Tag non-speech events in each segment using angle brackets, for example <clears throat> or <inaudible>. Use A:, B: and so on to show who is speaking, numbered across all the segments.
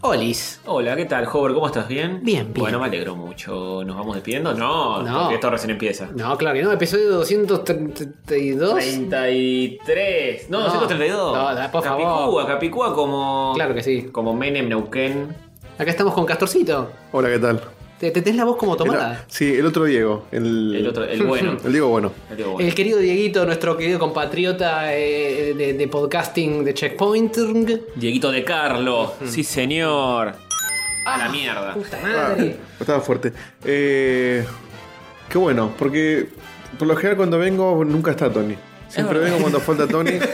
A: Oh,
B: Olis.
A: Hola, ¿qué tal, Hover? ¿Cómo estás? ¿Bien?
B: Bien, bien.
A: Bueno, me alegro mucho. ¿Nos vamos despidiendo? No,
B: No.
A: porque esto recién empieza.
B: No, claro que no. Episodio 232.
A: 33. No,
B: No.
A: 232.
B: No, da, por favor.
A: Capicúa, Capicúa como.
B: Claro que sí.
A: Como Menem Neuquén.
B: Acá estamos con Castorcito.
C: Hola, ¿qué tal?
B: Te, te tenés la voz como
C: El-
B: tomada.
C: sí, el otro Diego. El,
A: El otro, el
B: <laughs>
A: bueno.
C: el Diego bueno.
A: El digo, bueno.
B: El querido Dieguito, nuestro querido compatriota eh, de, de podcasting de Checkpoint.
A: Dieguito de Carlo. Sí, señor. A la
B: <laughs>
A: mierda.
B: Puta
C: Ah,
B: madre.
C: estaba fuerte. Eh, qué bueno, porque por lo general cuando vengo nunca está Tony. Siempre vengo cuando falta Tony.
B: Venís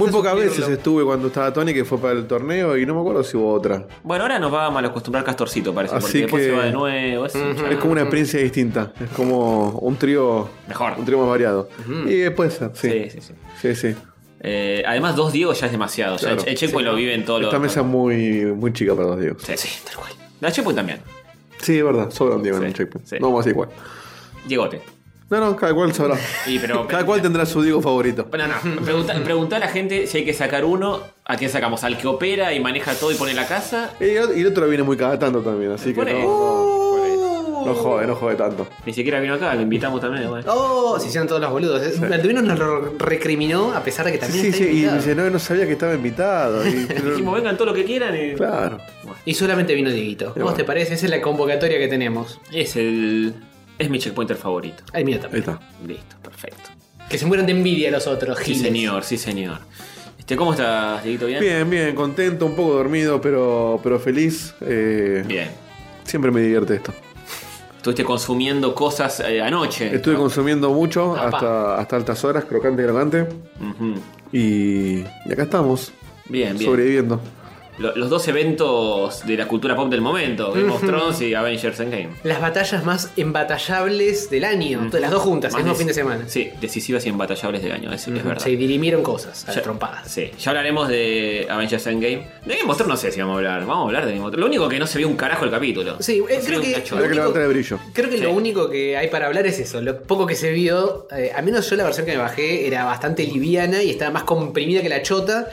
C: Muy
B: a
C: pocas
B: suplirlo.
C: veces estuve cuando estaba Tony, que fue para el torneo, y no me acuerdo si hubo otra.
A: bueno, ahora nos va a malacostumbrar Castorcito, parece.
C: Así
A: porque después
C: que-
A: se va de nuevo. es un
C: Es como una experiencia distinta. Es como un trío.
A: Mejor.
C: Un trío más variado. Y eh, puede ser, sí.
A: Sí, sí, sí.
C: Sí, sí.
A: Eh, además, dos Diego ya es demasiado. O sea,
C: Claro.
A: el Checkpoint lo vive en todos los.
C: Esta mesa es muy, muy chica para los Diegos.
A: Sí, sí, tal cual. La Checkpoint también.
C: Sí, es verdad. Sobra un Diego en
A: Sí,
C: un checkpoint.
A: sí.
C: No vamos a igual.
A: Diegote.
C: No, no, cada cual sabrá.
A: Y, pero-
C: <laughs> cada cual tendrá su Diego favorito.
A: Bueno, no. Pregunta, preguntá a la gente si hay que sacar uno. ¿A quién sacamos? ¿Al que opera y maneja todo y pone la casa?
C: Y el, y el otro viene muy cada tanto también, así que
A: Por
C: no,
A: eso.
C: no, no jode, no jode tanto.
A: Ni siquiera vino acá, lo invitamos también. bueno.
B: Oh, si sean todos los boludos. Eh, Balduino nos lo recriminó a pesar de que también
C: Sí,
B: está
C: sí, y
B: invitado.
C: dice, no, no sabía que estaba
A: <laughs>
C: invitado. y-
A: Dijimos, "Eh". vengan todo lo que quieran. y-
C: claro.
B: Y solamente vino Dieguito. ¿Cómo
C: bueno.
B: te parece? Esa es la convocatoria que tenemos.
A: Es el. Es mi checkpointer favorito.
B: Ay, mira
C: Ahí
B: también.
C: está.
A: Listo, perfecto.
B: Que se mueran de envidia los otros.
A: Sí,
B: giles.
A: señor, sí, señor. Este, ¿Cómo estás, Dieguito? ¿Bien?
C: Bien, bien, contento, un poco dormido, pero, pero feliz. eh,
A: Bien.
C: Siempre me divierte esto.
A: Estuviste consumiendo cosas eh, anoche.
C: Estuve consumiendo mucho
A: Apa.
C: hasta, hasta altas horas, crocante y crocante.
A: Ujú.
C: Y, y acá estamos,
A: Bien, bien.
C: sobreviviendo.
A: Lo- los dos eventos de la cultura pop del momento: Game of Thrones y Avengers Endgame.
B: Las batallas más embatallables del año.
A: Mm.
B: Las dos juntas,
A: Más
B: el mismo
A: deci-
B: fin de semana.
A: Sí, decisivas y embatallables del año, es, es verdad.
B: Se dirimieron cosas, a
A: Ya-
B: las trompadas.
A: Sí, ya hablaremos de Avengers Endgame. De Game of Thrones no sé si vamos a hablar. Vamos a hablar de Game of Thrones. Lo único que no se vio un carajo el capítulo.
B: Sí, eh,
A: No se
B: creo
A: vio un
B: que-
A: cacho.
B: Lo
C: Hay que
B: único-
C: levantar el brillo.
B: Creo que lo
A: Sí.
B: único que hay para hablar es eso. Lo poco que se vio, eh, al menos yo la versión que me bajé era bastante liviana y estaba más comprimida que la chota.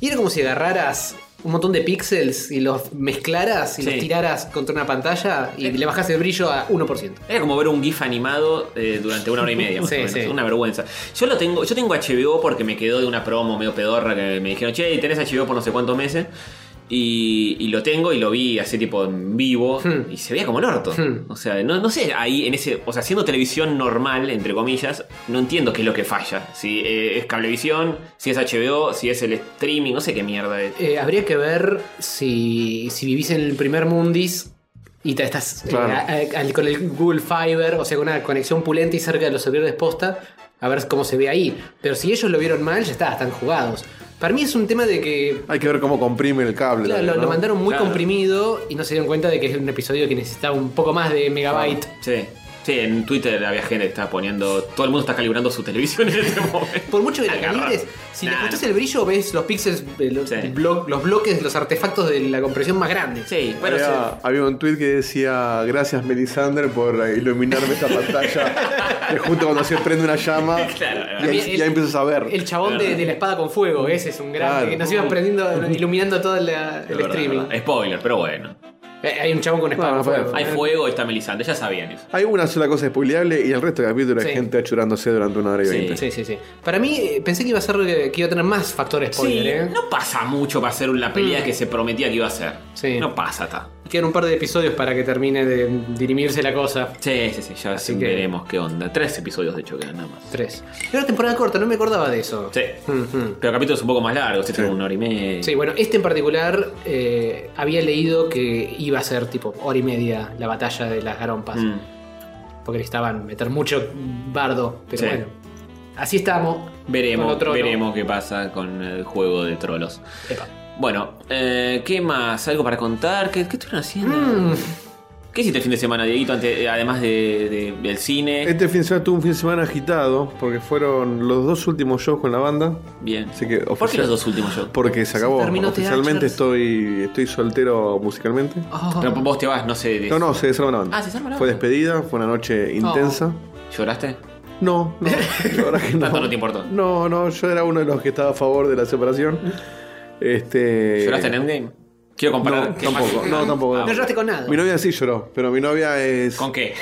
B: Y era como si agarraras un montón de píxeles y los mezclaras y
A: Sí.
B: los tiraras contra una pantalla y
A: Eh.
B: le bajas el brillo a 1%.
A: Era como ver un GIF animado eh, durante una hora
B: <laughs>
A: y media. más
B: Sí,
A: o menos.
B: sí.
A: Una vergüenza. Yo lo tengo, yo tengo HBO porque me quedó de una promo medio pedorra que me dijeron, che, tenés HBO por no sé cuántos meses. Y, y lo tengo y lo vi así tipo en vivo
B: Hmm.
A: y se veía como el orto.
B: Hmm.
A: O sea, no, no sé, ahí en ese. O sea, haciendo televisión normal, entre comillas, no entiendo qué es lo que falla. Si eh, es cablevisión, si es HBO, si es el streaming, no sé qué mierda es.
B: Eh, habría que ver si, si vivís en el primer mundis y te estás eh,
C: Claro.
B: a- a- con el Google Fiber, o sea, con una conexión pulenta y cerca de los servidores posta, a ver cómo se ve ahí. Pero si ellos lo vieron mal, ya está, están jugados. Para mí es un tema de que
C: Hay que ver cómo comprime el cable.
B: claro, lo,
C: también,
B: lo
C: ¿no?
B: mandaron muy
A: Claro.
B: comprimido y no se dieron cuenta de que es un episodio que necesitaba un poco más de megabyte.
A: Sí. Sí, en Twitter había gente que estaba poniendo. Todo el mundo está calibrando su televisión en este <laughs> momento.
B: Por mucho que la
A: Agarra.
B: calibres, si le
A: Nah,
B: ajustás
A: no.
B: el brillo, ves los píxeles, eh, los,
A: Sí.
B: blo- los bloques, los artefactos de la compresión más grandes.
A: Sí, pero
C: había, había un tweet que decía gracias Melisander por eh, iluminarme esta pantalla que justo cuando se prende una llama
A: Claro.
C: y ahí,
B: A mí el-
C: y ahí empiezas a ver
B: El chabón de, de la espada con fuego, ese es un grande
C: Claro.
B: que nos iba prendiendo, iluminando todo la-
A: es
B: el
A: verdad,
B: streaming.
A: es verdad. Spoiler, pero bueno.
B: Eh, Hay un chabón con espada
C: No, no
B: con
C: fue-
B: fuego.
A: Hay fuego y está Melisandre, ya sabían eso.
C: hay una sola cosa spoileable y el resto del capítulo
B: Sí.
C: hay gente achurándose durante una hora y
A: Sí.
C: veinte
B: Sí, sí, sí. Para mí eh, pensé que iba a ser eh, que iba a tener más factores spoiler,
A: Sí,
B: ¿eh? Mm.
A: no pasa mucho para hacer una pelea que se prometía que iba a ser.
B: Sí.
A: No pasa, ta.
B: Quedan un par de episodios para que termine de dirimirse la cosa.
A: Sí, sí, sí, ya
B: Así que-
A: veremos qué onda. Tres episodios de hecho quedan nada más.
B: Tres. Era una temporada corta, no me acordaba de eso.
A: Sí.
B: Ujú.
A: Pero capítulos un poco más largos, este como una hora y media.
B: Sí, bueno, este en particular eh, había leído que iba a ser tipo hora y media la batalla de las garompas.
A: Mm.
B: Porque necesitaban meter mucho bardo. Pero
A: Sí.
B: bueno, así estamos. Con
A: Veremos,
B: otro no.
A: veremos qué pasa con el juego de trolos.
B: Epa.
A: Bueno, eh, ¿qué más? ¿Algo para contar? ¿Qué, qué estuvieron haciendo?
B: Mm,
A: ¿Qué hiciste el fin de semana, Dieguito, ante- eh, además de- de- del cine?
B: Eh,
C: este fin de semana tuve un fin de semana agitado porque fueron los dos últimos shows con la banda
A: Bien.
C: así que
A: ¿Por qué
C: oficial-
A: los dos últimos yo?
C: porque se
B: Se
C: acabó
B: terminó
C: oficialmente
B: THers.
C: estoy estoy soltero musicalmente
B: oh.
A: Pero vos te vas, no sé. de-
C: no no se desarma la banda
A: Ah, se desarma la
C: fue
A: banda.
C: despedida fue una noche intensa
A: ¿Lloraste?
C: No,
A: <laughs>
C: no, la verdad que no.
A: Tanto no te importó.
C: No, no, yo era uno de los que estaba a favor de la separación. Este.
A: ¿Lloraste en Endgame? Quiero comparar.
C: No,
A: qué
C: tampoco.
A: más-
C: No, tampoco.
A: Ah,
B: No lloraste con nada.
C: Mi novia sí lloró, pero mi novia es.
B: <laughs>
A: ¿Con qué?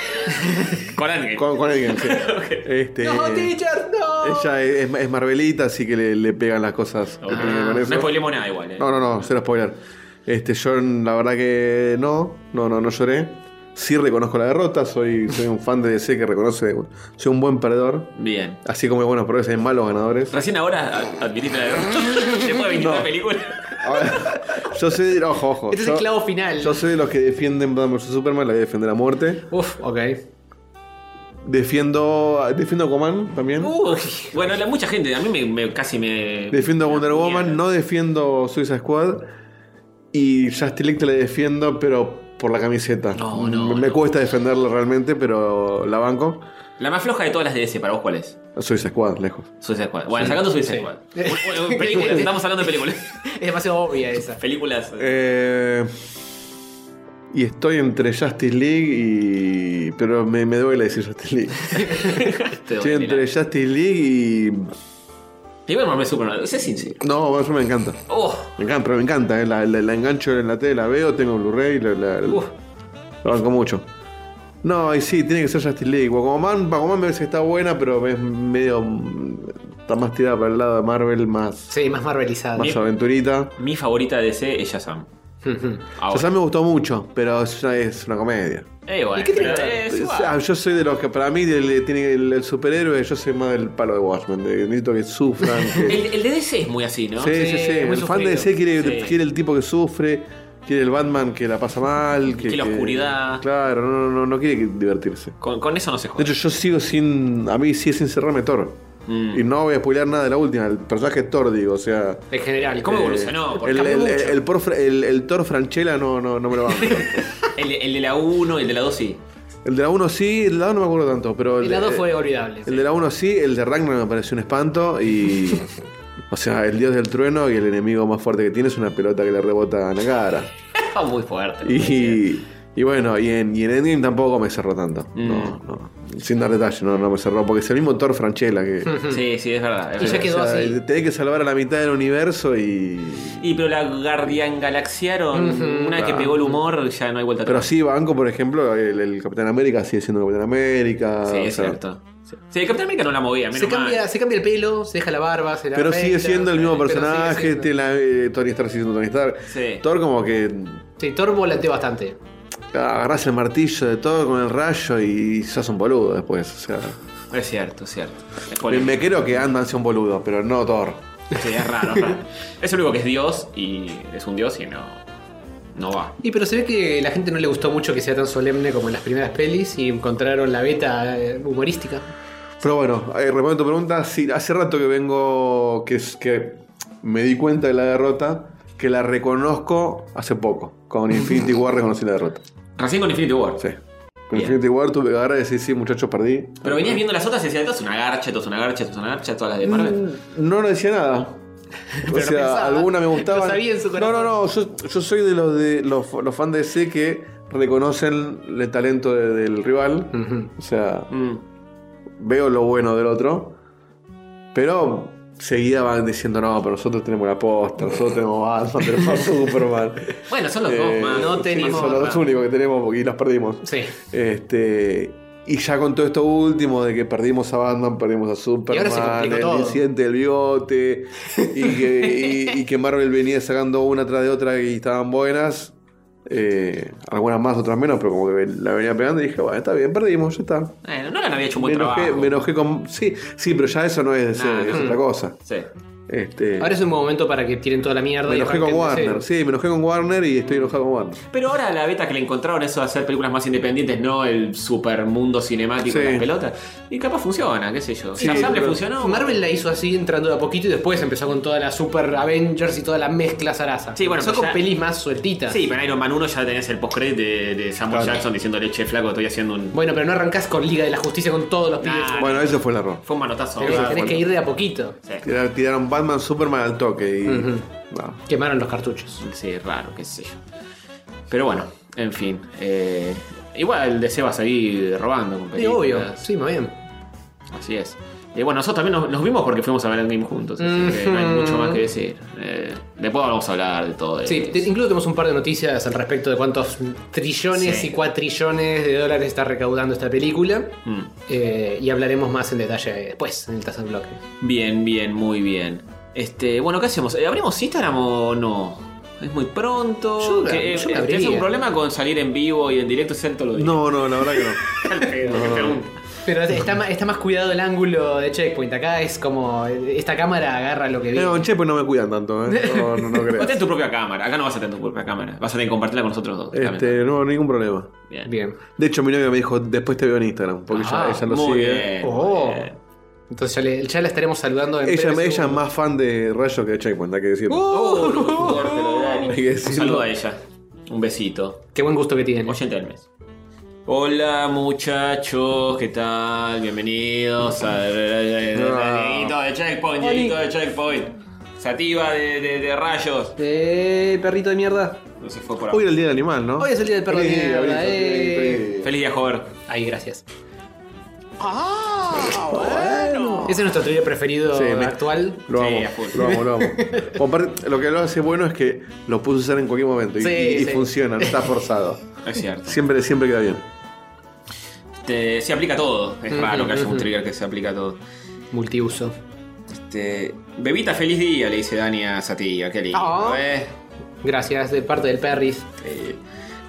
A: con alguien.
C: Con, con alguien,
A: <laughs>
C: sí. Este,
B: No, teacher, no.
C: Ella es, es Marvelita, así que le, le pegan las cosas.
A: Ah,
C: Le pegan con
A: no
C: eso.
A: spoilemos nada igual. eh.
C: No, no, no, será spoiler. Este, yo la verdad que no, no, no, no lloré. Sí reconozco la derrota, soy, soy un fan de DC que reconoce, soy un buen perdedor.
A: Bien.
C: Así como hay buenos perdedores, hay malos ganadores.
A: Recién ahora a- admitiste la
C: <laughs>
A: derrota. Después de 23 películas.
C: Ahora, <laughs> yo soy, ojo, ojo.
B: Este es
C: yo,
B: el clavo final.
C: yo soy de los que defienden Batman vs Superman, la voy a defender a muerte.
B: Uf, ok.
C: Defiendo, defiendo a Aquaman también.
A: Uy, bueno, la, mucha gente, a mí me, me- casi me.
C: Defiendo a Wonder
A: me
C: Woman, no defiendo Suicide Squad. Y Justice League te la defiendo, pero por la camiseta.
A: No, no,
C: Me- Me
A: no.
C: cuesta defenderla realmente, pero la banco.
A: La más floja de todas las de DC, ¿para vos cuál es?
C: Suicide Squad, lejos.
A: Suicide Squad. Bueno, sacando
B: <laughs>
A: Suicide
B: Sí.
A: Squad. Bueno, películas, estamos hablando de películas. <laughs>
B: Es demasiado obvia esa.
A: Películas. <laughs> eh,
C: Eh, y estoy entre Justice League y. Pero me, me duele decir Justice League.
A: este,
C: estoy entre
A: mira.
C: Justice League y.
A: Y bueno, me Superman. Ese es sincero.
C: No, bueno, yo me encanta.
A: Oh,
C: Me encanta, pero me encanta, eh. la, la- la engancho en la tele, la veo, tengo Blu-ray, la, la, la-
A: Uf.
C: la banco mucho. No, y sí, tiene que ser Justice League. Aquaman, Aquaman me parece que está buena, pero es medio. mm, Está más tirada para el lado de Marvel, más,
B: Sí, más
A: Ah,
B: marvelizada.
C: más aventurita.
A: mi favorita de DC es
C: <laughs>
A: Shazam. Ahora.
C: Shazam me gustó mucho, pero ya es una comedia.
A: Eh, bueno,
B: ¿Y qué tiene
A: pero
B: que
A: es
C: O
A: igual.
C: sea, yo soy de los que, para mí, el, el- tiene el, el superhéroe, yo soy más del palo de Watchmen. de- necesito que sufran.
A: <laughs>
C: que-
A: El, el de DC es muy así, ¿no?
C: sí, sí,
B: Sí,
C: sí.
B: muy
C: El fan de DC
B: sufrido.
C: quiere,
A: Sí.
C: quiere el tipo que sufre, quiere el Batman que la pasa mal. Que,
A: Que la oscuridad.
C: Claro, no, no, no quiere que- divertirse.
A: Con, con eso no se
C: De
A: juega.
C: hecho, yo sigo sin. A mí sigue sin cerrarme Thor.
A: Mm.
C: Y no voy a spoilear nada de la última. El personaje es Thor, digo, o sea.
B: En general.
A: ¿Cómo
B: Eh,
A: evolucionó? Porque
C: El, el,
A: cambió
C: el,
A: mucho.
C: el por- el- el Thor Franchella no, no, no me
A: <laughs>
C: lo banco.
A: El, de- el de la 1, el de la 2 sí. <laughs>
C: El de la 1 sí, el de la 2 no me acuerdo tanto, pero.
B: El lado
C: de-
B: fue olvidable.
C: El de la 1 sí, el de Ragnar me pareció un espanto y... O sea, el dios del trueno y el enemigo más fuerte que tiene es una pelota que le rebota en la cara.
A: Está Ah, muy fuerte.
C: Y, y bueno, y en, y en Endgame tampoco me cerró tanto.
A: Mm.
C: No, no. Sin dar detalle, no, no me cerró. Porque es el mismo Thor
A: <laughs>
C: Franchella que...
A: Sí, sí, es verdad. es
B: Y ya
A: verdad.
B: quedó
C: o sea,
B: así.
C: tenés que salvar a la mitad del universo y...
A: Y pero la Guardian Galaxiaron, una vez que
C: Ah.
A: pegó el humor, ya no hay vuelta
C: Pero
A: atrás.
C: sí, Banco, por ejemplo, el, el Capitán América sigue siendo Capitán América.
A: Sí,
C: o
A: es
C: sea,
A: cierto. Sí, el Capitán América no la movía, menos
B: Se cambia,
A: mal.
B: se cambia el pelo, se deja la barba, se la
C: Pero sigue
B: afeita,
C: siendo el mismo
B: pero sigue
C: personaje,
B: siendo-
C: tiene la- eh, Tony Stark sigue siendo Tony Stark.
A: Sí.
C: Thor como que ah,
B: Sí, Thor volanteó bastante.
C: agarrás el martillo de todo con el rayo y sos un boludo después. O sea,
A: Es cierto, es cierto. Es
C: me,
A: polémico.
C: me creo que Ant-Man sea un boludo, pero no Thor.
A: Sí, es raro, es raro. Es el único que es Dios y es un Dios y no. No va.
B: Y pero se ve que la gente no le gustó mucho que sea tan solemne como en las primeras pelis y encontraron la beta eh, humorística.
C: Pero bueno, eh, respondiendo a tu pregunta, sí, hace rato que vengo, que, es- que me di cuenta de la derrota, que la reconozco hace poco. Con Infinity War reconocí la derrota.
A: Recién con Infinity War.
C: Sí. Con
A: Bien.
C: Infinity War tuve que agarrar y decir, sí, muchachos, perdí.
A: Pero venías viendo las otras y decías, esto es una garcha, esto es una garcha, esto es una garcha, todas las de
B: Mm.
A: Marvel.
C: Mm, No, no
B: <laughs>
C: decía nada. O
B: lo
C: sea,
B: pensaba.
C: alguna me
B: Lo
C: gustaba.
B: sabía en su corazón.
C: No, no, no. Yo, yo soy de los de los, los fans de DC que reconocen el talento de- del rival. O sea,
A: Mm.
C: veo lo bueno del otro. Pero seguida van diciendo, no, pero nosotros tenemos la posta, nosotros tenemos Batman, pero no Superman.
A: Bueno, son los
C: Eh,
A: dos más.
B: no
C: sí,
B: tenemos
C: Son los dos
B: Batman.
C: únicos que tenemos porque y los perdimos.
B: Sí.
C: Este. Y ya con todo esto último de que perdimos a Batman, perdimos a Superman,
B: se complicó
C: el
B: todo.
C: incidente del bigote, y que, y- y que Marvel venía sacando una tras de otra y estaban buenas. eh, algunas más, otras menos, pero como que la venía pegando y dije, bueno, está bien, perdimos, ya está.
A: Bueno, no han había hecho un
C: Me
A: buen
C: enojé,
A: trabajo.
C: me enojé con. Sí, sí, pero ya eso no es deseo,
A: Nah,
C: es
A: no.
C: otra cosa.
A: Sí.
C: Este,
B: Ahora es un buen momento para que tiren toda la mierda.
C: me
B: y
C: enojé con
B: arranquen de
C: Warner,
B: cero.
C: sí, me enojé con Warner y estoy enojado con Warner.
A: Pero ahora la beta que le encontraron eso de hacer películas más independientes, no el super mundo cinemático de
C: Sí.
A: las pelotas. Y capaz funciona, qué sé yo.
C: Sí,
A: Shazam le
C: pero-
A: funcionó.
B: Marvel la hizo así entrando de a poquito y después empezó con toda la Super Avengers y toda la mezcla zaraza.
A: Sí, bueno,
B: empezó
A: pero
B: con
A: ya-
B: pelis más sueltitas.
A: Sí, pero en Iron Man 1 ya tenías el post-credit de, de Samuel
C: Claro.
A: Jackson diciéndole, che, flaco, estoy haciendo un.
B: Bueno, pero no arrancás con Liga de la Justicia con todos los
A: Nah,
B: pibes.
A: no,
C: Bueno, ese fue el error.
A: Fue un manotazo.
B: Tenés-
A: ¿verdad?
B: tenés que ir de a poquito.
A: Sí.
C: Tirar- tiraron Batman, Superman al toque y.
B: Ujú.
C: no.
B: Quemaron los cartuchos.
A: Sí, raro, qué sé yo. Pero bueno, en fin. eh, igual el DC va a seguir robando con
B: Sí,
A: películas.
B: obvio. Sí, muy bien.
A: Así es. Y bueno, nosotros también nos, nos vimos porque fuimos a ver el game juntos. Así que no hay
B: Ujú.
A: mucho más que decir. Eh, después vamos a hablar de todo.
B: Sí, te-
A: esto.
B: incluso tenemos un par de noticias al respecto de cuántos trillones
A: Sí.
B: y cuatrillones de dólares está recaudando esta película.
A: Mm.
B: Eh, y hablaremos más en detalle después, en el tercer bloque.
A: Bien, bien, muy bien. Este, bueno, ¿qué hacemos? Eh, ¿Abrimos Instagram o no? Es muy pronto.
B: Yo la-
A: Que, eh,
B: yo la
A: ¿tenés
B: abriría.
A: un problema con salir en vivo y en directo? Ser todo lo digo.
C: No, no, la verdad que no.
B: <laughs>
A: Al pedo, <laughs> que pregunta.
B: Pero está, ma- está más cuidado el ángulo de checkpoint. Acá es como. eh, Esta cámara agarra lo que ve.
C: Eh, No, en Chepo no me cuidan
B: <laughs>
C: tanto, ¿eh? No, no, no
A: Vos
C: creo.
A: tenés tu propia cámara. Acá no vas a tener tu propia cámara. Vas a tener que compartirla con nosotros dos. también.
C: Este, no, ningún problema.
A: Bien.
B: Bien.
C: De hecho, mi novia me dijo, después te veo en Instagram, porque
A: Ah,
C: ella, ella lo
A: muy
C: sigue.
A: bien, muy
B: Oh.
A: bien.
B: Entonces ya, le- ya la estaremos saludando en
C: Ella,
B: breve
C: ella es
B: segundo.
C: más fan de Rayo que de Checkpoint, hay que decirlo.
A: Oh,
B: Oh,
A: fuerte, lo de Dani.
C: Hay que
A: Un saludo
C: decirlo.
A: a ella. Un besito.
B: Qué buen gusto que tiene.
A: Oyente del mes. Hola muchachos, ¿qué tal? Bienvenidos a Dieguito de Checkpoint, Dieguito de Checkpoint. Sativa de, de- de rayos.
B: Eh, perrito de mierda.
A: No se fue por
C: Hoy
A: ahí.
C: era el día del animal, ¿no?
B: Hoy es el día del perro de
C: Sí,
B: mierda,
C: abril,
B: eh.
C: sí, sí.
A: Feliz día, Jover.
B: Ahí, gracias.
A: Ah,
B: Ese es nuestro trío preferido
C: Sí, me-
B: actual.
C: Lo
A: Sí,
C: amo,
A: a full.
C: lo amo, lo amo. Comparte- lo que lo hace bueno es que lo puedes usar en cualquier momento y,
B: Sí,
C: y- y
B: sí.
C: funciona, no está forzado.
A: Es cierto.
C: Siempre, siempre queda bien.
A: Este, se aplica a todo. Es
B: Ujú,
A: raro que haya un
B: ujú.
A: trigger que se aplica a todo.
B: Multiuso.
A: Este, Bebita, feliz día, le dice Dani a Sativa. Qué lindo,
B: Ah.
A: ¿eh?
B: Gracias, de parte del Perris.
A: Eh,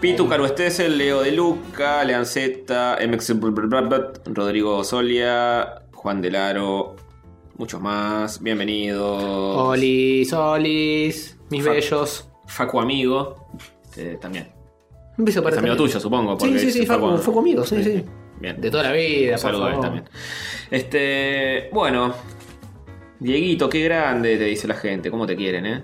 A: Pitu Caro Estesel, Leo De Luca, Leanceta, MX Rodrigo Solia, Juan Delaro, muchos más. Bienvenidos.
B: Olis, Olis, mis
A: Fa-
B: bellos.
A: Facu Amigo, este, también.
B: Un beso
A: Es
B: para
A: amigo
B: también.
A: tuyo, supongo. porque
B: Sí, sí, sí,
A: es
B: Facu, fue conmigo, sí, sí.
A: Bien.
B: De toda la vida, por
A: Un saludo a él
B: favor.
A: también. Este, bueno. Dieguito, qué grande, te dice la gente. ¿Cómo te quieren, eh?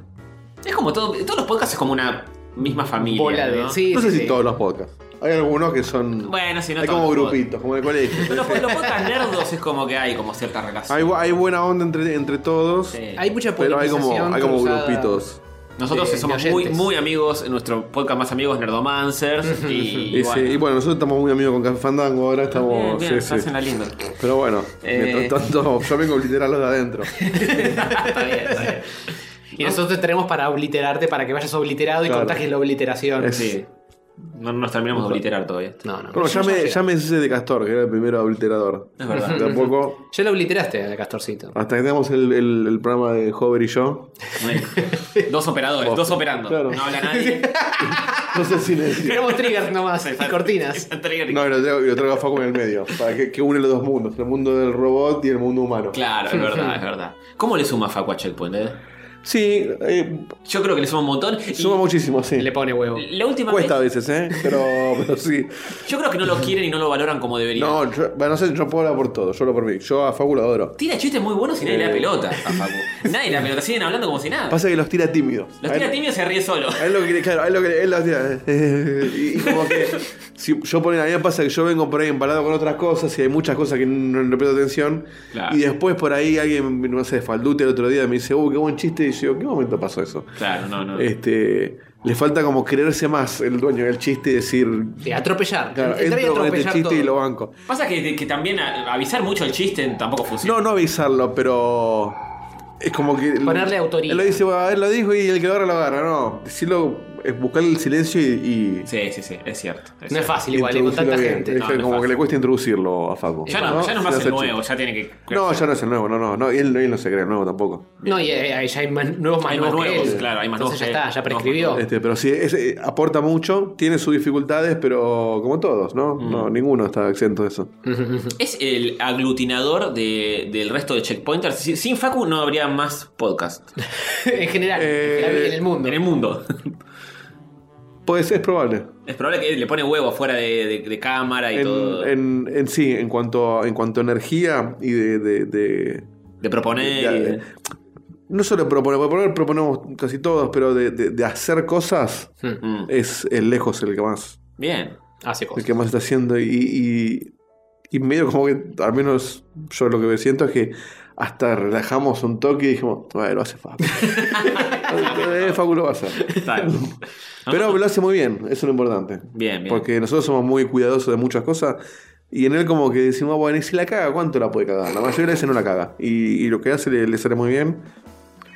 A: Es como todo. Todos los podcasts es como una misma familia.
B: Bola de.
A: ¿no?
B: Sí,
C: No sé
B: sí,
C: si
B: sí.
C: todos los podcasts. Hay algunos que son.
A: Bueno, si no
C: hay
A: todos
C: como
A: los
C: grupitos, como en el colegio.
A: Los, pues los podcasts nerdos es como que hay como cierta relación.
C: hay, bu- hay buena onda entre, entre todos,
A: Sí.
B: Hay mucha
C: pero hay como,
B: polarización
C: hay como
B: cruzada.
C: grupitos.
A: Nosotros
C: eh,
B: de-
A: somos
B: de
A: muy,
B: oyentes.
A: muy amigos, nuestro podcast más amigos es Nerdomancers. y,
C: Y, <laughs> sí, y bueno.
A: bueno,
C: nosotros estamos muy amigos con Café Fandango, ahora
A: Bien,
C: estamos.
A: bien,
C: sí,
A: se
C: sí.
A: hacen la
C: <laughs>
A: linda.
C: Pero bueno,
A: Eh.
C: mientras tanto, yo vengo a obliterar los de
A: <laughs>
C: adentro.
A: Está bien, está bien.
B: Y nosotros te tenemos para obliterarte, para que vayas obliterado y
C: Claro.
B: contagies la obliteración.
C: Es-
A: Sí. No nos terminamos de obliterar todavía.
B: No, no.
C: Bueno,
B: ya,
C: ya me, ya me hice de Castor, que era el primero
A: <laughs>
C: obliterador.
A: Es verdad.
C: Tampoco.
B: ya lo obliteraste, al
C: <laughs>
B: Castorcito.
C: Hasta que tengamos el, el- el programa de Hover
A: <laughs>
C: y yo.
A: Bueno. Dos operadores, dos operando.
C: Claro.
A: No habla
C: <laughs>
A: nadie.
C: No sé si necesito.
B: Tenemos triggers nomás, y cortinas.
A: Trigger.
C: No, y lo traigo, y lo traigo a Facu en el medio. Para que, que une los dos mundos, el mundo del robot y el mundo humano.
A: Claro, es verdad, es verdad. ¿Cómo le suma Facu a Checkpoint? eh?
C: Sí, eh,
A: Yo creo que le suma un montón. y
C: suma muchísimo, sí.
B: Le pone huevo.
A: la última
C: Cuesta a
A: vez,
C: veces, ¿eh?
A: <laughs>
C: Pero, pero sí.
A: yo creo que no lo quieren y no lo valoran como deberían.
C: No, yo, bueno, no sé, yo puedo hablar por todo, yo lo por mí. Yo a Facu lo adoro.
A: Tira chistes muy buenos y nadie le da
C: Eh.
A: pelota a Facu.
C: <laughs>
A: Nadie le da pelota, siguen hablando como si nada.
C: Pasa que los tira tímidos.
A: Los
C: A él-
A: tira tímidos y se ríe
C: <laughs>
A: solo.
C: a él lo que, claro, a él lo que, él lo tira. Y, y
B: <laughs>
C: como que si yo ponen, a mí me pasa que yo vengo por ahí empalado con otras cosas y hay muchas cosas que no le presto atención.
A: Claro.
C: Y después por ahí alguien, no sé, Faldute el otro día me dice, uh, qué buen chiste. Y yo, ¿qué momento pasó eso?
A: Claro, no, no.
C: Este, le falta como creerse más el dueño del chiste y decir,
B: Sí, atropellar.
C: claro,
B: Entrar y
C: entro con este
B: atropellar
C: chiste y
B: todo.
C: lo banco.
A: Pasa que, que también a- avisar mucho el chiste tampoco funciona.
C: No, no avisarlo, pero es como que...
B: Ponerle autoría.
C: Él lo dice, "Bueno, él lo dijo y el que lo agarra lo agarra. No, decirlo es buscar el silencio y... y-
A: Sí, sí, sí, es cierto. es
B: No es
A: cierto.
B: fácil igual, y con tanta
C: Introducirlo bien.
B: gente.
C: Es
A: No,
C: que
A: no es
C: como que
A: fácil.
C: le cuesta introducirlo a Facu.
A: Ya no, ya no es
C: Se
A: más
C: hace
A: el
C: el
A: nuevo, ya tiene que.
C: chiste. No, ya no es el nuevo, no, no, no él, él no se cree el nuevo tampoco.
B: No, y eh, ahí ya hay más- nuevos más
A: Hay más
B: nuevos que
A: nuevos,
B: él.
A: claro, hay más
B: Entonces
A: nuevos
B: ya
A: que
B: está, ya
A: él.
B: prescribió.
A: Nuevos
C: Este, pero sí, es- eh, aporta mucho, tiene sus dificultades, pero como todos, ¿no?
B: Mm.
C: No, ninguno está exento de eso.
A: Es el aglutinador de- del resto de checkpointers. Si- Sin Facu no habría más podcast
B: <laughs> en general,
C: Eh,
B: en general, en el mundo.
A: en el mundo. <laughs>
C: Pues es probable.
A: Es probable que le pone huevo afuera de, de- de cámara y
C: En,
A: todo.
C: en- en sí, en cuanto, en cuanto a energía y de- de- de,
A: de proponer.
C: Ya,
A: y de-
C: eh, No solo proponemos, proponer proponemos casi todos, pero de, de- de hacer cosas
B: Mm,
A: Mm.
C: es el lejos el que más,
A: Bien.
B: Hace
A: pues.
C: el
B: cosas.
C: que más está haciendo. Y, y- y medio como que, al menos yo lo que siento es que hasta relajamos un toque y dijimos, bueno, lo hace Facu. Eh, Facu lo va a hacer.
A: Está
C: <laughs>
A: bien.
C: Pero lo hace muy bien, eso es lo importante.
A: Bien, bien.
C: Porque nosotros somos muy cuidadosos de muchas cosas Y en él como que decimos, "Ah, bueno, y si la caga, ¿cuánto la puede cagar? La mayoría de veces no la caga. Y, y lo que hace le, le sale muy bien.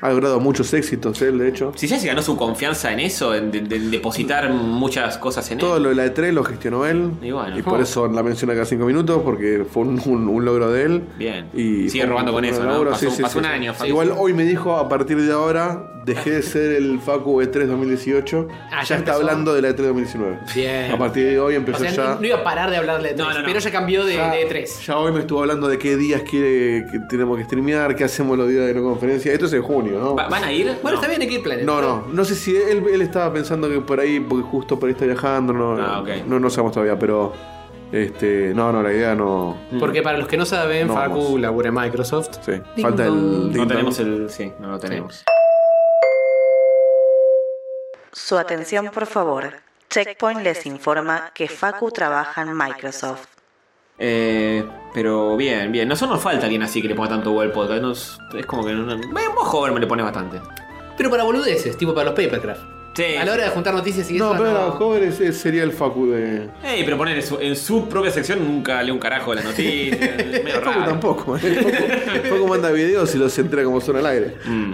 C: Ha logrado muchos éxitos él, de hecho.
A: Si ya se ganó su confianza en eso, en, de- de- en depositar muchas cosas en
C: Todo
A: él.
C: lo de la E3 lo gestionó él.
A: Y bueno.
C: por
A: Oh.
C: eso la menciona cada cinco minutos, porque fue un, un- un logro de él.
A: Bien.
C: Y
A: Sigue
C: fue
A: robando
C: un-
A: con
C: un
A: eso, ¿no?
C: logro,
A: Pasó- pasó un año, Facu.
C: Igual hoy me dijo, a partir de ahora, dejé de ser el Facu E E3 2018.
B: Ah,
C: ya
B: ya
C: está
B: empezó.
C: hablando de la E E3 2019.
B: Bien.
C: A partir de hoy
B: O
C: empezó
B: sea,
C: ya...
B: no, no iba a parar de hablarle de
A: No,
B: 3,
A: no, no.
B: pero ella cambió de,
C: Ya-
A: E
B: de 3.
C: Ya hoy me estuvo hablando de qué días quiere que tenemos que streamear, qué hacemos los días de la conferencia. Esto es en junio, ¿no?
A: Va- ¿Van a ir?
B: Bueno,
A: No.
B: está bien, hay que ir planeando.
C: No, no, no sé si él, él estaba pensando que por ahí, porque justo por ahí está viajando, no,
A: Ah, ok.
C: no, no sabemos todavía, pero este, no, no, la idea no.
B: Porque para los que no saben,
C: No,
B: Facu
C: vamos.
B: labura en Microsoft.
C: Sí,
B: Ding
C: falta el.
B: dong.
C: ding
A: No
C: dong.
A: tenemos el. Sí, no lo tenemos.
D: Su atención, por favor. Checkpoint les informa que Facu trabaja en Microsoft.
A: Eh, pero bien, bien. Nosotros nos falta alguien así que le ponga tanto huevo al podcast. Nos- es como que. no- no- Bueno, vos joven me le pones bastante.
B: Pero para boludeces, tipo para los Papercraft.
A: Sí.
B: A la hora de juntar noticias y
C: No,
B: eso.
C: pero no, joven ese sería el Facu de.
A: Ey, pero poner en su, en su propia sección nunca lee un carajo de las noticias.
C: <laughs>
A: medio
C: Facu
A: raro.
C: tampoco. ¿eh? El
A: <laughs>
C: Facu, el Facu manda videos y los entrega como son al aire.
A: Mm,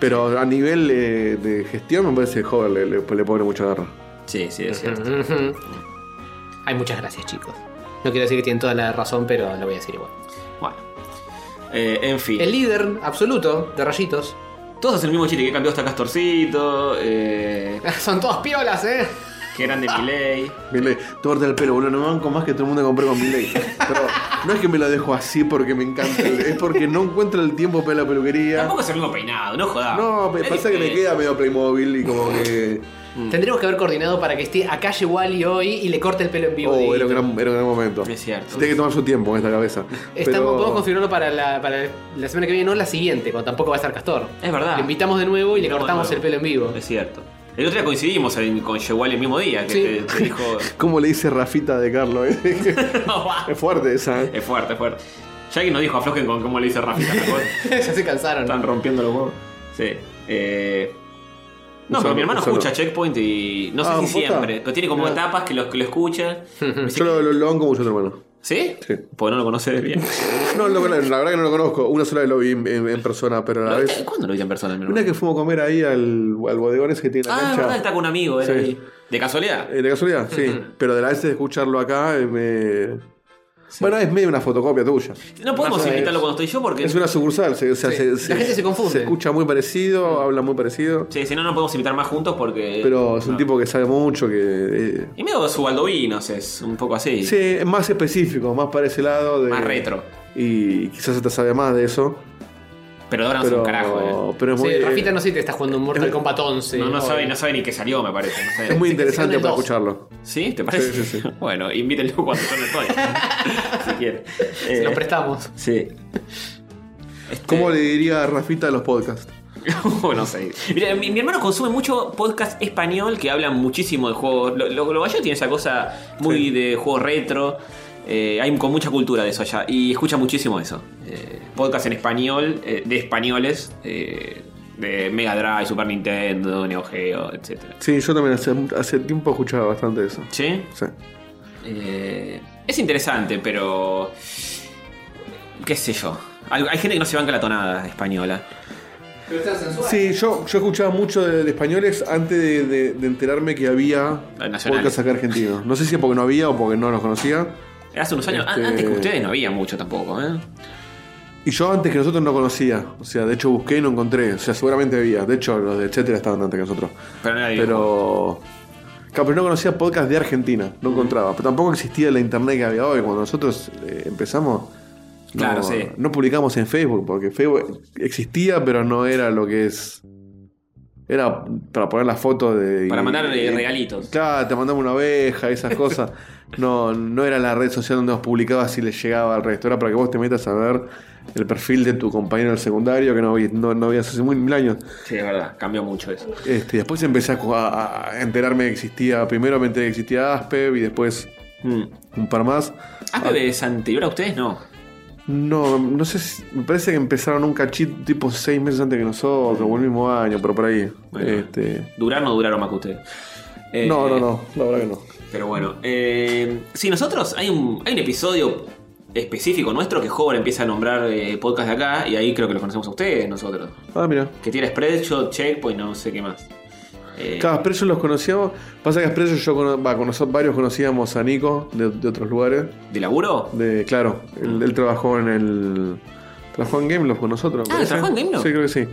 C: Pero a nivel eh, de gestión, me parece que joven le, le, le pone mucha garra.
A: Sí, sí, es cierto.
B: Ujú. Ay, muchas gracias, chicos. No quiero decir que tienen toda la razón, pero lo voy a decir igual.
A: Bueno. Eh, en fin.
B: El líder absoluto de rayitos. <laughs>
A: Todos hacen el mismo chiste que cambió hasta Castorcito. Eh,
B: Son todos piolas, ¿eh?
A: que eran de
C: Ah.
A: Miley.
C: Milei, torta el pelo, boludo, no me banco más que todo el mundo compré con Milei. Pero no es que me lo dejo así porque me encanta, es porque no encuentro el tiempo para ir a la peluquería.
A: Tampoco es el mismo peinado, no jodas.
C: No, me pasa que me queda medio Playmobil y como que.
B: Tendremos que haber coordinado para que esté a calle Wally hoy y le corte el pelo en vivo.
C: Oh,
B: Dieguito.
C: era un gran, era un gran momento.
A: Es cierto.
C: Se tiene que tomar su tiempo con esta cabeza.
B: Estamos,
C: Pero-
B: Podemos configurarlo para la, para la semana que viene, no la siguiente, cuando tampoco va a estar Castor.
A: Es verdad.
B: Le invitamos de nuevo y le cortamos el pelo en vivo.
A: Es cierto. El otro día coincidimos en- con Shewali el mismo día, que
B: <laughs> Sí.
A: te, te dijo.
C: ¿Cómo le dice Rafita de Carlos? <laughs> eh?
A: No, va.
C: es fuerte esa. eh.
A: es fuerte, es fuerte. Jackie nos dijo aflojen con cómo le dice Rafi. ¿te
B: <laughs>
A: acordás?
C: <laughs>
B: ya se cansaron.
A: Están rompiendo los huevos. Sí. Eh, No,
C: Eso
A: pero
C: no,
A: mi hermano
C: eso no.
A: escucha Checkpoint y no sé
C: Ah,
A: si
C: ¿posta?
A: siempre, pero tiene como
C: Mirá.
A: etapas que lo, que lo
C: <laughs>
A: escucha. Me dice,
C: Yo lo, lo, lo banco mucho, hermano.
A: ¿Sí?
C: Sí.
A: Porque no lo conoces bien.
C: No, lo- la verdad que no lo conozco. Una sola vez lo vi en, en- en persona, pero a <laughs> la vez.
A: ¿Cuándo lo vi en persona, mi
C: Una
A: hermano?
C: que fuimos a comer ahí al, al bodegón ese que tiene la
A: Ah, es
C: cancha.
A: verdad, está con un amigo, era
C: Sí.
A: ahí. ¿De casualidad?
C: Eh, de casualidad, sí. Pero de la vez de escucharlo acá, eh, me... Bueno, es medio una fotocopia tuya.
A: No podemos
C: Más o
A: invitarlo
C: menos.
A: cuando estoy yo porque.
C: Es una sucursal, se- o sea,
B: Sí.
C: se,
B: La gente se confunde.
C: Se escucha muy parecido, habla muy parecido.
A: Mm. Sí, Ah. si no, no podemos invitar más juntos porque.
C: Pero es un
A: no.
C: tipo que sabe mucho, que... eh,
A: Y medio su baldovinos es un poco así.
C: sí, es más específico, más para ese lado. De,
A: Más retro.
C: Y quizás hasta sabe más de eso.
A: Pero ahora no sé
C: pero,
A: un carajo, eh.
C: pero es
B: Sí,
C: muy... Eh,
B: Rafita no sé si te está jugando un Mortal
C: es-
B: Kombat 11.
A: no, no,
B: hoy.
A: sabe, no sabe ni qué salió, me parece. no sé.
C: Es muy
B: se- se
C: interesante
B: quedan en
C: para
B: dos.
C: escucharlo.
A: <laughs> ¿Sí? ¿Te parece?
C: Sí, sí, sí.
A: <laughs> bueno, invítenlo cuando yo no
C: <laughs>
A: estoy. si quieren.
B: Se
A: Eh,
B: los prestamos.
A: Sí. <laughs> Este,
C: ¿Cómo le diría Rafita a los podcasts?
A: Uh, no sé. Mira, mi, mi hermano consume mucho podcast español que hablan muchísimo de juegos. Lo, lo, lo gallego tiene esa cosa muy
C: Sí.
A: de juego retro. Eh, hay con mucha cultura de eso allá. Y escucha muchísimo eso. Eh, podcast en español, eh, de españoles, eh, de Mega Drive, Super Nintendo, Neo Geo, etc.
C: Sí, yo también hace, hace tiempo escuchaba bastante eso.
A: ¿Sí?
C: Sí.
A: Eh, es interesante, pero. ¿Qué sé yo? Hay, hay gente que no se banca la tonada española.
C: Sí, yo, yo escuchaba mucho de, de españoles antes de, de- de enterarme que había
A: Nacionales.
C: podcasts acá argentinos. No sé si es porque no había o porque no los conocía.
A: Hace unos años, a-
C: Este-
A: antes que ustedes no había mucho tampoco, ¿eh?
C: Y yo antes que nosotros no conocía. O sea, de hecho busqué y no encontré. O sea, seguramente había. De hecho, los de etcétera estaban antes que nosotros.
A: Pero no era dibujo.
C: Pero. Claro, pero no conocía podcast de Argentina. No encontraba. Pero tampoco existía la internet que había hoy. Cuando nosotros eh, empezamos. no-
A: Claro, sí.
C: No publicamos en Facebook, porque Facebook existía, pero no era lo que es. Era para poner las fotos de.
A: Para mandar eh,
C: y-
A: regalitos.
C: Claro, te mandamos una oveja,
A: <laughs>
C: esas cosas. No, no era la red social donde vos publicabas y le llegaba al resto. Era para que vos te metas a ver el perfil de tu compañero del secundario que no, vi- no, no habías hace muy- mil años.
A: Sí, es verdad, cambió mucho eso.
C: Este, después empecé a, cu- a- a enterarme que existía. Primero me enteré que existía Aspev y después
A: Mm.
C: un par más.
A: Ah, pero es anterior a ustedes, no.
C: No, no sé si. Me parece que empezaron un cachito tipo seis meses antes que nosotros, o el mismo año, pero por ahí.
A: Bueno.
C: Este,
A: Durar no duraron más que ustedes. Eh,
C: No, no, no, la verdad que no.
A: Pero bueno, eh, sí, nosotros hay un, hay un episodio específico nuestro que Hover empieza a nombrar eh, podcast de acá y ahí creo que los conocemos a ustedes, nosotros.
C: Ah, mira.
A: Que tiene Spreadshot, Checkpoint, no sé qué más. Eh,
C: Claro, Expresso los conocíamos. Pasa que Expresso yo cono- va, con nosotros varios conocíamos a Nico de, de otros lugares.
A: ¿De laburo?
C: De, claro, él, él trabajó en el. Trabajó en Gameloft con nosotros.
A: Ah,
C: ¿no?
A: ¿trabajó en Gameloft?
C: Sí, creo que sí.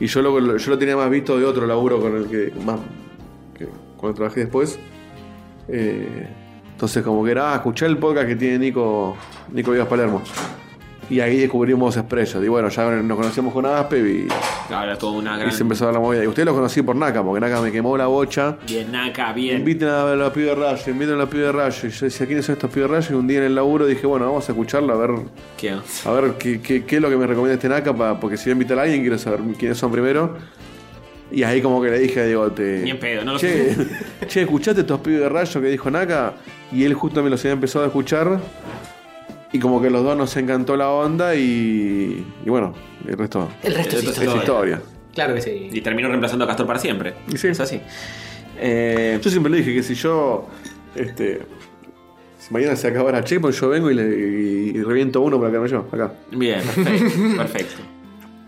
C: Y yo lo, yo lo tenía más visto de otro laburo con el que más. que- con el que trabajé después. Eh, entonces, como que era, ah, escuché el podcast que tiene Nico, Nico Vivas Palermo. Y ahí descubrimos Expresso. Y bueno, ya nos conocíamos con Aspev y,
A: Ahora toda una
C: y
A: gran.
C: se empezó a dar la movida. Y ustedes lo conocí por Naka, porque Naka me quemó la bocha.
A: Bien, Naka, bien.
C: Inviten a los pibes de rayo, inviten a los pibes de rayo. Y yo decía, ¿quiénes son estos pibes de rayo? Y un día en el laburo dije, bueno, vamos a escucharlo, a ver,
A: ¿Qué?
C: a ver qué, qué- qué es lo que me recomienda este Naka, pa- porque si voy a invitar a alguien, quiero saber quiénes son primero. Y ahí como que le dije, digo, te...
A: Ni en pedo, no lo
C: che, <laughs> che, ¿escuchaste estos pibes de rayo que dijo Naka? Y él justo me los había empezado a escuchar. Y como que los dos nos encantó la onda y, y bueno, el resto
B: El resto es
A: Entonces,
C: es
B: historia.
C: historia.
B: Claro que sí.
A: Y terminó reemplazando a Castor para siempre.
C: Y sí.
A: Es así. Eh,
C: Yo siempre le dije que si yo. Este. Si mañana se acabara Checkpoint, yo vengo y, le, y- y reviento uno para quedarme yo, acá.
A: bien,
C: <laughs>
A: perfecto. perfecto.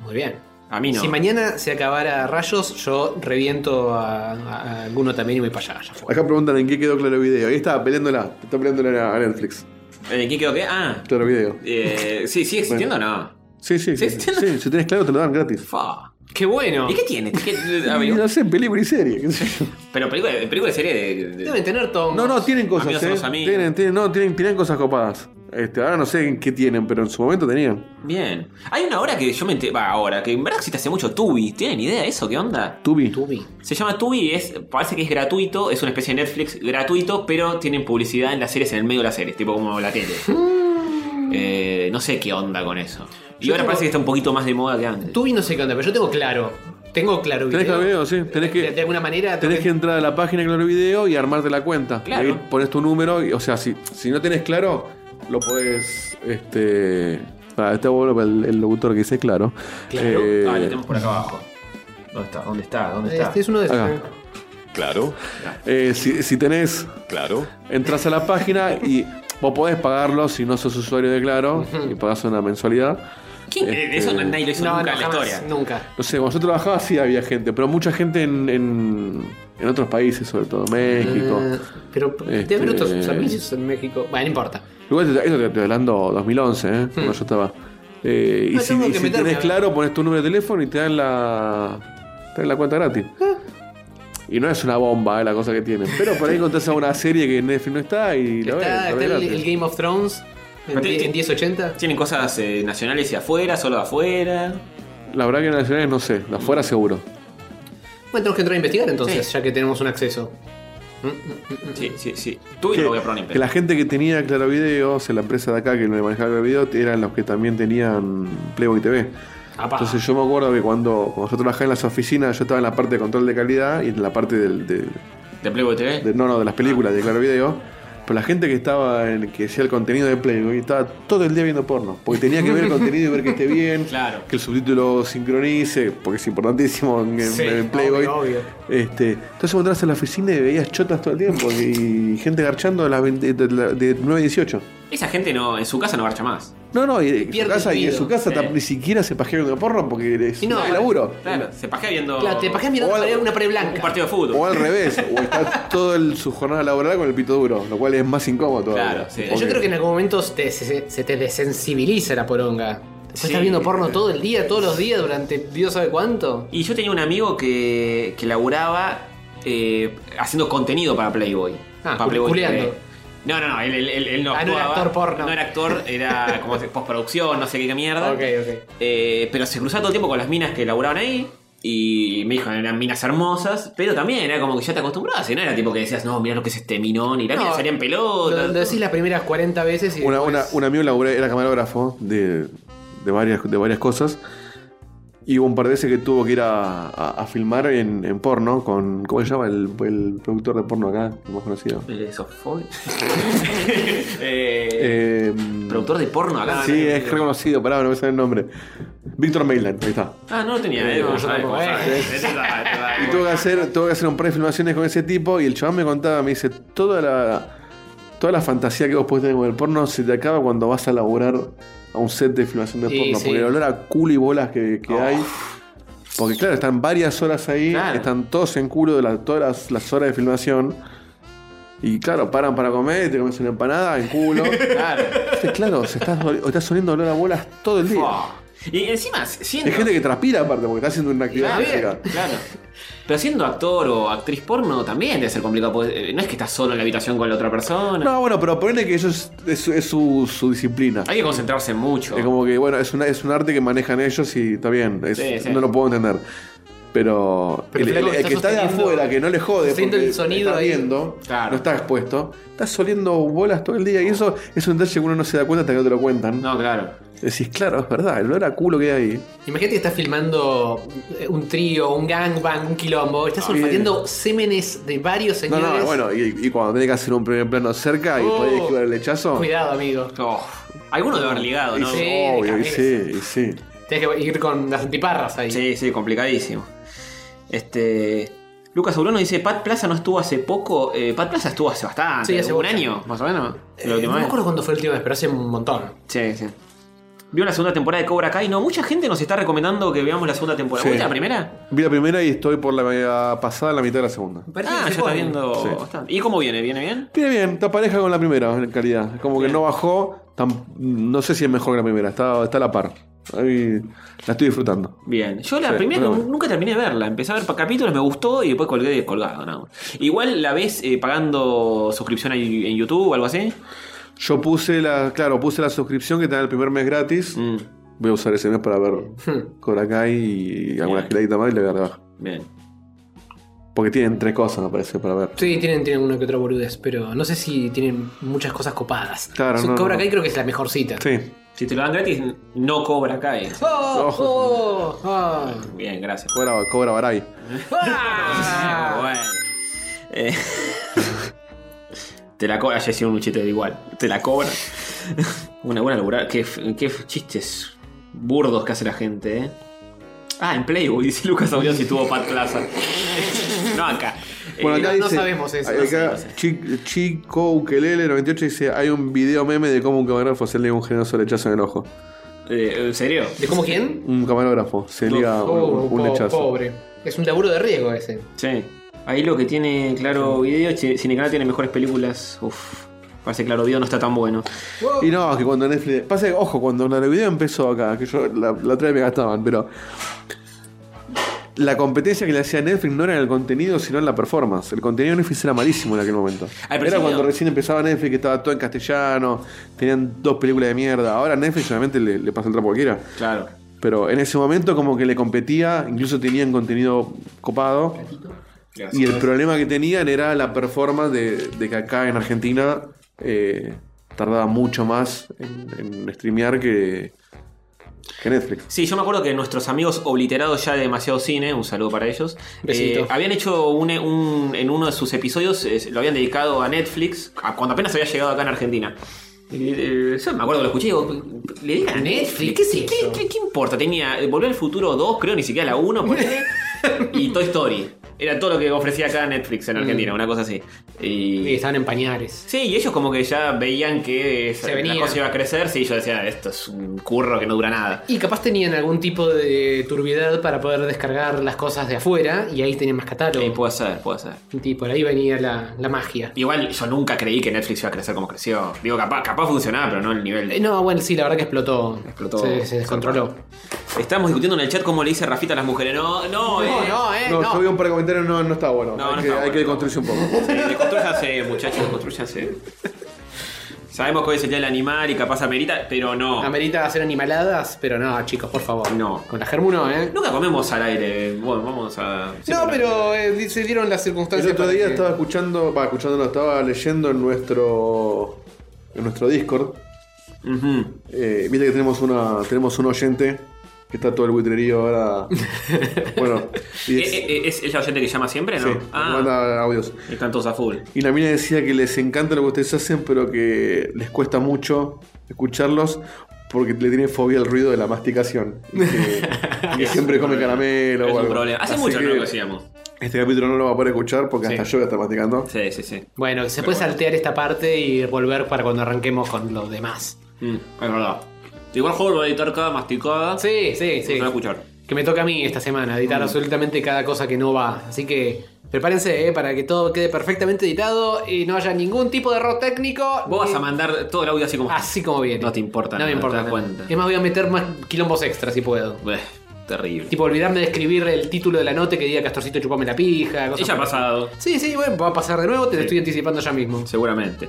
B: Muy bien.
A: A mí no.
B: Si mañana se acabara Rayos, yo reviento a, a- a alguno también y voy para allá. ya fue.
C: Acá preguntan en qué quedó claro video. Ahí está peleándola. Está peleándola a Netflix.
A: Eh, ¿Quién quedó qué? Ah,
C: Claro video.
A: eh, sí, sigue existiendo o no.
C: Sí, sí.
A: Sí,
C: Sí,
A: sí.
C: sí, si tenés claro, te lo dan gratis.
A: Fa.
B: ¡Qué bueno!
A: ¿Y qué tiene? ¿Qué- a
C: Y
A: ver,
C: <laughs> no sé, película y serie, qué sé yo.
A: pero película, película de serie de. de-
B: Deben tener todo.
C: No, no, tienen cosas,
A: Amigos
C: eh.
A: somos amigos.
C: Tienen, tienen, no, tienen, tienen cosas copadas. Este, ahora no sé en qué tienen, pero en su momento tenían.
A: Bien. Hay una hora que yo me enteré. Va, ahora, que en verdad existe hace mucho Tubi. ¿Tienen idea de eso? ¿Qué onda?
C: Tubi.
B: Tubi.
A: Se llama Tubi y es, parece que es gratuito, es una especie de Netflix gratuito, pero tienen publicidad en las series en el medio de las series, tipo como la tele. Eh, no sé qué onda con eso. Y
B: Yo
A: ahora
B: tengo-
A: parece que está un poquito más de moda que antes.
B: Tubi no sé qué onda, pero yo tengo claro. Tengo claro
C: ¿Tenés
B: video.
C: claro video? Sí. Tenés que.
B: De, de alguna manera. tengo
C: Tenés que entrar a la página de Claro Video y armarte la cuenta.
A: Claro.
C: Y Ahí pones tu número, y, o sea, si, si no tenés claro, lo podés. Este. Ah, está bueno para el, el locutor que dice claro.
B: Claro.
C: Eh,
A: Ah, lo tenemos por acá abajo. ¿Dónde está? ¿Dónde está? ¿Dónde está?
B: Este es uno de esos.
C: Acá.
E: Claro,
C: eh, si, si tenés,
E: claro.
C: entras a la página y vos podés pagarlo si no sos usuario de Claro y pagás una mensualidad.
A: ¿Quién?
C: Este-
A: Eso nadie lo hizo
B: No,
A: nunca
B: no,
A: en la
B: jamás,
A: historia.
B: Nunca.
C: No sé, cuando yo trabajaba sí había gente, pero mucha gente en, en, en otros países, sobre todo México.
B: Eh, pero
C: Este-
B: de brutos servicios en México. Bueno, no importa.
C: Igual te- eso te estoy hablando 2011, ¿eh? Cuando yo estaba. Eh, y
B: Hmm. No,
C: si,
B: tengo
C: y
B: que
C: si
B: meterme
C: tenés
B: a-
C: claro, pones tu número de teléfono y te dan la, te dan la cuenta gratis.
B: Ah.
C: Y no es una bomba eh, la cosa que tienen. Pero por ahí encontrás
B: <laughs>
C: a una serie que en Netflix no está y la ves.
B: Está,
C: la
B: está
C: ves
B: el,
C: gratis.
B: el Game of Thrones en,
A: Pero te-
B: die- en 1080.
A: Tienen cosas eh, nacionales y afuera, solo de afuera.
C: La verdad que en las ciudades no sé, de afuera seguro.
B: Bueno, tenemos que entrar a investigar entonces,
A: Sí.
B: ya que tenemos un acceso.
A: Sí, sí, sí. Tubi no lo voy a probar ni en
C: que la gente que tenía Claro Videos, la empresa de acá que le manejaba Claro Video, eran los que también tenían Playboy TV.
B: Apá.
C: Entonces yo me acuerdo que cuando, cuando yo trabajaba en las oficinas, yo estaba en la parte de control de calidad y en la parte del, del-
A: pedo. ¿De Playboy TV?
C: de- no, no, de las películas de Claro Video. Pero la gente que estaba en, que hacía el contenido de Playboy estaba todo el día viendo porno. Porque tenía que ver el contenido y ver que esté bien,
A: Claro.
C: que el subtítulo sincronice, porque es importantísimo en, en-
B: Sí,
C: en Playboy.
B: obvio, obvio.
C: Este, entonces vos entras a la oficina y veías chotas todo el tiempo y gente garchando a las 20 de, de- de 9 a 18.
A: Esa gente no, en su casa no marcha más.
C: No, no, y en su
B: Pierde
C: casa,
B: el
C: y en
B: sentido.
C: su casa
A: Sí.
C: tam- ni siquiera se pajearon de porno porque es
B: Y no,
C: un laburo.
A: Claro, se pajea viendo.
B: Claro, te pasás mirando
C: O
B: para
C: algo-
B: ver una pared
A: un
B: blanca.
A: partido de fútbol.
C: O al revés, o está toda su jornada laboral con el pito duro, lo cual es más incómodo
A: Claro,
C: todavía.
A: sí.
B: Yo creo que en algún momento te- se, se te desensibiliza la poronga. Después
A: Sí.
B: estás viendo porno todo el día, todos los días, durante Dios sabe cuánto.
A: Y yo tenía un amigo que, que laburaba eh, haciendo contenido para Playboy.
B: Ah,
A: para Playboy
B: culeando.
A: TV. No, no, no, él, él- él- él no
B: Ah, no era
A: actuaba.
B: actor porno.
A: No era actor, era como se- postproducción, no sé qué mierda.
B: Ok, ok.
A: Eh, pero se cruzaba todo el tiempo con las minas que laburaban ahí. Y me dijo, eran minas hermosas, pero también era como que ya te acostumbrabas. Y no era tipo que decías, no, mira lo que es este minón. Y la
B: No,
A: mina salía en
B: Lo,
A: pelota.
B: lo decís las primeras 40 veces y.
C: Una-
B: después-
C: una- un amigo laburé- era camarógrafo de, de varias, de varias cosas. Y hubo un par de veces que tuvo que ir a, a- a filmar en, en porno con. ¿Cómo se llama? El, el productor de porno acá, el más conocido.
A: ¿El Sofoi? <laughs> eh,
C: Eh,
A: productor de porno acá.
C: Sí, es reconocido, pará, no me sale el nombre. Víctor Mailand, ahí está.
A: Ah, no lo tenía.
B: Sí,
A: eh,
B: no,
A: vos
B: yo
A: sabés,
B: tampoco,
A: vos
B: eh.
A: sabés. Ese está- Este te va-
C: Y tuve que hacer, tuve que hacer un par de filmaciones con ese tipo y el chaval me contaba, me dice, toda la toda la fantasía que vos podés tener con el porno se te acaba cuando vas a laburar a un set de filmación de
B: Sí,
C: porno,
B: sí.
C: porque el olor a culo y bolas que, que
A: Oh.
C: hay. Porque claro, están varias horas ahí,
A: Claro.
C: están todos en culo de las, todas las, las horas de filmación. Y claro, paran para comer, te comes una empanada en culo.
B: <laughs>
A: Claro.
C: Entonces, claro, se estás, doli- o estás soniendo olor a bolas todo el día.
A: Oh. Y encima, siendo.
C: Hay gente que transpira aparte, porque está haciendo una actividad
A: Claro,
C: física.
A: <laughs> claro. Pero siendo actor o actriz porno también debe ser complicado. porque, eh, no es que estás solo en la habitación con la otra persona.
C: No, bueno, pero ponele que eso es, es- es su, su disciplina.
A: Hay que concentrarse mucho.
C: Es como que, bueno, es, una, es un arte que manejan ellos y está bien. es-
A: Sí, sí.
C: No lo puedo entender. Pero,
B: Pero
C: el,
B: flaco,
C: el- el
B: está
C: que está de
B: sosteniendo-
C: afuera, que no le jode,
B: sosteniendo
C: porque
B: el sonido
C: está
B: ahí.
C: viendo,
A: Claro.
C: no está expuesto, está soliendo bolas todo el día. Y eso es un detalle que uno no se da cuenta hasta que no te lo cuentan.
A: No, claro.
C: Decís, claro, es verdad, el olor a culo que hay ahí.
B: Imagínate que estás filmando eh, un trío, un gangbang, un quilombo. Estás
C: Ah,
B: olfateando semenes de varios
C: No,
B: señores.
C: no, bueno, y, y cuando tenés que hacer un primer plano cerca y
B: Oh.
C: podés esquivar el hechazo.
B: Cuidado, amigo.
A: Oh, Alguno debe haber ligado,
C: y
A: ¿no?
B: Sí,
C: sí,
B: de
C: obvio, y
B: cabeza.
C: sí, y sí.
B: Tienes que ir con las antiparras ahí.
A: Sí, sí, complicadísimo. Este. Lucas Aurono dice: Pat Plaza no estuvo hace poco. Eh, Pat Plaza estuvo hace bastante.
B: Sí, hace
A: un
B: mucho.
A: año, más o menos.
B: Eh,
A: la
B: no
A: última
B: me
A: vez.
B: acuerdo cuándo fue la última vez, pero hace un montón.
A: Sí, sí. Vio la segunda temporada de Cobra Kai. No, mucha gente nos está recomendando que veamos la segunda temporada.
C: Sí.
A: ¿Viste la primera?
C: Vi la primera y estoy por la pasada, la mitad de la segunda.
B: Parece
A: ah,
B: que
A: ya
B: se
A: está
B: fue.
A: viendo
C: Sí.
A: bastante. ¿Y cómo viene? ¿Viene bien?
C: Tiene bien, está pareja con la primera en calidad. Es Como que
A: Bien.
C: no bajó, tam- no sé si es mejor que la primera, está, está a la par. Ahí la estoy disfrutando.
A: Bien. Yo la
C: Sí,
A: primera
C: bueno.
A: nu- nunca terminé de verla. Empecé a ver pa- capítulos, me gustó y después colgué descolgado. ¿no? Igual la ves eh, pagando suscripción ahí en YouTube o algo así.
C: Yo puse la, claro, puse la suscripción que te da el primer mes gratis.
A: Mm,
C: Voy a usar ese mes
B: <laughs>
C: para ver Cobra Kai y alguna
A: Bien.
C: giladita más y le voy a dar de baja.
A: bien.
C: Porque tienen tres cosas, me parece, para ver.
B: Sí, tienen, tienen uno que otro boludez, pero no sé si tienen muchas cosas copadas.
C: Claro,
B: Su
C: no,
B: Cobra
C: no.
B: Kai creo que es la mejor cita.
C: Sí.
A: Si te lo dan gratis, no cobra Kai.
B: ¡Oh!
C: Ojo.
B: ¡Oh!
A: <laughs>
B: ¡Oh!
A: Bien, gracias.
C: Cobra, Cobra Baray.
B: Eh, ¡Ah!
A: Bueno. Eh, <laughs> te la cobra, ya hicieron un chiste de igual. Te la cobra. <laughs> Una buena locura. Qué, f- qué f- chistes burdos que hace la gente, eh. Ah, en Playboy, <laughs> dice Lucas Audio si tuvo Pat Plaza. <laughs> no, acá. Eh,
C: Bueno, acá
B: no- no
C: dice-
B: sabemos eso,
C: acá
B: no sé,
A: no sé.
C: Chi- Chico Ukelele 98 dice: Hay un video meme de cómo un camarógrafo se liga un generoso lechazo en el ojo.
A: eh, ¿En serio?
B: ¿De cómo quién?
C: Un camarógrafo se liga un,
B: Oh,
C: Ah, un
B: po-
C: lechazo.
B: Pobre. Es un laburo de riesgo ese.
A: Sí. Ahí lo que tiene Claro Video, che, Cinecanal tiene mejores películas. Uf. Parece que Claro Video no está tan bueno. Oh,
C: Y no, es que cuando Netflix. Pasa que, ojo, cuando la video empezó acá, que yo la, la otra vez me gastaban, pero. La competencia que le hacía Netflix no era en el contenido, sino en la performance. El contenido de Netflix era malísimo en aquel momento.
A: Al
C: Era
A: principio.
C: cuando recién empezaba Netflix, que estaba todo en castellano, tenían dos películas de mierda. Ahora Netflix realmente le, le pasa el trapo a cualquiera.
A: Claro.
C: Pero en ese momento, como que le competía, incluso tenían contenido copado. Y el problema que tenían era la performance de, de que acá en Argentina eh, tardaba mucho más en, en streamear que, que Netflix.
A: Sí, yo me acuerdo que nuestros amigos obliterados ya de demasiado cine, un saludo para ellos,
B: Besito.
A: eh, habían hecho un, un- en uno de sus episodios, eh, lo habían dedicado a Netflix, a- cuando apenas había llegado acá en Argentina. Y, eh, yo me acuerdo que lo escuché y digo, le dije a Netflix, ¿qué, sé-
B: ¿Qué es
A: qué-
B: eso?
A: qué- qué importa? Tenía eh, Volver al Futuro 2, creo, ni siquiera la 1, ponele, y Toy Story. Era todo lo que ofrecía acá Netflix en Argentina,
B: Mm.
A: una cosa así.
B: Sí,
A: Y,
B: estaban en pañares.
A: sí, y ellos como que ya veían que eh,
B: Se
A: la
B: venía.
A: cosa iba a crecer, sí, yo decía, esto es un curro que no dura nada.
B: Y capaz tenían algún tipo de turbiedad para poder descargar las cosas de afuera y ahí tenían más
A: Sí, pues.
B: catálogo.
A: puede ser, puede ser.
B: Y por ahí venía la, la magia.
A: Igual yo nunca creí que Netflix iba a crecer como creció. Digo, capaz, capaz funcionaba, pero no el nivel
B: Eh,
A: de.
B: No, bueno, sí, la verdad que explotó.
A: Explotó.
B: Se, se descontroló.
A: Estamos discutiendo en el chat cómo le dice Rafita a las mujeres. No, no, eh.
B: eh.
C: No, yo vi un par de comentarios, no, no está bueno.
A: No,
C: hay
A: no
C: que,
A: está
C: hay que
A: bueno.
C: deconstruirse un poco.
A: Sí, desconstrúyanse, muchachos, desconstrúyanse. Sabemos que hoy es el día del animal y capaz amerita, pero no.
B: Amerita hacer animaladas, pero no, chicos, por favor.
A: No.
B: Con la Germu no, ¿eh?
A: Nunca comemos al aire. Bueno, vamos a.
B: No, pero eh, se dieron las circunstancias.
C: El otro
B: para
C: día
B: que-
C: estaba escuchando, va, escuchando, no, estaba leyendo en nuestro, en nuestro Discord.
A: Ujú.
C: Eh, Viste que tenemos, una, tenemos un oyente que está todo el buitrerío
A: <laughs>
C: ahora. bueno, y es-
A: Eh, eh, eh, ¿Es, es la oyente que llama siempre, no?
C: sí,
A: ah,
C: manda audios.
A: están todos a full.
C: Y la mina decía que les encanta lo que ustedes hacen, pero que les cuesta mucho escucharlos porque le tienen fobia al ruido de la masticación. Y que, y que
A: <laughs> Es
C: siempre
A: un
C: come
A: problema.
C: caramelo
A: Es
C: o
A: un
C: algo.
A: problema. Hace
C: Así
A: mucho que no
C: que
A: lo hacíamos.
C: Este capítulo no lo va a poder escuchar porque hasta
A: Sí.
C: yo voy a estar masticando.
A: Sí, sí, sí.
B: Bueno, se puede saltear esta parte y volver para cuando arranquemos con lo demás.
A: Mm, es verdad. Igual juego lo va a editar cada masticada.
B: Sí, sí,
A: Se
B: sí.
A: va a escuchar.
B: Que me toca a mí esta semana editar absolutamente cada cosa que no va. Así que prepárense eh, para que todo quede perfectamente editado y no haya ningún tipo de error técnico.
A: Vos vas
B: ni-
A: a mandar todo el audio así como.
B: Eh, Así como viene.
A: No te importa
B: No me
A: nada,
B: importa.
A: te das
B: nada.
A: cuenta.
B: Es más, voy a meter más quilombos extra si puedo.
A: Bleh, terrible.
B: Tipo, olvidarme de escribir el título de la nota que diga Castorcito chupame la pija. cosas
A: Ella ha
B: por-
A: pasado,
B: Sí, sí, bueno, va a pasar de nuevo, te lo
A: Sí.
B: estoy anticipando ya mismo.
A: seguramente.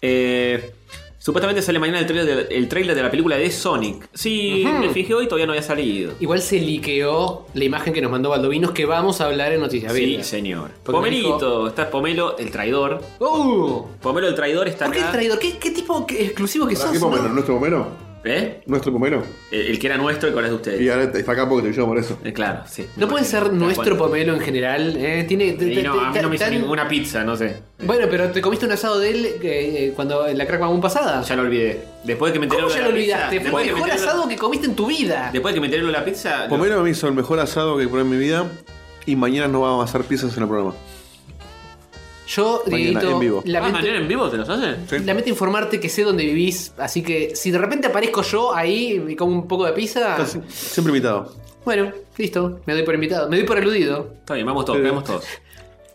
A: Eh, supuestamente sale mañana el trailer, de, el trailer de la película de Sonic. Sí,
B: Ujú.
A: me fijé hoy y todavía no había salido.
B: Igual se liqueó la imagen que nos mandó Baldovinos que vamos a hablar en Noticias
A: Sí,
B: Verdes.
A: señor.
B: Porque
A: Pomerito,
B: dijo-
A: está Pomelo, el traidor.
B: ¡Uh!
A: Pomelo, el traidor, está
B: ¿Por qué
A: acá.
B: traidor? ¿Qué, qué tipo que- exclusivo que
C: Pará,
B: sos?
C: ¿Qué pomelo?
B: no?
C: ¿Nuestro pomelo?
A: ¿Eh?
C: ¿Nuestro pomelo?
A: El, el que era nuestro y ahora es de ustedes.
C: Y ahora está acá porque te llevo por eso.
A: Eh, claro, sí.
B: No puede ser nuestro
A: Pomelo.
B: pomelo en general. ¿eh? Tiene,
A: Y no, a mí no me hizo
B: tan-
A: ninguna pizza, no sé.
B: Bueno, pero te comiste un asado de él eh, eh, cuando en la crack Mamoon pasada.
A: Ya lo olvidé. Después de que me enteré
B: ¿Cómo
A: lo de
B: ya
A: la
B: lo
A: pizza-
B: olvidaste? Fue
A: después
B: el
A: de que me
B: mejor
A: enteré lo-
B: asado que comiste en tu vida.
A: Después de que me enteré lo de la pizza. no.
C: Pomelo me hizo el mejor asado que probé en mi vida y mañana no vamos a hacer pizzas en el programa.
B: Yo,
C: Mañana, en
B: Dieguito,
C: vivo.
A: Ah,
B: lamento,
A: mañana en vivo te los hacen?
C: Sí.
B: lamento informarte que sé dónde vivís. Así que si de repente aparezco yo ahí y como un poco de
A: Ah.
B: pizza.
C: Estás siempre invitado.
B: Bueno, listo. Me doy por invitado. Me doy por aludido.
A: Está bien, vamos todos,
C: Sí.
A: vamos todos.
B: Le,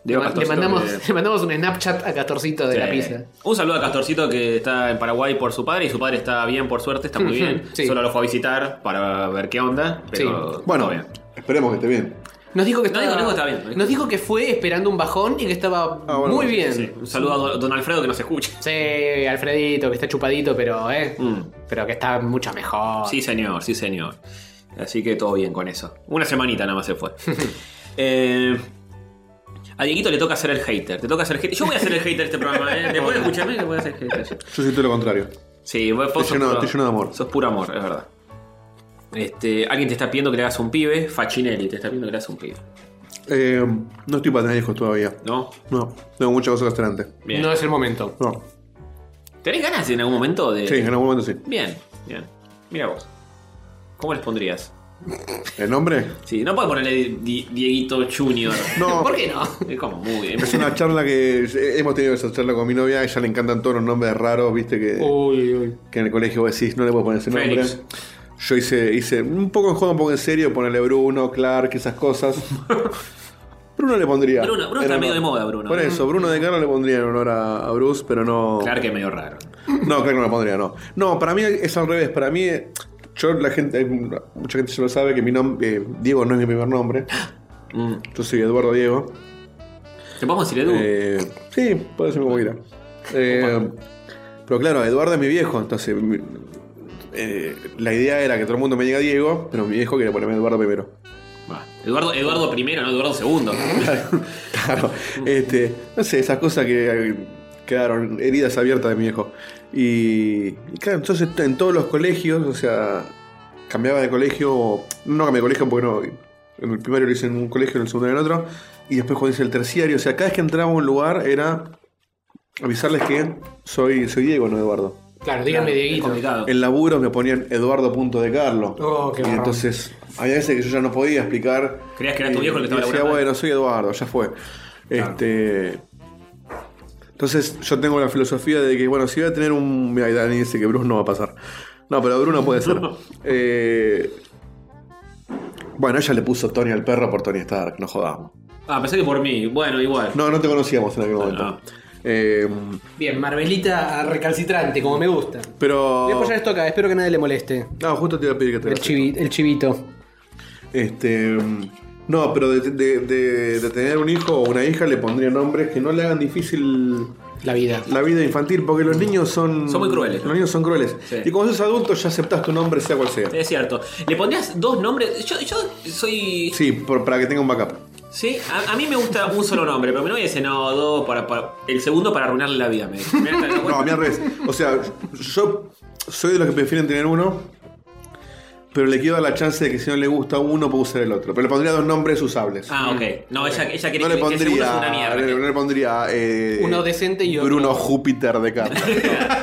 A: Digo,
B: ma- le
A: Castorcito,
B: mandamos,
A: que-
B: le mandamos un Snapchat a Castorcito <laughs> de la
A: Sí.
B: pizza.
A: Un saludo a Castorcito que está en Paraguay por su padre y su padre está bien, por suerte, está muy
B: Ujú,
A: bien.
B: sí.
A: Solo lo fue a visitar para ver qué onda. Pero
B: Sí.
C: Bueno,
A: todo bien.
C: esperemos que esté bien.
B: Nos dijo que
A: No,
B: estaba,
A: digo, no, está bien.
B: Nos dijo que fue esperando un bajón y que estaba
C: Ah, bueno,
B: muy
C: sí,
B: bien.
A: Sí,
B: Sí.
A: Un saludo a don- don Alfredo que nos escucha.
B: Alfredito, que está chupadito, pero eh,
A: Mm.
B: pero que está mucho mejor.
A: Sí, señor, sí, señor. Así que todo bien con eso. Una semanita nada más
B: <laughs>
A: se fue. Eh, a Dieguito le toca ser el hater. Te toca ser hater. Yo voy a ser el hater de este programa, ¿eh? Después de escucharme, yo voy a ser hater. yo.
C: Yo siento lo contrario.
A: Sí, vos vos sos
C: lleno-
A: puro-
C: estoy lleno de amor.
A: Sos puro amor, es verdad. Este, alguien te está pidiendo que le hagas un pibe. Facinelli te está pidiendo que le hagas un pibe.
C: Eh, no estoy para tener hijos todavía.
A: ¿No?
C: No, tengo muchas cosas que hacer antes.
A: Bien.
B: No es el momento.
C: No.
A: ¿Tenés ganas en algún momento de.?
C: Sí, en algún momento sí.
A: Bien, bien. Mira vos. ¿Cómo les pondrías?
C: ¿El nombre?
A: <laughs> Sí, no puedes ponerle Di- Dieguito Junior.
C: <laughs> No.
B: ¿Por qué no?
A: Es como muy.
C: Es una charla que eh, hemos tenido esa charla con mi novia, a ella le encantan todos los nombres raros, viste que,
A: Uh,
B: Uy, uy.
C: que en el colegio vos decís, no le puedo poner ese nombre.
A: Félix.
C: Yo hice, hice un poco en juego, un poco en serio, ponerle Bruno, Clark,
A: <laughs>
C: esas cosas. Bruno le pondría.
A: Bruno- Bruno
C: En
A: está
C: honor-
A: medio de moda, Bruno.
C: Por eso, Bruno de Carlos le pondría en honor a, a Bruce, pero no.
A: Claro que es medio raro.
C: No, Clark no le pondría, no. No, para mí es al revés. Para mí, eh, yo, la gente, eh, mucha gente ya lo sabe que mi nombre, Diego no es mi primer nombre.
A: Mm.
C: Yo soy Eduardo Diego.
A: ¿Te podemos decir Edu?
C: Eh, sí, puede ser como quiera. Eh, pero claro, Eduardo es mi viejo, entonces mi- eh, la idea era que todo el mundo me diga Diego, pero mi viejo quería ponerme Eduardo primero.
A: Va. Eduardo, Eduardo primero, no Eduardo
C: <laughs>
A: segundo.
C: Claro, este, no sé, esas cosas que eh, quedaron heridas abiertas de mi viejo. Y, y claro, entonces en todos los colegios, o sea, cambiaba de colegio, no cambié de colegio porque no, en el primario lo hice en un colegio, en el segundo en el otro, y después cuando hice el terciario, o sea, cada vez que entraba a un lugar era avisarles que soy, soy Diego, no Eduardo.
B: Claro, díganme,
A: Es
B: Dieguito.
A: <laughs> complicado.
C: En laburo me ponían Eduardo punto de Carlo.
B: Oh, qué
C: y
B: barrón.
C: entonces, había veces que yo ya no podía explicar.
A: Creías que era tu
C: Eh,
A: viejo el que estaba
C: y decía,
A: laburando.
C: bueno, soy Eduardo, ya fue. Este. Entonces, yo tengo la filosofía de que, bueno, si voy a tener un. Mira, Dani dice que Bruce no va a pasar. No, pero Bruno
A: <laughs>
C: puede ser. Eh, Bueno, ella le puso Tony al perro por Tony Stark, no jodamos.
A: Ah, pensé que por mí. Bueno, igual.
C: No, no te conocíamos en aquel momento.
A: no.
C: Eh,
B: Bien, Marvelita ah, recalcitrante, como me gusta.
C: pero.
B: Voy a apoyar esto acá, espero que nadie le moleste.
C: No, justo te iba a pedir que te
B: El,
C: hagas
B: chivi- el chivito.
C: Este. mm, No, pero de, de- de- de tener un hijo o una hija le pondría nombres que no le hagan difícil
B: La vida.
C: la vida infantil, porque los niños son.
A: Son muy crueles.
C: Los niños son crueles.
A: Sí.
C: Y como sos adulto ya aceptás tu nombre, sea cual sea.
A: Es cierto. ¿Le pondrías dos nombres? Yo, yo soy.
C: Sí, por- para que tenga un backup.
A: Sí, a, a mí me gusta un solo nombre, pero mi novia dice no, dos para, para- El segundo para arruinarle la vida, me
C: <laughs>
A: dice. Me da-
C: No, a mí al revés. O sea, yo soy de los que prefieren tener uno. pero le quiero dar la chance de que si no le gusta uno, puedo usar el otro. Pero le pondría dos nombres usables.
A: Ah, ok. No, ella, ella quiere
C: no le
A: que- que el segundo sea una
C: pondría.
A: mierda.
C: No, le pondría. eh,
B: Uno decente y otro-
C: Bruno Júpiter de Carla.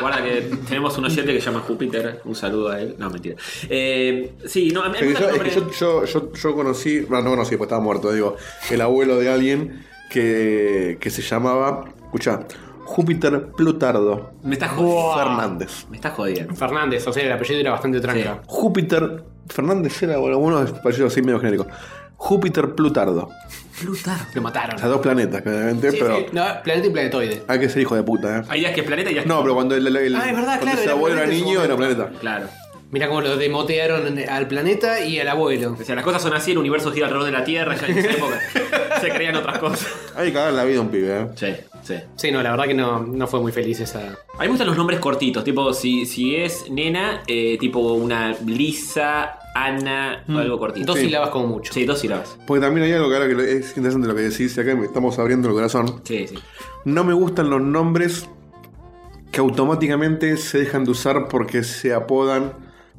A: Guarda que tenemos un oyente que se llama Júpiter. Un saludo a él. No, mentira. Eh, sí, no, a mí
C: Es
A: me
C: que
A: gusta el
C: yo, es que yo,
A: nombre-
C: yo, yo- yo conocí, bueno, no conocí, pues estaba muerto, digo, el abuelo de alguien que, que se llamaba, escucha, Júpiter Plutardo
A: Me estás jodiendo.
C: Fernández.
A: Me estás jodiendo.
B: Fernández, o sea, el apellido era bastante tranca.
C: Júpiter Fernández era bueno, uno es parecido así medio genérico. Júpiter Plutardo.
B: Lo
C: O
B: mataron.
C: sea, dos planetas, claramente,
B: Sí,
C: pero
B: sí. No, planeta y planetoide.
C: hay que ser hijo de puta, ¿eh?
A: Hay días que es planeta y días que
C: No, pero cuando el, el- el-
B: Ah, es verdad,
C: cuando
B: claro,
C: ese
B: era
C: abuelo era
B: planeta en su
C: niño, era
B: momento.
C: planeta.
A: Claro.
B: Mira cómo lo demotearon al planeta y al abuelo.
A: O sea, las cosas son así, el universo gira alrededor de la Tierra, ya en esa época se creían otras cosas.
C: Hay que cagar la vida a un pibe, ¿eh?
A: Sí, sí.
B: Sí, no, la verdad que no, no fue muy feliz esa.
A: A mí me gustan los nombres cortitos, tipo, si, si es nena, eh, tipo una Lisa, Ana, o algo cortito.
B: Mm. Dos
A: sí.
B: sílabas como mucho.
A: Sí, dos sílabas.
C: Porque también hay algo que ahora que lo- es interesante lo que decís, y acá me estamos abriendo el corazón.
A: Sí, sí.
C: No me gustan los nombres que automáticamente se dejan de usar porque se apodan.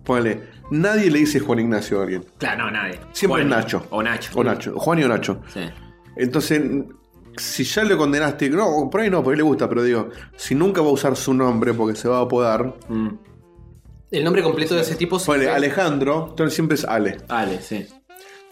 C: Ponele, nadie le dice Juan Ignacio a alguien.
A: Claro, no, nadie. Juan
C: Siempre es Nacho.
A: O Nacho.
C: O Nacho. Juan y o Nacho.
A: Sí.
C: Entonces, si ya le condenaste, no, por ahí no, por ahí le gusta, pero digo, si nunca va a usar su nombre porque se va a apodar,
A: Mm.
B: El nombre completo de ese tipo
C: ponele
B: siempre-
C: Alejandro, entonces siempre es Ale.
A: Ale, sí.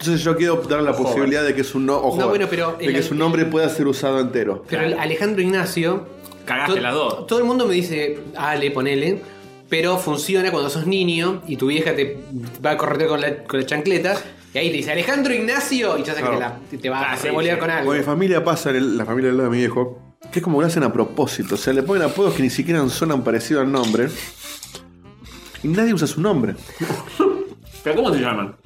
C: Entonces yo quiero optar la
A: joven.
C: posibilidad de que su no, o
B: No,
C: joven,
B: bueno, pero
C: de
B: en
C: que
B: la-
C: su nombre pueda ser usado entero.
B: Pero el Alejandro Ignacio.
A: Cagaste
B: to-
A: las dos.
B: Todo el mundo me dice, Ale, ponele. Pero funciona cuando sos niño y tu vieja te va a corretear con la, con la chancleta. Y ahí te dice, Alejandro Ignacio. Y ya sabes
C: Claro.
B: que te, la- te- te va
A: Ah,
B: a
A: sí,
B: revolear
A: sí.
B: con algo.
C: Con mi familia pasa, el- la familia del lado de mi viejo, que es como que lo hacen a propósito. O sea, le ponen apodos que ni siquiera sonan parecido al nombre. Y nadie usa su nombre.
A: ¿Pero cómo se llaman?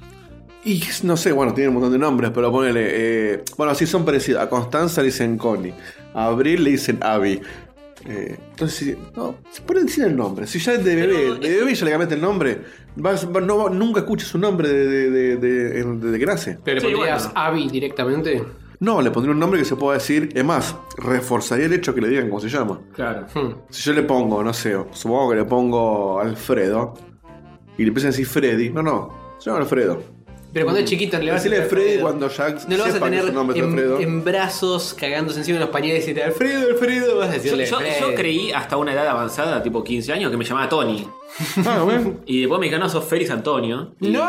C: Y es- no sé, bueno, tiene un montón de nombres, pero ponele. eh, bueno, así son parecidos. A Constanza le dicen Connie. A Abril le dicen Abby. Eh, entonces, no, se puede decir el nombre. Si ya de bebé, de bebé ya le cambiaste el nombre, vas- va- no va- nunca escuches su nombre de, de, de, de- en- de clase.
B: Pero le
A: Sí,
B: pondrías
A: bueno.
B: Abby directamente.
C: No, le pondría un nombre que se pueda decir. Es más, reforzaría el hecho que le digan cómo se llama.
A: Claro.
B: Hmm.
C: Si yo le pongo, no sé, supongo que le pongo Alfredo y le empiezan a decir Freddy, no, no, se llama Alfredo.
B: Pero cuando es chiquito le vas a
C: Decirle
B: tener-
C: Freddy cuando ya
B: No lo vas a
C: sepa que
B: tener
C: su nombre es Alfredo.
B: en, en brazos cagándose encima de los pañales y decirte, Alfredo, Alfredo, vas a
A: Yo,
B: decirle.
A: yo, yo
B: Fred.
A: creí hasta una edad avanzada, tipo 15 años, que me llamaba Tony.
C: <laughs> Ah, bueno.
A: Y después me dijeron, no, sos Félix Antonio. Y-
B: ¡No!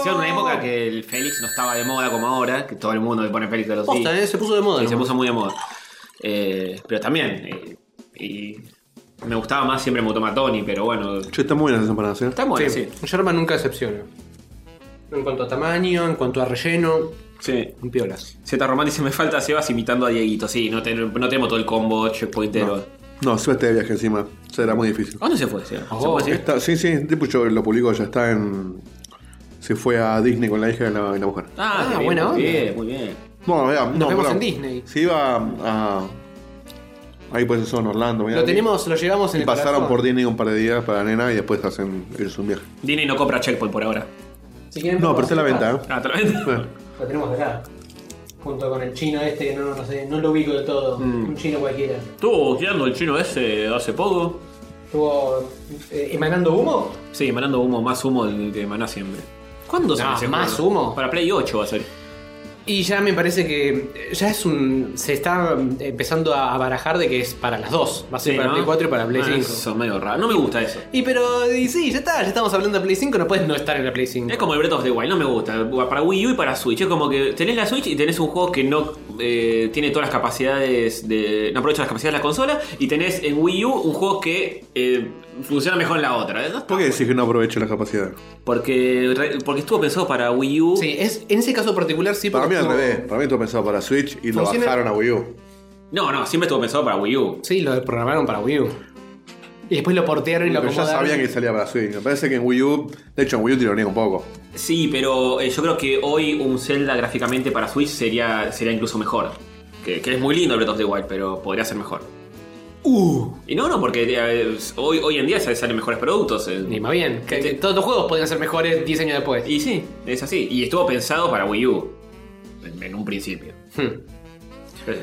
A: Hicieron una época que el Félix no estaba de moda como ahora, que todo el mundo le pone Félix de los
B: Posta,
A: días.
B: eh, se puso de moda.
A: Y se
B: nomás.
A: puso muy de moda. Eh, pero también. eh, y me gustaba más siempre Motomatoni, pero bueno.
C: Che, está muy bien esas empanadas, ¿eh?
A: Está bueno,
B: sí.
A: sí.
B: Yerba nunca decepciona. En cuanto a tamaño, en cuanto a relleno,
A: Sí.
B: un piolas.
A: Z Román dice: Me falta Sebas imitando a Dieguito. Sí, no, ten- no tenemos todo el combo checkpointero.
C: No, se va este de viaje encima. O sea, era muy difícil.
A: ¿A dónde se fue, Sebas?
B: Oh.
A: ¿Se puede decir?
C: Está- sí, sí, el tipo yo lo publicó, ya está en. Se fue a Disney con la hija y la, y la mujer.
B: Ah,
A: qué bien,
B: buena
A: muy
B: onda.
A: bien, muy bien.
C: Bueno, mira, no,
B: vemos
C: perdón.
B: en Disney.
C: Se iba a. a- ahí pues eso, en Orlando.
B: Lo tenemos, lo llevamos en
C: Y
B: el
C: pasaron
B: corazón.
C: por Disney un par de días para la nena y después hacen ellos un viaje.
A: Disney no compra checkpoint por ahora.
B: Si quieren,
C: No, pero está a la venta, ¿eh?
A: Ah, te lo
B: <laughs>
A: vendo.
C: Eh,
B: Lo tenemos acá. Junto con el chino este que no, no sé, no lo ubico del todo.
C: Mm.
B: Un chino cualquiera.
A: Estuvo girando el chino ese hace poco.
B: ¿Estuvo eh, emanando humo?
A: Sí, emanando humo, más humo del que emaná siempre. ¿Cuándo sale
B: No,
A: ese
B: Ah, ¿más
A: juego?
B: humo?
A: Para Play 8 va a ser.
B: Y ya me parece que eh, ya es un. Se está mm, empezando a barajar de que es para las dos. Va a ser Ah, para
A: ¿no?
B: Play 4 y para Play
A: Ah,
B: 5.
A: Eso es medio raro. No me gusta eso.
B: Y pero, y sí, ya está, ya estamos hablando de Play 5, no puedes no estar en la Play 5.
A: Es como el Breath of the Wild, no me gusta. Para Wii U y para Switch. Es como que tenés la Switch y tenés un juego que no eh, tiene todas las capacidades de. No aprovecha las capacidades de la consola. Y tenés en Wii U un juego que eh, funciona mejor en la otra. ¿no?
C: ¿Por qué decís que no aprovecho las capacidades?
A: Porque, re- porque estuvo pensado para Wii U.
B: Sí, es, en ese caso particular sí,
C: Para mí
B: porque
C: al
B: como-
C: revés. Para mí todo pensado para Switch y lo
B: Funciona-
C: bajaron a Wii U.
A: No, no, siempre estuvo pensado para Wii U.
B: Sí, lo programaron para Wii U. Y después lo portearon y lo
C: Pero ya
B: acomodaron.
C: sabían que salía para Switch. Me parece que en Wii U, de hecho en Wii U tironía un poco.
A: Sí, pero eh, yo creo que hoy un Zelda gráficamente para Switch sería, sería incluso mejor. Que, que es muy lindo el Breath of the Wild, pero podría ser mejor.
B: Uh.
A: Y no, no, porque eh, hoy, hoy en día se- salen mejores productos. eh.
B: Ni más bien, que
A: Este-
B: todos los juegos podían ser mejores 10 años después.
A: Y sí, es así. Y estuvo pensado para Wii U. En, en un principio.
B: Hmm.
A: Eh,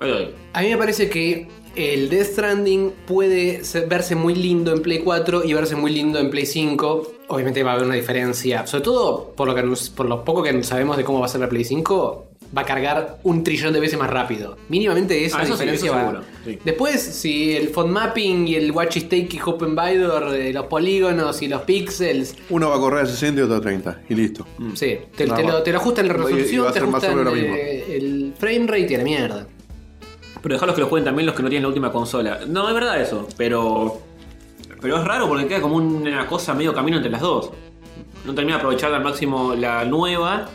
A: ahí lo doy.
B: A mí me parece que el Death Stranding puede ser- verse muy lindo en Play 4 y verse muy lindo en Play 5. Obviamente va a haber una diferencia. Sobre todo por lo, que, anun- por lo poco que sabemos de cómo va a ser la Play 5, va a cargar un trillón de veces más rápido. Mínimamente esa
A: Ah, eso sí,
B: diferencia
A: eso
B: va.
A: seguro, sí.
B: Después, si el font mapping y el watch is take y hop and Vidor, eh, los polígonos y los pixels,
C: Uno va a correr a 60 y otro a 30. Y listo.
B: sí, te,
C: Nada
B: te lo,
C: más.
B: te lo ajustan la
C: Mm. Y- y va a
B: resolución, te
C: ser más o
B: ajustan
C: menos lo mismo.
B: eh, el frame rate y a la mierda.
A: Pero dejarlos que lo jueguen también los que no tienen la última consola. No, es verdad eso, pero. Pero es raro porque queda como una cosa medio camino entre las dos. No termina de aprovechar al máximo la nueva.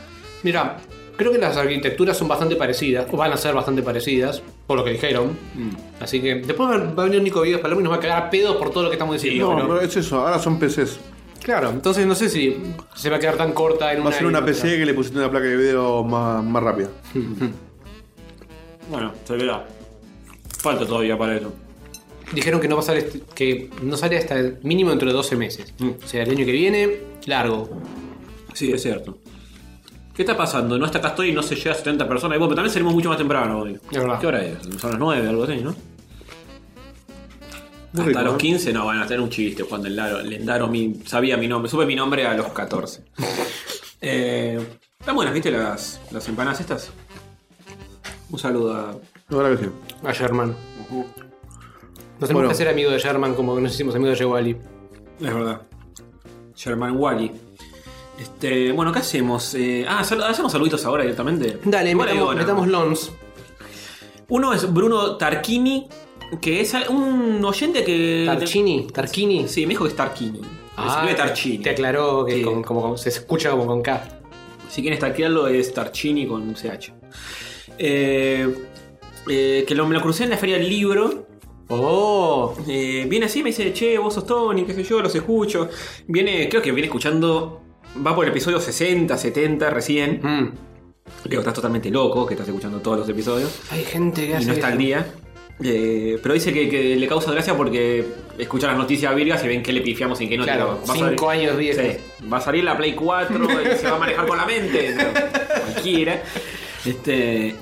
B: Mira, creo que las arquitecturas son bastante parecidas, o van a ser bastante parecidas, por lo que dijeron.
C: Mm.
B: Así que después va va a venir Nico Videos Palermo y nos va a cagar a pedos por todo lo que estamos diciendo.
C: No,
B: pero-
C: no, es eso. Ahora son PCs.
B: Claro, entonces no sé si se va a quedar tan corta en
C: Va a ser una PC que le pusiste una placa de video más, más rápida.
A: Bueno, se verá. Falta todavía para eso.
B: Dijeron que no va a salir este- que no sale hasta el mínimo dentro de 12 meses.
A: Mm.
B: O sea, el año que viene, largo.
A: Sí, es cierto. ¿Qué está pasando? No hasta acá estoy y no se llega a 70 personas. Y bueno, pero también salimos mucho más temprano hoy.
B: Es verdad.
A: ¿Qué hora es? Son las 9 o algo así, ¿no?
C: Muy
A: hasta
C: rico,
A: los
C: ¿eh?
A: 15 no van a tener un chiste cuando el Laro, le daron mi, sabía mi nombre, supe mi nombre a los
B: <laughs>
A: 14. eh, están buenas, ¿viste las, las empanadas estas? Un saludo a.
C: No, ahora que sí.
B: A Sherman. Nos tenemos
C: Bueno.
B: que hacer amigos de Sherman como que nos hicimos amigos de Jewali.
A: Es verdad. Sherman Wally. Este, bueno, ¿qué hacemos? Eh, ah, sal- hacemos saluditos ahora directamente.
B: Dale,
A: Igual
B: metamos,
A: hay
B: metamos
A: una.
B: lons.
A: Uno es Bruno Tarquini, que es un oyente que.
B: Tarchini, Tarquini.
A: Sí, me dijo que es Tarquini.
B: Ah,
A: Escribe Tarchini.
B: Te aclaró que
A: Sí.
B: con- como, como- se escucha como con K.
A: Si quieren stalkearlo es Tarchini con CH. Eh, eh, que lo, me lo crucé en la feria del libro.
B: Oh,
A: Eh, viene así, me dice, che, vos sos Tony, qué sé yo, los escucho. Viene, creo que viene escuchando, va por el episodio 60, 70 recién.
B: Mm.
A: Le digo, estás totalmente loco que estás escuchando todos los episodios.
B: hay gente que
A: Y
B: hace.
A: no está
B: eso.
A: al día. Eh, pero dice que, que le causa gracia porque escucha las noticias virgas y ven que le pifiamos en que no te
B: Claro,
A: lo- a
B: cinco
A: salir-
B: años este. viejo.
A: Sí, va a salir la Play 4 y se va a manejar con
B: <laughs>
A: la mente. ¿no? Cualquiera. Este.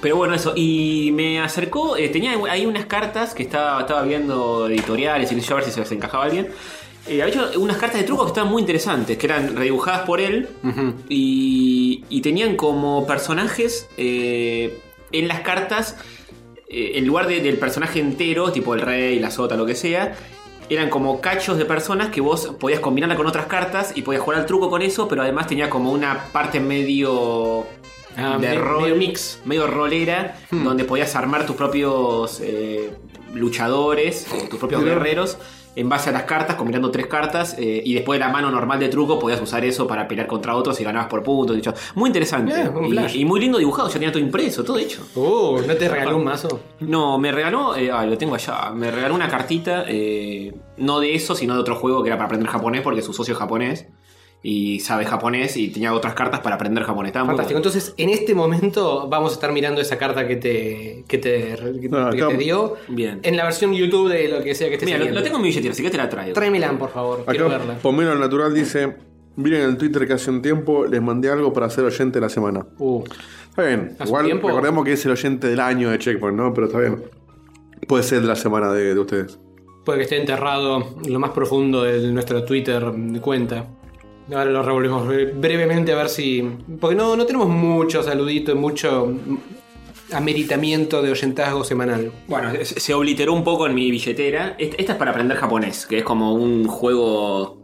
A: Pero bueno, eso. Y me acercó. eh, tenía ahí unas cartas que estaba, estaba viendo editoriales y qué sé yo, a ver si se les encajaba alguien. Eh, había hecho unas cartas de trucos que estaban muy interesantes, que eran redibujadas por él.
B: Ujú.
A: Y, y tenían como personajes eh, en las cartas, eh, en lugar de- del personaje entero, tipo el rey, la sota, lo que sea, eran como cachos de personas que vos podías combinarla con otras cartas y podías jugar al truco con eso, pero además tenía como una parte medio...
B: Ah,
A: de
B: medio-
A: rol,
B: medio mix.
A: medio rolera,
B: Hmm.
A: donde podías armar tus propios eh, luchadores, o tus propios guerreros, en base a las cartas, combinando tres cartas, eh, y después de la mano normal de truco podías usar eso para pelear contra otros y ganabas por puntos. y yo- Muy interesante.
B: Eh, un
A: Y-
B: flash.
A: y, muy lindo dibujado, ya tenía todo impreso, todo hecho.
B: Oh, ¿no te regaló un mazo?
A: No, me regaló, eh, ah, lo tengo allá, me regaló una cartita, eh, no de eso, sino de otro juego que era para aprender japonés, porque su socio es japonés. Y sabe japonés y tenía otras cartas para aprender japonés. Estaba muy
B: <laughs> Fantástico.
A: bueno.
B: Entonces, en este momento vamos a estar mirando esa carta que te, que te, que
C: No,
B: te
C: acá-
B: dio.
A: Bien.
B: En la versión YouTube de lo que sea que estés
A: Mira, lo,
B: siguiendo.
A: lo tengo en mi billetera, así que te la traigo.
B: Tráemela, por favor. Quiero verla.
C: Acá, Pomelo Natural dice: Miren en el Twitter que hace un tiempo les mandé algo para ser oyente de la semana.
B: Uh,
C: Está bien.
B: ¿Hace
C: Igual
B: tiempo?
C: recordemos que es el oyente del año de Checkpoint, ¿no? Pero está bien. Puede ser de la semana de, de ustedes.
B: puede que esté enterrado en lo más profundo de nuestro Twitter de cuenta. Ahora lo revolvemos bre- brevemente a ver si. Porque no, no tenemos mucho saludito, mucho mm, ameritamiento de oyentazgo semanal.
A: Bueno, se- se obliteró un poco en mi billetera. Est- Esta es para aprender japonés, que es como un juego.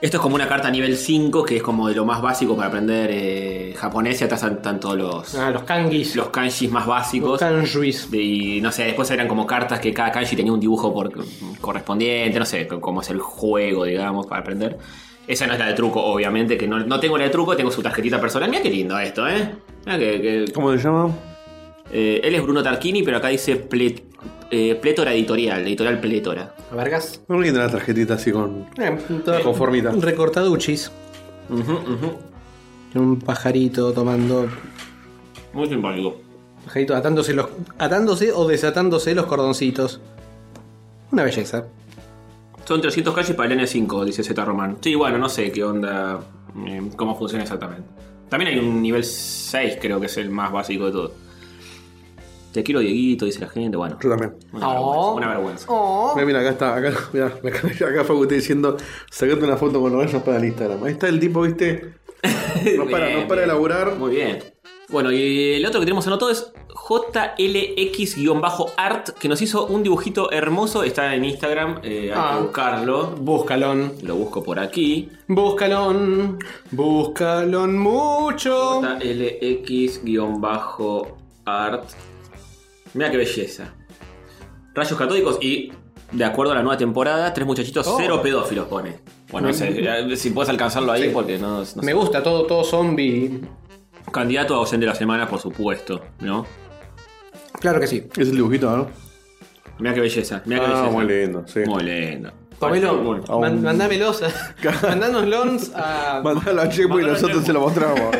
A: Esto es como una carta nivel 5, que es como de lo más básico para aprender eh, japonés y atrás están todos los,
B: Ah, los kanguis.
A: los kanjis más
B: los
A: básicos.
B: kanjuis.
A: Y no sé, después eran como cartas que cada kanji tenía un dibujo por, correspondiente, no sé, c- cómo es el juego, digamos, para aprender. Esa no es la de truco, obviamente, que no, no tengo la de truco, tengo su tarjetita personal. Mira qué lindo esto, ¿eh? Mirá que- que-
C: ¿Cómo se llama?
A: eh, él es Bruno Tarquini, pero acá dice Ple- eh, Plétora Editorial, Editorial Plétora.
B: ¿A Vargas?
C: No me quitan la tarjetita así con.
B: Eh,
C: Conformita.
B: Recortaduchis.
A: Ujú, ujú.
B: Un pajarito tomando.
A: Muy simpático.
B: Pajarito atándose los. atándose o desatándose los cordoncitos. Una belleza.
A: Son 300 calles para el N5, dice Z Román. Sí, bueno, no sé qué onda, eh, cómo funciona exactamente. También hay un nivel 6, creo que es el más básico de todo. Te quiero Dieguito, dice la gente. Bueno,
C: Yo también.
A: una
B: Oh.
A: vergüenza. Una vergüenza.
B: Oh.
C: Mira, mira, acá está, acá, mira, acá, acá Facu está diciendo, sacate una foto con los para el Instagram. Ahí está el tipo, viste. No para,
A: Bien,
C: no para de
A: bien.
C: laburar.
A: Muy bien. Bueno, y el otro que tenemos anotado es JLX-art, que nos hizo un dibujito hermoso. Está en Instagram, eh, hay
B: Ah.
A: que buscarlo.
B: Búscalón.
A: Lo busco por aquí.
B: Búscalón. Búscalón mucho.
A: JLX-art. Mira qué belleza. Rayos catódicos y, de acuerdo a la nueva temporada, tres muchachitos
B: Oh.
A: cero pedófilos pone. Bueno, ese- eh, si puedes alcanzarlo ahí, porque no, no sé.
B: Me gusta todo, todo zombie.
A: Candidato a docente de la semana, por supuesto, ¿no?
B: Claro que sí.
C: Es el dibujito, ¿no?
A: Mira qué belleza, mira qué
C: Ah,
A: belleza.
C: muy lindo, sí.
A: Muy lindo. Parece
B: Tomelo,
A: un-
C: A un-
B: man- mandámelos. a- Mandánoslos
C: <laughs>
B: a.
C: <laughs> Mandalo a Chepo y
A: Mandalo a
C: nosotros
A: Chepo.
C: se lo mostramos.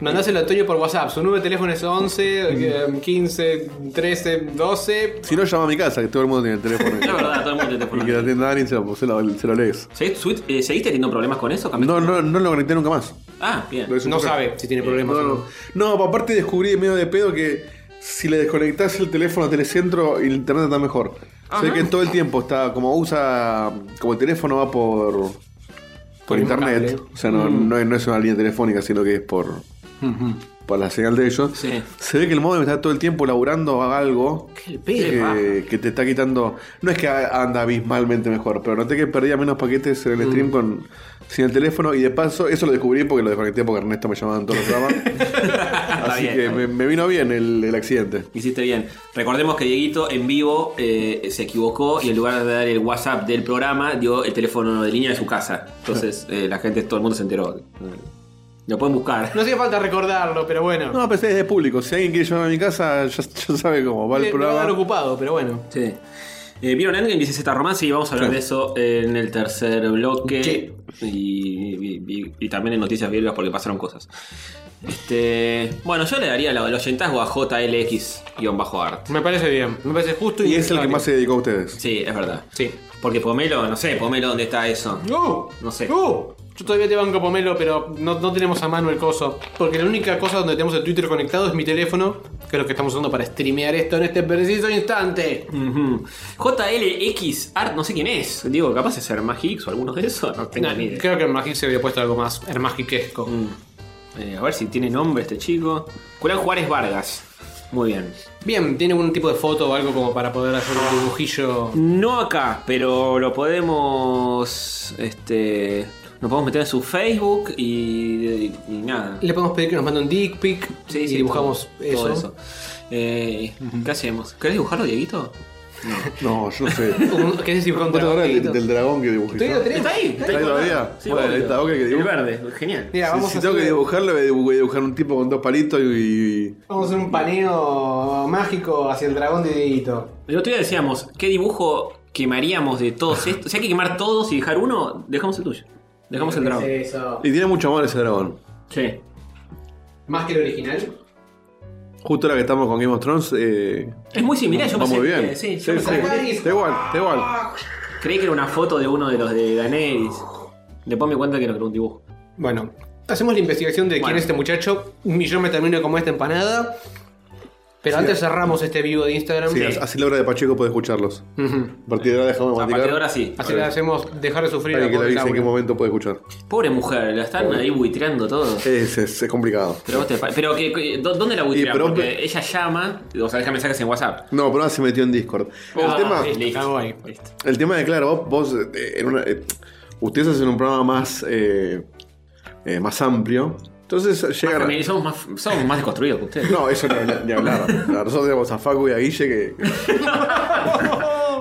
B: Mandáselo a Toño por WhatsApp. Su número de teléfono es 11, eh, 15, 13, 12.
C: si no, llama a mi casa, que todo el mundo tiene el
A: Es <laughs>
C: teléfono.
A: verdad, todo el mundo te
C: <laughs> y que
A: teléfono.
C: la tienda Dani se lo, se lo- se lo lees.
A: ¿Seguiste, suite- eh, seguiste teniendo problemas con eso? ¿Cambiaste?
C: No, no, no lo conecté nunca más.
A: Ah, bien.
C: Lo hice
B: No
C: un poco-
B: sabe si tiene problemas.
C: No,
B: o no.
C: no. No, pa- aparte descubrí en medio de pedo que si le desconectás el teléfono a Telecentro, el internet está mejor. O sea
A: Ajá.
C: que todo el tiempo está, como usa, como el teléfono va por, por internet.
B: cable. Mm.
C: O sea, no, no, es- no es una línea telefónica, sino que es por, por la señal de ellos.
A: Sí.
C: Se ve que el modem está todo el tiempo laburando a algo.
B: ¿Qué
C: que-
B: pedo?
C: Eh, que te está quitando. No es que a- anda abismalmente mejor, pero noté que perdía menos paquetes en el stream con sin el teléfono. Y de paso, eso lo descubrí porque lo desconecté porque Ernesto me llamaba en todos
A: <laughs>
C: los programas.
A: Está
C: Así
A: bien.
C: que me, me vino bien el, el accidente.
A: Hiciste bien. Recordemos que Dieguito en vivo eh, se equivocó y en lugar de dar el WhatsApp del programa, dio el teléfono de línea de su casa.
C: <laughs>
A: Entonces eh, la gente, todo el mundo se enteró. Eh, Lo pueden buscar.
B: No hacía falta recordarlo, pero bueno.
C: No, pensé es de público. Si alguien quiere llamar a mi casa, ya, ya sabe cómo va
B: Me-
C: el
B: me va a dar
C: programa.
B: ocupado, pero bueno.
A: Sí. Eh, ¿Vieron Endgame? Dice Z Romance y vamos a hablar
C: Sí.
A: de eso en el tercer bloque.
B: Sí.
A: Y, y- y- y también en Noticias Virgas porque pasaron cosas. Este, bueno, yo le daría la- el oyentazgo a JLX-art.
B: Me parece bien. Me parece justo y.
C: Y es el que más se dedicó a ustedes.
A: Sí, es verdad.
B: Sí.
A: Porque Pomelo, no sé, Pomelo, ¿dónde está eso?
B: ¡No!
A: No sé.
B: ¡No! Yo todavía te banco Pomelo, pero no, no tenemos a mano el coso. Porque la única cosa donde tenemos el Twitter conectado es mi teléfono, que es lo que estamos usando para streamear esto en este preciso instante.
A: Ujú. JLX Art, no sé quién es. Digo, capaz es Hermagix o alguno de esos. No tengo
B: Nah,
A: ni idea.
B: creo que el Magic se había puesto algo más hermagiquesco.
A: Mm. Eh, a ver si tiene nombre este chico. Julián Juárez Vargas. Muy bien.
B: Bien, ¿tiene algún tipo de foto o algo como para poder hacer un dibujillo?
A: No acá, pero lo podemos. Este. Nos podemos meter en su Facebook y. y- y nada.
B: Le podemos pedir que nos mande un dick pic
A: Sí,
B: y
A: sí,
B: dibujamos
A: todo-
B: eso.
A: todo Eh, ¿Qué hacemos? ¿Querés dibujarlo, Dieguito?
C: No, yo no sé.
B: Un- ¿Querés dibujar un
C: ¿Vos te acordás del,
B: dragón?
C: del dragón que dibujiste?
B: Te digo, te-
A: Está ahí,
C: ¿Está ahí todavía?
A: Sí,
C: Bueno,
A: obvio.
C: está, ok, que
A: El
C: dibujo.
A: verde, genial.
B: Mira,
C: Si-
B: vamos,
C: si
B: a
C: tengo que
B: hacer-
C: dibujarlo, voy a dibu- voy a dibujar un tipo con dos palitos y- y
B: vamos a hacer un paneo mágico hacia el dragón de Dieguito.
A: El otro día decíamos, ¿qué dibujo quemaríamos de todos estos? Si hay que quemar todos y dejar uno, dejamos el tuyo. Dejamos el dragón.
B: Eso.
C: Y tiene mucho amor ese dragón.
A: Sí.
B: ¿Más que el original?
C: Justo ahora que estamos con Game of Thrones, eh,
A: Es muy similar, yo
C: va muy
A: pensé
C: bien.
A: que- sí, yo
C: Sí,
A: pensé
C: sí.
A: que-
B: que-
C: Está igual, está igual.
A: Creí que era una foto de uno de los de Daenerys. Después me cuenta que no era un dibujo.
B: Bueno, hacemos la investigación de quién
A: Bueno.
B: es este muchacho y yo me termino como esta empanada. Pero antes cerramos este vivo de Instagram.
C: Sí, así la hora de Pacheco puede escucharlos.
B: Ujú.
C: A partir de ahora dejamos
A: Mm. O sea, a partir de ahora
C: masticar.
A: sí.
B: Así le hacemos dejar de sufrir a
C: Alguien que le
B: pobre
C: avise en
B: Laura.
C: qué momento puede escuchar.
A: Pobre mujer, la están ahí buitreando todo.
C: Es, es, es complicado.
A: Pero, vos te pa- pero que, que- ¿dó- ¿dónde la buitrean?
C: pero-
A: Porque ella llama, o sea, deja mensajes en WhatsApp.
C: No, pero ahora se metió en Discord. El,
A: Ah,
C: tema,
A: sí. Listo.
B: Cago ahí.
A: Listo.
C: el tema de, claro, vos, vos, eh, en una- eh, ustedes hacen un programa más, eh, eh, más amplio. Entonces
A: Más
C: llegan...
A: femini- somos, más, somos más desconstruidos que
C: <laughs>
A: ustedes.
C: No, eso ni hablar. ni hablar. Nosotros tenemos a Facu y a Guille que.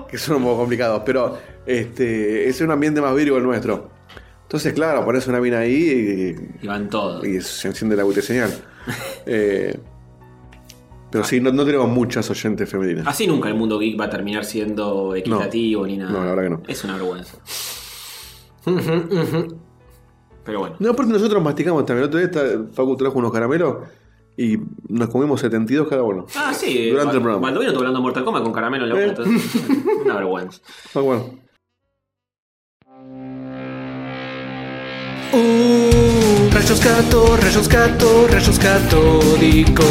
C: que son un poco complicados. Pero este es un ambiente más virgo el nuestro. Entonces, claro, pones una mina ahí
A: Y van todos.
C: y, y se enciende la UT señal. Eh, pero sí, no, no tenemos muchas oyentes femeninas.
A: Así nunca el mundo geek va a terminar siendo equitativo ni nada.
C: No, la verdad que no.
A: Es una vergüenza.
B: Ujú, ujú.
A: Pero
C: <laughs>
A: bueno.
C: No, aparte nosotros masticamos también. El otro día está- Facu trajo unos caramelos y nos comimos 72 cada uno.
A: Ah, sí.
C: Durante el programa.
A: Baldovino estuvo hablando de Mortal Kombat con caramelo en la boca.
C: Eh.
A: entonces, una
C: <laughs>
A: vergüenza.
C: Ah, bueno.
B: Un
E: Rayos gato, rayos gato, rayos catódicos.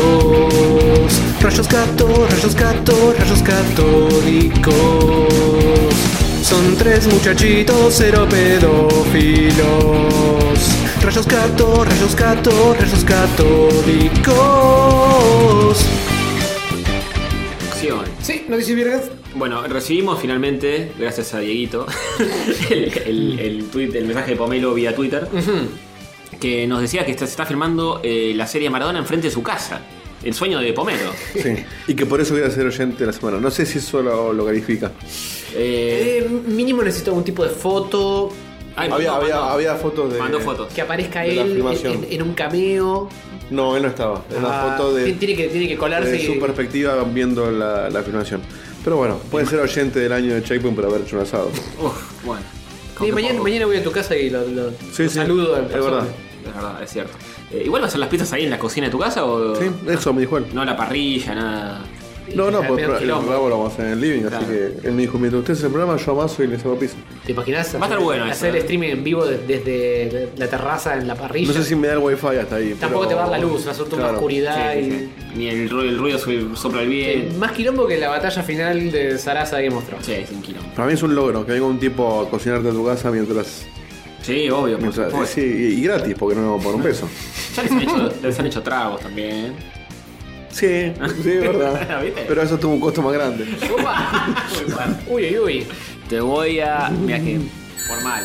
E: Rayos gato, rayos gato, rayos catódicos. Son tres muchachitos cero pedófilos. Rayos gato, rayos gato, rayos catódicos.
A: Acción.
B: Sí, no dice Virgas.
A: Bueno, recibimos finalmente, gracias a Dieguito, <laughs> el, el- el tuit- el mensaje de Pomelo vía Twitter, que nos decía que está- se está filmando eh, la serie Maradona enfrente de su casa. El sueño de Pomelo.
C: Sí. Y que por eso quiero ser oyente de la semana. No sé si eso lo, lo califica.
A: Eh,
B: Eh, mínimo necesito algún tipo de foto
A: ay, mandó-
C: había, había,
A: mandó-
C: había fotos de.
A: mandó fotos.
B: que aparezca
C: De la
B: él en,
C: filmación.
B: en- en un cameo.
C: No, él no estaba. Era una
B: Ah,
C: foto de,
B: tiene, que, tiene que colarse.
C: de
B: y-
C: su perspectiva viendo la, la filmación. Pero bueno, puede ser oyente del año de Checkpoint por haber hecho un asado.
A: Uf, bueno.
B: Sí, mañana,
A: Poco.
B: mañana voy a tu casa y lo, lo-
C: Sí,
B: lo
C: sí,
B: saludo. en
C: es
B: persona.
C: verdad.
A: Es verdad, es cierto. Eh, ¿Igual vas a hacer las pizzas ahí en la cocina de tu casa o.?
C: Sí, eso me dijo él.
A: No a la parrilla, nada.
C: No, no,
B: Eh,
C: pues
B: medio
C: el
B: quilombo.
C: programa lo vamos a hacer en el living,
A: Claro.
C: así que él me dijo, mientras usted hace el programa, yo amaso y les hago piso.
B: ¿Te imaginas?
A: Va a estar
B: hacer-
A: bueno eso,
B: Hacer
A: eh.
B: streaming en vivo de- desde la terraza en la parrilla.
C: No sé si me da el wifi hasta ahí.
B: Tampoco
C: pero-
B: te va a dar la luz, vas a soltar una
C: Claro.
B: oscuridad
A: Sí,
B: y.
A: sí, sí. Ni el, ru- el ruido su- sopla el
B: Eh,
A: bien.
B: Más quilombo que la batalla final de Sarasa de Game of
A: <laughs>
B: Thrones.
A: Sí, es un quilombo.
C: Para mí es un logro que venga un tipo a cocinarte a tu casa mientras.
A: Sí, obvio. por
C: mientras-
A: supuesto.
C: sí, y, y gratis, porque no me por un peso.
A: Ya les han, hecho, les han hecho tragos también.
C: Sí,
A: <laughs>
C: sí, es verdad.
A: ¿Viste?
C: Pero eso tuvo un costo más grande.
B: Opa. <laughs> uy, uy, uy.
A: Te voy a. Mira que. Formal.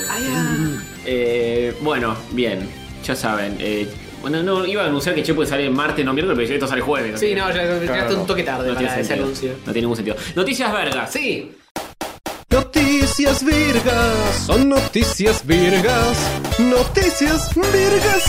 A: Eh, bueno, bien. Ya saben. eh, bueno, no, iba a anunciar que Chepo sale martes, no miércoles, pero esto sale jueves.
B: Sí, no, ya ya
C: Claro,
B: está
C: no.
B: un toque tarde
A: No tiene
B: para ese
A: sentido.
B: anuncio.
A: No tiene ningún sentido. Noticias vergas.
B: Sí,
E: Noticias virgas, son noticias virgas, noticias virgas.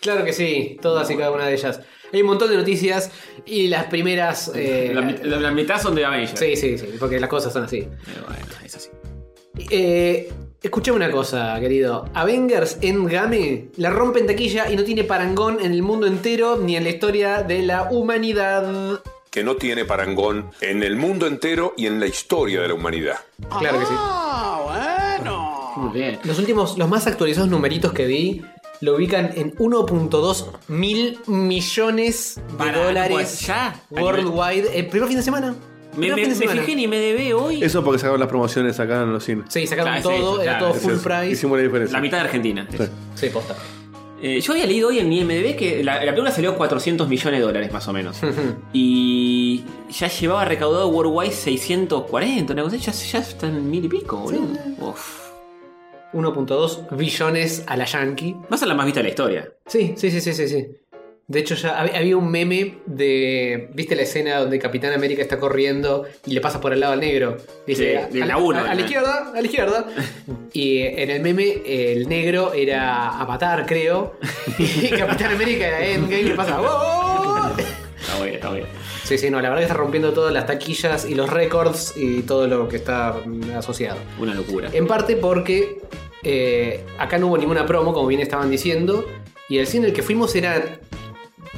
B: claro que sí, todas y cada una de ellas. Hay un montón de noticias y las primeras. eh,
A: La, mit- la- la mitad son de Avengers.
B: Sí, sí, sí, porque las cosas son así.
A: Eh, bueno, es así.
B: Eh, escuchame una cosa, querido. Avengers Endgame la rompe en taquilla y no tiene parangón en el mundo entero ni en la historia de la humanidad.
F: que no tiene parangón en el mundo entero y en la historia de la humanidad.
B: Claro que sí.
A: Ah. Muy bien.
B: Los últimos, los más actualizados numeritos que vi, lo ubican en 1.2 mil millones de
A: Para,
B: dólares
A: pues, ya.
B: worldwide. El primer fin de semana.
A: Me,
B: Primer
A: me,
B: fin
A: me
B: de semana.
A: fijé en IMDB hoy.
C: Eso porque sacaron las promociones acá en los cines.
B: Sí, sacaron
A: Claro, es
B: todo,
A: eso,
B: era
A: claro,
B: todo
C: Es
B: full
C: eso.
B: price.
C: Hicimos la diferencia.
A: La mitad de Argentina.
C: Sí.
B: Sí, posta.
A: <laughs> Eh, yo había leído hoy en IMDB que la, la película salió 400 millones de dólares más o menos.
B: Hmm.
A: y ya llevaba recaudado Worldwide 640, una cosa así, ya, ya están mil y pico, boludo. Uf.
B: 1.2 billones a la Yankee.
A: Va a ser la más vista de la historia.
B: Sí, sí, sí, sí, sí, sí. De hecho, ya hab- había un meme de. ¿Viste la escena donde Capitán América está corriendo y le pasa por el lado al negro? Dice,
A: Sí, de
B: a,
A: la uno,
B: a- a la
A: ¿no?
B: izquierda, a la
A: <laughs>
B: izquierda. Y eh, en el meme, eh, el negro era Avatar, creo. <laughs> Y Capitán América era Endgame y le pasa. "Wow".
A: Está bien, está bien.
B: Sí, sí, no, la verdad que está rompiendo todas las taquillas y los récords y todo lo que está mm, asociado.
A: Una locura.
B: En parte porque eh, acá no hubo ninguna promo, como bien estaban diciendo. Y el cine al que fuimos era.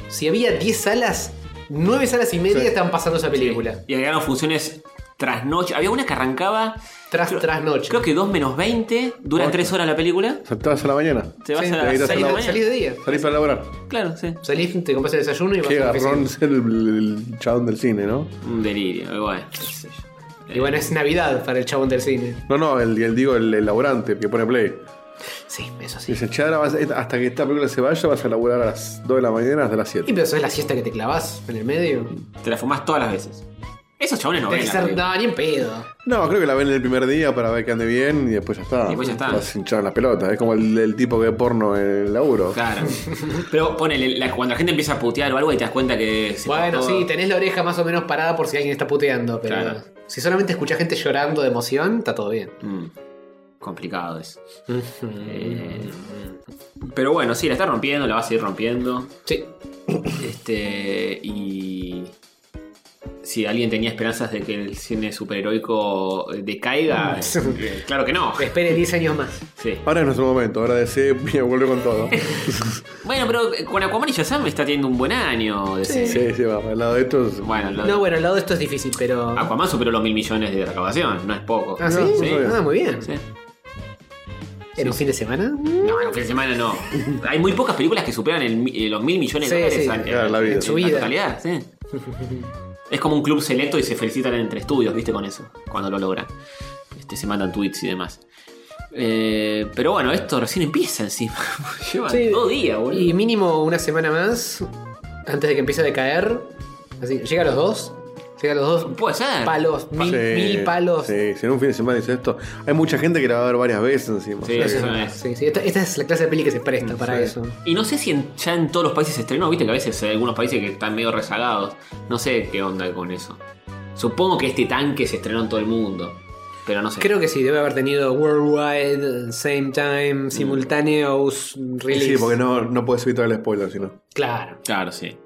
B: Si había 10 salas, 9 salas y media
C: Sí.
B: estaban pasando esa película.
A: Y agregaron funciones tras noche. Había una que arrancaba,
B: Tras,
A: Creo-
B: tras noche.
A: creo que 2 menos 20, dura 3 horas la película.
C: Saltabas a la mañana.
A: Te vas
B: Sí,
A: a las seis
C: te vas a
A: de la
C: la-
A: mañana.
B: salís de día.
C: Salís para laburar.
A: Claro, sí.
B: Salís, te compras el desayuno y vas
C: Qué
B: a la
C: garrón
B: oficina.
C: ser el, el chabón del cine, ¿no?
A: Un delirio, igual. qué sé yo.
B: Y bueno, es Navidad para el chabón del cine.
C: No, no, el, el- digo, el, el laburante que pone play.
B: Sí, eso sí.
C: Dice, che, ahora vas- eh, hasta que esta película se vaya vas a laburar a las 2 de la mañana hasta las 7.
B: Y pero eso es la siesta que te clavas en el medio.
A: Te la fumás todas las veces. Esos chabones no
B: Tenés
A: ven.
B: que ser.
A: la película.
B: No, ni en pedo.
C: No, creo que la ven el primer día para ver que ande bien y después ya está.
A: Y después ya está.
C: Vas hinchado en las pelotas. Es como el, el tipo que ve porno en el laburo.
A: Claro. Pero ponele, la- cuando la gente empieza a putear o algo y te das cuenta que se
B: Bueno,
A: cortó.
B: sí, tenés la oreja más o menos parada por si alguien está puteando, pero.
A: Claro.
B: Si solamente escuchás gente llorando de emoción, está todo bien.
A: Mm, complicado es.
B: Mm.
A: Eh, pero bueno, sí, la está rompiendo, la va a seguir rompiendo.
B: Sí.
A: Este. Y. si alguien tenía esperanzas de que el cine superheroico eh, decaiga,
B: Mm.
A: eh, claro que no.
B: Espere 10 años más.
A: Sí.
C: Ahora es nuestro momento, ahora <laughs> DC vuelve con
A: <laughs>
C: todo.
A: Bueno, pero eh, con Aquaman y Shazam está teniendo un buen año. de cine.
C: Sí, sí, va, al lado de esto es-
A: Bueno, lo-
B: No, bueno, al lado de esto es difícil, pero.
A: Aquaman superó los mil millones de recaudación, no es poco.
B: ¿Ah, sí?
C: Ah, No,
A: sí.
C: no
B: Ah, muy bien.
A: Sí.
B: ¿En un fin de semana?
A: No, en un fin de
B: <laughs>
A: semana no. Hay muy pocas películas que superan el mi- eh, los mil millones de
B: Sí,
A: dólares
B: sí.
A: al-
C: Claro, la
A: al-
C: vida.
A: en
B: Su vida.
A: la totalidad.
B: <laughs>
A: sí. Es como un club selecto y se felicitan entre estudios, ¿viste? Con eso, cuando lo logran. Este, se mandan tweets y demás. Eh, pero bueno, esto recién empieza encima. <laughs> Lleva
B: Sí.
A: dos días, boludo.
B: Y mínimo una semana más antes de que empiece a decaer. Así, llega a los dos. Llega a los dos.
A: Puede ser.
B: Palos, mil, mil palos. Sí,
C: Sí, si en un fin de semana dice esto, hay mucha gente que la va a ver varias veces encima.
A: Sí,
C: o sea
A: eso
C: que-
A: es una-
B: sí, Esta, esta es la clase de peli que se presta para
C: sí.
B: eso.
A: Y no sé si en- ya en todos los países se estrenó, viste que a veces hay algunos países que están medio rezagados. No sé qué onda con eso. Supongo que este tanque se estrenó en todo el mundo. Pero no sé.
B: Creo que sí, debe haber tenido worldwide, same time, simultáneos release.
C: Sí, porque no, no puedes evitar el spoiler, sino.
B: Claro.
A: Claro, sí.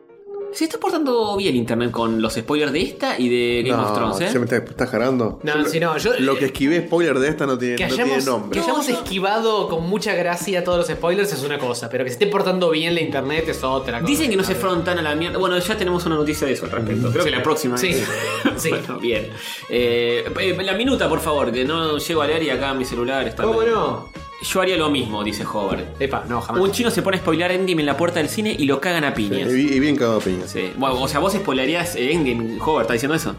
A: Se está portando bien internet con los spoilers de esta y de Game of Thrones, ¿eh?
C: se me está, estás cargando.
B: No, si no, yo.
C: Lo que esquivé spoiler de esta no tiene,
B: que
C: no tiene
B: hayamos, que
C: nombre.
A: No,
B: hayamos
A: yo-
B: esquivado con mucha gracia todos los spoilers es una cosa, pero que se esté portando bien la internet es otra cosa.
A: Dicen que no se fueron tan a la mierda. Bueno, ya tenemos una noticia de eso al
B: Mm.
A: respecto. Creo que la próxima.
B: Sí.
A: ¿eh?
B: <laughs> Sí.
A: Bueno, bien. Eh, eh, la minuta, por favor, que no llego a leer y acá mi celular está.
B: ¿Cómo no?
A: Yo haría lo mismo, dice Howard.
B: Epa, no, jamás.
A: Un chino se pone a spoilear Endgame en la puerta del cine y lo cagan a
C: Y,
A: piñas.
C: bi- y bien cagado a piñas.
A: Sí. Bueno, o sea, vos spoilearías eh, Endgame, Howard, ¿está diciendo eso?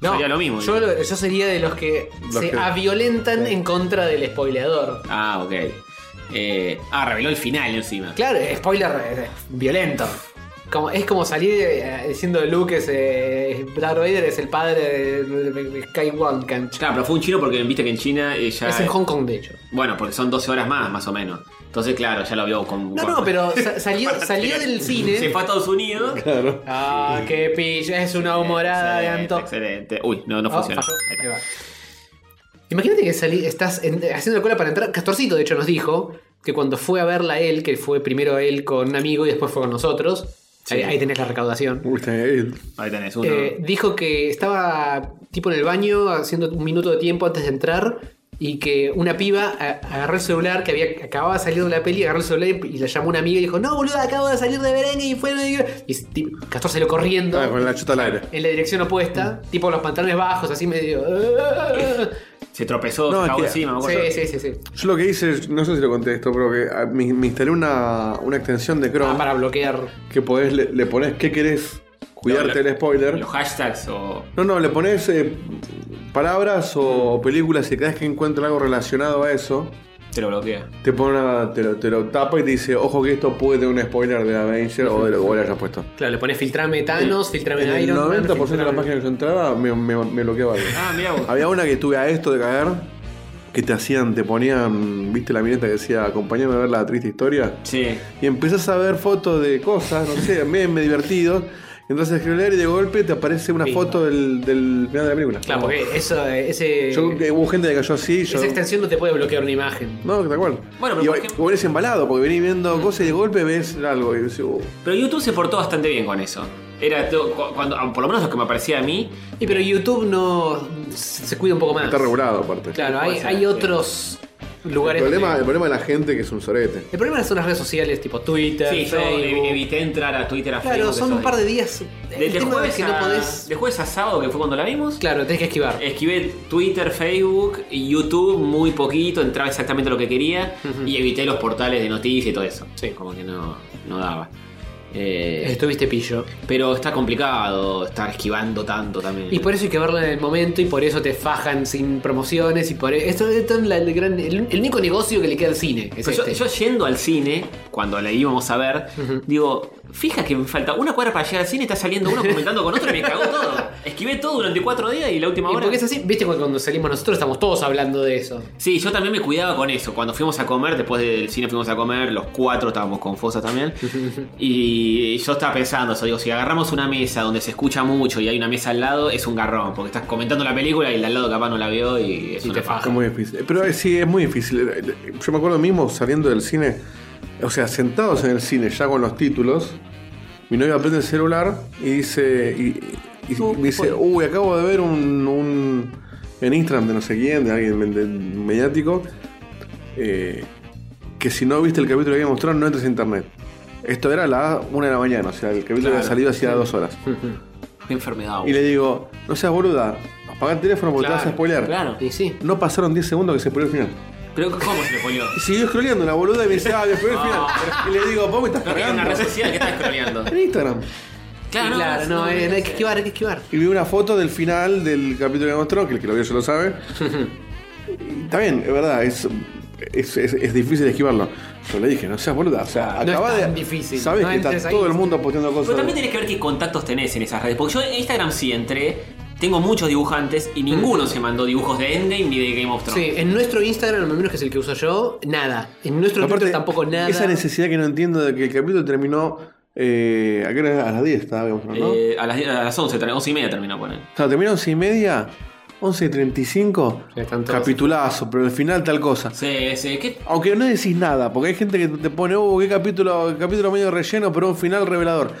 B: No,
A: Sería lo mismo,
B: Yo, yo sería de los que
C: Los
B: se
C: que-
B: aviolentan en contra del spoileador.
A: Ah, ok. Eh, ah, reveló el final encima.
B: Claro, spoiler eh, violento. Como, es como salir eh, diciendo Luke es eh, Darth Vader es el padre de, de- de Skywalker.
A: Claro, pero fue un chino porque viste que en China eh, ya.
B: Es en Hong Kong, de hecho.
A: Bueno, porque son 12 horas más, más o menos. Entonces, claro, ya lo vio con.
B: No,
A: con-
B: no, pero sa- salió, salió del
A: Se
B: cine.
A: fue a Estados Unidos.
B: <laughs>
C: Claro.
B: Ah, qué pilla, es una humorada de
A: Excelente,
B: Anto.
A: Excelente. Uy, no, no
B: Oh,
A: funciona.
B: falló. Ahí va. Imagínate que salí, estás en- haciendo la cola para entrar. Castorcito, de hecho, nos dijo que cuando fue a verla él, que fue primero él con un amigo y después fue con nosotros. Ahí, ahí tenés la recaudación.
C: Uy, está bien.
A: Ahí tenés uno.
B: Eh, dijo que estaba tipo en el baño haciendo un minuto de tiempo antes de entrar y que una piba a- agarró el celular que había acababa de salir de la peli, agarró el celular y, y la llamó una amiga y dijo, no, boludo, acabo de salir de Berengue y fue... Y s- tipo, Castor salió corriendo
C: Ah, con la chota al aire.
B: en la dirección opuesta,
C: Mm.
B: tipo los pantalones bajos, así medio... ah.
A: se tropezó,
C: No,
A: se
C: es
A: cagó
C: que-
A: encima, me acuerdo.
B: sí, sí, sí, sí.
C: Yo lo que hice, no sé si lo contesto, pero que ah, me, me instalé una, una extensión de Chrome
B: Ah, para bloquear.
C: que podés, le, le pones qué querés, cuidarte
A: Lo-
C: el spoiler.
A: Los hashtags o.
C: No, no, le pones eh, palabras o películas y cada vez que encuentra algo relacionado a eso,
A: Te lo bloquea.
C: te pone una- te, lo, te lo tapa y te dice, ojo que esto puede tener un spoiler de Avenger o de lo que vos le hayas puesto.
B: Claro, le pones filtrame Thanos, filtrame
C: En el
B: Iron Man,
C: 90% de las
B: filtrame-
C: páginas que yo entraba me, me, me bloqueaba algo.
A: Ah, mira vos.
C: Había una que estuve a esto de caer, que te hacían, te ponían, viste la mineta que decía, acompáñame a ver la triste historia.
A: Sí.
C: Y empezás a ver fotos de cosas, no sé, memes divertidos. Entonces escribes leer y de golpe te aparece una
B: Sí.
C: foto del, del final de la película.
B: Claro, porque eso, eh, este. ese...
C: Yo, eh, hubo gente que cayó así. Yo,
B: Esa extensión no te puede bloquear una imagen.
C: no, tal cual.
A: Bueno, pero
C: y
A: por
C: o-
A: ejemplo-
C: o eres embalado, porque venís viendo cosas y de golpe ves algo. Y decís, uh,
A: Pero YouTube se portó bastante bien con eso. Era todo- cu- cuando, ah, por lo menos lo que me parecía a mí.
B: Y pero YouTube no se se cuida un poco más.
C: está regulado aparte.
B: Claro, hay,
A: Puede ser,
B: hay
A: sí.
B: otros
C: el,
B: lugares.
C: problema, el
B: donde-
C: problema de la gente que es un sorete.
B: el problema son las redes sociales tipo Twitter,
A: Sí, yo
B: Facebook.
A: ev- evité entrar a Twitter a
B: claro,
A: Facebook,
B: son
A: eso
B: un par de días.
A: de-
B: el
A: de
B: tema
A: jueves
B: es que no
A: a-
B: podés.
A: de Eh. jueves a sábado, que fue cuando la vimos.
B: Claro, tenés que esquivar.
A: Esquivé Twitter, Facebook, y YouTube muy poquito, entraba exactamente lo que quería y evité los portales de noticias y todo eso. Sí. Como que no, no daba. Eh,
B: Estuviste pillo.
A: pero está complicado estar esquivando tanto también.
B: Y por eso hay que verla en el momento y por eso te fajan sin promociones y por e- esto esto es la- el, gran- el- el único negocio que le queda al cine. Es
A: Pero Pues yo-
B: este.
A: yo, yendo al cine, cuando la íbamos a ver, digo, fija que me falta una cuadra para llegar al cine, está saliendo uno comentando con otro y me cagó todo. Esquivé todo durante cuatro días y la última
B: Y
A: hora.
B: porque es así, viste cuando cuando salimos nosotros estamos todos hablando de eso.
A: Sí, yo también me cuidaba con eso. Cuando fuimos a comer, después del cine fuimos a comer, los cuatro estábamos con
B: <laughs>
A: Fosa también. y yo estaba pensando eso, digo, si agarramos una mesa donde se escucha mucho y hay una mesa al lado, es un garrón, porque estás comentando la película y el de al lado capaz no la vio y es
B: Y
A: una
B: te
A: paja.
B: faja.
C: Es muy difícil. Eh, Pero eh, sí, es muy difícil. Eh, eh, Yo me acuerdo mismo saliendo del cine, o sea, sentados en el cine ya con los títulos, mi novia aprende el celular y dice, y, y y me
A: pues.
C: dice, uy, acabo de ver un, un- en Instagram de no sé quién, de alguien de- de- mediático, eh, que si no viste el capítulo que había mostrado, no entres a internet. Esto era la una de la mañana, o sea, el capítulo
A: Claro.
C: había salido hacía dos horas.
A: Qué enfermedad,
C: Y
A: boludo.
C: le digo, no seas boluda, apaga el teléfono porque te vas a spoilear.
A: Claro.
B: Y sí.
C: No pasaron 10 segundos que se spoileó el final.
A: Pero ¿cómo se le
B: <laughs>
A: ponió?
C: Y siguió scrolleando la boluda y me dice, ah, me spoileó el final. Y le digo, vos me estás
A: No tiene una red
C: cargando.
A: social que
B: <laughs>
A: estás scrolleando.
C: En Instagram.
B: Claro, claro, no, eh,
A: no,
B: hay que esquivar, hay que esquivar.
C: Y vi una foto del final del capítulo que mostró, que el que lo vio ya lo sabe. Y Está bien, es verdad, es, es, es- es difícil esquivarlo. Yo le dije, no seas boluda. O sea,
B: No
C: acabá
B: es tan
C: de.
B: difícil,
C: Sabes
B: no
C: que
B: entres
C: está
B: ahí.
C: todo el mundo posteando
A: Pero
C: cosas.
A: también tenés que ver qué contactos tenés en esas redes. Porque yo en Instagram sí entré, tengo muchos dibujantes y ninguno se mandó dibujos de Endgame ni de Game of Thrones.
B: Mm. Sí, en nuestro Instagram, al menos que es el que uso yo, nada. En nuestro
C: Aparte,
B: Twitter tampoco nada.
C: Esa necesidad que no entiendo de que el capítulo terminó. Eh, ¿A qué hora era? A las 10 estaba, digamos, ¿no?
A: Eh, a, las, a las 11, 11 y media terminó con él.
C: O sea, terminó 11 y media, 11 y 35.
B: Ya están todos.
C: Capitulazo, pero al final tal cosa.
A: Sí, sí, ¿qué?
C: Aunque no decís nada, porque hay gente que te pone, uh, qué capítulo, capítulo medio relleno, pero un
A: <laughs>
C: final revelador.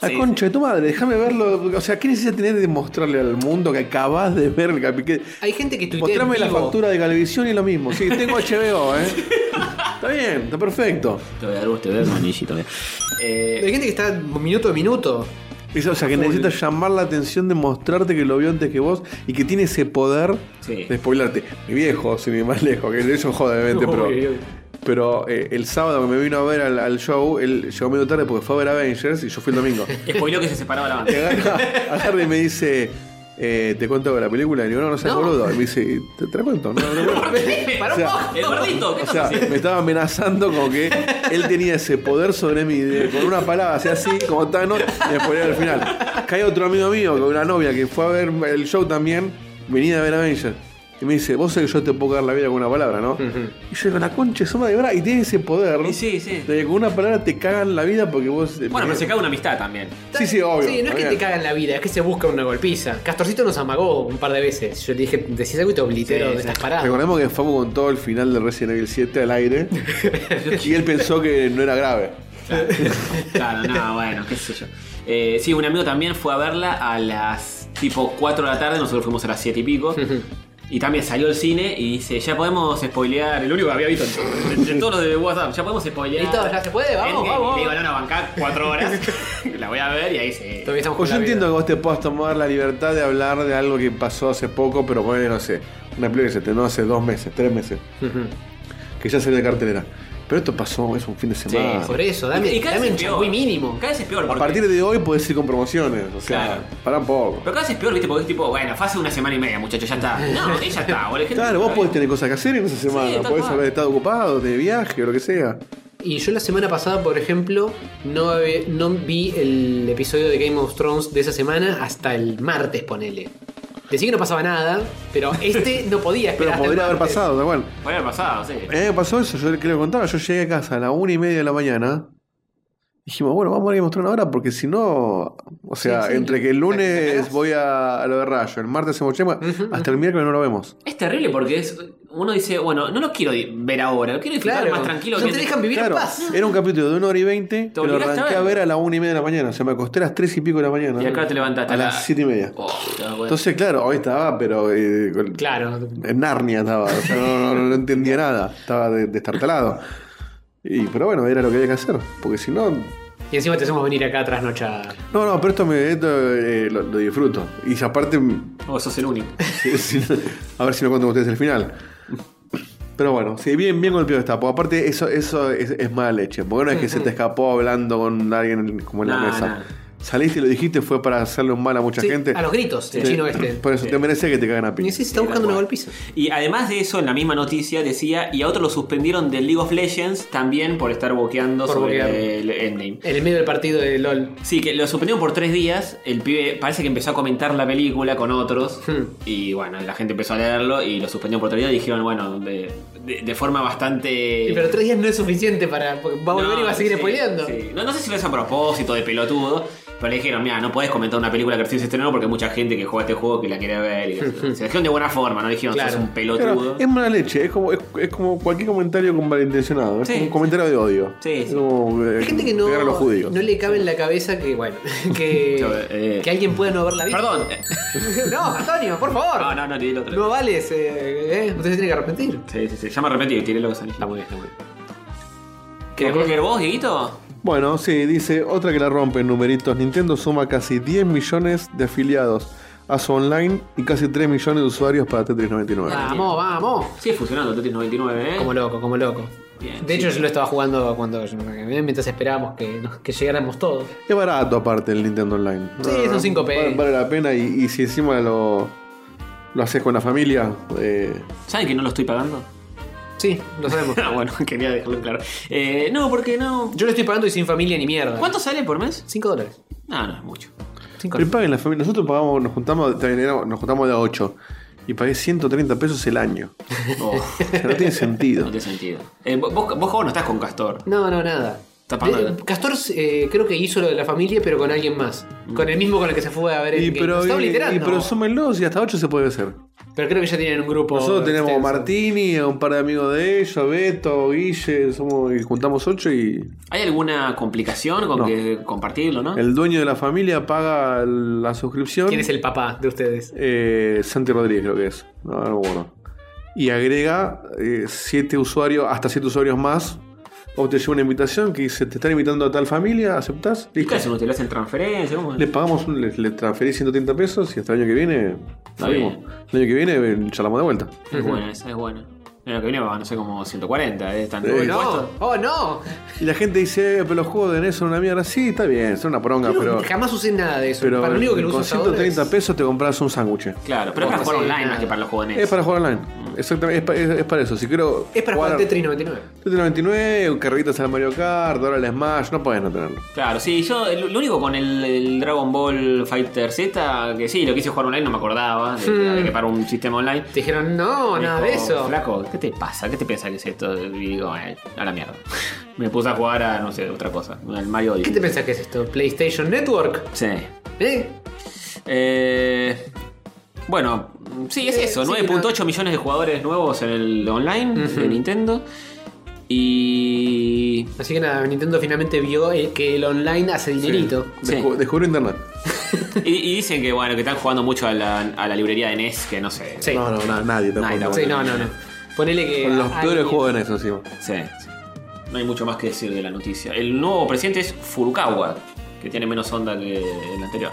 C: La
A: Sí,
C: concha de tu madre, déjame verlo. O sea, ¿qué necesidad tenés de mostrarle al mundo que acabas de ver el capítulo?
B: Hay gente que tuitea en
C: Mostrame la
B: vivo.
C: factura de Calevisión y lo mismo. Sí, tengo HBO,
A: <laughs>
C: ¿eh? está bien, está perfecto.
A: Te voy a dar gusto, te voy a dar un anillito, mira. Eh,
B: Hay gente que está minuto a minuto.
C: Es- o sea, que necesitas llamar la atención de mostrarte que lo vio antes que vos y que tiene ese poder
A: Sí.
C: de spoilarte. Mi viejo, sin ir más lejos, que de eso jode,
A: <laughs>
C: obviamente, pero.
B: Uy, uy.
C: Pero eh, el sábado que me vino a ver al, al show, él llegó medio tarde porque fue a ver Avengers y yo fui el domingo.
A: spoiló que se separaba la banda.
B: <laughs>
C: Y agarra, agarra y me dice, eh, ¿te cuento la película? Y digo, no, no seas boludo. Y me dice, ¿te, te la cuento? No, no, no.
B: <laughs> Pará
C: O sea,
B: un poco.
A: El gordito, ¿qué
C: O
A: estás
C: sea,
A: haciendo?
C: me estaba amenazando como que él tenía ese poder sobre mí de, con una palabra, hacía así, como Thanos, y me ponía al final. Cae otro amigo mío con una novia que fue a ver el show también, venía a ver Avengers. Y me dice, vos sabés que yo te puedo cagar la vida con una palabra, ¿no? Y yo con la concha de su madre, ¿verdad? Y tiene ese poder
A: Y sí, sí.
C: de que con una palabra te cagan la vida porque vos. eh,
A: Bueno, pero se cae una amistad también. <laughs>
C: Sí, sí, obvio.
B: Sí, no es que
C: obvio.
B: te cagan la vida, es que se busca una golpiza. Castorcito nos amagó un par de veces. Yo le dije, decís algo y te oblitero
A: Sí,
B: donde
A: sí.
B: estás parado.
C: Recordemos que Facu contó el final de Resident Evil 7 al aire y él pensó que no era grave.
A: Claro, Claro, no, bueno, qué sé yo. Eh, sí, un amigo también fue a verla a las tipo 4 de la tarde, nosotros fuimos a las 7
B: <laughs>
A: y pico. Y también salió al cine y dice, ya podemos spoilear, el único que había visto entre, entre todos los de WhatsApp, ya podemos spoilear.
B: Listo, ya se puede, vamos,
A: Endgame".
B: vamos,
A: Y le digo, no,
B: vamos.
A: no, bancá 4 horas, <laughs> la voy a ver y ahí se...
B: Todavía estamos con
C: Pues yo
B: la
C: entiendo que
B: vida.
C: vos te puedas tomar la libertad de hablar de algo que pasó hace poco, pero bueno, no sé, una película que se estrenó hace dos meses, tres meses, que ya salió de cartelera. Pero esto pasó, es un fin de semana.
B: Por eso, dame,
A: Y- y cada
B: dame
A: vez
B: un
A: es peor.
B: changüí mínimo.
A: Cada vez es peor.
C: A
A: porque-
C: partir de hoy podés ir con promociones, o sea,
A: Claro.
C: para un poco.
A: Pero cada vez es peor, viste, porque es tipo, bueno, fue hace una semana y media, muchachos, ya
C: <laughs>
A: está. No, ya está, boludo. gente-
C: Claro, vos podés tener cosas que hacer en esa semana,
A: tal
C: podés
A: cual.
C: haber estado ocupado, de viaje o lo que sea.
B: Y yo la semana pasada, por ejemplo, no, ve- no vi el episodio de Game of Thrones de esa semana hasta el martes, ponele. Decí que no pasaba nada, pero este no podía
C: <laughs> Pero
B: esperar. hasta el
C: podría haber
B: martes.
C: pasado, tal cual.
A: Podría haber pasado, sí.
C: A mí me pasó eso, yo que lo contaba, yo llegué a casa a la una y media de la mañana. Dijimos, bueno, vamos a ir a mostrar una hora porque si no, o sea,
B: Sí, sí,
C: entre que el
B: la- la
C: lunes
B: cagás.
C: voy a, a lo de Rayo, el martes hacemos chema, hasta el miércoles no lo vemos.
A: Es terrible porque es, uno dice, bueno, no lo quiero di- ver ahora, lo quiero disfrutar
B: Claro,
A: más tranquilo.
B: no
A: que-
B: te dejan vivir
C: Claro,
B: en paz.
C: era un capítulo de una hora y veinte que lo
A: obligaste a
C: arranqué a
A: verlo.
C: ver a la una y media de la mañana, o sea, me acosté a las tres y pico de la mañana.
A: Y acá te levantaste.
C: A las siete y media.
A: Oh, no, bueno.
C: Entonces, claro, hoy estaba, pero eh, con-
B: Claro.
C: en Narnia estaba, o sea, no, no- no entendía nada, estaba de- destartalado. Y, pero bueno, era lo que había que hacer, porque si no,
B: Y encima te hacemos venir acá tras noche.
C: No, no, pero esto, me, esto, eh, lo, lo disfruto. Y aparte, <laughs>
A: Vos sos el único.
C: si- si- a ver si me cuentan ustedes el final. Pero bueno, sí, bien, bien golpeado está. Porque aparte, eso, eso es, es mala leche. Porque no es que se te escapó hablando con alguien como en la
A: No,
C: mesa.
A: no.
C: Saliste y lo dijiste, fue para hacerle un mal a mucha
B: Sí,
C: gente.
B: a los gritos, el
C: Te-
B: chino este.
C: Por eso te merece que te cagan a
B: Y
C: piña.
B: sí, se está buscando una golpiza.
A: Y además de eso, en la misma noticia decía, y a otro lo suspendieron del League of Legends también por estar boqueando
B: Por
A: sobre
B: boquear.
A: el endgame.
B: En el medio del partido de LOL.
A: Sí, que lo suspendieron por tres días. El pibe parece que empezó a comentar la película con otros.
B: Hmm.
A: Y bueno, la gente empezó a leerlo y lo suspendieron por tres días. Y dijeron, bueno, de, de- de forma bastante.
B: Pero tres días no es suficiente para. porque Va a volver
A: No,
B: y va a seguir
A: sí,
B: spoileando.
A: sí. No, no sé si lo hace a propósito de pelotudo, pero Pero le dijeron, mira, no podés comentar una película que recién se estrenó porque hay mucha gente que juega este juego que la quiere ver. Y se dijeron de buena forma, no dijeron,
B: Hmm. Claro.
A: sos un
C: Claro,
A: pelotudo.
C: es mala leche, es como, es, es como cualquier comentario con malintencionado, es
A: Sí.
C: como un comentario de odio.
A: Sí,
C: Es
A: sí.
C: como, eh,
B: Hay gente que no,
C: pegar a los judíos.
B: no le cabe en la cabeza que, bueno, <laughs>
A: Yo,
B: que,
A: eh,
B: que alguien pueda no haberla visto.
A: Perdón.
B: <laughs> no, Antonio, por favor.
A: No, no, no, tiré el otro.
B: No vales, eh, eh, usted se tiene que arrepentir.
A: Sí, sí, sí. Ya me arrepentí, tiré los anillos.
B: Está muy bien, está muy bien.
A: ¿Querés bloquear vos, Dieguito?
C: Bueno, sí, dice otra que la rompen numeritos. Nintendo suma casi 10 millones de afiliados a su online y casi 3 millones de usuarios para Tetris 99.
B: Vamos, vamos.
A: Sigue funcionando Tetris 99, ¿eh?
B: Como loco, como loco.
A: Bien,
B: de hecho,
A: sí.
B: yo lo estaba jugando cuando mientras esperábamos que, nos- que llegáramos todos.
C: Es barato aparte el Nintendo Online.
B: Sí, son cinco
C: vale-
B: pesos.
C: Vale, la pena y, y si encima lo, lo haces con la familia, eh,
A: ¿Saben que no lo estoy pagando? <laughs>
B: Sí, lo sabemos.
A: Ah, bueno, <laughs> quería dejarlo en claro. Eh, no, porque no.
B: Yo lo estoy pagando y sin familia ni mierda.
A: ¿Cuánto sale por mes?
B: 5 dólares.
A: No, no es mucho.
B: Cinco dólares.
C: pero paguen la familia. Nosotros pagamos, nos juntamos, también éramos- nos juntamos de a 8 y pagué 130 pesos el año.
A: Oh,
C: O sea,
B: <laughs>
C: no tiene
A: no
C: sentido.
A: tiene sentido. Eh, vos, vos, vos no estás con Castor.
B: No, no, nada.
A: Está pagando.
B: Eh, Castor eh, creo que hizo lo de la familia, pero con alguien más. Con el mismo con el que se fue a ver
C: Y
B: el
C: pero,
B: Estaba
C: y,
B: literando.
C: y pero súmenlos y hasta 8 se puede hacer.
B: Pero creo que ya tienen un grupo.
C: Nosotros tenemos a
B: extenso.
C: Martini, a un par de amigos de ellos, Beto, Guille, somos, y juntamos ocho y
A: ¿Hay alguna complicación con
C: No.
A: que compartirlo, no?
C: el dueño de la familia paga la suscripción.
B: ¿Quién es el papá de ustedes?
C: Eh, Santi Rodríguez creo que es. No, no me acuerdo. Y agrega eh, siete usuarios, hasta siete usuarios más. O te lleva una invitación que dice, te están invitando a tal familia, ¿aceptás?
A: ¿Y
C: Listo.
A: qué hacen ustedes? ¿Le hacen transferencia? ¿Cómo?
C: Le pagamos, un- le, le transferí 130 pesos y hasta el año que viene...
A: Está
C: salimos.
A: bien.
C: El año que viene eh, charlamos de vuelta.
A: Es buena, esa es buena. Mira, que viene, va, no sé, como 140, ¿eh? Están
C: Eh,
B: No.
A: impuestos.
B: Oh, no.
C: Y la gente dice, eh, pero los juegos de NES son una mierda. Sí, está bien, son una poronga,
B: Creo que
C: pero...
B: jamás usé nada de eso.
C: Pero
B: para lo único que lo uso
C: con
B: hasta ahora
C: 130
B: es-
C: pesos te compras un sándwich.
A: Claro, pero es para
B: No,
A: jugar
B: sí,
A: online
B: nada.
A: más que para los jóvenes.
C: Es para jugar online. Exactamente, es pa- es, es para eso. Si quiero.
B: Es para jugar
C: al-
B: Tetris 99.
C: Tetris 99, carritas al Mario Kart, ahora al Smash, no podés no tenerlo.
A: Claro, sí, yo eh, lo lo único con el, el Dragon Ball Fighter Z, que sí, lo quise jugar online, no me acordaba de, de-
C: Hmm.
A: de que para un sistema online.
B: Te dijeron, no, nada
A: Dijo,
B: de eso.
A: Flaco, ¿qué te pasa? ¿Qué te piensas que es esto? Y digo, eh, a la mierda. Me puse a jugar a, no sé, otra cosa. Al Mario
B: ¿Qué te pensás que es esto? ¿PlayStation Network?
A: Sí.
B: ¿Eh?
A: Eh, bueno, sí, es
B: Eh,
A: eso.
B: sí,
A: 9.8 millones de jugadores nuevos en el online de Nintendo. Y...
B: Así que nada, Nintendo finalmente vio eh, que el online hace dinerito.
A: Sí.
C: Descu- Descubrí internet.
A: Y, y dicen que bueno, que están jugando mucho a la, a la librería de NES, que no sé.
B: Sí, sí,
C: No,
B: no,
C: no, na- nadie
A: Nadie
C: tampoco.
A: tampoco.
B: no, no, Ponele que.
C: Son los
B: a-
C: peores
B: alguien-
C: juegos de NES encima.
A: Sí, sí. No hay mucho más que decir de la noticia. El nuevo presidente es Furukawa, que tiene menos onda que el anterior.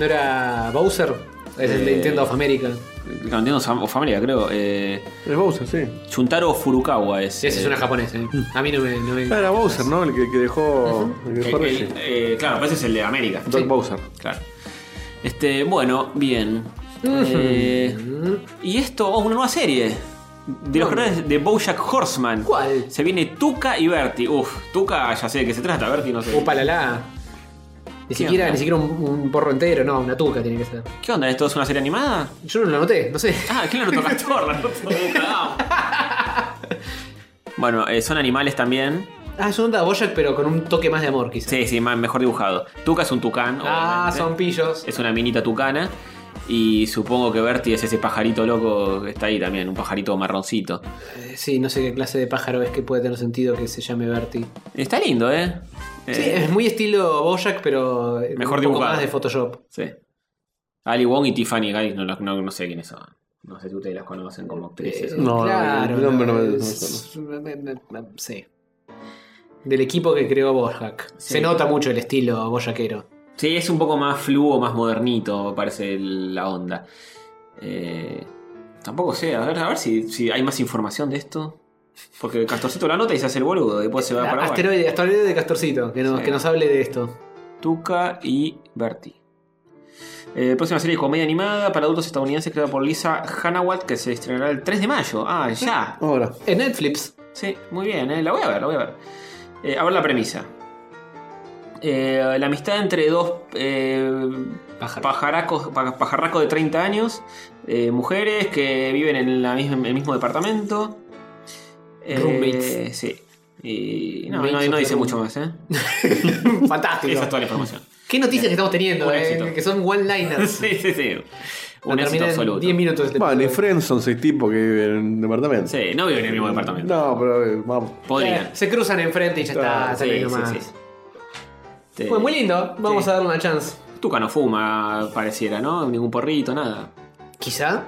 B: ¿No era Bowser? Es el de
A: Eh,
B: Nintendo of America.
A: El Nintendo Sam- o familia, creo. Eh,
C: El Bowser, sí.
A: Chuntaro Furukawa es.
B: Sí, ese es
A: eh,
B: una japonesa. ¿eh? A mí no me. no me-
C: Ah, Era Bowser, ¿no? El que, que dejó. El que
A: el-
C: dejó
A: el-
C: Reggie.
A: eh, claro, parece es el de América.
C: Doc
A: Sí,
C: Bowser.
A: Claro. Este, bueno, bien.
B: Mm.
A: Eh, y esto, oh, una nueva serie. De los creadores de Bojack Horseman.
B: ¿Cuál?
A: Se viene Tuca y Bertie. Uf, Tuca ya sé de qué se trata, Bertie no sé.
B: Upa la la. Ni siquiera,
A: onda?
B: ni siquiera un, un porro entero, no, una tuca tiene que ser.
A: ¿Qué onda? ¿Esto es una serie animada?
B: Yo no lo noté, no sé. <laughs>
A: Ah, ¿quién la anotó Castor? La anotó Bueno, eh, son animales también.
B: Ah, es una onda Bojack, pero con un toque más de amor, quizás.
A: Sí, sí, más- mejor dibujado. Tuca es un tucán.
B: ah,
A: obviamente.
B: son pillos.
A: Es una minita tucana. Y supongo que Bertie es ese pajarito loco que está ahí también, un pajarito marroncito.
B: Eh, Sí, no sé qué clase de pájaro es que puede tener sentido que se llame Bertie.
A: Está lindo, ¿eh?
B: Sí,
A: Eh,
B: es muy estilo Bojack, pero un
A: Mejor
B: poco
A: dibujado.
B: más de Photoshop.
A: sí. Ali Wong y Tiffany Guy, no, las- no, no sé quiénes son. No sé si ustedes las conocen como actrices.
B: Eh,
C: No,
B: claro,
C: el nombre no me-
B: eh,
C: no me
B: s- me- me- me- sí. Del equipo que creó Bojack.
A: Sí.
B: Se nota mucho el estilo boyaquero.
A: Sí, es un poco más fluo, más modernito, me parece la onda. Eh, tampoco sé, a ver, a ver si, si hay más información de esto. Porque Castorcito la nota y se hace el boludo, después se va para abajo.
B: Asteroide, asteroide de Castorcito, que nos,
A: Ah, Sí.
B: que nos hable de esto.
A: Tuca y Bertie. Eh, próxima serie de comedia animada para adultos estadounidenses creada por Lisa Hanawalt que se estrenará el 3 de mayo. Ah, ya.
C: Ahora.
B: En
A: <laughs>
B: Netflix.
A: Sí, muy bien, eh, la voy a ver, la voy a ver. Eh, a ver la premisa. Eh, la amistad entre dos eh,
B: Pájaro.
A: pajaracos, pa- pajarracos de 30 años, eh, mujeres que viven en la misma- en el mismo departamento. Eh,
B: Roommates.
A: Sí. Y no, no-
B: Roommates
A: no
B: of the
A: dice
B: room. <laughs>
A: mucho más, ¿eh?
B: Fantástico.
A: Esa es toda la información.
B: ¿Qué noticias que estamos teniendo?
A: Un
B: eh?
A: éxito.
B: Que son one-liners.
A: <laughs> sí, sí, sí. Un
B: La
A: éxito
B: termina en
A: absoluto.
B: 10 minutos. este
C: Bueno, ni
B: episodio.
C: Friends son seis tipos que viven en un departamento.
A: Sí, no viven en el mismo departamento.
C: No, pero eh, vamos.
B: Eh,
A: Podrían.
B: Se cruzan enfrente y ya está.
C: Ah,
B: salen
A: sí,
B: nomás.
A: sí, sí. Sí.
B: Bueno, muy lindo. Vamos
A: Sí.
B: a darle una chance.
A: Tuca no fuma, pareciera, ¿no? Ningún porrito, nada.
B: Quizá.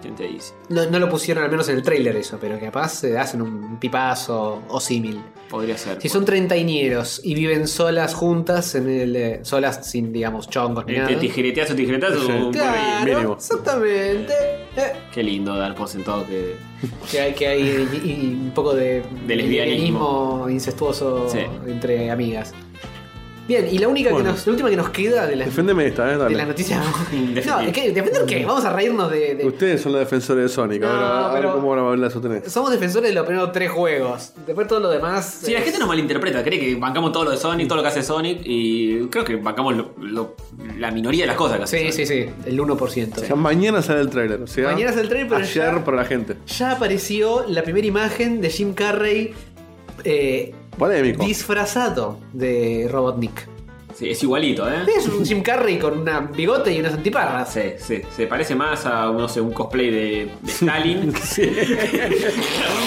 A: ¿Quién te dice?
B: No, no lo pusieron al menos en el tráiler eso, pero capaz se hacen un pipazo o símil.
A: Podría ser. Eh,
B: Si son treintañeros y viven solas juntas en el. eh, solas sin, digamos, chongos ni
A: Eh,
B: nada.
A: te tijeretazo, tijeretazo,
C: Sí.
A: un porrito.
B: Claro,
C: mínimo.
B: exactamente. Eh,
A: Qué lindo dar por sentado que.
B: que hay, que hay y- y un poco de,
A: De lesbianismo.
B: lesbianismo incestuoso
A: Sí.
B: entre amigas. Bien, y la única
C: Bueno.
B: que nos, la última que nos queda de las,
C: Defendeme esta, eh,
B: de las
C: dale.
A: <laughs>
B: noticias.
A: Indefendible.
B: no, ¿qué? ¿Defender qué? Vamos a reírnos de. de-
C: Ustedes son los defensores de Sonic.
B: No,
C: ahora, a ver
B: pero-
C: cómo van a la sostener.
B: Somos defensores de los primeros tres juegos. Después todo lo demás.
A: Si la
B: es-
A: gente nos malinterpreta, cree que bancamos todo lo de Sonic, todo lo que hace Sonic, y creo que bancamos lo- lo- la minoría de las cosas que hace
B: Sí,
A: Sonic.
B: sí, sí. El 1%.
C: O sea, mañana sale el trailer. O sea,
B: Mañana sale el tráiler, pero
C: Ayer
B: ya-
C: para la gente.
B: Ya apareció la primera imagen de Jim Carrey eh,
C: Polémico.
B: disfrazado de Robotnik.
A: Sí, es igualito, ¿eh?
B: Es un Jim Carrey con una bigote y unas antiparras.
A: Sí, sí, se parece más a no sé, un cosplay de,
B: <laughs>
A: de Stalin. <laughs>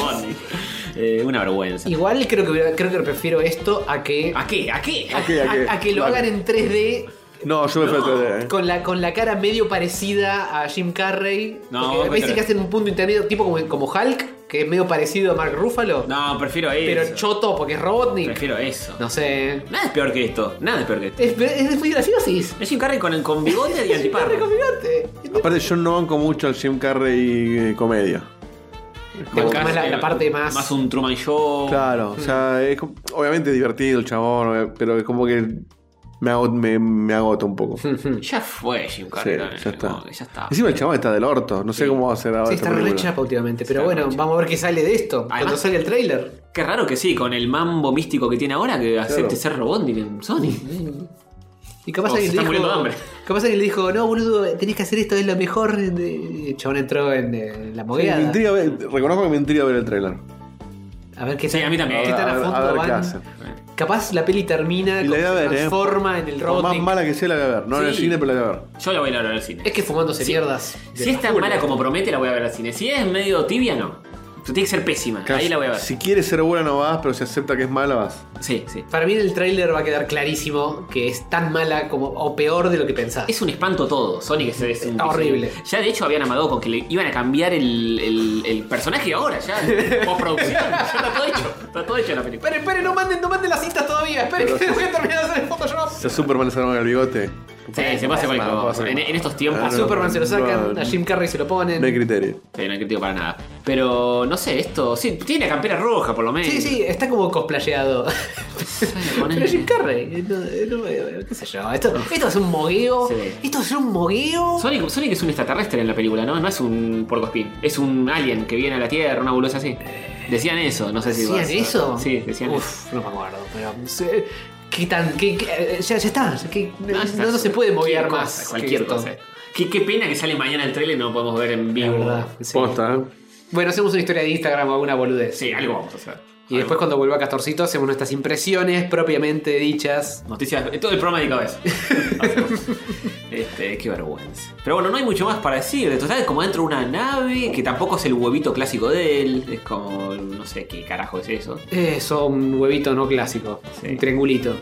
A: Eh, una vergüenza.
B: Igual creo que, hubiera- creo que prefiero esto a que,
A: <laughs> ¿A qué? ¿A qué?
B: a,
C: qué, a qué?
B: a que lo
C: Vale.
B: hagan en 3D
C: No, yo me fui al 3D, eh.
B: con la, con la cara medio parecida a Jim Carrey.
A: No,
B: Porque me
A: no
B: parece
A: creo.
B: que hacen un punto intermedio tipo como, como Hulk, que es medio parecido a Mark Ruffalo,
A: No, prefiero
B: pero
A: eso.
B: choto porque es Robotnik.
A: Prefiero eso.
B: No sé.
A: Nada es peor que esto. Nada es peor que esto.
B: Es, es muy gracioso. Es
A: Es Jim Carrey con, con bigote y
B: Jim Carrey <laughs> con
A: antiparro.
B: bigote.
C: Aparte, yo no banco mucho al Jim Carrey eh, comedia.
B: Te gusta más la, la parte más.
A: Más eh, un Truman
B: Oh.
A: Show.
C: Claro, o
B: Mm.
C: sea, es como- obviamente es divertido el chabón, eh, pero es como que me, agot- me, me agota
B: <laughs>
C: un poco. Sí,
A: Mm, Ya fue Jim Carrey.
C: ya está.
A: Como que ya está.
C: Encima el chabón está del orto, no sé cómo va a ser ahora.
B: Sí,
C: esta
B: está re
C: película.
B: chapa últimamente. Pero
A: Está
B: bueno,
A: re chapa.
B: vamos a ver qué sale de esto. cuando
A: Además-
B: salga el trailer.
A: Qué raro que sí, con el mambo místico que tiene ahora, que acepte ser Robotnik en Sony.
B: Y capaz
A: Oh, se
B: alguien
A: está
B: le dijo.
A: muriendo de hambre.
B: Capaz alguien le dijo, no, boludo, tenés que hacer esto, es lo mejor. Y El chabón entró en eh, la
C: Sí,
B: mogueada.
C: me intriga ver- reconozco que me intriga ver el trailer.
B: a ver qué
A: Sí, a mí también.
B: qué
A: A
B: tan a
C: ver-
B: fondo
C: a ver
B: van.
C: qué hacen.
B: Capaz la peli termina,
C: Y
B: como
C: la voy a
B: se
C: ver, eh.
B: transforma en el
C: Por
B: robot.
C: más mala que sea la voy a ver, no en el
A: Sí.
C: cine, pero la voy a ver.
A: Yo la voy a ir a ver al cine.
B: Es que fumándose mierdas. de
A: Si es tan
B: locura.
A: mala como promete, la voy a ver al cine. Si es medio tibia, no. Tiene que ser pésima. Ahí la voy a ver. Sí,
C: Si quieres ser buena no vas, pero si acepta que es mala vas.
A: sí.
B: Para mí en el trailer va a quedar clarísimo que es tan mala como o peor de lo que pensás.
A: Es un espanto todo. Sonic es, es un.
B: Está Ah, horrible.
A: Ya de hecho habían amado con que le iban a cambiar el, el- el personaje ahora, ya.
B: <laughs>
A: en Postproducción. ya está todo hecho. Está todo hecho la película.
B: Esperen, esperen, no manden, no manden las cintas todavía. Esperen,
C: Pero
B: que
C: sí.
B: voy a terminar de hacer el Photoshop.
C: Si a Superman se arma el bigote,
A: Sí, se pasa cualquier
C: No,
A: cosa.
C: pasa
A: En, en estos tiempos.
B: A
C: no,
B: Superman se lo sacan,
C: no,
B: a Jim Carrey se lo ponen.
C: no hay criterio.
A: Sí, no hay crítico para nada. Pero no sé, esto. Sí, tiene la campera roja por lo menos.
B: Sí, sí, está como cosplayeado. Pero Jim Carrey, eh, no, eh, no, eh, qué sé yo, esto, esto es un mogueo.
A: Sí.
B: Esto es un mogueo.
A: Sonic, Sonic es un extraterrestre en la película, ¿no? No es un porcospin. Es un alien que viene a la Tierra, una boluda así. Decían eso, no sé si
B: ¿Decían
A: vas a-
B: eso?
A: Sí, decían eso.
B: Uf, no me acuerdo, pero. no sé, ¿Qué tan.? qué- qué- eh, ya, ya está. que- no,
A: Ah, ya está,
B: no se puede
A: cualquier
B: moguear
A: cosa,
B: más. que
A: Cualquier
B: esto.
A: cosa. Qué, qué pena que sale mañana el trailer y no lo podemos ver en
B: La
A: vivo.
B: verdad. sí.
C: Posta, ¿eh?
B: Bueno, hacemos una historia de Instagram o alguna boludez.
A: Sí, algo vamos a hacer.
B: Y después,
A: Algo.
B: cuando vuelva Castorcito, hacemos nuestras impresiones propiamente dichas.
A: Noticias. Todo el programa
B: <laughs>
A: de cabeza. este, qué vergüenza. Pero bueno, no hay mucho más para decir. De total, es como dentro de una nave que tampoco es el huevito clásico de él. Es como. No sé qué carajo es eso.
B: Eso, Eh, un huevito no clásico.
A: Sí.
B: Un triangulito.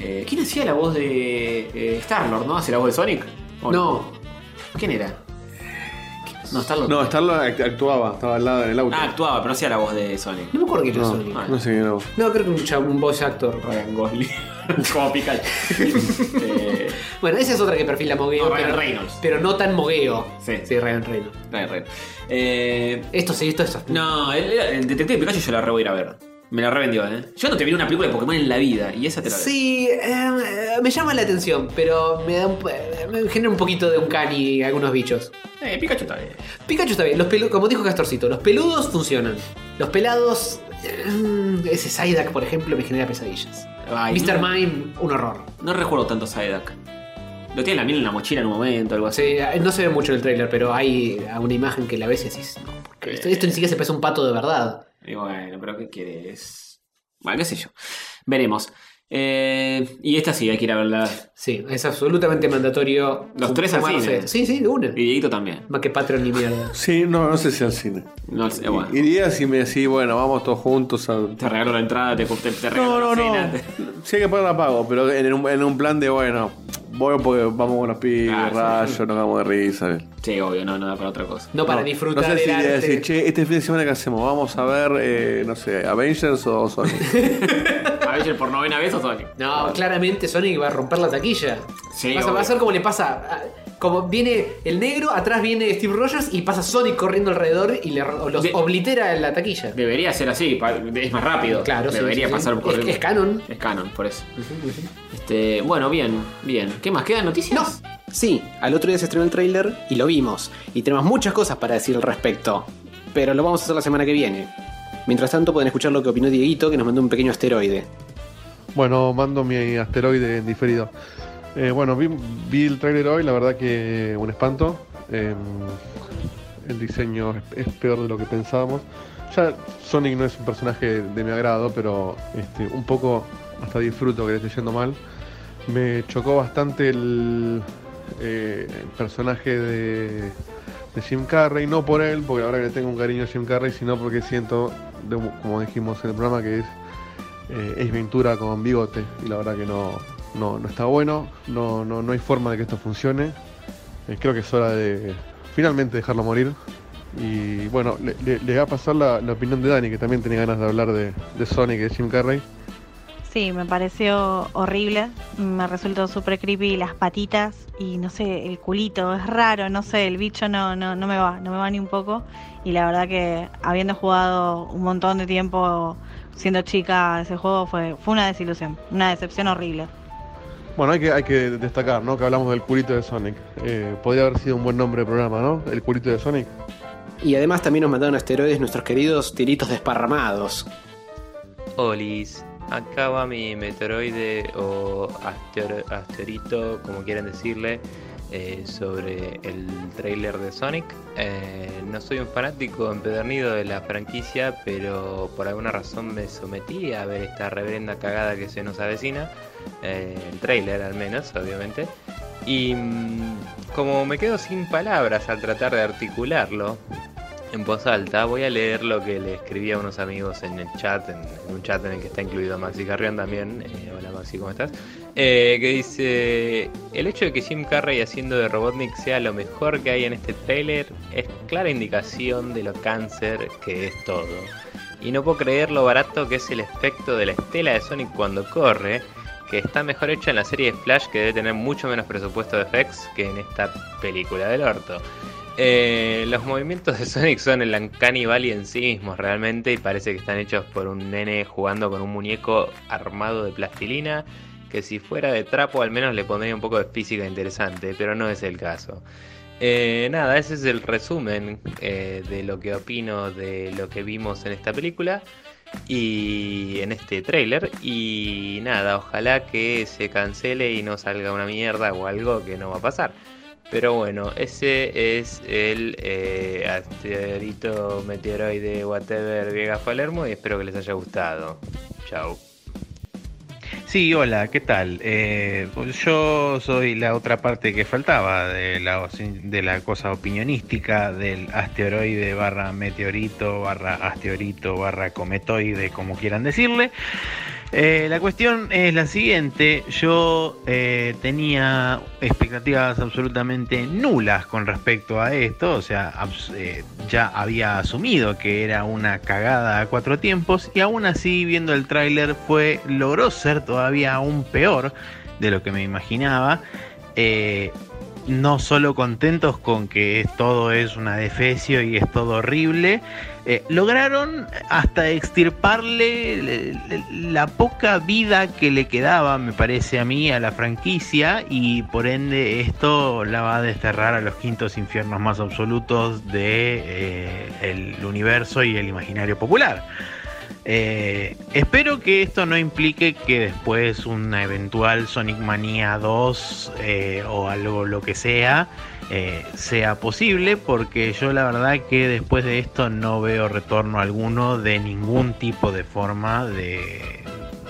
A: Eh, ¿Quién hacía la voz de eh, Star-Lord, no? ¿Hace la voz de Sonic? ¿O
B: No,
A: ¿Quién era? No, Star-Lord.
C: No, Starlo act- actuaba, estaba al lado en el auto.
A: Ah, actuaba, pero no hacía la voz de Sonic.
B: no me acuerdo quién era
C: no, Ah.
B: Sonic.
C: no sé quién era.
B: No, creo que un, chabón, un voice actor.
A: Ryan Gosling. <laughs> Como Pikachu. Eh,
B: Bueno, esa es otra que perfila mogueo.
A: No, Ryan
B: pero,
A: Reynolds.
B: Pero no tan mogueo.
A: Sí.
B: Ryan Reynolds.
A: Ryan Reynolds. Eh,
B: Esto sí, esto es.
A: no, el, el detective Pikachu yo la re voy a ir a ver. Me la revendió, ¿eh? Yo no te vi una película de Pokémon en la vida, y esa te la veo.
B: Sí, eh, eh, me llama la atención, pero me da un, eh, me genera un poquito de un cani algunos bichos.
A: Eh, Pikachu está bien.
B: Pikachu está bien, los pelu- como dijo Castorcito, los peludos funcionan. Los pelados. eh, ese Psyduck, por ejemplo, me genera pesadillas.
A: Ay,
B: Mr.
A: no,
B: Mime, un horror.
A: no recuerdo tanto Psyduck. Lo tiene la miel en la mochila en un momento, algo así.
B: Sí, no se ve mucho en el trailer, pero hay una imagen que la ves y decís, no, ¿por qué? esto, esto ni siquiera se parece a un pato de verdad.
A: Y bueno, pero ¿qué quieres? Bueno, qué sé yo. Veremos. Eh, y esta sí, hay que ir a verla.
B: Sí, es absolutamente mandatorio.
A: Los tres al
B: sumarse.
A: cine.
B: Sí, sí, de una.
A: Y Dieguito también.
B: Más que Patreon ni mierda.
C: Sí, no, no sé si al cine.
A: No sé, bueno.
C: Iría si me decís, bueno, vamos todos juntos a.
A: Te regalo la entrada, te, te, te regalo
C: No, no,
A: la cena,
C: no.
A: te-
C: Si hay que pagar, la pago, pero en un, en un plan de, bueno, voy porque vamos con los pibes,
A: Ah, sí,
C: rayos, nos vamos de risa.
A: Sí, obvio, no, no da para otra cosa.
B: No para
C: No,
B: disfrutar
C: No sé si
B: del
C: le
B: arte.
C: decís, che, este fin de semana que hacemos, vamos a ver, eh, no sé, Avengers o Sonic.
A: Avenger por novena vez o Sonic.
B: No, claramente Sonic va a romper la taquilla.
A: Sí,
B: Vas a- va a
A: obvio.
B: ser como le pasa. a- Como viene el negro, atrás viene Steve Rogers y pasa Sonic corriendo alrededor y le, ro- los
A: De-
B: oblitera en la taquilla.
A: Debería ser así, pa- es más rápido.
B: Claro, sí,
A: Debería
B: sí, sí.
A: pasar por
B: Es- es canon.
A: Es canon, por eso. Este, bueno, bien, bien. ¿Qué más? ¿Quedan noticias?
G: Sí, al otro día se estrenó el tráiler y lo vimos. Y tenemos muchas cosas para decir al respecto. Pero lo vamos a hacer la semana que viene. Mientras tanto pueden escuchar lo que opinó Dieguito, que nos mandó un pequeño asteroide.
H: Bueno, mando mi asteroide en diferido. Eh, bueno, vi, vi el tráiler hoy, la verdad que un espanto. Eh, el diseño es, es peor de lo que pensábamos. Ya Sonic no es un personaje de mi agrado, pero este, un poco hasta disfruto que le esté yendo mal. Me chocó bastante el, eh, el personaje de, de Jim Carrey, no por él, porque ahora que le tengo un cariño a Jim Carrey, sino porque siento, de- como dijimos en el programa, que es eh, Ace Ventura con bigote y la verdad que no, no, no está bueno, no, no, no hay forma de que esto funcione. Eh, creo que es hora de finalmente dejarlo morir. Y bueno, le, le- le va a pasar la, la opinión de Dani, que también tenía ganas de hablar de, de Sonic y de Jim Carrey.
I: Sí, me pareció horrible. Me resultó súper creepy las patitas y no sé, el culito. Es raro, no sé, el bicho no, no, no me va, no me va ni un poco. Y la verdad que habiendo jugado un montón de tiempo siendo chica a ese juego fue, fue una desilusión, una decepción horrible.
H: Bueno, hay que, hay que destacar, ¿no? Que hablamos del culito de Sonic. Eh, podría haber sido un buen nombre de programa, ¿no? El culito de Sonic.
G: Y además también nos mandaron asteroides nuestros queridos tiritos desparramados.
J: Olis, acá va mi meteoroide o aster- asterito, como quieran decirle, eh, sobre el tráiler de Sonic. Eh, no soy un fanático empedernido de la franquicia, pero por alguna razón me sometí a ver esta reverenda cagada que se nos avecina. Eh, el tráiler al menos, obviamente. Y mm, como me quedo sin palabras al tratar de articularlo, en voz alta, voy a leer lo que le escribí a unos amigos en el chat, en, en un chat en el que está incluido Maxi Carrión también. Eh, hola Maxi, ¿cómo estás? Eh, que dice: El hecho de que Jim Carrey haciendo de Robotnik sea lo mejor que hay en este trailer es clara indicación de lo cáncer que es todo. Y no puedo creer lo barato que es el efecto de la estela de Sonic cuando corre, que está mejor hecho en la serie de Flash, que debe tener mucho menos presupuesto de FX que en esta película del orto. Eh, los movimientos de Sonic son el Uncanny Valley en sí mismos realmente y parece que están hechos por un nene jugando con un muñeco armado de plastilina que si fuera de trapo al menos le pondría un poco de física interesante, pero no es el caso. Eh, nada, ese es el resumen eh, de lo que opino de lo que vimos en esta película y en este tráiler y nada, ojalá que se cancele y no salga una mierda o algo que no va a pasar. Pero bueno, ese es el eh, asteroidito meteoroide whatever Viegas Palermo y espero que les haya gustado. Chao.
K: Sí, hola, ¿qué tal? Eh, yo soy la otra parte que faltaba de la, de la cosa opinionística del asteroide barra meteorito barra asteorito barra cometoide, como quieran decirle. Eh, la cuestión es la siguiente, yo eh, tenía expectativas absolutamente nulas con respecto a esto, o sea, abs- eh, ya había asumido que era una cagada a cuatro tiempos y aún así viendo el tráiler fue logró ser todavía aún peor de lo que me imaginaba. Eh, no solo contentos con que es- todo es una defecio y es todo horrible, eh, lograron hasta extirparle le- le- la poca vida que le quedaba, me parece a mí, a la franquicia y por ende esto la va a desterrar a los quintos infiernos más absolutos de eh, el universo y el imaginario popular. Eh, espero que esto no implique que después una eventual Sonic Mania 2 eh, o algo lo que sea eh, sea posible, porque yo la verdad que después de esto no veo retorno alguno de ningún tipo de forma de,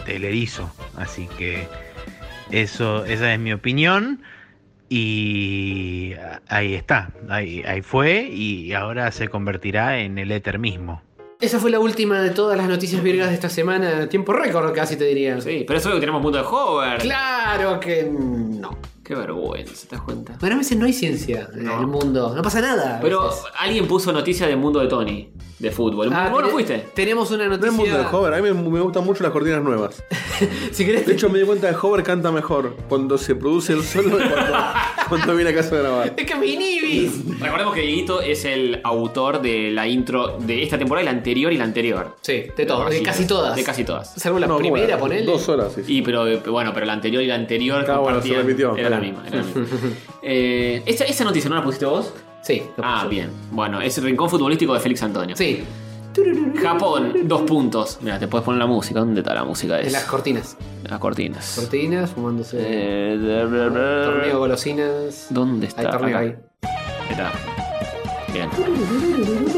K: del erizo. Así que eso, esa es mi opinión. Y ahí está, ahí, ahí fue y ahora se convertirá en el éter mismo.
B: Esa fue la última de todas las noticias virgas de esta semana. Tiempo récord casi te diría.
A: Sí, pero eso es lo que tenemos punto de hover.
B: Claro que no.
A: Qué vergüenza, ¿te das cuenta?
B: Bueno, a veces no hay ciencia en el mundo. No pasa nada. a
A: Pero
B: veces.
A: alguien puso noticia del mundo de Tony, de fútbol.
B: Ah,
A: ¿Vos no
B: tiene-
A: fuiste?
B: Tenemos una
C: No es mundo de
B: noticia.
C: Hover, a mí me, me gustan mucho las cortinas nuevas. De hecho, me di cuenta que Hover canta mejor cuando se produce el solo que cuando, cuando viene a casa a grabar.
B: ¡Es que mi inhibis!
A: Recordemos que Dieguito es el autor de la intro de esta temporada, y la anterior y la anterior.
B: Sí, de todo, de casi todas.
A: De casi todas.
B: Salvo la primera, ponele.
C: Dos horas, sí.
A: Y pero eh, bueno, pero la anterior y la anterior
C: Ah, bueno, se
A: compartían-
C: repitió.
A: era la
C: Claro.
A: misma. Era la misma.
C: <laughs>
A: Eh, ¿esa, esa noticia no la pusiste vos?
B: Sí.
A: Ah, bien. Bueno, es el rincón futbolístico de Félix Antonio.
B: Sí.
A: Japón, dos puntos. Mira, te puedes poner la música. ¿Dónde está la música?
B: En
A: Es?
B: las cortinas.
A: Las cortinas.
B: Cortinas, fumándose.
A: Eh, bla, bla, bla.
B: torneo golosinas.
A: ¿Dónde está? Ah,
B: Hay torneo
A: Acá.
B: ahí.
A: Ahí Está. Bien.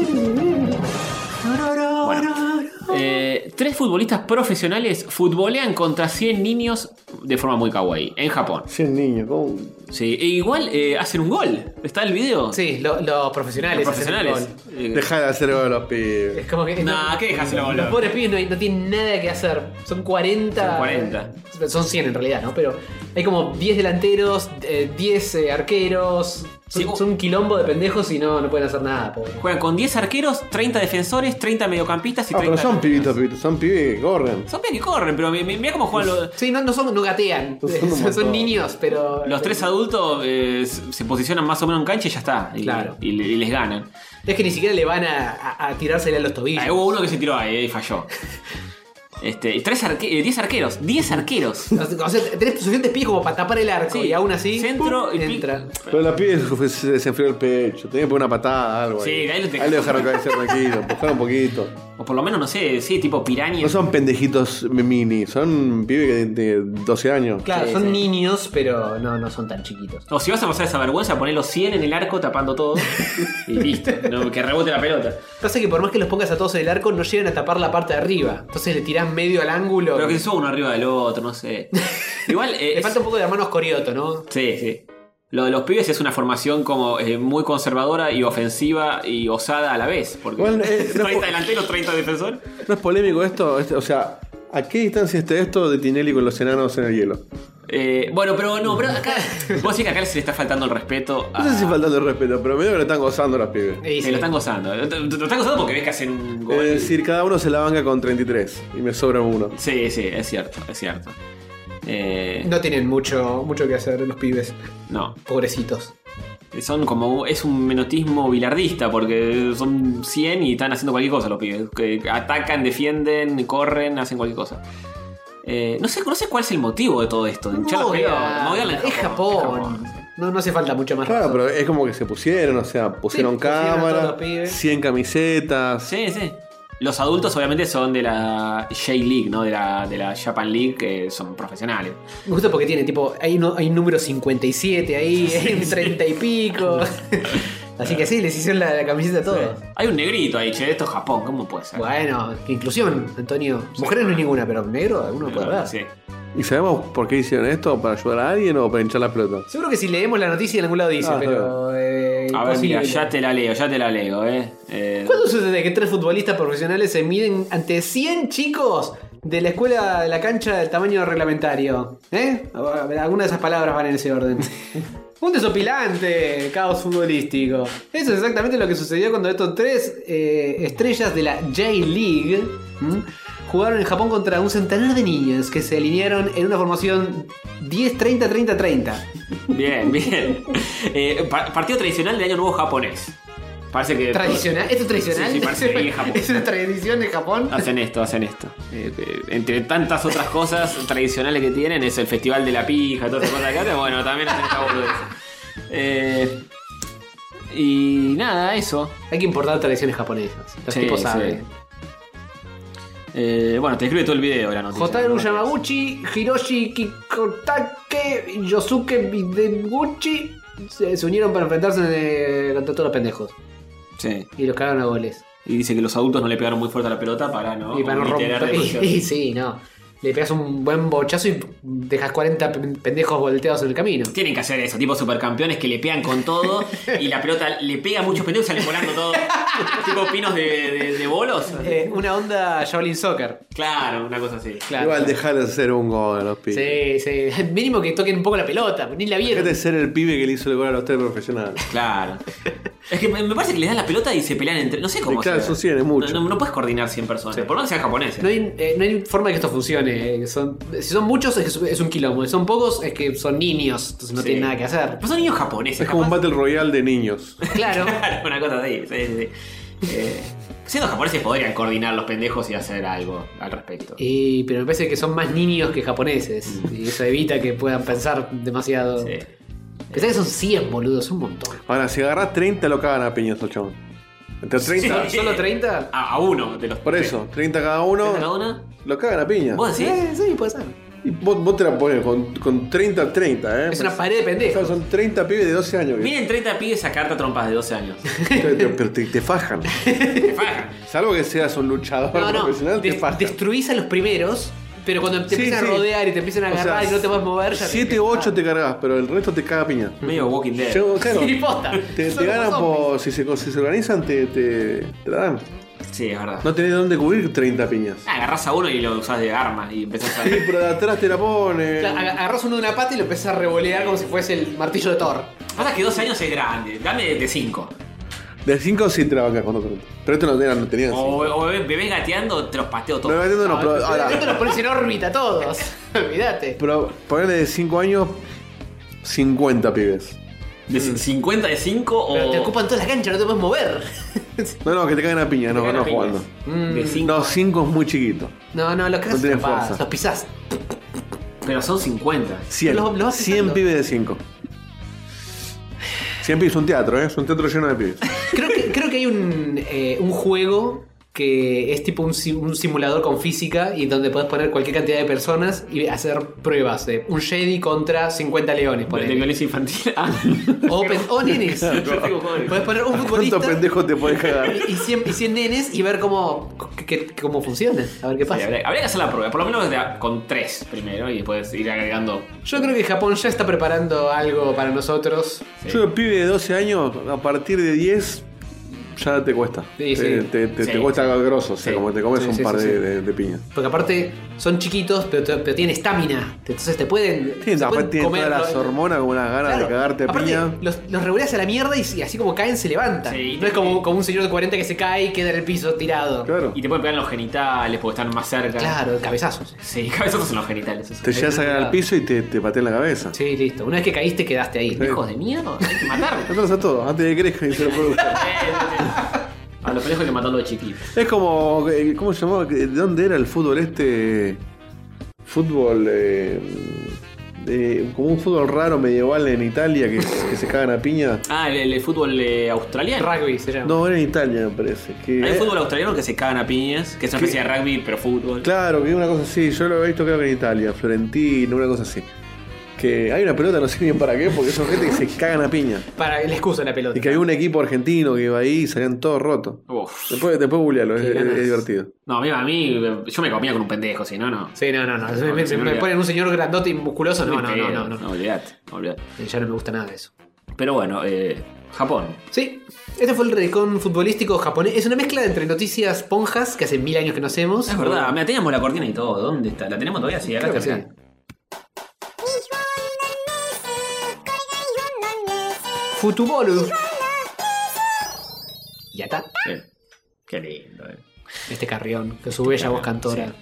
A: Eh, tres futbolistas profesionales futbolean contra 100 niños de forma muy kawaii en Japón.
C: 100 niños, ¿cómo?
A: Sí, e igual eh, hacen un gol. ¿Está el video?
B: Sí, lo- los profesionales.
A: Los profesionales.
B: hacen el gol.
A: Eh,
C: Deja de hacer gol a los pibes.
B: Es como que.
A: Nah, ¿qué dejas el gol?
B: Los pobres pibes no, hay- no tienen nada que hacer. Son 40.
A: Son 40.
B: Son 100 en realidad, ¿no? Pero hay como 10 delanteros, eh, 10 eh, arqueros. Son, son un quilombo de pendejos y no, no pueden hacer nada, pobre.
A: Juegan con 10 arqueros, 30 defensores, 30 mediocampistas y
C: Ah,
A: 30.
C: pero son pibitos, pibitos, son pibes que corren.
A: Son pibes que corren, pero mi- mi- mira cómo juegan los.
B: Sí, no, no, son, no gatean.
C: Son
B: <laughs>
C: un
B: Son,
C: montón.
B: niños, pero.
A: Los tres adultos eh, se se posicionan más o menos en cancha y ya está. Y,
B: Claro.
A: y le- y les ganan.
B: Es que ni siquiera le van a, a, a tirársele a los tobillos.
A: Ah, hubo uno que se tiró ahí eh, y
C: <laughs>
A: falló. Este, y tres arque- eh, 10 arqueros. 10 arqueros.
B: O sea, tenés suficientes pies como para tapar el arco
A: Sí.
B: y aún así.
A: Centro y
B: ¡pum!
A: pi-
B: entra.
C: Pero la pibe se- se desenfrió el pecho. Tenía que poner una patada, algo.
A: Sí, ahí lo te-
C: ahí lo dejaron caer tranquilo. Empujaron un poquito.
A: O por lo menos, no sé, sí, tipo piranha.
C: No son pendejitos mini, son pibes que de 12 años.
B: Claro,
A: Sí,
B: son
A: sí.
B: niños, pero no, no son tan chiquitos.
A: O si vas a pasar esa vergüenza, poner los 100 en el arco tapando todo.
C: <laughs>
A: y listo. No, que rebote la pelota.
B: Pasa que por más que los pongas a todos en el arco, no llegan a tapar la parte de arriba. Entonces le tirás medio al ángulo.
A: Pero que se suba uno arriba del otro, no sé. Igual. eh,
C: <laughs>
B: Le falta un poco de hermanos Corioto, ¿no?
A: Sí, sí. Lo de los pibes es una formación como eh, muy conservadora y ofensiva y osada a la vez. Porque <laughs>
C: Igual, eh, no-
A: 30 delanteros, 30 defensores.
C: ¿No es polémico esto? Este, O sea, ¿a qué distancia está esto de Tinelli con los enanos en el hielo?
A: Eh, bueno, pero no, pero
C: <laughs>
A: acá. Vos decís que acá se le está faltando el respeto a.
C: No sé si faltando el respeto, pero medio que lo están gozando los pibes.
B: Y
A: Se
B: sí. Eh,
A: lo están gozando. Lo lo están gozando porque ves que hacen un
C: Es
A: gol.
C: decir, cada uno se la banca con 33 y me sobra uno.
A: Sí, sí, es cierto, es cierto. Eh,
B: No tienen mucho, mucho que hacer los pibes.
A: no.
B: Pobrecitos.
A: Son como. Es un menotismo bilardista porque son 100 y están haciendo cualquier cosa los pibes. Que atacan, defienden, corren, hacen cualquier cosa. Eh, no, sé, no sé cuál es el motivo de todo esto. de hinchar los pelos. Mogollón en
B: es Japón. No, no hace falta mucho más.
C: Claro,
B: razón.
C: pero es como que se pusieron, o sea,
B: pusieron
C: pusieron
B: a todos
C: cámara,
B: los pibes.
C: 100 camisetas.
A: Sí, sí. Los adultos obviamente son de la J-League, ¿no? De la, de la Japan League, que son profesionales.
B: Me gusta porque tiene tipo. Hay, no, hay un número 57 ahí, hay un 30 y
A: <laughs>
B: pico. Así que sí, les hicieron la, la camiseta a todos.
A: Hay un negrito ahí, che, esto es Japón, ¿cómo puede ser?
B: Bueno, qué inclusión, Antonio. Mujeres no hay ninguna, pero negro alguno puede haber.
A: Sí.
C: ¿Y sabemos por qué hicieron esto? ¿Para ayudar a alguien o para hinchar las pelotas?
B: Seguro que si leemos la noticia en algún lado dice,
C: Ah,
B: pero. eh,
A: A ver, mira,
B: imposible.
A: ya te la leo, ya te la leo, ¿eh? Eh,
B: ¿Cuándo sucede que tres futbolistas profesionales se miden ante 100 chicos de la escuela de la cancha del tamaño reglamentario? ¿Eh? A- a- Alguna de esas palabras van en ese orden. Un desopilante caos futbolístico. Eso es exactamente lo que sucedió cuando estos tres eh, estrellas de la J-League ¿m? jugaron en Japón contra un centenar de niños que se alinearon en una formación 10-30-30-30.
A: Bien, bien. <laughs> Eh, pa- partido tradicional de Año Nuevo japonés. Parece que.
B: ¿Tradicional? ¿Esto es tradicional?
A: Sí, sí, parece que en Japón.
B: <laughs>
A: Ah.
B: ¿Es una tradición de Japón?
A: Hacen esto, hacen esto. Eh, eh, entre tantas otras cosas tradicionales que tienen, es el Festival de la Pija, todas esas cosas que hacen. Bueno, también hacen esta boludez. Eh, y nada, eso.
B: Hay que importar tradiciones japonesas. Los
A: Sí,
B: tipos
A: sí.
B: saben.
A: Eh, bueno, te escribe todo el video la noticia.
B: Hotaru Yamaguchi, Hiroshi Kikotake, Yosuke Mideguchi se, se unieron para enfrentarse de- contra todos los pendejos.
A: Sí.
B: Y los cagaron a goles.
A: Oh, Y dice que los adultos no le pegaron muy fuerte a la pelota para
B: <laughs>
A: no,
B: y para no
A: obliterar
B: romper.
A: demasiado.
B: Y, sí, no. le pegas un buen bochazo y dejas 40 pen- pendejos volteados en el camino.
A: Tienen que hacer eso, tipo supercampeones que le pegan con todo y la pelota le pega a muchos pendejos y salen volando
C: <laughs>
A: todo. tipo pinos de, de- de bolos.
B: Eh, una onda Shaolin Soccer.
A: Claro, una cosa así.
B: Claro.
C: Igual dejar de ser un gol a los pibes.
B: Sí, sí. <laughs> Mínimo que toquen un poco la pelota, ni la
C: Dejá
B: vieron.
C: de ser el pibe que le hizo el gol a los tres profesionales.
A: Claro. Es que me me parece que les dan la pelota y se pelean entre. No sé cómo.
C: Y claro,
A: se-
C: son 100, es mucho.
A: No, no- no puedes coordinar 100 personas. Por lo menos sean japoneses.
B: No hay, eh, no hay forma de que esto funcione. eh, son- si son muchos es, que es un quilombo. Si son pocos es que son niños. Entonces no
A: Sí.
B: tienen nada que hacer.
C: <laughs>
A: Pero son niños japoneses.
C: Es como un Battle Royale de niños.
B: Claro.
A: <laughs> una cosa así. sí, sí, sí. Eh, siendo japoneses podrían coordinar los pendejos y hacer algo al respecto.
B: Y- pero me parece que son más niños que japoneses.
C: Mm.
B: Y eso evita que puedan pensar demasiado. Pensá que son 100, boludo. Es un montón.
C: Ahora, si agarrás 30, lo cagan a piñas, chabón. Entre
B: ¿Solo-
C: 30.
B: ¿Solo 30?
A: A, a uno de los
C: Por eso, 30 cada uno.
A: cada uno?
C: Lo cagan a piña.
A: ¿Vos decís?
B: Eh, sí, puede ser.
C: Y vos, vos te la pones con, con 30 30, ¿eh?
B: Es una pared de pendejos.
C: Son 30 pibes de 12 años. que-
A: Miren 30 pibes a carta trompas de 12
C: <laughs>
A: años.
C: Pero te, <laughs> pero te- te fajan. Salvo que seas un luchador
B: No, no.
C: profesional, te
B: des-
C: fajan.
B: destruís a los primeros, pero cuando te
C: Sí,
B: empiezan
C: sí.
B: a rodear y te empiezan a
C: O sea,
B: agarrar y no te puedes mover, ya.
C: 7 o 8 te cargas, pero el resto te caga a piña.
A: Medio Walking Dead.
C: Yo, claro,
B: Sí, posta.
C: te,
B: Son
C: te ganan
B: como zombies.
C: por. Si se, si se organizan, te, te, te la dan.
A: Sí, es verdad.
C: No tenés dónde cubrir 30 piñas.
A: Ah, Agarrás a uno y lo usás de arma y empezás a.
C: Sí, pero de atrás te la ponen.
B: Claro, aga- agarrás uno de una pata y lo empezás a revolear como si fuese el martillo de Thor.
A: Pasa que 12 años es grande. Dame de 5.
C: De 5 sí te la bancas con otro. Pero esto no, eran- no tenían.
A: O, o bebés bebés gateando, te los pateo
C: No,
A: todos.
C: no, no,
B: Ah,
C: pero,
B: de
C: ahora,
B: repente los pones en órbita a todos. <laughs> Olvídate.
C: pero ponerle de 5 años 50 pibes.
A: ¿De
C: Mm.
A: c- 50 de 5 o.?
B: Pero te ocupan toda la cancha, no te puedes mover.
C: No, no, que te caigan a piña, no,
A: cagan a
C: no
A: piñas.
C: jugando.
B: Mm.
A: De 5.
C: No, 5 es muy chiquito.
B: No, no, los
C: No
B: cagas
C: tiene
B: trompadas,
C: fuerza.
B: los pisás.
A: Pero son 50.
C: 100.
B: Lo- lo vas
C: 100
B: pisando.
C: pibes de 5. 100 pibes, un teatro, ¿eh? Es un teatro lleno
B: <laughs>
C: de pibes.
B: Creo que, creo que hay un, eh, un juego que es tipo un, si- un simulador con física y donde puedes poner cualquier cantidad de personas y hacer pruebas de un Jedi contra 50 leones.
A: De, de
B: ponele.
A: violencia infantil. <laughs>
C: <laughs>
A: Ah.
B: O, pen- o nenes. Puedes poner un
C: ¿Cuántos
B: futbolista
C: pendejos te puedes cagar?
B: y 100, y 100 nenes y ver cómo, que- que- cómo funciona. A ver qué
A: Sí,
B: pasa.
A: habría, habría que hacer la prueba, por lo menos de a- con 3 primero y después ir agregando.
B: Yo creo que Japón ya está preparando algo para nosotros.
C: Yo, el pibe de 12 años, a partir de 10, ya te cuesta.
B: Sí,
C: te,
B: sí.
C: Te, te-
A: Sí.
C: te cuesta grosso, o sea,
A: Sí.
C: como te comes
B: Sí,
C: un
B: sí,
C: par
B: sí,
C: de,
B: sí.
C: de- de piñas.
B: Porque aparte son chiquitos, pero, te- pero tienen estamina. Entonces te pueden,
C: Sí,
B: se
C: aparte
B: pueden
C: tiene
B: comer
C: todas las
B: lo-
C: hormonas con unas ganas
B: Claro.
C: de cagarte a
B: Aparte,
C: piña.
B: Los, los regulás a la mierda y, y así como caen se levantan.
A: Sí.
B: no es como, como un señor de 40 que se cae y queda en el piso tirado. Claro,
C: Claro.
A: Y te pueden pegar en los genitales porque están más cerca.
B: cabezazos.
A: Sí, cabezazos en los genitales. eso.
C: Te llegas a caer al piso y te, te patean la cabeza.
B: Sí, listo. Una vez que caíste quedaste ahí.
A: Hijos de mierda, hay que
C: <laughs>
A: matarlos.
C: Atrás a todo, antes de que crezcan y se
B: <laughs>
C: lo produzcan.
A: <laughs> A los pendejos hay que matarlos de chiquitos.
C: Es como, eh, ¿cómo se llamaba? ¿De dónde era el fútbol este? Fútbol, eh, de- como un fútbol raro medieval en Italia que, que se cagan a piña.
A: Ah, el, el fútbol eh, australiano.
B: Rugby se llama.
C: No, era en Italia me parece. Que,
B: Eh,
A: Hay fútbol australiano que se cagan a piñas, que es una especie de rugby, pero fútbol.
C: Claro, que es una cosa así, yo lo he visto creo que en Italia, Florentino, una cosa así. Que hay una pelota, no sé bien para qué, porque son gente que se cagan a piña.
B: Para la excusa de la pelota.
C: Y que había un equipo argentino que iba ahí y salían todos rotos.
A: Uf.
C: Después, después googlealo, es,
B: Qué
C: es-
B: ganas.
C: es divertido.
A: No, a mí, a mí, yo me comía con un pendejo, si no, no.
B: Sí, no, no, no. Me-
A: No,
B: me,
A: señor,
B: me
A: ya.
B: ponen un señor grandote y musculoso. No,
A: Ni
B: no, no,
A: pedo.
B: no, no, no.
A: Olvidate, olvidate.
B: Ya no me gusta nada de eso.
A: Pero bueno, eh, Japón.
B: Sí, este fue el Redicón futbolístico japonés. Es una mezcla entre noticias ponjas que hace mil años que no hacemos.
A: Es verdad, mira, teníamos la cortina y todo. ¿Dónde está? ¿La tenemos todavía? Sí, acá
B: Creo que
A: está.
B: sí.
A: mirá.
B: Futubolu. Ya está.
A: Sí. Qué lindo, eh.
B: Este carrión, que su bella voz cantora.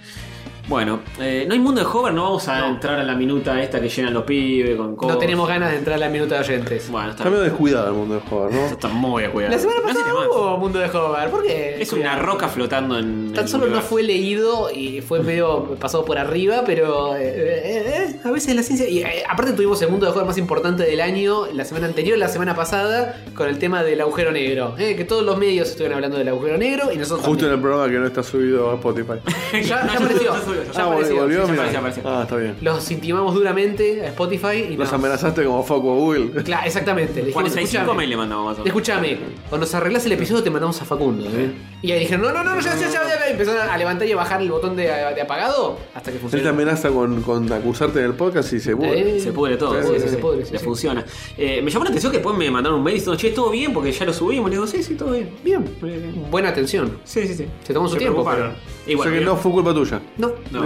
A: Bueno, eh, no hay mundo de hover, no vamos a entrar a la minuta esta que llenan los pibes con cosas.
B: No tenemos ganas de entrar a la minuta de oyentes.
A: Bueno, está,
C: Está medio descuidado el mundo del juego,
A: eso <laughs>
C: ¿no?
A: está muy a cuidado.
B: La semana
A: No sé
B: pasada
A: qué más.
B: hubo Mundo de Hover. ¿Por qué?
A: Es una roca flotando en.
B: Tan
A: el
B: solo no
A: universo.
B: fue leído y fue medio pasado por arriba, pero eh, eh, eh, a veces la ciencia. Y eh, aparte tuvimos el mundo de juego más importante del año la semana anterior, la semana pasada, con el tema del agujero negro. eh, que todos los medios estuvieron hablando del agujero negro y nosotros.
C: Justo en
B: también.
C: el programa que no está subido a Spotify.
B: <laughs> Ya, ya
C: <laughs>
A: No,
B: apareció.
A: yo-
B: volvió, ya apareció, sí,
A: yo-
C: Ah, volvió,
B: ya
C: mirá.
B: apareció, apareció.
C: Ah, está bien.
B: Los intimamos duramente a Spotify y
C: Los
B: nos-
C: amenazaste como foco a Google.
B: Claro, exactamente. Le dijimos,
A: 45
B: "Escuchame".
A: mail le mandamos más o menos.
B: Escúchame, cuando nos arreglás el episodio te mandamos a Facundo. ¿eh? Y ahí dijeron, no, no, no, no, ya, ya, ya, ya. Empezaron a levantar y a bajar el botón de, de apagado hasta que
C: Él te
B: funcionó.
C: amenaza con, con acusarte en el podcast y se
B: Eh,
C: pudre.
A: Se pudre todo,
C: Sí,
A: sí,
C: sí,
A: sí,
C: sí.
A: sí. le funciona. Eh, me llamó la atención que después me mandaron un mail diciendo, che, todo bien, porque ya lo subimos. Le digo, sí, sí, todo bien. Bien. eh,
B: Buena atención.
A: Sí, sí, sí.
B: Se tomó su
A: Se
B: tiempo.
A: preocuparon.
B: pero-
A: Y bueno,
C: o sea que no fue culpa tuya.
B: No.
A: No.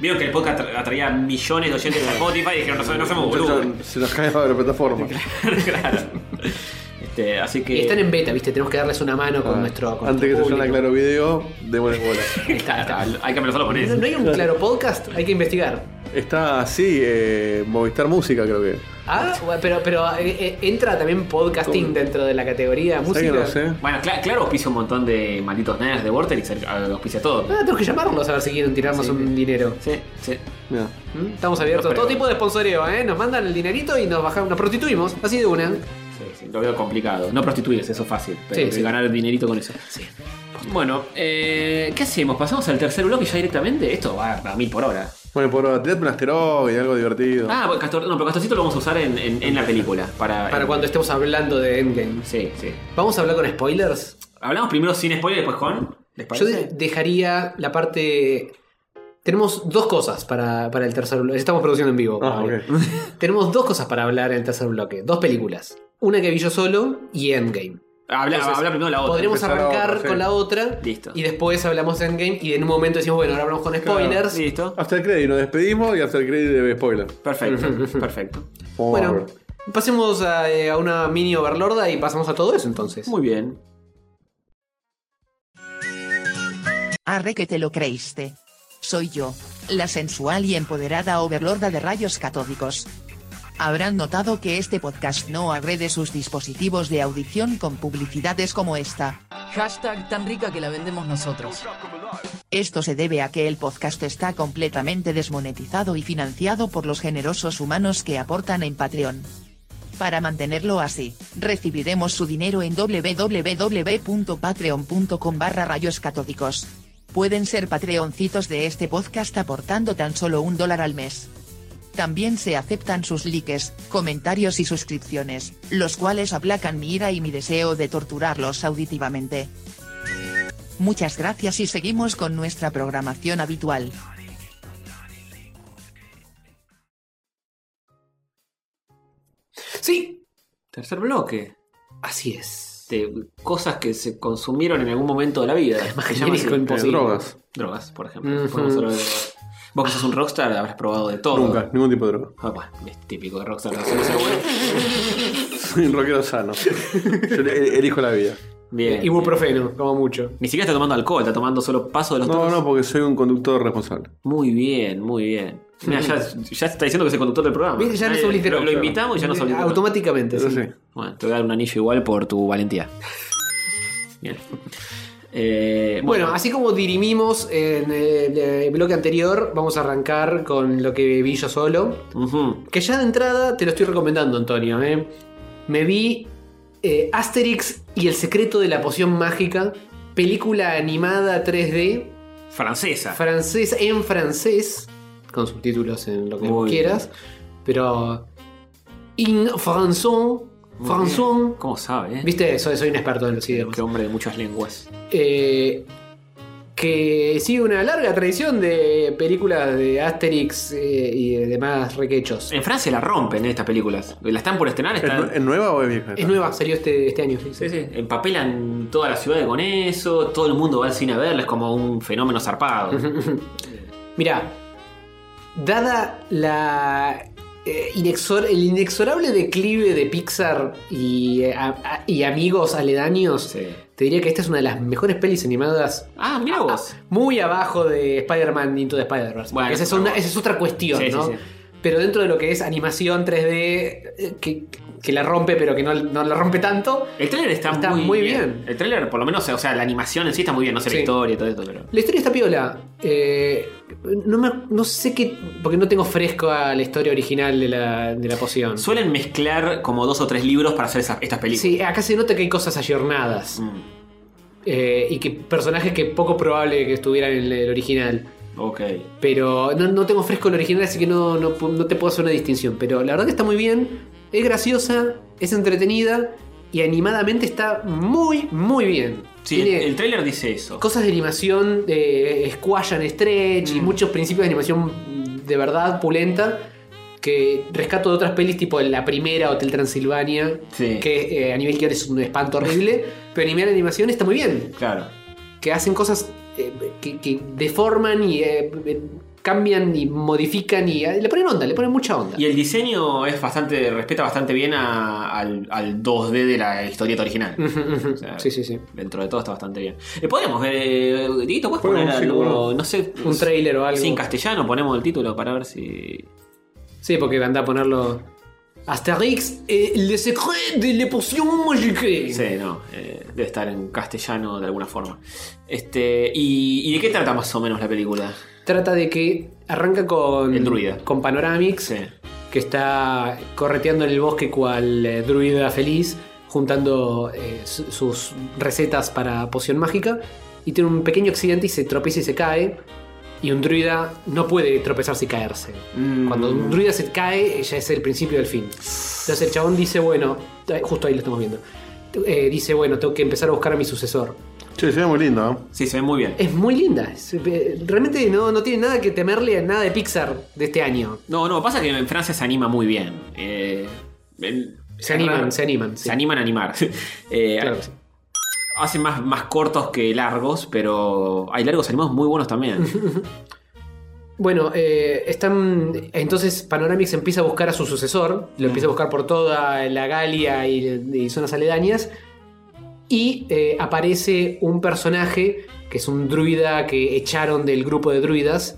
A: Vieron que el podcast atra- atraía millones de oyentes a Spotify y dijeron, no, no somos boludos. <laughs>
C: Se nos cae de la plataforma.
B: <laughs>
A: Este, así que.
B: Y están en beta, viste, tenemos que darles una mano con
C: Ah,
B: nuestro. Con
C: Antes que
B: nuestro
C: se llame
B: público.
C: Claro Video, démosle bola.
B: Está, está.
A: Hay que amenazarlo con
B: No,
A: eso.
B: no hay un claro podcast, hay que investigar.
C: Está así, eh, Movistar Música creo que.
B: Ah, bueno, pero, pero eh, eh, entra también podcasting dentro de la categoría música.
C: eh?
A: Bueno, cla- claro, auspicia un montón de malditos nerds de Vortex, eh, auspicia todo.
B: Ah, tenemos que llamarlos a ver si quieren tirarnos
A: Sí.
B: un dinero.
A: Sí, sí.
B: ¿Mm? Estamos abiertos a
A: Los
B: todo tipo
A: pregos.
B: de sponsoreo, ¿eh? Nos mandan el dinerito y nos bajamos, nos prostituimos, así de una.
A: Sí, sí, lo veo complicado. No prostituirse, eso es fácil. Pero
B: Sí,
A: sí,
B: sí.
A: ganar el dinerito con eso. Bueno, eh, ¿qué hacemos? ¿Pasamos al tercer bloque ya directamente? Esto va a mil por hora.
C: Bueno, por tirate un asteroide, algo divertido.
A: Ah, bueno, Castor, no, pero Castorcito lo vamos a usar en, en- en la película. Para,
B: Para cuando estemos hablando de Endgame.
A: Sí, sí.
B: ¿Vamos a hablar con spoilers?
A: Hablamos primero sin spoiler, después con. ¿Les
B: Yo
A: parece?
B: de- dejaría la parte. Tenemos dos cosas para, para el tercer bloque. Estamos produciendo en vivo.
C: Ah,
B: Pablo. Tenemos dos cosas para hablar en el tercer bloque. Dos películas. Una que vi yo solo y Endgame.
A: Habla,
B: Entonces,
A: habla primero la otra.
B: Podríamos
A: Empezar la
B: arrancar
A: otra, sí.
B: con la otra
A: Listo.
B: y después hablamos de Endgame y en un momento decimos, bueno, ahora hablamos con spoilers.
A: Listo.
C: After Credit, nos despedimos y After Credit de spoiler.
B: <laughs>
C: Oh,
A: Perfecto, perfecto.
B: Bueno, pasemos a, eh, a una mini overlorda y pasamos a todo eso entonces.
A: Muy bien.
L: Arre que te lo creíste. Soy yo, la sensual y empoderada overlorda de rayos catódicos. Habrán notado que este podcast no agrede sus dispositivos de audición con publicidades como esta.
M: Hashtag tan rica que la vendemos nosotros.
L: Esto se debe a que el podcast está completamente desmonetizado y financiado por los generosos humanos que aportan en Patreon. Para mantenerlo así, recibiremos su dinero en www.patreon.com barra rayos catódicos. Pueden ser patreoncitos de este podcast aportando tan solo un dólar al mes. También se aceptan sus likes, comentarios y suscripciones, los cuales aplacan mi ira y mi deseo de torturarlos auditivamente. Muchas gracias y seguimos con nuestra programación habitual.
B: Sí.
A: Tercer bloque.
B: Así es.
A: De cosas que se consumieron en algún momento de la vida. Es más
B: genérico imposible.
C: Drogas.
A: Drogas, por ejemplo.
C: Ujú.
A: Podemos hablar de drogas. Vos que sos un rockstar habrás probado de todo.
C: Nunca, ningún tipo de droga.
A: Ah, bueno, es típico de rockstar. no sé, no sé, bueno.
C: <laughs> Soy un rockero sano. Yo le- eh, elijo la vida.
A: Bien.
B: Ibuprofeno, como mucho.
A: Ni siquiera está tomando alcohol, está tomando solo paso de los
C: No,
A: toros.
C: no, porque soy un conductor responsable.
A: Muy bien, muy bien. Mira, ya, ya está diciendo que es el conductor del programa.
B: Viste, ya nos
A: Nadie-
B: obliteró.
A: Lo, lo invitamos y ya nos obliteró.
B: Automáticamente, sí.
A: Bueno, te voy a dar un anillo igual por tu valentía. Bien. Eh,
B: Bueno, así como dirimimos en el, eh, bloque anterior, vamos a arrancar con lo que vi yo solo. Que ya de entrada te lo estoy recomendando, Antonio. ¿eh? Me vi eh, Asterix y el secreto de la poción mágica, película animada 3D
A: Francesa.
B: francés en francés, con subtítulos en lo que
A: Muy
B: quieras, pero in français, français.
A: ¿Cómo sabe? eh?
B: Viste, soy, soy un experto en los idiomas.
A: Qué hombre de muchas lenguas.
B: Eh, que sigue una larga tradición de películas de Asterix eh, y de demás requechos.
A: En Francia la rompen eh, estas películas. La están por estrenar. Están...
C: ¿Es nueva o es vieja?
B: Es nueva, salió este, este año.
A: Sí, sí. Empapelan toda la ciudad con eso. Todo el mundo va al cine a verla. Es como un fenómeno zarpado.
B: <laughs> Mirá, dada la eh, inexor- el inexorable declive de Pixar y, eh, a- a- y amigos aledaños, te diría que esta es una de las mejores pelis animadas.
A: Ah, mira vos.
B: Muy abajo de Spider-Man Into the Spider-Verse.
A: Bueno,
B: esa, es
A: pero-
B: una- esa es otra cuestión,
A: Sí, sí,
B: ¿no?
A: sí.
B: Pero dentro de lo que es animación 3D, eh, que, que la rompe, pero que no, no la rompe tanto.
A: El tráiler está,
B: Está
A: muy,
B: muy
A: El tráiler, por lo menos, o sea, la animación en sí está muy bien. No sé
B: Sí.
A: la historia y todo esto, pero...
B: La historia está piola. Eh, no, me- no sé qué. Porque no tengo fresco a la historia original de la, de la poción.
A: Suelen mezclar como dos o tres libros para hacer esas- estas películas. Mm,
B: Sí, acá se nota que hay cosas ayornadas. Eh, y que personajes que poco probable que estuvieran en el original.
A: Ok.
B: Pero no, no tengo fresco el original, así que no, no pu- no te puedo hacer una distinción. Pero la verdad que está muy bien, es graciosa, es entretenida y animadamente está muy, muy bien.
A: Sí, el,
B: Tiene
A: el trailer dice eso.
B: cosas de animación, de squash and stretch
A: Mm.
B: y muchos principios de animación de verdad pulenta que rescato de otras pelis tipo la primera Hotel Transilvania, que eh, a nivel que es un espanto
A: <laughs>
B: horrible, pero a nivel de animación está muy bien.
A: Claro.
B: Que hacen cosas eh, que, que deforman y eh, eh, cambian y modifican y eh, le ponen onda, le ponen mucha onda.
A: Y el diseño es bastante, respeta bastante bien a- al, al 2D de la historieta original.
B: Ujú, ujú.
A: sí, sí, sí. Dentro de todo está bastante bien. Eh, podemos ver, eh, Dieguito, ¿puedes
B: Podemos,
A: poner
B: sí,
A: algo,
B: podemos.
A: no sé,
B: Un tráiler o algo.
A: Sí, en castellano ponemos el título para ver si...
B: Sí, porque anda a ponerlo. Asterix, eh, le secret de la poción magique.
A: Sí, no, eh, debe estar en castellano de alguna forma. Este, y, ¿Y de qué trata más o menos la película?
B: Trata de que arranca con.
A: El druida.
B: Con Panoramix. Que está correteando en el bosque cual eh, druida feliz. Juntando eh, su- sus recetas para poción mágica. Y tiene un pequeño accidente y se tropieza y se cae. Y un druida no puede tropezarse y caerse.
A: Mm.
B: Cuando un druida se cae, ya es el principio del fin. Entonces el chabón dice, bueno, eh, justo ahí lo estamos viendo. Eh, dice, bueno, tengo que empezar a buscar a mi sucesor.
H: Sí, se ve muy lindo, ¿no?
A: Sí, se ve muy bien.
B: Es muy linda. es- eh, realmente no, no tiene nada que temerle a nada de Pixar de este año.
A: No, no, pasa que en Francia se anima muy bien. Eh, el-
B: Se animan, se animan.
A: Se animan a animar. <laughs> Eh, Hacen más, más cortos que largos, pero hay largos animados muy
B: <laughs>
A: buenos también.
B: Bueno, eh, están. Entonces Panoramix empieza a buscar a su sucesor. Lo empieza a buscar por toda la Galia y, y zonas aledañas. Y eh, aparece un personaje que es un druida que echaron del grupo de druidas.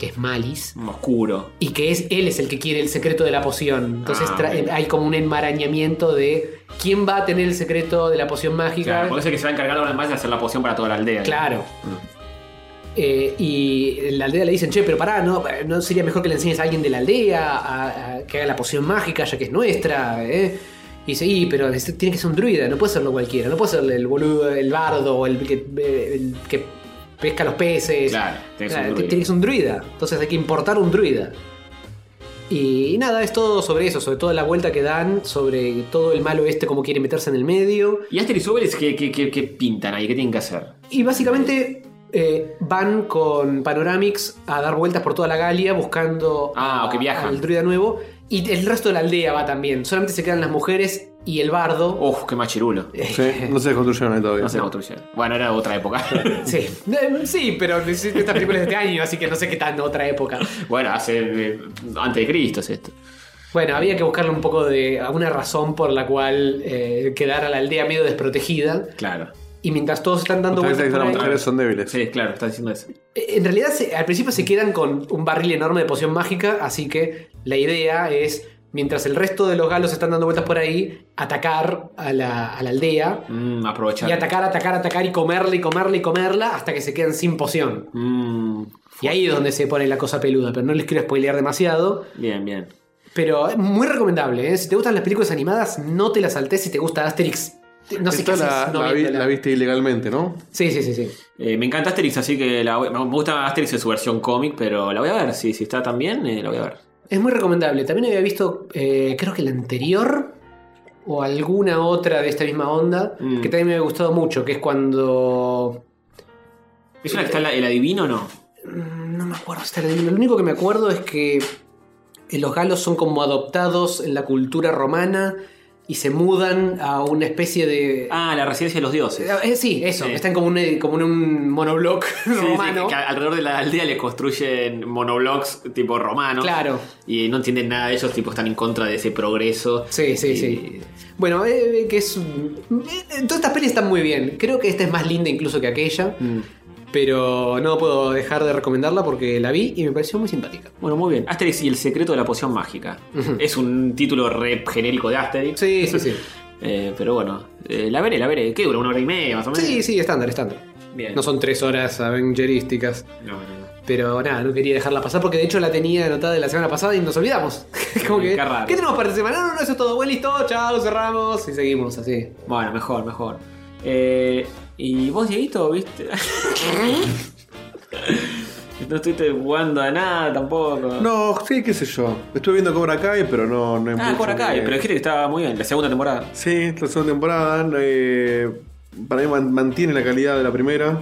B: Que es Malis.
A: Mm, Oscuro.
B: Y que es él es el que quiere el secreto de la poción. Entonces
A: Ah,
B: tra-
A: ok.
B: hay como un enmarañamiento de quién va a tener el secreto de la poción mágica.
A: Claro, porque es el que se va a encargar ahora más de hacer la poción para toda la aldea.
B: Claro.
A: Mm.
B: Eh, y en la aldea le dicen, che, pero pará, ¿no, ¿no sería mejor que le enseñes a alguien de la aldea a- a que haga la poción mágica, ya que es nuestra? eh?" Y dice, y, pero es- tiene que ser un druida, no puede serlo cualquiera, no puede ser el boludo, el bardo, o el que, el que pesca los peces.
A: Claro, tiene que ser un
B: Claro,
A: druida.
B: tiene que ser un druida. Entonces hay que importar un druida. Y nada, es todo sobre eso, sobre toda la vuelta que dan, sobre todo el malo este, cómo quiere meterse en el medio.
A: ¿Y Asterix y Obelix qué, qué- qué- qué pintan ahí? ¿Qué tienen que hacer?
B: Y básicamente eh, van con Panoramix a dar vueltas por toda la Galia buscando
A: Ah, ok, viajan.
B: al druida nuevo. Y el resto de la aldea va también. Solamente se quedan las mujeres y el bardo.
A: Uf, qué machirulo.
C: Sí, no se desconstruyeron ahí todavía.
A: No se construyeron. Bueno, era otra época. <laughs>
B: Sí, <laughs> Eh, sí, pero hiciste esta película es de este año, así que no sé qué tan otra época.
A: bueno, hace. eh, antes de Cristo es esto.
B: Bueno, había que buscarle un poco de alguna razón por la cual eh, quedara la aldea medio desprotegida.
A: Claro.
B: Y mientras todos están dando
C: Ustedes
B: vueltas. por
C: dicen que las
B: ahí- eh,
C: mujeres son débiles.
A: Sí, claro, está diciendo eso.
B: En realidad, se- al principio se quedan con un barril enorme de poción mágica, así que la idea es, mientras el resto de los galos están dando vueltas por ahí, atacar a la, a la aldea
A: Mm, aprovechar.
B: y atacar, atacar, atacar y comerla y comerla y comerla hasta que se quedan sin poción.
A: Mm,
B: y ahí es donde se pone la cosa peluda, pero no les quiero spoilear demasiado.
A: Bien, bien.
B: Pero es muy recomendable, ¿eh? si te gustan las películas animadas, no te las saltes si te gusta Asterix. No sé qué
C: Esta la,
B: haces no
C: la vi-
B: viéndola.
C: la viste ilegalmente, ¿no?
B: Sí, sí, sí, sí.
A: Eh, me encanta Asterix, así que la voy- me gusta Asterix en su versión cómic, pero la voy a ver. Si, si está tan bien, eh, la voy a ver.
B: Es muy recomendable. También había visto, eh, creo que la anterior o alguna otra de esta misma onda,
C: Mm.
B: que también me había gustado mucho, que es cuando...
A: ¿Es una que está la- el adivino o no?
B: Mm, No me acuerdo si está la adivino. Lo único que me acuerdo es que eh, los galos son como adoptados en la cultura romana y se mudan a una especie de...
A: Ah, la residencia de los dioses.
B: Eh, eh, sí, eso. Están como, un- eh, como en un monobloc <laughs>
A: Sí, sí,
B: romano.
A: que alrededor de la aldea le construyen monoblocks tipo romanos.
B: Claro.
A: Y no entienden nada de ellos, tipo están en contra de ese progreso.
B: Sí, sí, sí. Bueno, eh, eh, que es... un- eh, eh, todas estas pelis están muy bien. Creo que esta es más linda incluso que aquella.
A: Mm.
B: Pero no puedo dejar de recomendarla porque la vi y me pareció muy simpática.
A: Bueno, muy bien. Asterix y el secreto de la poción mágica.
B: Ujú.
A: Es un título re genérico de Asterix.
B: Sí, sí, sí.
A: Eh, pero bueno, eh, la veré, la veré. ¿Qué dura? ¿Una hora y media más o menos?
B: Sí, sí, estándar, estándar.
A: Bien.
B: No son tres horas avengerísticas. Pero nada, no quería dejarla pasar porque de hecho la tenía anotada de la semana pasada y nos olvidamos. <laughs> Como que,
A: Qué raro.
B: ¿Qué tenemos para esta semana? No, no, no, eso es todo. Bueno, listo, chao, cerramos y seguimos así.
A: Bueno, mejor, mejor. Eh, ¿Y vos, Dieguito, viste? <laughs> No estuviste jugando a nada tampoco.
C: No, sí, qué sé yo. Estuve viendo Cobra Kai, pero no, no hay
A: Ah,
C: mucho
A: Cobra Kai,
C: que-
A: pero dijiste que estaba muy bien, la segunda temporada.
C: Sí, la segunda temporada. eh, para mí man- mantiene la calidad de la primera.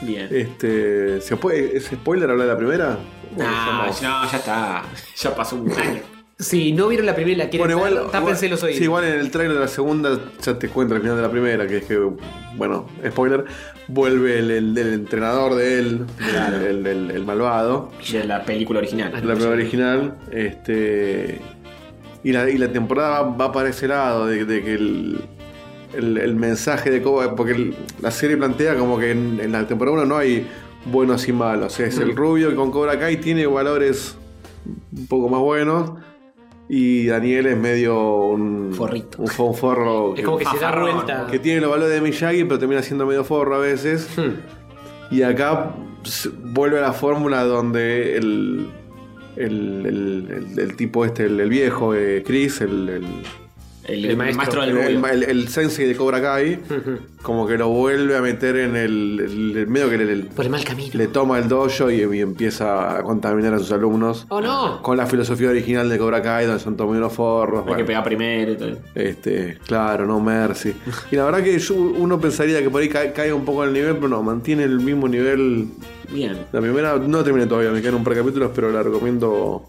A: Bien.
C: Este, ¿se puede, ¿Es spoiler hablar de la primera?
A: Ah, no, ya está. Ya pasó un año.
B: Si no vieron la primera y la quieren ver, tápense los oídos.
C: Sí, igual en el trailer de la segunda ya te cuenta el final de la primera, que es que, bueno, spoiler, vuelve el, el- el entrenador de él, el, el- el- el malvado.
A: De la película original.
C: La película original, este. Y la, y la temporada va, va para ese lado, de, de que el, el- el mensaje de Cobra, porque el- la serie plantea como que en, en la temporada 1 no hay buenos y malos, es
B: Mm.
C: el rubio que con Cobra Kai tiene valores un poco más buenos. Y Daniel es medio un. Forrito. Un, fo- un forro.
B: Es como que se da
C: Mafarrón.
B: vuelta.
C: Que tiene los valores de Miyagi, pero termina siendo medio forro a veces. Y acá se- vuelve a la fórmula donde el. El, el- el- el tipo este, el, el viejo, eh, Chris, el. El,
A: El maestro del
C: el-
A: rubio.
C: el- el sensei de Cobra Kai, como que lo vuelve a meter en el. el- el medio que le,
B: Por el mal camino.
C: Le toma el dojo y, y empieza a contaminar a sus alumnos.
B: ¡Oh, no!
C: Con la filosofía original de Cobra Kai, donde son todos unos forros.
A: Hay que pegar primero y tal.
C: Este, claro, no mercy. Y la verdad que yo- uno pensaría que por ahí ca- caiga un poco el nivel, pero no, mantiene el mismo nivel.
A: Bien.
C: La primera no terminé todavía, me quedan un par de capítulos, pero la recomiendo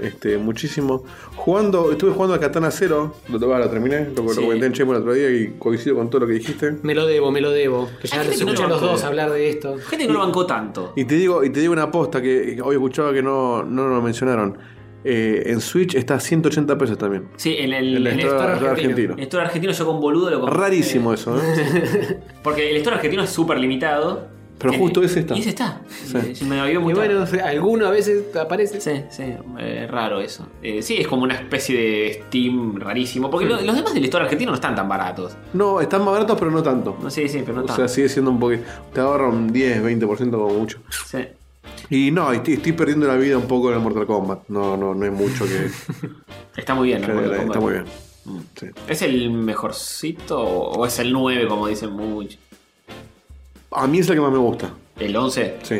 C: este, muchísimo. Jugando, estuve jugando a Katana Zero, lo, ah, lo terminé, lo, lo
B: Sí.
C: comenté en Chemo el otro día y coincido con todo lo que dijiste.
B: Me lo debo, me lo debo. Que ya nos
C: Hay gente que no
B: escuchan
C: lo
B: los
C: bancó.
B: dos hablar de esto.
A: Gente que no lo bancó tanto.
C: Y te digo, y te digo una aposta que hoy escuchaba que no, no lo mencionaron. Eh, en Switch está a 180 pesos también.
A: Sí, en el,
C: El
A: en
C: store argentino.
A: En el store argentino yo con boludo lo compré.
C: Rarísimo eso, ¿eh? ¿no?
A: Porque el store argentino es súper limitado.
C: Pero
A: Tiene-
C: justo ese está.
A: Y ese está.
C: Sí.
A: Se me había
B: Y
A: gustado.
B: bueno, alguno a veces aparece.
A: Sí, sí. Eh, raro eso. Eh, sí, es como una especie de Steam rarísimo. Porque
C: Hmm.
A: lo- los demás del store argentino no están tan baratos.
C: No, están más baratos, pero no tanto.
A: No, sí, sí, pero no
C: O
A: tanto.
C: sea, sigue siendo un poquito. Te ahorra un 10, 20% como mucho.
A: Sí.
C: Y no, y estoy, estoy perdiendo la vida un poco en el Mortal Kombat. No, no, no hay
B: <laughs>
C: mucho que.
A: Está muy bien. el
C: que-
A: Mortal Kombat.
C: está muy bien.
B: Mm.
C: Sí.
A: ¿Es el mejorcito o o es el 9, como dicen mucho?
C: A mí es el que más me gusta.
A: ¿El 11?
C: Sí.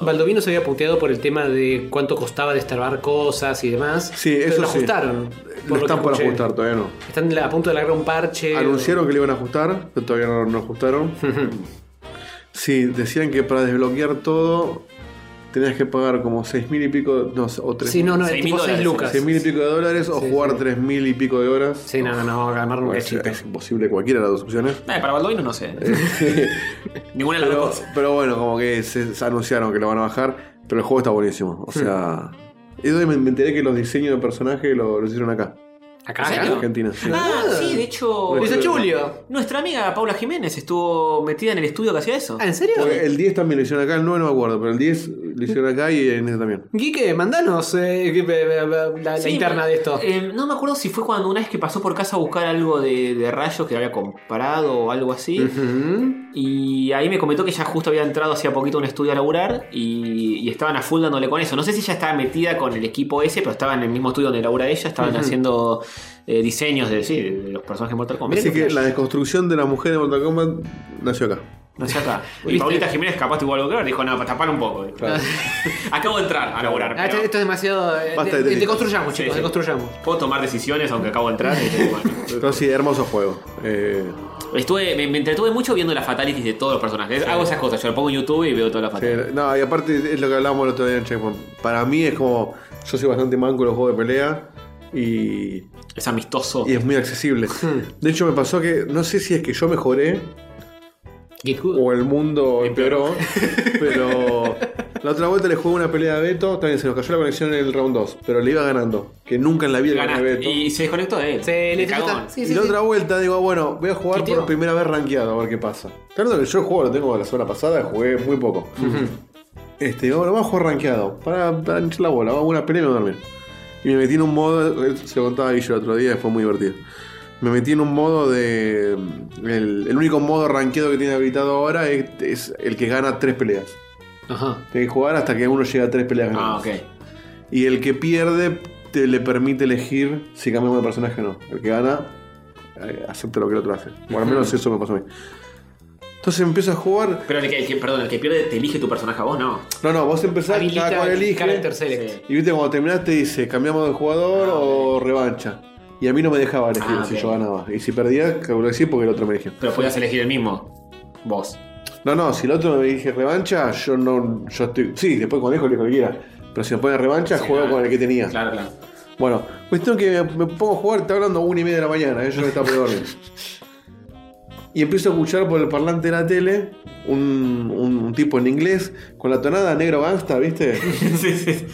B: Baldovino se había puteado por el tema de cuánto costaba destrabar cosas y demás.
C: Sí, eso
B: pero lo
C: sí.
B: ajustaron.
C: No
B: lo que
C: están por
B: escuché. Eh,
C: ajustar, todavía no.
B: Están a punto de largar un parche.
C: Anunciaron que le iban a ajustar, pero todavía no, no
B: <laughs>
C: ajustaron. sí, decían que para desbloquear todo tenías que pagar como 6 mil y pico, no, o 3
B: Sí, no, no, tipo seis lucas.
C: mil y pico de dólares o jugar 3 mil y pico de horas. Sí,
B: no, no, no, ganar
C: un Pues, es, es imposible cualquiera de las dos opciones.
A: Eh, para Baldovino no <laughs> sé. Ninguna de <laughs> las
C: pero,
A: dos cosas.
C: pero bueno, como que se, se anunciaron que lo van a bajar, pero el juego está buenísimo. O sea.
A: Hmm.
C: Es donde me me enteré que los diseños de personajes lo- los hicieron acá.
A: ¿Acá?
C: En
A: ¿Acá?
C: Argentina. sí.
A: Ah, sí, de hecho.
C: Lo hizo Julio.
A: Nuestra amiga Paula Jiménez estuvo metida en el estudio que hacía eso.
B: Ah, ¿en serio?
C: Porque el 10 también lo hicieron acá, el 9 no me acuerdo, pero el 10 lo hicieron acá y en ese también.
B: Quique, mandanos eh, que- be- be- be- la, la
A: Sí,
B: interna de esto.
A: eh, no me acuerdo si fue cuando una vez que pasó por casa a buscar algo de, de rayos que había comprado o algo así. Y ahí me comentó que ya justo había entrado hacía poquito a un estudio a laburar y, y estaban a full dándole con eso. No sé si ya estaba metida con el equipo ese, pero estaba en el mismo estudio donde labura ella. Estaban
C: Ujú.
A: haciendo eh, diseños de, sí, de los personajes de Mortal Kombat.
C: Así
A: Mirá Oh, qué
C: que
A: flash.
C: la desconstrucción de la mujer de Mortal Kombat nació acá.
A: Nació
B: <laughs>
A: acá. Y
B: ¿Viste?
A: Paulita Jiménez capaz tuvo algo que ver. Dijo, no, para tapar un poco. <laughs> Acabo de entrar a laburar.
B: Ah, esto,
A: pero
B: esto es demasiado. eh,
A: Basta de
B: de- de-
A: tenis.
B: deconstruyamos,
A: Sí,
B: chicos,
A: sí.
B: deconstruyamos.
A: Puedo tomar decisiones aunque acabo de entrar. Y,
B: <laughs>
A: bueno.
C: Pero sí, hermoso juego. Eh,
A: Estuve, me, me entretuve mucho viendo las fatalities de todos los personajes. Hago esas cosas, yo lo pongo en YouTube y veo todas las
C: sí,
A: fatalities.
C: eh, no, y aparte es lo que hablábamos el otro día en Checkpoint. Para mí es como. Yo soy bastante manco en los juegos de pelea y.
A: Es amistoso.
C: Y es muy accesible. De hecho, me pasó que. No sé si es que yo mejoré. O el mundo empeoró. pero. La otra vuelta le jugué una pelea a Beto. También se nos cayó la conexión en el round 2. Pero le iba ganando. Que nunca en la vida le gané a
A: Ganaste.
C: Beto.
A: Y se desconectó de él. Se
B: le está- sí,
C: y
B: sí,
C: la
B: sí.
C: otra vuelta digo, bueno, voy a jugar por primera vez rankeado, a ver qué pasa. Claro que yo el juego lo tengo la semana pasada, jugué muy poco. Este, digo, bueno, vamos a jugar rankeado, para, para hinchar la bola, vamos a una pelea y me voy a dormir. Y me metí en un modo, eh, se lo contaba Guillo el otro día, fue muy divertido. Me metí en un modo de. El, el único modo rankeado que tiene habilitado ahora es, es el que gana tres peleas.
B: Ajá.
C: Tienes que jugar hasta que uno llega a tres peleas
A: Ah,
C: ganadas.
A: ok.
C: Y el que pierde te le permite elegir si cambiamos de personaje o no. El que gana eh, acepta lo que el otro hace. O al menos
A: Ujú.
C: eso me pasó a mí. Entonces empiezo a jugar.
A: Pero el que, el que- perdón, el que pierde te elige tu personaje a vos, no.
C: No, no, vos empezás,
A: Habilita
C: cada cual
A: el
C: elige.
A: character select.
C: Y viste, cuando terminás te dice, cambiamos de jugador o revancha. Y a mí no me dejaba elegir
A: Ah,
C: si
A: ok.
C: yo ganaba. Y si perdía, calculo que sí, porque el otro me eligió.
A: Pero podías elegir el mismo. Vos.
C: No, no, si el otro me elige revancha, yo no. Yo estoy. Sí, después con elijo elijo lo que quiera. Pero si me pone revancha,
A: Sí,
C: juego
A: claro.
C: con el que tenía.
A: Claro, claro. <laughs>
C: Bueno, cuestión que me, me pongo a jugar, está hablando a una y media de la mañana, eh, yo no estaba por dormir. Y empiezo a escuchar por el parlante de la tele un, un- un tipo en inglés con la tonada negro gangsta,
A: <laughs>
C: ¿viste?
A: sí, sí.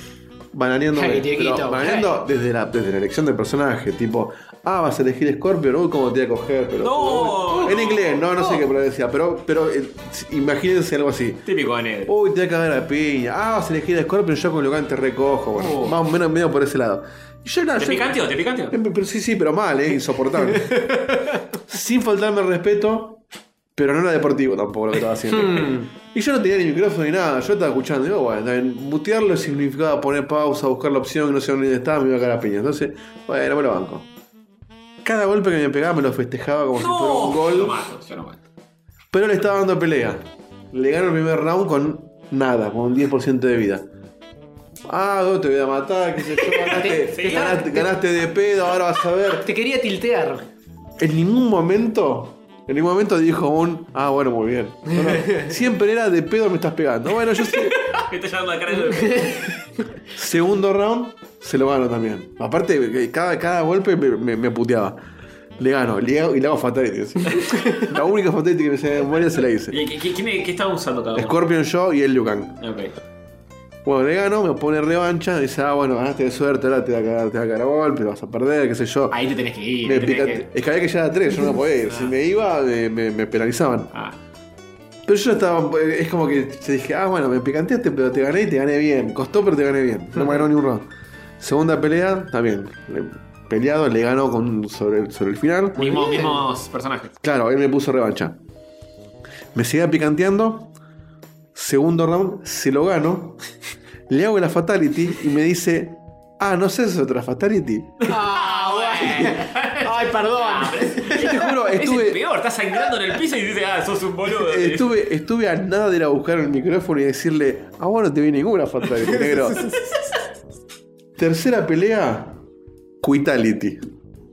C: Bananeando,
B: Hey, Dieguito,
C: bananeando desde, la, desde la elección del personaje, tipo, ah, vas a elegir Scorpion, uy, cómo te voy a coger, pero.
A: ¡No!
C: En inglés, no, no, sé qué decía, pero, pero eh, imagínense algo así.
A: Típico de negro.
C: Uy, te voy a cagar a piña. Ah, vas a elegir a Scorpion, yo colocante te recojo. Bueno, más o menos medio por ese lado. Y yo, nada,
A: Oh. ¿Te
C: yo-
A: picanteo? ¿Te picanteo?
C: Eh, Pero sí, sí, pero mal, eh, insoportable. Sin faltarme el respeto, pero no era deportivo tampoco lo que estaba haciendo.
B: Hmm.
C: y yo no tenía ni micrófono ni nada, yo estaba escuchando. Digo, bueno, está bien, mutearlo significaba poner pausa, buscar la opción, no sé dónde estaba, me iba a cagar a piña. Entonces, bueno, me lo banco. Cada golpe que me pegaba me lo festejaba como si fuera un gol.
A: Yo no mato, yo no mato. <laughs>
C: Pero le estaba dando pelea. Le gano el primer round con nada, con un 10% de vida. Ah, no te voy a matar, qué sé yo, ganaste,
B: Te- te-
C: ganaste- ganaste de pedo, ahora vas a ver.
B: Te quería tiltear.
C: En ningún momento, en ningún momento dijo un, ah, bueno, muy bien. No, no, siempre era de pedo me estás pegando. Bueno, yo sé.
A: Me está llamando la cara de
C: Segundo round, se lo gano también. Aparte, eh, cada, cada golpe me, me- me puteaba. Le gano, le hago, y le hago fatality. así. La única fatality que me se me memoria se la hice.
A: ¿Y qué- qué, quién es- qué estaba usando cada uno?
C: Scorpion yo y el Lucan.
A: Ok.
C: Bueno, le gano, me pone revancha, dice, ah, bueno, ganaste de suerte, ahora te va a cagar, te va a cagar a golpe, vas a perder, qué sé yo.
A: Ahí te tenés que ir.
C: Me
A: te tenés
C: pica- Es que había que llegar a tres, yo no podía ir. Si me iba, eh, me, me penalizaban.
A: Ah,
C: Pero yo estaba. eh, Es como que se dije, ah, bueno, me picanteaste, pero te gané y te gané bien. Costó, pero te gané bien. No me ganó ni un round. Segunda pelea, también. Le- Peleado, le ganó con, sobre, el- sobre el final.
A: que- Mismo- mismos
C: <laughs>
A: personajes.
C: Claro, él me puso revancha. Me seguía picanteando. Segundo round, se lo gano. Le hago la fatality y me dice, ah, no sé, es otra fatality.
B: Ah, bueno. Ay, perdón.
C: Yo te juro,
A: <laughs> Es
C: estuve-
A: el peor, estás sangrando en el piso y dices, ah, sos un
B: <laughs>
A: boludo.
C: Estuve, estuve a nada de ir a buscar el micrófono y decirle, ah, vos no te vi ninguna fatality, negro. Tercera pelea, Quitality.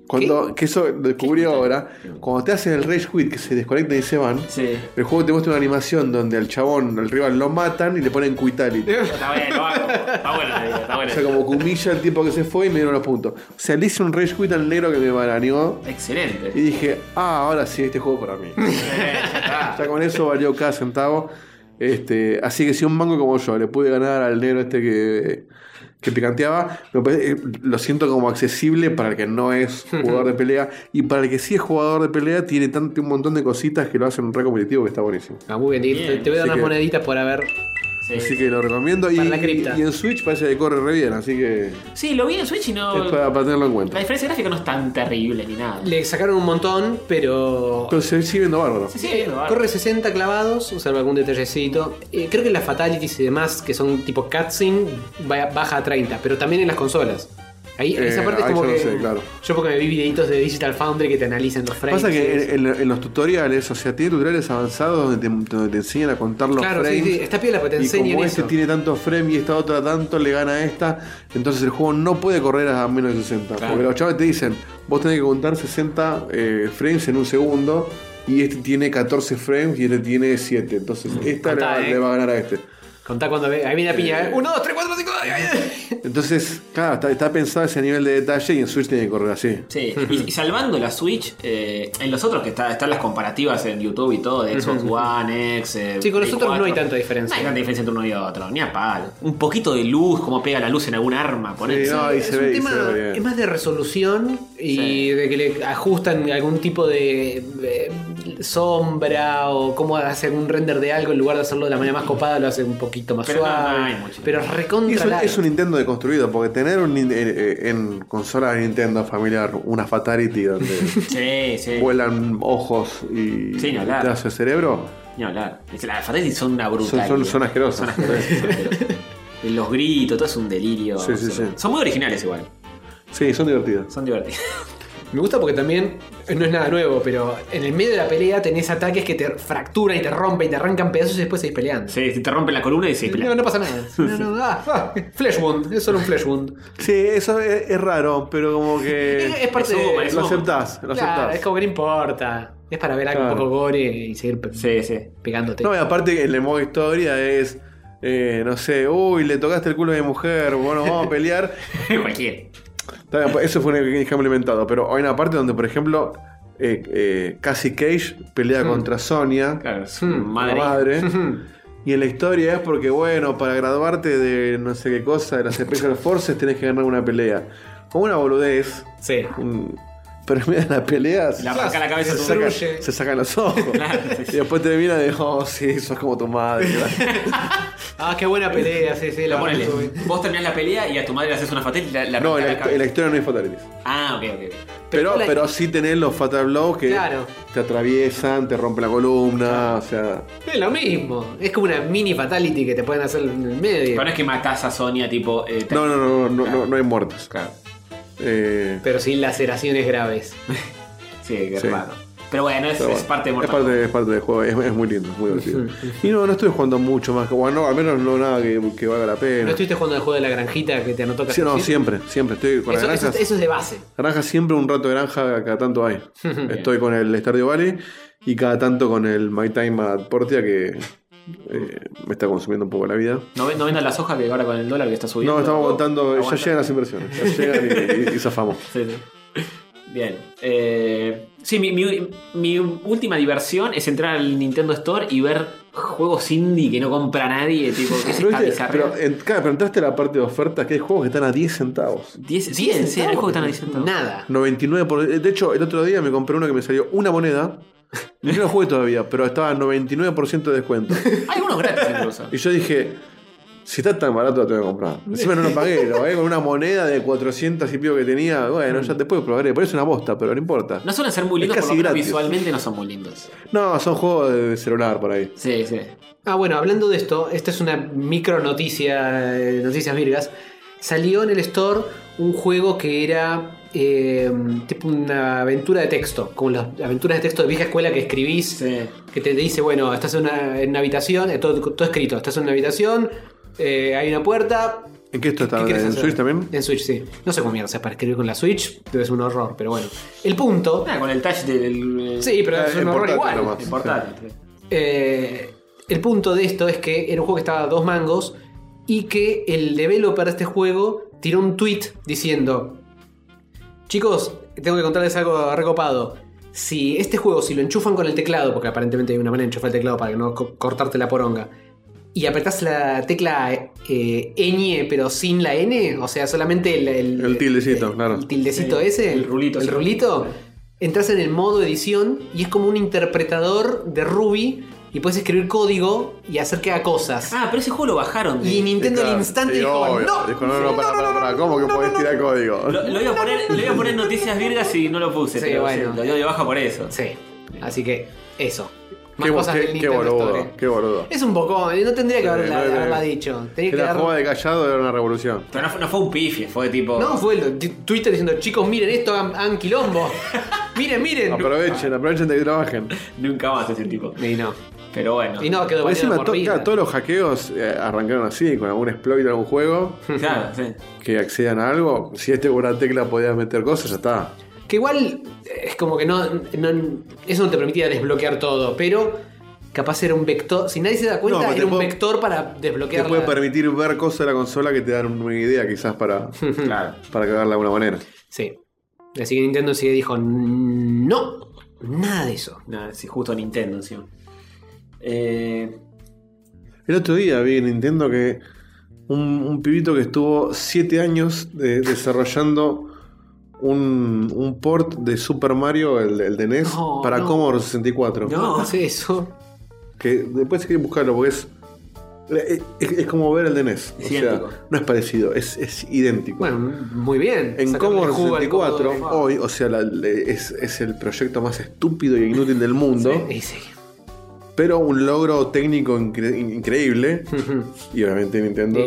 C: Cuando, Que eso lo descubrí ahora. Cuando te hacen el Rage Quit, que se desconectan y se van, el juego te muestra una animación donde al chabón, al rival, lo matan y le ponen Quitality.
A: Está bien, lo hago. Está bueno, la idea, está
C: O
A: bueno.
C: sea, como humilla el tipo que se fue y me dieron los puntos. O sea, le hice un Rage Quit al negro que me baraneó.
A: Excelente.
C: Y dije, ah, ahora sí, este juego para mí. ya con eso valió cada centavo. Este, así que si un mango como yo le pude ganar al negro este que, que picanteaba, me parece- eh, lo siento como accesible para el que no es jugador de pelea. Y para el que sí es jugador de pelea, tiene tanto, un montón de cositas que lo hacen re competitivo que está buenísimo.
B: Ah, muy bien, te, te voy a dar
C: Así
B: unas
C: que-
B: moneditas por haber.
C: Así que lo recomiendo. Y,
B: Para la cripta.
C: y en Switch parece que corre re bien, así que
A: Sí, lo vi en Switch y no.
C: es para, para tenerlo en cuenta.
A: La diferencia gráfica no es tan terrible ni nada.
B: Le sacaron un montón, pero.
C: Pero se sigue viendo bárbaro.
A: Sí, sí, no,
B: Corre 60 clavados, o sea, algún detallecito. Eh, creo que las fatalities y demás, que son tipo cutscene, va- baja a 30, pero también en las consolas. Ahí,
C: Eh,
B: esa parte es
C: ahí
B: como
C: yo no
B: que.
C: sé, claro.
B: Yo porque me vi videitos de Digital Foundry que te analizan los frames.
C: Pasa
B: y
C: que
B: eso.
C: en, en- en los tutoriales, o sea, tiene tutoriales avanzados donde te, donde te enseñan a contar los
B: Claro, sí,
C: frames.
B: sí, está piola, pero te
C: y
B: enseñan
C: como este
B: eso.
C: tiene tantos frames y esta otra tanto le gana a esta, entonces el juego no puede correr a menos de 60.
B: Claro.
C: Porque los chavales te dicen, vos tenés que contar 60 eh, frames en un segundo y este tiene 14 frames y este tiene 7. Entonces esta le va,
B: Contá, eh.
C: le va a ganar a este.
B: Contá cuando ve. Ahí viene la piña, ¿eh? 1, 2, 3, 4, 5.
C: Entonces, claro, está, está pensado ese nivel de detalle y en Switch tiene que correr así.
A: Sí, y, y salvando la Switch, eh, en los otros que está, están las comparativas en YouTube y todo, de Xbox
B: Ujú.
A: One, X. eh,
B: Sí, con los
A: Play
B: otros no hay
A: 4.
B: tanta diferencia.
A: No hay tanta diferencia entre uno y otro, ni a palo. Un poquito de luz, como pega la luz en algún arma, ponete.
B: Sí, es un tema- es más de resolución y de que le ajustan algún tipo de, eh, sombra o cómo hace un render de algo en lugar de hacerlo de la manera más copada lo hace un poquito más
A: Pero no,
B: suave.
A: no hay mucho.
B: pero
C: Y es,
B: recontra
C: un,
B: largo.
C: es un Nintendo deconstruido, porque tener un, nin- eh, eh, en consola de Nintendo familiar una
B: <laughs>
C: Fatality donde
A: Sí, sí.
C: vuelan ojos y
A: Sí, ni hablar.
C: te hace cerebro,
A: Ni hablar. Es- Las fatalities son una
C: son,
A: brutalidad.
C: son, son asquerosas.
A: Son asquerosas, son asquerosas. Los gritos, todo es un delirio.
C: Sí, sí, sí.
A: Son muy originales igual.
C: <laughs> Sí, son divertidas. <laughs>
A: Son divertidas.
B: Me gusta porque también eh, no es nada nuevo, pero en el medio de la pelea tenés ataques que te fracturan y te rompen y te arrancan pedazos y después seguís peleando.
A: Sí, te rompen la columna y se
B: No, no pasa <laughs> nada. No, no, ah, ah, flesh wound, es solo un flesh wound.
C: Sí, eso es, es raro, pero como que.
B: Es parte de-
C: Lo aceptás, lo
B: Claro,
C: aceptás.
B: Es como que no importa. Es para ver algo un
C: Claro.
B: poco gore y seguir pe-
A: <laughs>
B: pegándote. <laughs>
C: No, eh. y aparte el modo historia es. eh, no sé, uy, le tocaste el culo a mi mujer, bueno, vamos a pelear.
A: Cualquier.
C: Está bien, Eso fue un ejemplo inventado, pero hay una parte donde, por ejemplo, eh, eh, Cassie Cage pelea contra Sonia,
A: la madre.
C: madre.
B: <laughs>
C: Y en la historia es porque, bueno, para graduarte de no sé qué cosa, de las Special Forces, tenés que ganar una pelea. Como una boludez.
B: Sí.
C: Pero en medio de la pelea.
A: Le arranca la cabeza a
C: se
A: tu
C: saca,
A: destruye.
C: se sacan los ojos. Y después te mira y dice, oh, sí, sos como tu madre.
B: Ah, qué buena pelea, sí, sí, la
A: Pero ponele,
B: verdad que
A: vos terminás la pelea y a tu madre le haces una fatal y la, la
C: no,
A: arrancás
C: en la,
A: la cabeza.
C: en la historia no hay fatalities.
A: Ah, ok, ok.
C: Pero,
A: la-
C: pero sí tenés los fatal blows que
B: Claro.
C: te atraviesan, te rompen la columna, o sea.
B: Es lo mismo. Es como una mini fatality que te pueden hacer en el medio.
A: Pero no es que matás a Sonia, tipo. eh, te-
C: No, no, no, no, no, no hay muertos. Eh,
B: Pero sin laceraciones graves.
A: sí, qué
C: Sí.
A: raro. Pero bueno, es,
C: Pero
A: es
C: bueno,
A: parte de
C: es
A: Mortal
C: parte, es parte del juego, es, es muy lindo, es muy divertido. Y no, no estoy jugando mucho más que. Bueno, al menos no nada que, que valga la
B: ¿No
C: pena.
B: estuviste jugando el juego de la granjita que te anotó
C: Sí, no,
B: Castellanos?
C: siempre, siempre. Estoy con las
B: Eso, eso-
C: granjas.
B: eso es de base.
C: Granja siempre un rato de granja cada
B: <laughs>
C: tanto hay. Estoy con el Stardew Valley y cada tanto con el My Time at Portia que eh, me está consumiendo un poco la vida.
A: No, ven- no vendas las hojas que ahora con el dólar que está subiendo.
C: No, estamos aguantando, ya
A: aguanta.
C: llegan las inversiones, ya llegan y, y- y zafamos.
B: <laughs>
A: Sí, sí. Bien. Eh, sí, mi, mi- mi última diversión es entrar al Nintendo Store y ver juegos indie que no compra nadie. Tipo, que es
C: Pero,
A: esta
C: viste,
A: bizarrera?
C: pero, eh, en- claro, pero entraste a la parte de ofertas que hay juegos que están a 10 centavos.
A: 10, sí, en serio, hay juegos que están diciendo
B: Nada.
C: 99 por- eh, De hecho, el otro día me compré uno que me salió
B: <laughs>
C: una moneda. Y no lo jugué todavía, pero estaba a 99% de descuento.
A: Hay unos gratis incluso.
C: Y yo dije, si está tan barato, lo tengo que comprar. Encima no lo pagué, lo pagué con una moneda de 400 y pico que tenía. Bueno, ya después lo probaré. Parece una bosta, pero no importa.
A: No suelen ser muy
C: Es
A: lindos, por lo
C: casi
A: menos
C: gratis.
A: visualmente no son muy lindos.
C: No, son juegos de celular por ahí.
A: Sí, sí.
B: Ah, bueno, hablando de esto, esta es una micro noticia, eh, noticias virgas. Salió en el store un juego que era eh, tipo una aventura de texto, como las aventuras de texto de vieja escuela que escribís, que te dice, bueno, estás en una, en una habitación, eh, todo, todo escrito, estás en una habitación, eh, hay una puerta,
C: ¿En qué esto está?
B: ¿Qué querés
C: ¿En
B: hacer?
C: Switch también?
B: en Switch sí. No sé cómo mierda haces para escribir con la Switch, debe ser un horror, pero bueno. El punto...
A: Ah, con el touch del...
B: Sí, pero es un horror
A: importante
B: igual.
A: nomás. Importante.
B: Eh, el punto de esto es que era un juego que estaba a dos mangos y que el developer de este juego tiró un tweet diciendo: Chicos, tengo que contarles algo recopado. Si este juego, si lo enchufan con el teclado, porque aparentemente hay una manera de enchufar el teclado para que no co- cortarte la poronga, y apretás la tecla eh, ñ, pero sin la N, o sea, solamente el, el-
C: El tildecito, claro.
B: el tildecito ese, el rulito, el rulito entras en el modo edición y es como un interpretador de Ruby y puedes escribir código y hacer que haga cosas.
A: Ah, pero ese juego lo bajaron.
B: Y Nintendo
C: Claro,
B: al instante
C: sí,
B: dijo,
C: obvio.
B: "No,
C: Dijo, no, no, para, para, para. ¿Cómo que podés tirar código?
A: Lo, lo iba a poner, lo iba a poner en noticias virgas y no lo puse.
B: Sí,
A: pero
B: bueno.
A: sí, lo dio de baja por eso.
B: Sí. Así que eso. Más
C: Qué, bo-
B: cosas
C: qué-
B: del
C: qué
B: Nintendo Store.
C: boludo, qué boludo.
B: Es un poco, eh, no tendría que
C: Sí,
B: haberla,
C: no, no,
B: haberla
C: no.
B: dicho. Tenía
C: Que
B: que
C: la
B: dar-
C: jugada de callado era una revolución.
A: Pero no fue, no fue un pifie, fue tipo...
B: No, fue el t- Twitter diciendo, chicos, miren esto, hagan, hagan
C: <laughs>
B: quilombo. miren, miren.
C: Aprovechen, aprovechen de que
B: <laughs>
C: trabajen.
A: Nunca más ese tipo.
B: Y no.
A: Pero bueno.
B: Y
A: <laughs>
B: no, quedó
C: Encima,
B: baneado
C: to-
B: por vida.
C: claro, todos los hackeos eh, arrancaron así, con algún exploit de algún juego.
A: Claro, sí.
C: Que accedan a algo. Si este con una tecla podías meter cosas, ya está.
B: Que igual eh, es como que no, no- Eso no te permitía desbloquear todo, pero capaz era un vector. Si nadie se da
C: No,
B: cuenta,
C: pero te
B: era un
C: puedo-
B: vector para
C: Te
B: desbloquear.
C: puede
B: la-
C: permitir ver cosas de la consola que te dan una idea,
B: <laughs>
C: quizás, para, para cagarla de alguna manera.
B: Sí. Así que Nintendo sí dijo: No, nada de eso.
A: Nada, sí, justo Nintendo encima. Eh,
C: El otro día vi en Nintendo que un, un pibito que estuvo 7 años de- desarrollando un, un port de Super Mario, el, el de NES,
B: No,
C: para
B: no.
C: Commodore 64.
B: No, hace eso.
C: Que después hay que buscarlo porque es, es, es como ver el de NES.
B: Es
C: o sea,
B: idéntico.
C: no es parecido, es, es idéntico.
B: Bueno, muy bien.
C: En
B: Sacarle
C: Commodore
B: jugo al
C: 64,
B: Commodore.
C: hoy, o sea, la- le- es, es el proyecto más estúpido y inútil del mundo.
B: Sí, sí.
C: Pero un logro técnico incre-
B: <laughs>
C: increíble. y obviamente Nintendo lo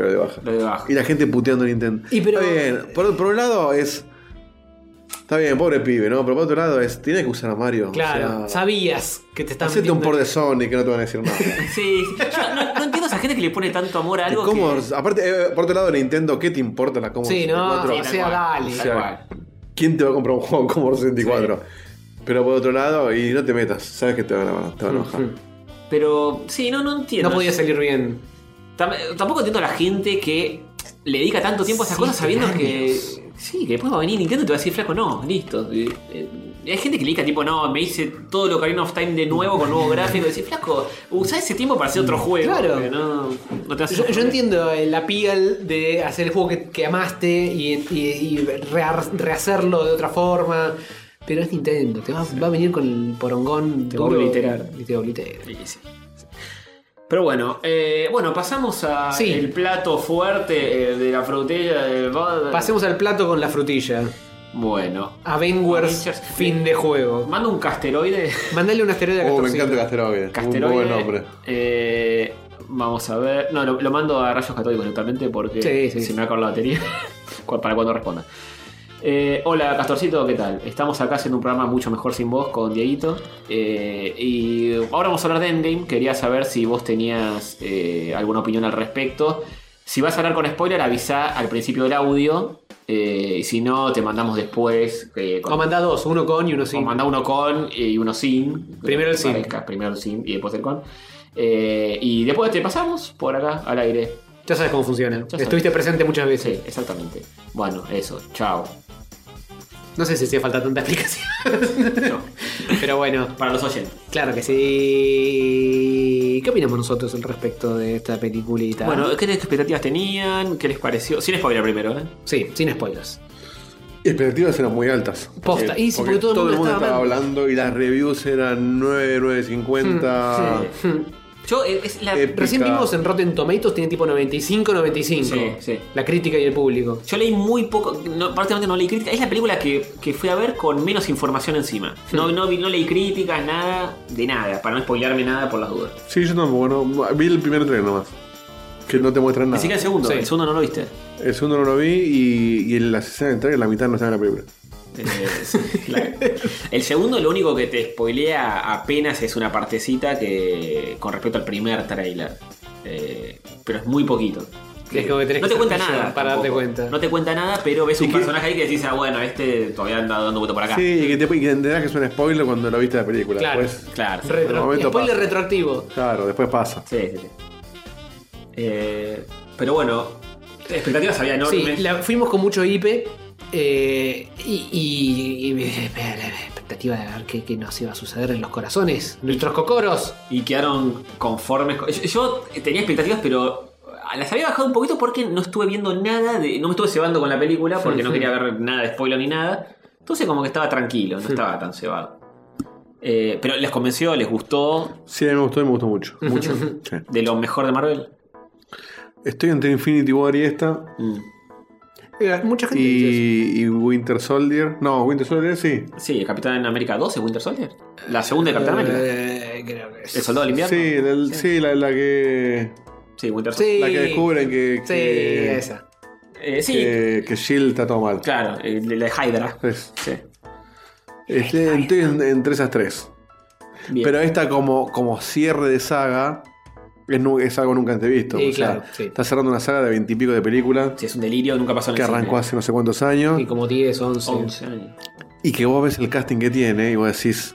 C: dio de baja.
A: Lo de baja.
C: Y la gente puteando a Nintendo.
B: Y pero-
C: Está bien. Por, por un lado es. Está bien, pobre pibe, ¿no? Pero por otro lado, es, tiene que usar a Mario.
B: Claro,
C: o sea,
B: sabías que te están
C: hacete un
B: viendo.
C: por de Sonic que no te van a decir
B: <laughs>
C: nada.
A: Sí, yo no, no entiendo a esa gente que le pone tanto amor a algo.
C: ¿Cómo?
A: que-
C: Aparte, eh, por otro lado, Nintendo, ¿qué te importa la Commodore
A: Sí, no,
C: 64?
A: sí, tal cual, tal
C: ¿quién te va a comprar un juego en Commodore 64? Pero por otro lado, y no te metas, sabes que te van a, te van a enojar.
A: Pero sí, no, no entiendo.
B: No podía salir bien.
A: tampoco entiendo a la gente que le dedica tanto tiempo a esas
B: Siete
A: cosas sabiendo
B: años.
A: que. Sí, que después va a venir Nintendo y te va a decir, flaco, no, listo. Eh, eh, hay gente que le dedica tipo, no, me hice todo lo Ocarina of Time de nuevo con nuevo gráfico. Y decís, flaco, usa ese tiempo para hacer otro juego.
B: Mm, Claro.
A: porque No, no te hace-
B: Yo, yo entiendo eh, la piel de hacer el juego que, que amaste y, y- y rear- rehacerlo de otra forma. Pero es Nintendo, te va, va a venir con el porongón.
A: Te va a
B: duro
A: obliterar.
B: Y te oblitera.
A: Pero bueno, eh, bueno, pasamos al
B: Sí.
A: plato fuerte eh, de la frutilla del
B: Pasemos al plato con la frutilla.
A: Bueno.
B: Avengers, fin de juego.
A: Manda un casteroide.
B: Mandale un asteroide a
C: Oh, me
B: Castorcito.
C: encanta Casteroide.
A: Asteroide,
C: Muy buen nombre.
A: eh, vamos a ver. No, lo, lo mando a rayos católicos directamente porque
B: Sí, sí,
A: se
B: sí.
A: me va a acabar la batería. <laughs> Cu- para cuando responda. Eh, hola Castorcito, ¿qué tal? Estamos acá haciendo un programa mucho mejor sin vos con Dieguito. Eh, y ahora vamos a hablar de Endgame. Quería saber si vos tenías eh, alguna opinión al respecto. Si vas a hablar con spoiler, avisa al principio del audio. eh, y si no, te mandamos después. eh, con-
B: O manda dos, uno con y uno sin.
A: o manda uno con y uno sin.
B: Primero el
A: Que
B: sin.
A: parezca, Primero el sin y después el con. Eh, y después te pasamos por acá al aire.
B: Ya sabes cómo funciona.
A: sabes.
B: Estuviste presente muchas veces.
A: Sí, exactamente. Bueno, eso. Chao.
B: No sé si hacía falta tanta explicación. <laughs> Pero bueno.
A: Para los oyentes.
B: Claro que sí. ¿Qué opinamos nosotros al respecto de esta peliculita?
A: Bueno, ¿qué expectativas tenían? ¿Qué les pareció? Sin spoiler primero, ¿eh?
B: Sí, sin spoilers.
C: Y expectativas eran muy altas. Eh,
B: Posta, y sí, porque todo el mundo estaba
C: estaba hablando y las reviews eran 9,
A: Mm,
C: 9.50.
A: Yo, Ah, eh, es la-
C: Épica.
B: Recién vimos en Rotten Tomatoes, tiene tipo 95, 95.
A: Sí, sí.
B: La crítica y el público.
A: Yo leí muy poco, no, prácticamente no leí crítica. Es la película que, que fui a ver con menos información encima. No, no, vi- no leí críticas, nada, de nada, para no spoilearme nada por las dudas.
C: Sí, yo tampoco. Bueno, vi el primer tren nomás. Que no te muestran
A: Ni
C: nada.
A: siquiera el segundo, el segundo no lo viste.
C: El segundo no lo vi y, y en la escena de entrega la mitad no estaba en la película.
A: Eh, sí, claro. El segundo, lo único que te spoilea apenas es una partecita que con respecto al primer trailer. eh, pero es muy poquito.
B: Es como que tenés
A: no
B: que
A: te cuenta
B: estar
A: nada.
B: para darte
A: tampoco.
B: cuenta.
A: No te cuenta nada, pero ves un personaje ahí que decís, ah, bueno, este todavía anda dando vuelta por acá.
C: Sí, y que, te, y que enterás que es un spoiler cuando lo viste la película.
A: Claro,
C: después,
A: claro.
C: en algún momento
B: spoiler
C: pasa.
B: retroactivo.
C: Claro, después pasa.
A: Sí, sí, sí. Eh, pero bueno, expectativas había enormes.
B: Sí, la- fuimos con mucho IP eh, y, y- eh, y- la expectativa de ver qué, qué nos iba a suceder en los corazones. Nuestros cocoros.
A: Y quedaron conformes. con- Yo, yo tenía expectativas, pero las había bajado un poquito porque no estuve viendo nada de. No me estuve cebando con la película porque
B: Sí,
A: no
B: sí.
A: quería ver nada de spoiler ni nada. Entonces, como que estaba tranquilo, no estaba tan cebado. Eh, pero les convenció, les gustó
C: Sí, a mí me gustó y me gustó mucho. Mucho.
A: Ujú.
C: Sí.
A: de lo mejor de Marvel.
C: Estoy entre Infinity War y esta.
B: Eh, Mucha gente dice
C: Y, y Winter Soldier. No, Winter Soldier sí.
A: Sí, Capitán América 12, Winter Soldier. La segunda de
B: eso.
A: Capitán América.
B: Eh, creo que
A: El soldado del invierno.
C: Sí, la, el- sí, la, la que.
A: Sí, Winter
B: Sí.
A: Soldier.
C: La que descubren que.
B: Sí,
C: que-
B: esa.
A: Eh, sí,
C: Que, que Shield E está todo mal.
A: claro, eh, la de Hydra.
C: Es-
A: Sí.
C: Este, estoy en- entre esas tres.
A: Bien.
C: Pero esta, como, como cierre de saga, es, nu- es algo nunca antes visto.
B: Sí,
C: o sea,
B: claro, sí.
C: Está cerrando una saga de veintipico de películas
A: Sí, es un delirio, nunca pasó en
C: que
A: el cine.
C: arrancó hace no sé cuántos años.
B: Y como 10, 11.
A: 11 años.
C: Y que vos ves el casting que tiene y vos decís,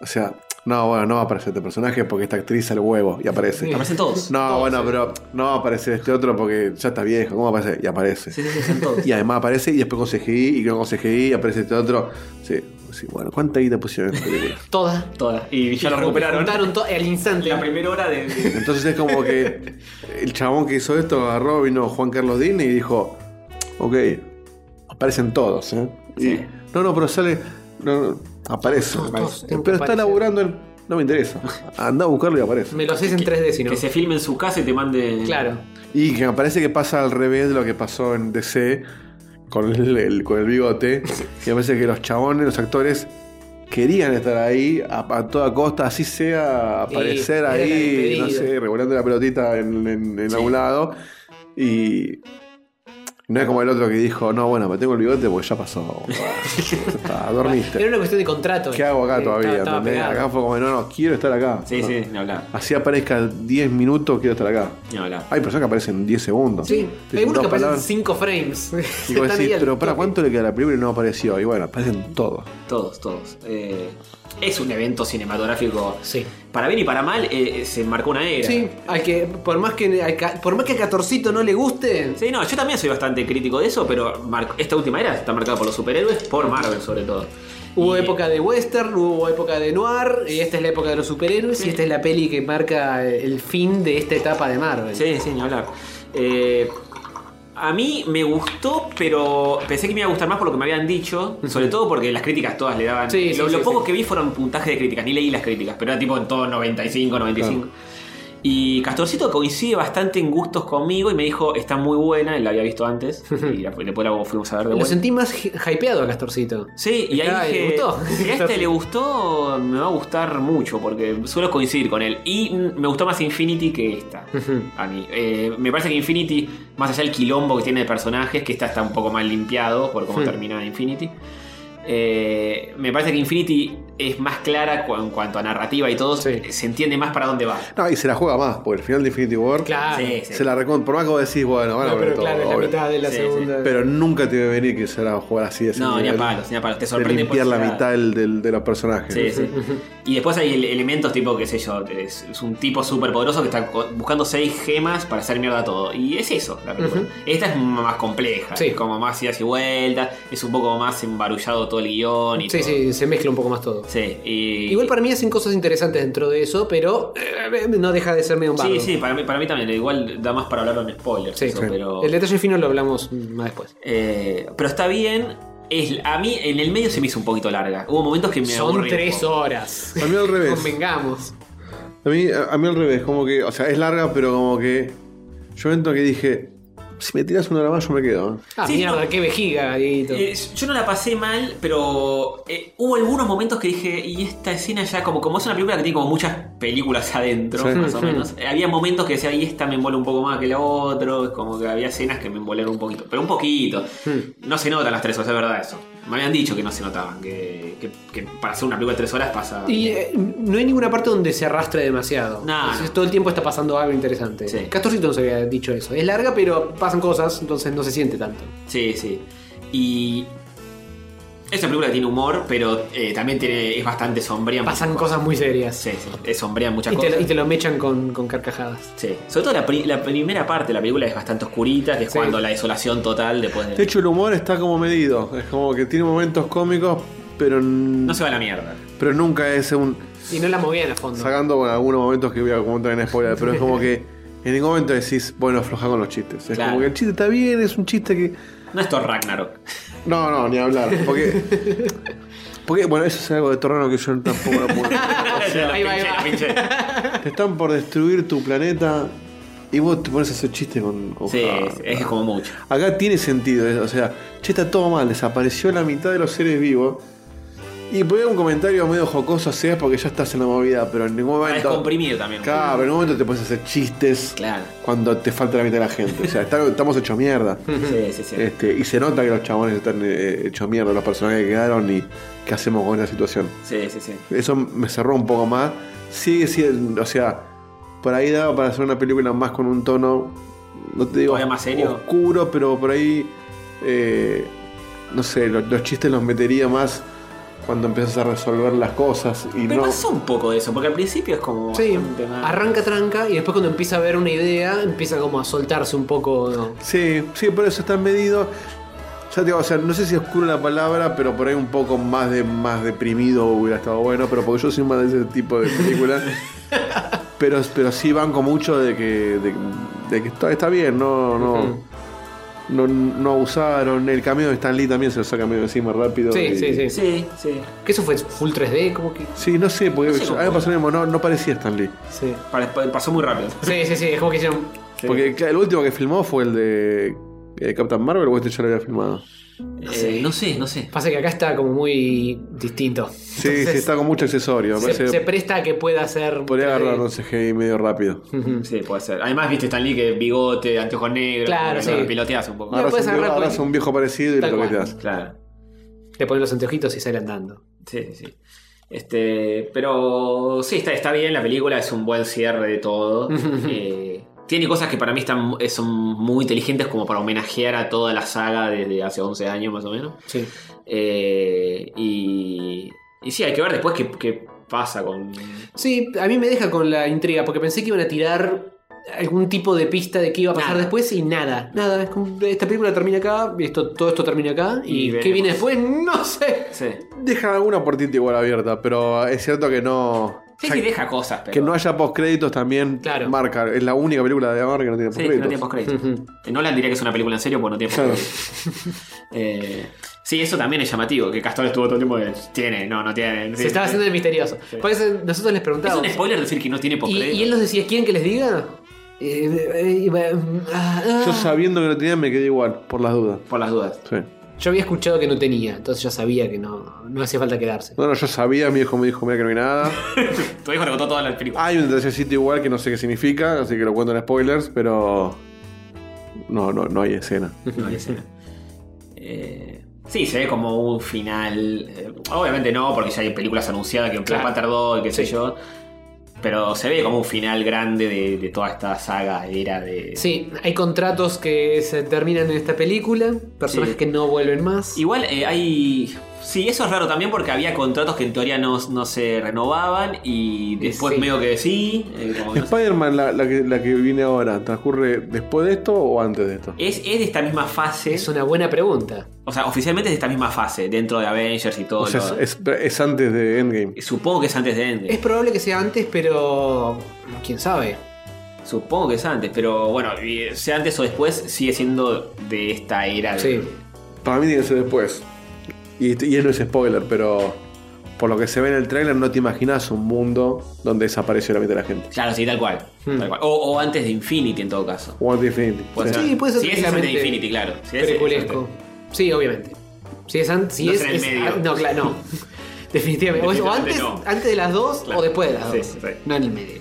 C: o sea, no, bueno, no va a aparecer este personaje porque esta actriz al huevo y aparece.
A: Sí, aparecen todos.
C: No, bueno, pero no va a aparecer este otro porque ya está viejo. ¿Cómo aparece? Y aparece.
A: Sí, sí, sí, son todos.
C: Y además aparece y después con CGI y con CGI aparece este otro. Sí, sí bueno, ¿cuánta guita pusieron en esta película?
B: Todas.
A: Todas. Y ya
B: Y
A: lo recuperaron.
B: juntaron to- al instante.
A: La primera hora <laughs> de.
C: Entonces es como que el chabón que hizo esto agarró, vino Juan Carlos Dini y dijo, ok, aparecen todos, ¿eh? Y, No, no, pero sale, no, no, aparece.
B: todos tienen que
C: pero está
B: aparecer.
C: laburando el... No me interesa. Anda a buscarlo y aparece.
B: Me lo haces en 3D si no.
A: Que se filme en su casa y te mande.
B: Claro.
C: Y que me parece que pasa al revés de lo que pasó en DC con el, el- con
B: <laughs>
C: el bigote. Y me parece que los chabones, los actores, querían estar ahí a, a toda costa, así sea aparecer
B: era
C: ahí,
B: el
C: no
B: pedido.
C: sé, revolando la pelotita en, en- en algún lado. Y, No es como el otro que dijo, no, bueno, me tengo el bigote porque ya
B: <laughs>
C: pasó. Ya está, dormiste.
B: Era una cuestión de contrato.
C: ¿Qué hago acá
B: Eh,
C: todavía?
B: estaba- estaba
C: ¿entendés?
B: pegado.
C: acá fue como, no, no, quiero estar acá.
A: Sí,
C: No.
A: sí, ni hablar.
C: Así aparezca 10 minutos, quiero estar acá.
A: Ni hablar.
C: Hay personas que aparecen 10 segundos.
B: Sí,
C: Te
B: hay
C: dicen
B: algunos
C: dos
B: que aparecen
C: palabras.
B: 5 <laughs> frames.
C: Y vos
B: Están ahí
C: decís,
B: al
C: pero para
B: toque.
C: cuánto le queda a la película y no apareció. Y bueno, aparecen todos.
A: Todos, todos. Eh, es un evento cinematográfico. Para bien y para mal, eh, eh, se marcó una era.
B: Sí, al que, por más que, al ca- por más que a Catorcito no le guste.
A: Sí, no, yo también soy bastante crítico de eso, pero mar- esta última era está marcada por los superhéroes, por Marvel sobre todo.
B: Hubo época de western, hubo época de noir, y esta es la época de los superhéroes, y esta es la peli que marca el fin de esta etapa de Marvel.
A: Sí, sí, ni hablar. Eh, a mí me gustó, pero pensé que me iba a gustar más por lo que me habían dicho, sobre todo porque las críticas todas le daban. eh,
B: Sí,
A: lo
B: sí,
A: lo
B: sí,
A: poco que vi fueron puntaje de críticas, ni leí las críticas, pero era tipo en todo 95, 95. Y Castorcito coincide bastante en gustos conmigo y me dijo, está muy buena, él la había
B: <laughs>
A: visto antes, y la- después la fuimos a ver de
B: Lo
A: vuelta.
B: sentí más hi- hypeado a Castorcito.
C: <laughs>
A: Sí, y
B: Está,
A: ahí
B: le
A: dije,
B: gustó.
A: si a este
B: <laughs>
A: le gustó, me va a gustar mucho, porque suelo coincidir con él. Y mm, me gustó más Infinity que
B: <laughs>
A: esta, a mí. Eh, me parece que Infinity, más allá del quilombo que tiene de personajes, que esta está un poco mal limpiado por cómo
B: Hmm.
A: termina Infinity, eh, me parece que Infinity es más clara cu- en cuanto a narrativa y todo, se entiende más para dónde va.
C: No, y se la juega más, porque el final de Infinity War
A: Claro. Sí, sí.
C: Ah. se la recon... Por más que vos decís, bueno, van a
A: No,
C: ver
A: pero
C: todo.
A: claro, es la
C: obvio.
A: mitad de la Sí, segunda. sí.
C: Pero nunca te iba a venir que se la va a jugar así de ese
A: No, ni a
C: nivel.
A: palos, ni a palos. Te
C: De
A: sorprende por
C: limpiar la
A: esa-
C: mitad del- del- de los personajes.
A: Sí, sí. Y después hay ele- elementos tipo, qué sé yo, es, es un tipo súper poderoso que está co- buscando seis gemas para hacer mierda todo. Y es eso, la película.
B: Ujú.
A: Esta es m- más compleja, es como más idas y vueltas, es un poco más embarullado todo el guión y
B: Sí,
A: todo.
B: sí, se mezcla un poco más todo.
A: Sí, y-
B: Igual para mí hacen cosas interesantes dentro de eso, pero eh, no deja de ser medio un bardo.
A: Sí, sí, para mí, para mí también. Igual da más para hablarlo en spoilers.
B: Sí.
A: eso,
B: Sí.
A: Pero...
B: El detalle fino lo hablamos más después.
A: Eh, pero está bien. Es, a mí en el medio se me hizo un poquito larga. Hubo momentos que me
B: Son
A: aburrí un
B: tres
A: poco.
B: horas.
C: A
A: <laughs>
C: mí al revés.
B: Convengamos.
C: A mí, a, a mí al revés, como que, o sea, es larga, pero como que. Yo entro que dije, si me tiras una hora más, yo me quedo. ¿eh".
B: Ah,
A: Sí,
B: mierda,
A: no.
B: qué vejiga, Dieguito.
A: Eh, yo no la pasé mal, pero eh, hubo algunos momentos que dije, y esta escena ya, como, como es una película que tiene como muchas películas adentro,
B: Sí.
A: más o
B: Ujú.
A: menos, eh, había momentos que decía, y esta me embola un poco más que la otra, es como que había escenas que me embolaron un poquito, pero un poquito.
B: Hmm.
A: No se notan las tres horas, es verdad eso. Me habían dicho que no se notaban, que, que- que para hacer una película de tres horas pasa...
B: Y eh, no hay ninguna parte donde se arrastre demasiado. Entonces, Todo el tiempo está pasando algo interesante. Castorcito nos había dicho eso. Es larga, pero pasan cosas, entonces no se siente tanto.
A: Sí, sí. Y... Es una película que tiene humor, pero eh, también tiene, es bastante sombría. en
B: Pasan
A: muchas
B: cosas muy serias.
A: Sí, sí, es sombría en muchas
B: Y te,
A: cosas.
B: lo- y te lo mechan con, con carcajadas.
A: Sí. Sobre todo la, pri- la primera parte de la película es bastante oscurita, que es cuando la desolación total después
C: De
A: de...
C: hecho, el humor está como medido. Es como que tiene momentos cómicos, pero.
A: No se va a la mierda.
C: Pero nunca es un.
B: Y no la movían a fondo.
C: Sacando bueno, algunos momentos que voy a comentar en spoiler, pero es como <laughs> que en ningún momento decís, bueno, afloja con los chistes. Es
A: Claro.
C: como que el chiste está bien, es un chiste que.
A: No es Thor Ragnarok.
C: No, no, ni hablar. <laughs> Porque. Porque, bueno, eso es algo de Torrano que yo tampoco lo <laughs> puedo.
A: ahí va, ahí va.
C: Te están por destruir tu planeta y vos te pones a hacer chiste con. con-
A: Sí, es- es como mucho.
C: Acá tiene sentido, eh, o sea, che, está todo mal, desapareció la mitad de los seres vivos. Y poner un comentario medio jocoso, sea porque ya estás en la movida, pero en ningún
A: Para
C: momento.
A: descomprimir también.
C: Claro, pero en ningún momento te puedes hacer chistes
A: Claro.
C: cuando te falta la mitad de la gente. O sea, está- estamos hechos mierda.
A: Sí, <laughs> sí, sí.
C: Este, y se nota que los chabones están eh, hechos mierda, los personajes que quedaron y qué hacemos con esta situación.
A: Sí, sí, sí.
C: Eso me cerró un poco más. Sigue siendo, o sea, por ahí daba para hacer una película más con un tono, no te digo
A: Todavía más serio.
C: oscuro, pero por ahí, eh, no sé, lo- los, chistes los metería más cuando empiezas a resolver las cosas y
A: Pero
C: no.
A: pasó un poco de eso, porque al principio es como...
B: Sí,
A: bastante más-
B: arranca tranca y después cuando empieza a ver una idea, empieza como a soltarse un poco. ¿no?
C: Sí, sí, por eso está medido. Ya te digo, o sea, no sé si oscuro la palabra, pero por ahí un poco más de más deprimido hubiera estado bueno, pero porque yo soy más de ese tipo de
B: <laughs>
C: película. pero, pero sí banco mucho de que, de, de que está, está bien, no, no,
B: Ujú.
C: no, no abusaron. El cameo de Stan Lee también se lo saca medio encima rápido.
B: Sí,
C: y-
B: sí, sí.
A: Sí, sí.
B: Que eso fue full 3D, como que.
C: Sí, no sé, porque
B: No sé
C: yo-
B: cómo
C: a mí me pasó lo mismo, no, no parecía Stan Lee.
B: Sí.
A: Pa- pa- Pasó muy rápido.
B: Sí, sí, sí, es como que hicieron.
C: Porque claro, el último que filmó fue el de eh, Captain Marvel o este ya lo había filmado?
B: No
A: Eh,
B: sé, no sé, Pasa que acá está como muy distinto.
C: Sí, sí, está con mucho accesorio. me
B: Se,
C: parece-
B: se presta a que pueda ser.
C: podría agarrar un CGI medio rápido.
A: Sí, puede ser. Además, viste Stan Lee que bigote, anteojos negros.
B: Claro,
A: como que
B: sí.
A: Piloteas un poco.
C: Ahora es un, viejo, ahora es un viejo parecido y
A: Tal
C: lo que te
A: cual.
C: das.
A: Claro.
B: Le ponen los anteojitos y sale andando.
A: Sí, sí, sí. Este, pero sí, está, está bien la película, es un buen cierre de todo. Eh, tiene cosas que para mí están, eh, son muy inteligentes como para homenajear a toda la saga desde hace 11 años más o menos.
B: Sí.
A: Eh, y, y sí, hay que ver después qué, qué pasa con...
B: Sí, a mí me deja con la intriga, porque pensé que iban a tirar algún tipo de pista de qué iba a pasar después y nada. Nada, es como, esta película termina acá, esto, todo esto termina acá y, qué
C: veremos.
B: viene después, no sé.
C: Dejan alguna puertita igual abierta, pero es cierto que no.
A: Sí, sí, deja cosas, pero...
C: Que no haya postcréditos también marca. Es la única película de Marvel que no tiene
A: Sí, que no
C: postcréditos.
A: tiene postcréditos.
B: <laughs>
A: Eh, Nolan diría que es una película en serio porque no tiene postcréditos. <laughs> Eh, sí, eso también es llamativo, que Castor estuvo todo el tiempo de, tiene, no, no tiene.
B: Se estaba haciendo el misterioso. Por eso nosotros les
A: Es
B: preguntábamos.
A: un spoiler decir que no tiene
B: y,
A: postcréditos.
B: y él nos decía, ¿quieren que les diga? Eh, eh, eh, eh, ah, ah.
C: Yo sabiendo que no tenía me quedé igual, por las dudas.
A: Por las dudas.
C: Sí.
B: Yo había escuchado que no tenía, entonces ya sabía que no, no hacía falta quedarse.
C: No, no, yo sabía, mi hijo me dijo, mira que no
A: <laughs>
C: hay nada.
A: Tu hijo le contó toda la película.
C: Hay un tercer sitio igual que no sé qué significa, así que lo cuento en spoilers, pero. No, no, no hay escena.
A: Ah, No hay escena. Eh, sí, se ve como un final. eh, obviamente no, porque ya hay películas anunciadas que Black Panther 2, qué sé yo. Pero se ve como un final grande de, de toda esta saga, era de.
B: Sí, hay contratos que se terminan en esta película, personajes
A: Sí.
B: que no vuelven más.
A: Igual eh, hay. Sí, eso es raro también porque había contratos que en teoría no, no se renovaban y después medio que sí. eh, como que no sé.
C: Spider-Man, la, la que, la que viene ahora, ¿transcurre después de esto o antes de esto?
A: ¿Es, es de esta misma fase. Es
B: una buena pregunta.
A: O sea, oficialmente es de esta misma fase, dentro de Avengers y todo.
C: O sea,
A: lo-
C: es, es- es antes de Endgame.
A: Supongo que es antes de Endgame.
B: Es probable que sea antes, pero quién sabe.
A: Supongo que es antes, pero bueno, y sea antes o después, sigue siendo de esta era. de-
B: Sí.
C: Para mí tiene que ser después. Y, y no es spoiler, pero por lo que se ve en el tráiler no te imaginas un mundo donde desaparece la mitad de la gente.
A: Claro, sí, tal cual.
B: Hmm.
A: Tal cual. O, o antes de Infinity en todo caso.
C: One Infinity.
A: Puede
B: Sí, puede ser
A: Si es antes de
B: tranquilamente
A: Infinity, claro. Si es-
B: Periculesco. Sí, obviamente. Si es antes. Si
A: No
B: es,
A: será en
B: es-
A: medio.
B: ah, no, claro,
A: <laughs>
B: no. Definitivamente. O, es- o
A: Definitivamente
B: antes,
A: no.
B: antes de las dos o después de las
A: Sí,
B: dos.
A: sí, sí.
B: No en el medio.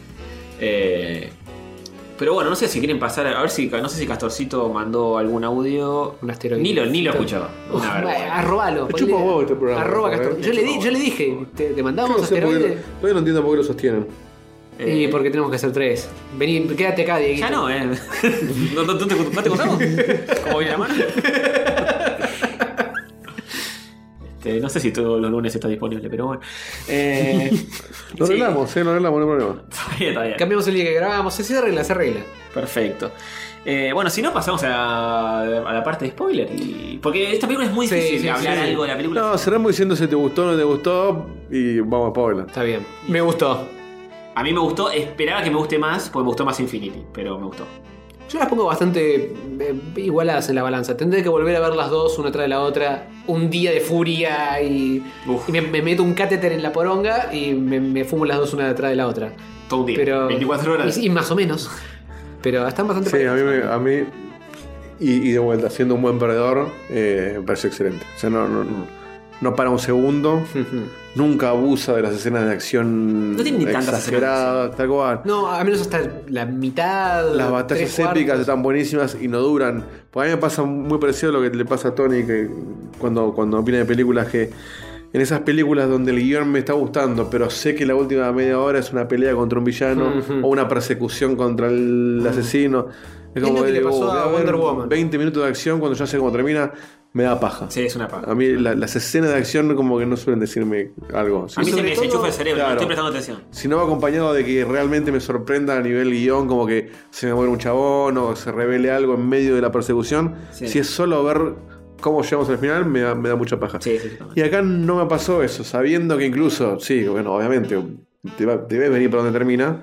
A: Eh, pero bueno, no sé si quieren pasar. A ver si. No sé si Castorcito mandó algún audio.
B: Un asteroide.
A: Ni lo, ni lo escuchó.
B: Uf,
A: Una vergüenza.
B: va, arrobalo.
C: chupa
B: ponle-
C: huevo este programa,
B: Arroba
C: ¿eh?
B: Castor. Yo le, di, yo le dije, te, te mandamos
C: no sé por qué
B: asteroide.
C: lo- todavía no entiendo por qué lo sostienen.
B: Y porque tenemos que hacer tres. Vení, quédate acá, Dieguito.
A: Eh. Ya no, eh. <laughs> ¿No, no- no te, no te contamos? ¿Cómo viene la mano? Este, no sé si todos los lunes está disponible, pero bueno.
B: <laughs>
A: Eh,
C: Lo arreglamos, eh, lo arreglamos, no hay problema.
A: está bien, está bien.
B: Cambiamos el día que grabamos. Se se arregla, se arregla.
A: Perfecto. Eh, bueno, si no, pasamos a, a la parte de spoiler. y- porque esta película es muy difícil
B: sí,
A: hablar
B: sí.
A: algo de la película.
C: No, cerramos diciendo si te gustó o no te gustó y vamos a Paula.
B: Está bien. Me gustó.
A: A mí me gustó, esperaba que me guste más, porque me gustó más Infinity, pero me gustó.
B: Yo las pongo bastante eh, igualadas en la balanza. Tendré que volver a ver las dos una tras de la otra. Un día de furia y, y me, me meto un catéter en la poronga y me, me fumo las dos una detrás de la otra.
A: Todo un día.
B: Pero,
A: 24 horas.
B: Y, y más o menos. Pero están bastante
C: Sí, a mí, me- a mí y, y de vuelta, siendo un buen perdedor, eh, me parece excelente. O sea, no, no, no- no para un segundo, nunca abusa de las escenas de acción
B: No tiene ni tantas escenas de
C: exageradas, tal cual.
B: No, a menos hasta la mitad.
C: Las
B: tres
C: batallas
B: cuartos.
C: épicas están buenísimas y no duran. Pues a mí me pasa muy parecido a lo que le pasa a Tony que cuando, cuando opina de películas que en esas películas donde el guión me está gustando, pero sé que la última media hora es una pelea contra un villano
B: Ujú.
C: o una persecución contra el asesino.
B: Es lo que le
C: digo,
B: pasó
C: voy
B: a
C: ver
B: Wonder Woman.
C: 20 minutos de acción cuando ya sé cómo termina, me da paja.
A: Sí, es una
B: Ah.
A: paja.
C: A mí la- las escenas de acción como que no suelen decirme algo.
A: a mí se me desenchufa el cerebro,
C: Claro
A: no estoy prestando atención.
C: si no va acompañado de que realmente me sorprenda a nivel guión, como que se me muere un chabón o se revele algo en medio de la persecución,
A: Sí.
C: si es solo ver cómo llegamos al final, me da, me da mucha paja. y acá no me pasó eso, sabiendo que incluso, sí, bueno, obviamente, te, va- te ves venir para donde termina.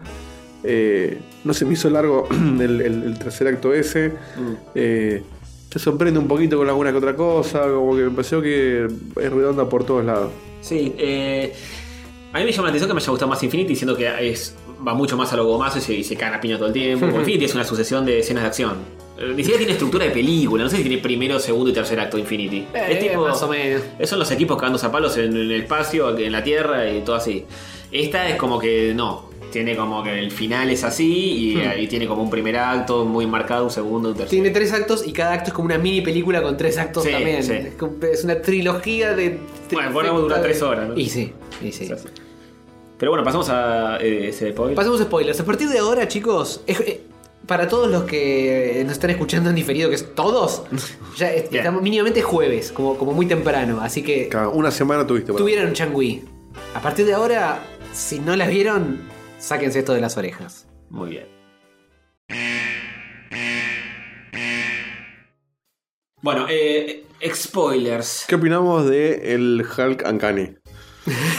C: eh, no se me hizo largo <clears throat> el, el- el tercer acto ese. eh, te sorprende un poquito con alguna que otra cosa, como que me pareció que es redonda por todos lados.
A: Sí, eh, a mí me llama la atención que me haya gustado más Infinity, siendo que es va mucho más a lo gomazo y se, y se cagan a piña todo
B: <laughs>
A: el tiempo.
B: Ujú.
A: Infinity es una sucesión de escenas de acción. Eh, Ni siquiera tiene estructura de película, no sé si tiene primero, segundo y tercer acto Infinity.
B: Eh, más o
A: menos. Son los equipos cagándose a palos en, en el espacio, en la Tierra y todo así. Esta es como que no. Tiene como que el final es así y
B: Hmm.
A: ahí tiene como un primer acto muy marcado, un segundo, un tercer.
B: Tiene tres actos y cada acto es como una mini película con tres actos
A: Sí,
B: también.
A: sí.
B: Es como- Es una trilogía de.
A: Bueno, podemos durar tres horas, ¿no?
B: Y sí, y sí.
A: Pero bueno, pasamos a eh, ese spoiler.
B: Pasemos a spoilers. A partir de ahora, chicos, es- eh, para todos los que nos están escuchando en diferido, que es todos,
C: <laughs>
B: ya es- estamos mínimamente jueves, como, como muy temprano. Así que
C: Una semana tuviste. para-
B: tuvieron changui. A partir de ahora, si no las vieron, sáquense esto de las orejas.
A: Muy bien. Bueno, eh, spoilers.
C: ¿Qué opinamos de el Hulk Uncanny?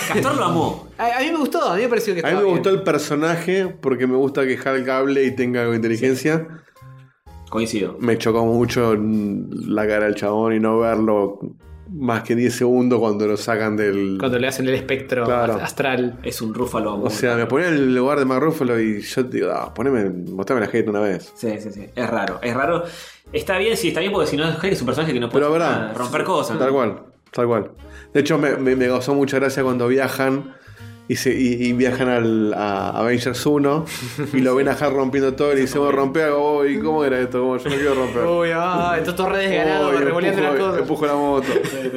A: Castor lo amó.
B: A, a mí me gustó, a mí me pareció que
C: A mí
B: estaba
C: me
B: bien.
C: gustó el personaje porque me gusta que Hulk hable y tenga algo de inteligencia.
A: Coincido.
C: Me chocó mucho la cara del chabón y no verlo más que 10 segundos cuando lo sacan del.
B: Cuando le hacen el espectro
C: Claro.
B: astral.
A: Es un rúfalo.
C: O sea, me ponía en el lugar de Mark Ruffalo y yo digo, ah, poneme, mostrame la gente una vez.
A: Sí, sí, sí. Es raro, es raro. Está bien, sí, está bien, porque si no, es un personaje que no puede
C: Pero verdad.
A: romper cosas.
C: Tal cual, tal cual. De hecho, me, me, me causó mucha gracia cuando viajan y, se, y, y viajan al, a Avengers 1 y lo ven a Hulk rompiendo todo y le dicen, vos rompé algo, uy, ¿cómo era esto? Como, yo no quiero romper.
B: Uy, ah, entonces todo re desganado,
C: Uy,
B: revoleando
C: empujo-
B: las cosas.
C: Empujo la moto.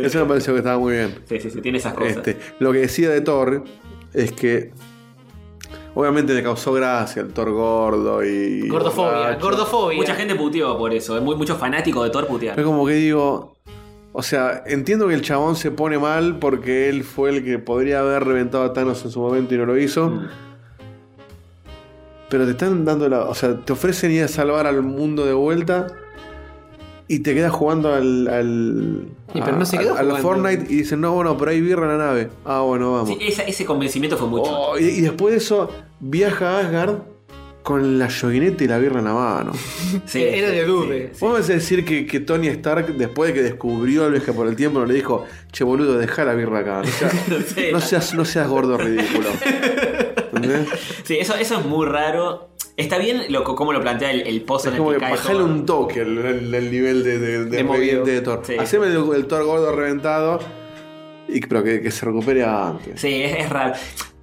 C: Eso me pareció que estaba muy bien.
A: Sí, sí, sí, tiene esas cosas.
C: Este, lo que decía de Thor es que obviamente le causó gracia el Thor gordo y...
A: Gordofobia,
C: borracho.
A: gordofobia. Mucha gente puteó por eso. Es muy, mucho fanático de Thor putear.
C: Es como que digo. O sea, entiendo que el chabón se pone mal porque él fue el que podría haber reventado a Thanos en su momento y no lo hizo.
A: Mm.
C: Pero te están dando la. O sea, te ofrecen ir a salvar al mundo de vuelta y te quedas jugando al. al
B: Y pero no se quedó
C: al- al
B: jugando.
C: Fortnite y dicen, no, bueno, pero hay birra en la nave. Ah, bueno, vamos.
A: Sí, esa- ese convencimiento fue mucho.
C: Oh, y, y después de eso, viaja a Asgard con la yoguineta y la birra en la mano.
A: Sí, Era sí, de
B: dude.
C: ¿Vos me vas a decir que, que Tony Stark, después de que descubrió el viaje por el tiempo, no le dijo, che boludo, deja la birra
A: <laughs>
C: acá? No seas, no seas, no seas gordo ridículo. ¿Entendés?
A: Sí, eso, eso es muy raro. Está bien lo, cómo lo plantea el, el pozo en
C: Es
A: el
C: como que
A: cae
C: bajale
A: Thor.
C: un toque el, el- el nivel de, de, de
A: De movido.
C: reviente de Thor.
A: Sí.
C: Haceme el, el Thor gordo reventado, y, pero que, que se recupere antes.
A: <laughs> Sí, es, es raro.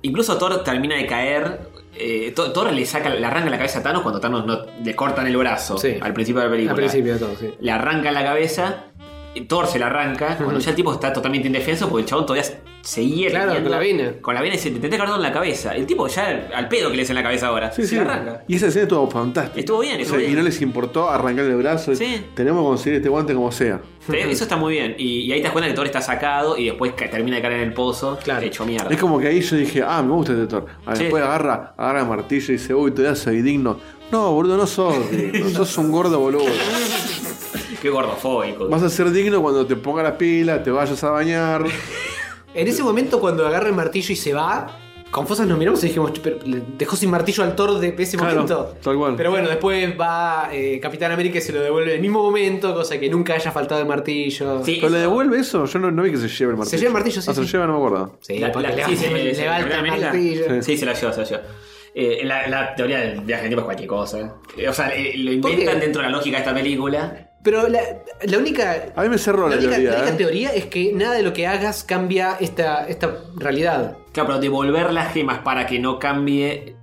A: Incluso Thor termina de caer. eh, Thor, Thor le saca, le arranca la cabeza a Thanos cuando Thanos no, le cortan el brazo al principio de la película.
B: Al principio de todo, sí.
A: Le arranca la cabeza, eh, Thor se la arranca, cuando ya el tipo está totalmente indefenso porque el chabón todavía se- seguía
B: Claro, con la vena.
A: Con la vena y se te intenta cargar en la cabeza. El tipo ya al pedo que le es en la cabeza ahora.
C: Sí,
A: se
C: sí.
A: la arranca.
C: Y esa escena estuvo fantástica.
A: Estuvo bien, estuvo
C: O sea,
A: bien.
C: Y no les importó arrancarle el brazo. Tenemos que conseguir este guante como sea.
A: Sí, Eso está muy bien. Y, y ahí te das cuenta que Thor está sacado y después ca- termina de caer en el pozo. Hecho mierda.
C: Es como que ahí yo dije, ah, me gusta este Thor. Ah,
A: Sí.
C: Después agarra, agarra el martillo y dice, uy, todavía soy digno. No, boludo,
B: <laughs>
C: no sos digno. sos un gordo boludo.
A: Qué gordofóbico.
C: Vas a ser digno cuando te pongas las pilas, te vayas a bañar.
B: En ese momento, cuando agarra el martillo y se va, con Fosas nos miramos y dijimos, "Che, pero le dejó sin martillo al Thor de ese
C: Claro,
B: momento.
C: Tal cual.
B: Pero bueno, después va eh, Capitán América y se lo devuelve en el mismo momento, cosa que nunca haya faltado el martillo.
C: ¿Pero le devuelve eso? Yo no, no vi que se lleve el martillo.
B: lleva el martillo, sí,
C: Ah, se lo
B: sí.
C: lleva, no me acuerdo.
B: Sí,
A: La-
B: porque
A: la-
B: le
A: sí,
B: va-
A: sí,
B: le
A: sí,
B: va
A: sí,
B: el
A: América.
B: martillo.
A: Sí, se la lleva, se la lleva. Eh, la, la teoría del viaje del tiempo es cualquier cosa. Eh, o sea, eh, lo
B: ¿Por qué?
A: inventan dentro de la lógica de esta película.
B: Pero la, la única.
C: A mí me cerró Ah, la
B: única,
C: teoría,
B: la única
C: ¿eh?
B: teoría es que nada de lo que hagas cambia esta, esta realidad.
A: Claro, pero devolver las gemas para que no cambie.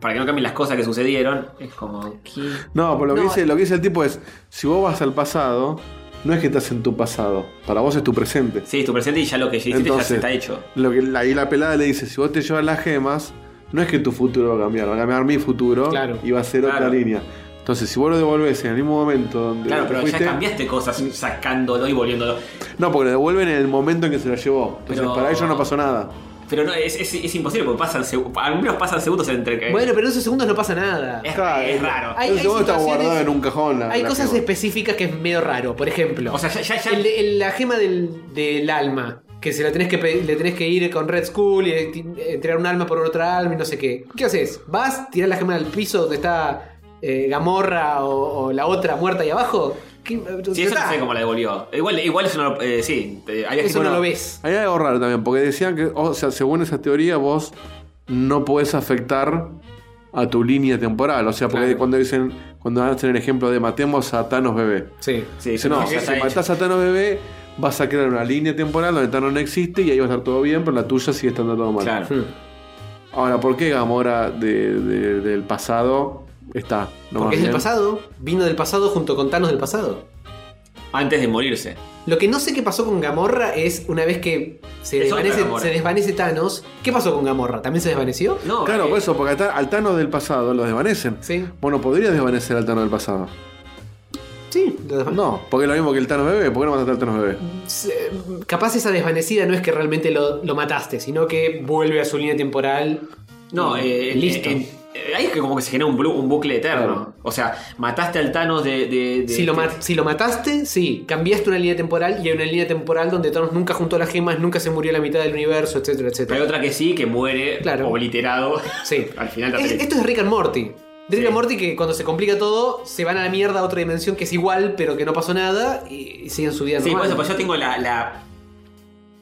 A: Para que no cambien las cosas que sucedieron. Es como. ¿qué?
C: No, pero lo, que
A: No,
C: dice, lo que dice el tipo es, si vos vas al pasado, no es que estás en tu pasado. Para vos es tu presente.
A: Sí, tu presente y ya lo que hiciste ya se
C: Entonces,
A: está hecho.
C: Lo que, ahí la pelada le dice, si vos te llevas las gemas, no es que tu futuro va a cambiar, va a cambiar mi futuro y va a ser otra
A: Claro.
C: línea. Entonces, si vos lo devolvés en el mismo momento donde
A: Claro,
C: lo
A: pero ya
C: fuiste-
A: cambiaste cosas sacándolo y volviéndolo.
C: No, porque lo devuelven en el momento en que se lo llevó. Entonces,
A: Pero-
C: para ellos no pasó nada.
A: Pero no, es, es- es imposible porque pasan seg- al menos pasan segundos entre que.
B: Bueno, pero en esos segundos no pasa nada.
A: Eh. es, es raro.
B: Hay- hay
C: Entonces, vos está
B: situaciones-
C: guardado en un cajón. la-
B: Hay
C: la
B: cosas
C: gema.
B: específicas que es medio raro, por ejemplo.
A: O sea, ya- ya- ya-
B: el- el- la gema del, del alma, que se la tenés que pe- le tenés que ir con Red Skull y ti- entregar un alma por otra alma y no sé qué. ¿Qué haces? ¿Vas, tirás la gema al piso donde está eh, Gamorra o, o la otra muerta ahí abajo? ¿Qué-
A: Sí, eso
B: está?
A: no sé cómo la devolvió. Igual, igual eso no lo. eh, sí, eh, había
B: Eso
A: que-
B: no
A: bueno,
B: lo ves.
C: Hay algo raro también, porque decían que, o sea, según esa teoría, vos no podés afectar a tu línea temporal. O sea, porque cuando dicen, cuando hacen el ejemplo de matemos a Thanos bebé.
B: Sí,
C: Dice, no,
A: porque está
C: si
A: hecho.
C: matás a Thanos bebé, vas a crear una línea temporal donde Thanos no existe y ahí va a estar todo bien, pero la tuya sigue estando todo mal.
A: Claro.
B: Hmm.
C: Ahora, ¿por qué Gamora de- de- del pasado está? No más
B: Porque es del
C: bien?
B: pasado, vino del pasado junto con Thanos del pasado.
A: Antes de morirse.
B: Lo que no sé qué pasó con Gamorra es una vez que se,
A: Es otra
B: desvanece,
A: Gamorra.
B: se desvanece Thanos. ¿Qué pasó con Gamorra? ¿También se desvaneció?
A: No. eh,
C: Claro, por eso, porque al Ta- al Thanos del pasado lo desvanecen. Bueno, podrías desvanecer al Thanos del pasado.
B: Sí,
C: No, porque es lo mismo que el Thanos bebé. ¿Por qué no mataste al Thanos bebé?
B: Se- Capaz esa desvanecida no es que realmente lo, lo mataste, sino que vuelve a su línea temporal.
A: No,
B: y-
A: eh,
B: y listo.
A: eh, eh, ahí es que como que se genera un, blu- un bucle eterno. O sea, mataste al Thanos de. de- de-
B: si, lo ma- si lo mataste, sí, cambiaste una línea temporal y hay una línea temporal donde Thanos nunca juntó las gemas, nunca se murió la mitad del universo, etcétera, etcétera.
A: Hay otra que sí, que muere obliterado. <laughs>
B: Sí.
A: al final de la
B: Es-
A: película.
B: esto es Rick and Morty. De Rick and Morty que cuando se complica todo, se van a la mierda a otra dimensión que es igual, pero que no pasó nada y, y siguen su vida
A: Sí, por
B: normal.
A: eso, pues yo tengo la. la.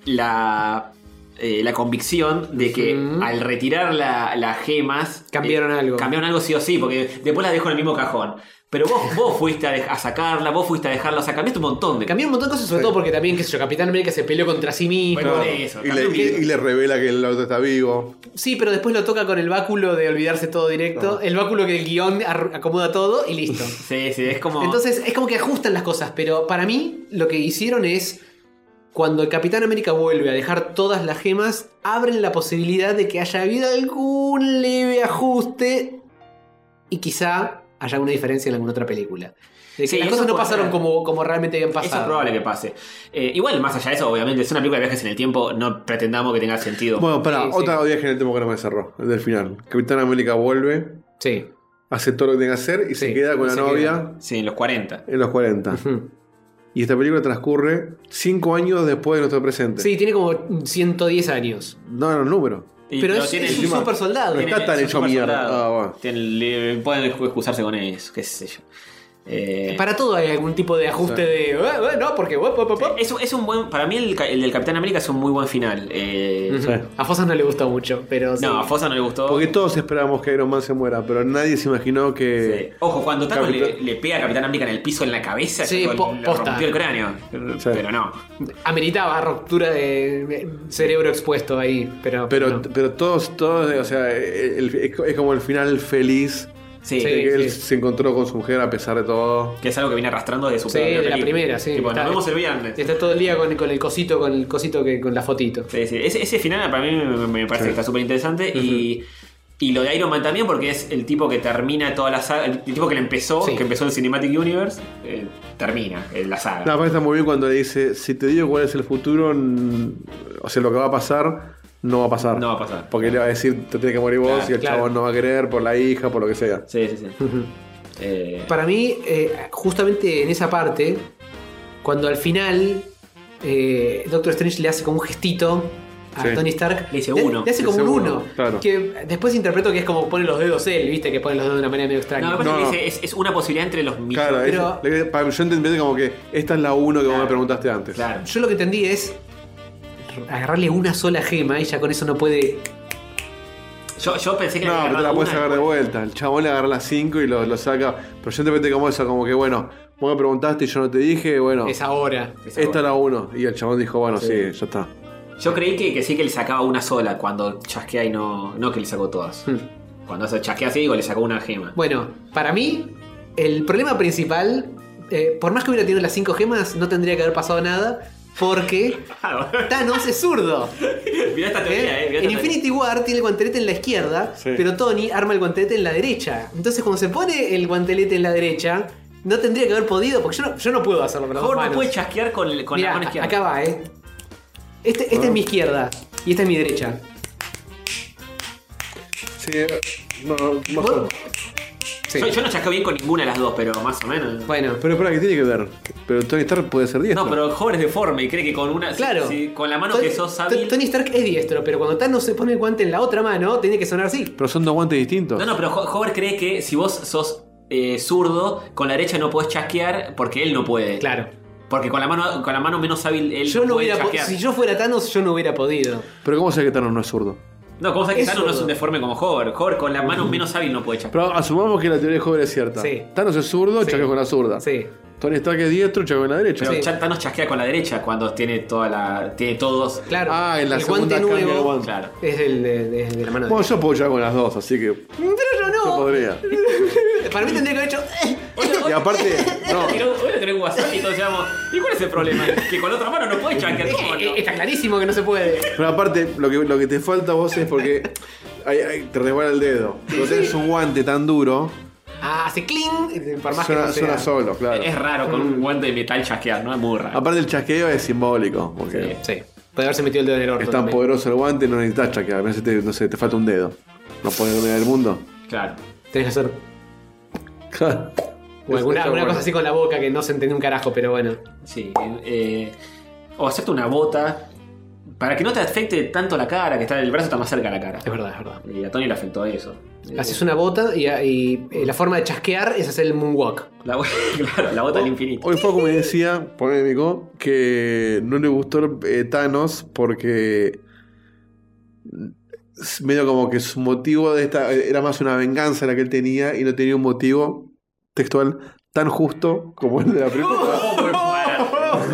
A: la, eh, la convicción de que al retirar la- las gemas. Cambiaron
B: algo.
A: eh, Cambiaron algo sí o sí, porque después las dejo en el mismo cajón. Pero vos, vos fuiste a, dej- a sacarla, vos fuiste a dejarla, o sea, cambiaste un montón de.
B: Cambió un montón de cosas, sobre todo porque también, qué sé yo, Capitán América se peleó contra sí mismo.
A: Bueno, por eso,
C: Y le, y- y le revela que el otro está vivo.
B: Sí, pero después lo toca con el báculo de olvidarse todo directo. El báculo que el guión ar- acomoda todo y listo.
A: Sí, sí, es como.
B: Entonces es como que ajustan las cosas, pero para mí lo que hicieron es, cuando el Capitán América vuelve a dejar todas las gemas, abren la posibilidad de que haya habido algún leve ajuste y quizá haya alguna diferencia en alguna otra película. De que
A: Sí,
B: las
A: eso
B: cosas no
A: puede
B: pasaron
A: ser.
B: como, como realmente habían pasado.
A: Eso es probable que pase. Eh, igual, más allá de eso, obviamente, es una película de viajes en el tiempo, no pretendamos que tenga sentido.
C: Bueno, pará,
A: Sí, sí.
C: otra viaje en el tema que no me cerró, el del final. Capitán América vuelve.
B: Sí.
C: Hace todo lo que tiene que hacer y se queda con la
A: Se
C: novia
A: queda. Sí, en los 40.
C: en los 40. Y esta película transcurre 5 años después de nuestro presente.
B: Sí, tiene como 110 años.
C: No era un número.
A: Y-
B: pero
A: pero
B: es,
A: tiene-
B: es un
A: encima-
B: super soldado.
C: No está tan hecho mierda. Ah, bueno.
A: Tienen- le- pueden excusarse con eso, qué sé yo. Eh,
B: Para todo hay algún tipo de ajuste
A: Sí.
B: de... "Eh, eh, no, porque... eh, eh, eh".
A: es, es un buen. Para mí, el, ca- el del Capitán América es un muy buen final. Eh,
B: Ujú. A Fosa no le gustó mucho, pero... sí.
A: No, a Fosa no le gustó.
C: Porque todos esperábamos que Iron Man se muera, pero nadie se imaginó que.
A: Ojo, cuando Thanos le,
C: Capitán-
A: le pega a Capitán América en el piso, en la cabeza,
B: Sí,
A: yo-
B: po-
A: le
B: posta.
A: rompió el cráneo. Pero no.
B: Ameritaba ruptura de de cerebro expuesto ahí, pero...
C: Pero,
B: no.
C: pero todos, todos, o sea, el- el- es co- es como el final feliz.
A: Sí.
C: de
A: Sí,
C: que él
A: sí.
C: se encontró con su mujer a pesar de todo.
A: Que es algo que viene arrastrando de su
B: Sí,
A: propia
B: de la
A: película.
B: primera, sí.
A: Tipo,
B: Está-
A: nos vemos el viernes.
B: Está todo el día con, con el cosito, con el cosito que, con la fotito.
A: Sí, sí. Ese, ese final para mí me, me parece que está súper interesante. y, y lo de Iron Man también, porque es el tipo que termina toda la saga. El, tipo que le empezó, que empezó el Cinematic Universe, eh, termina eh, la saga.
C: La parte está muy bien cuando le dice, si te digo cuál es el futuro, n- o sea, lo que va a pasar, no va a pasar. No va
A: a pasar.
C: Porque le va a decir, te tienes que morir vos
A: Claro,
C: y el
A: claro.
C: chabón no va a querer por la hija, por lo que sea.
A: Sí, sí, sí. Eh,
B: Para mí, eh, justamente en esa parte, cuando al final eh, Doctor Strange le hace como un gestito a
A: Sí.
B: Tony Stark.
A: Le dice uno.
B: Le hace como
A: Dice
B: un
A: uno,
B: uno.
A: claro.
B: Que después interpreto que es como pone los dedos él, viste, que pone los dedos de una manera medio extraña.
A: no, me parece que es, es- es una posibilidad entre los millones.
C: Claro,
A: pero,
C: es- le- para- yo entendí como que esta es la uno que vos me preguntaste antes.
A: Claro.
B: Yo lo que entendí es agarrarle una sola gema y ya con eso no puede.
A: Yo, yo pensé que le
C: No,
A: había
C: pero te la
A: agarrado
C: puedes
A: una.
C: sacar de vuelta. El chabón le agarra las 5 y lo, lo saca. Pero yo interpreté como eso, como que bueno, vos me preguntaste y yo no te dije, bueno.
B: Es ahora.
A: Es ahora.
C: Esta es la 1. Y el chabón dijo, bueno,
A: Sí.
C: sí, ya está.
A: Yo creí que, que sí que le sacaba una sola cuando chasquea y no. No que le sacó todas. Cuando se chasquea así, digo, le sacó una gema.
B: Hmm. Bueno, para mí, el problema principal, eh, por más que hubiera tenido las cinco gemas, no tendría que haber pasado nada.
A: <laughs>
B: Porque Thanos es zurdo.
A: Mirá esta teoría, eh. mirá
B: En
A: esta teoría.
B: Infinity War tiene el guantelete en la izquierda,
A: Sí.
B: pero Tony arma el guantelete en la derecha. Entonces, cuando se pone el guantelete en la derecha, no tendría que haber podido, porque yo no, yo no puedo hacerlo con las dos
A: Howard no
B: manos.
A: puede chasquear con, el- con
B: Mirá,
A: la mano izquierda.
B: Acá va, eh. Este, esta es mi izquierda y esta es mi derecha.
C: Sí, eh, no, no,
A: Yo, yo no chasqueo bien con ninguna de las dos, pero más o menos.
B: Bueno.
C: Pero espera, ¿qué tiene que ver? Pero Tony Stark puede ser 10.
A: No, pero Howard es deforme y cree que con una. si-
B: Claro.
A: si- con la mano
B: Tony-
A: que sos
B: T-
A: hábil.
B: Tony Stark es diestro, pero cuando Thanos se pone el guante en la otra mano, tiene que sonar así.
C: Pero son dos guantes distintos.
A: No, no, pero Ho- Howard cree que si vos sos eh, zurdo, con la derecha no podés chasquear porque él no puede.
B: Claro.
A: Porque con la mano, con la mano menos hábil él
B: Yo no
A: puede
B: hubiera po-
A: chasquear.
B: si yo fuera Thanos, yo no hubiera podido.
C: Pero ¿cómo sé que Thanos no es zurdo?
A: No, como sabes que
C: Es
A: Thanos no es
C: zurdo.
A: un deforme como Hover. Hover con la mano menos hábil no puede echar.
C: Pero asumamos que la teoría de Hover es cierta.
A: Sí.
C: Thanos es zurdo, chasquea con la zurda. Tony Stark es diestro, chasquea con la derecha.
A: Pero Cha- Thanos chasquea con la derecha cuando tiene toda la. tiene todos.
B: Claro.
C: Ah, en la
B: el
C: segunda
B: guante
C: cambia el
B: nuevo
C: guante.
B: es el de, de- de la mano
C: Bueno, yo puedo chasquear con las dos, así que
B: derecha. Pero yo
C: no
B: no.
C: podría.
B: Para mí tendría que haber hecho. eh,
C: Y aparte,
A: <laughs>
C: no.
A: Hoy lo tenés WhatsApp y todos llamamos. ¿Y cuál es el problema? Que con la otra mano no puede chasquear. ¿Cómo Oh, no?
B: eh, Está clarísimo que no se puede.
C: Pero aparte, lo que, lo que te falta a vos es porque ay, ay, te resbala el dedo. Pero tenés un guante tan duro.
B: Ah, hace cling. Por más que
C: Suena,
B: no sea.
C: suena solo, <laughs> claro.
A: Es raro con un guante de metal chasquear, ¿no? Es muy raro.
C: Aparte, el chasqueo es simbólico. Porque
B: sí, Puede haberse metido el dedo en el orto.
C: Es tan
B: también.
C: poderoso el guante, no necesitas chasquear. A veces te, no sé, te falta un dedo. No puedes dominar el mundo.
A: Claro.
B: Tenés
C: <laughs>
B: que hacer. O alguna, alguna cosa así con la boca que no se entiende un carajo, pero bueno.
A: Sí. eh, o hacerte una bota para que no te afecte tanto la cara, que está el brazo está más cerca de la cara. Es
B: verdad, es verdad.
A: Y a Tony le afectó eso.
C: Ah,
A: Eh,
B: Haces una bota y, y, eh, la forma de chasquear es hacer el moonwalk.
A: La, <laughs> claro, la
C: Oh,
A: bota al infinito.
C: Hoy Facu me decía, polémico, que no le gustó eh, Thanos porque es medio como que su motivo de esta era más una venganza la que él tenía y no tenía un motivo textual tan justo como el de la
B: <laughs>
C: película.
A: Oh,
C: oh,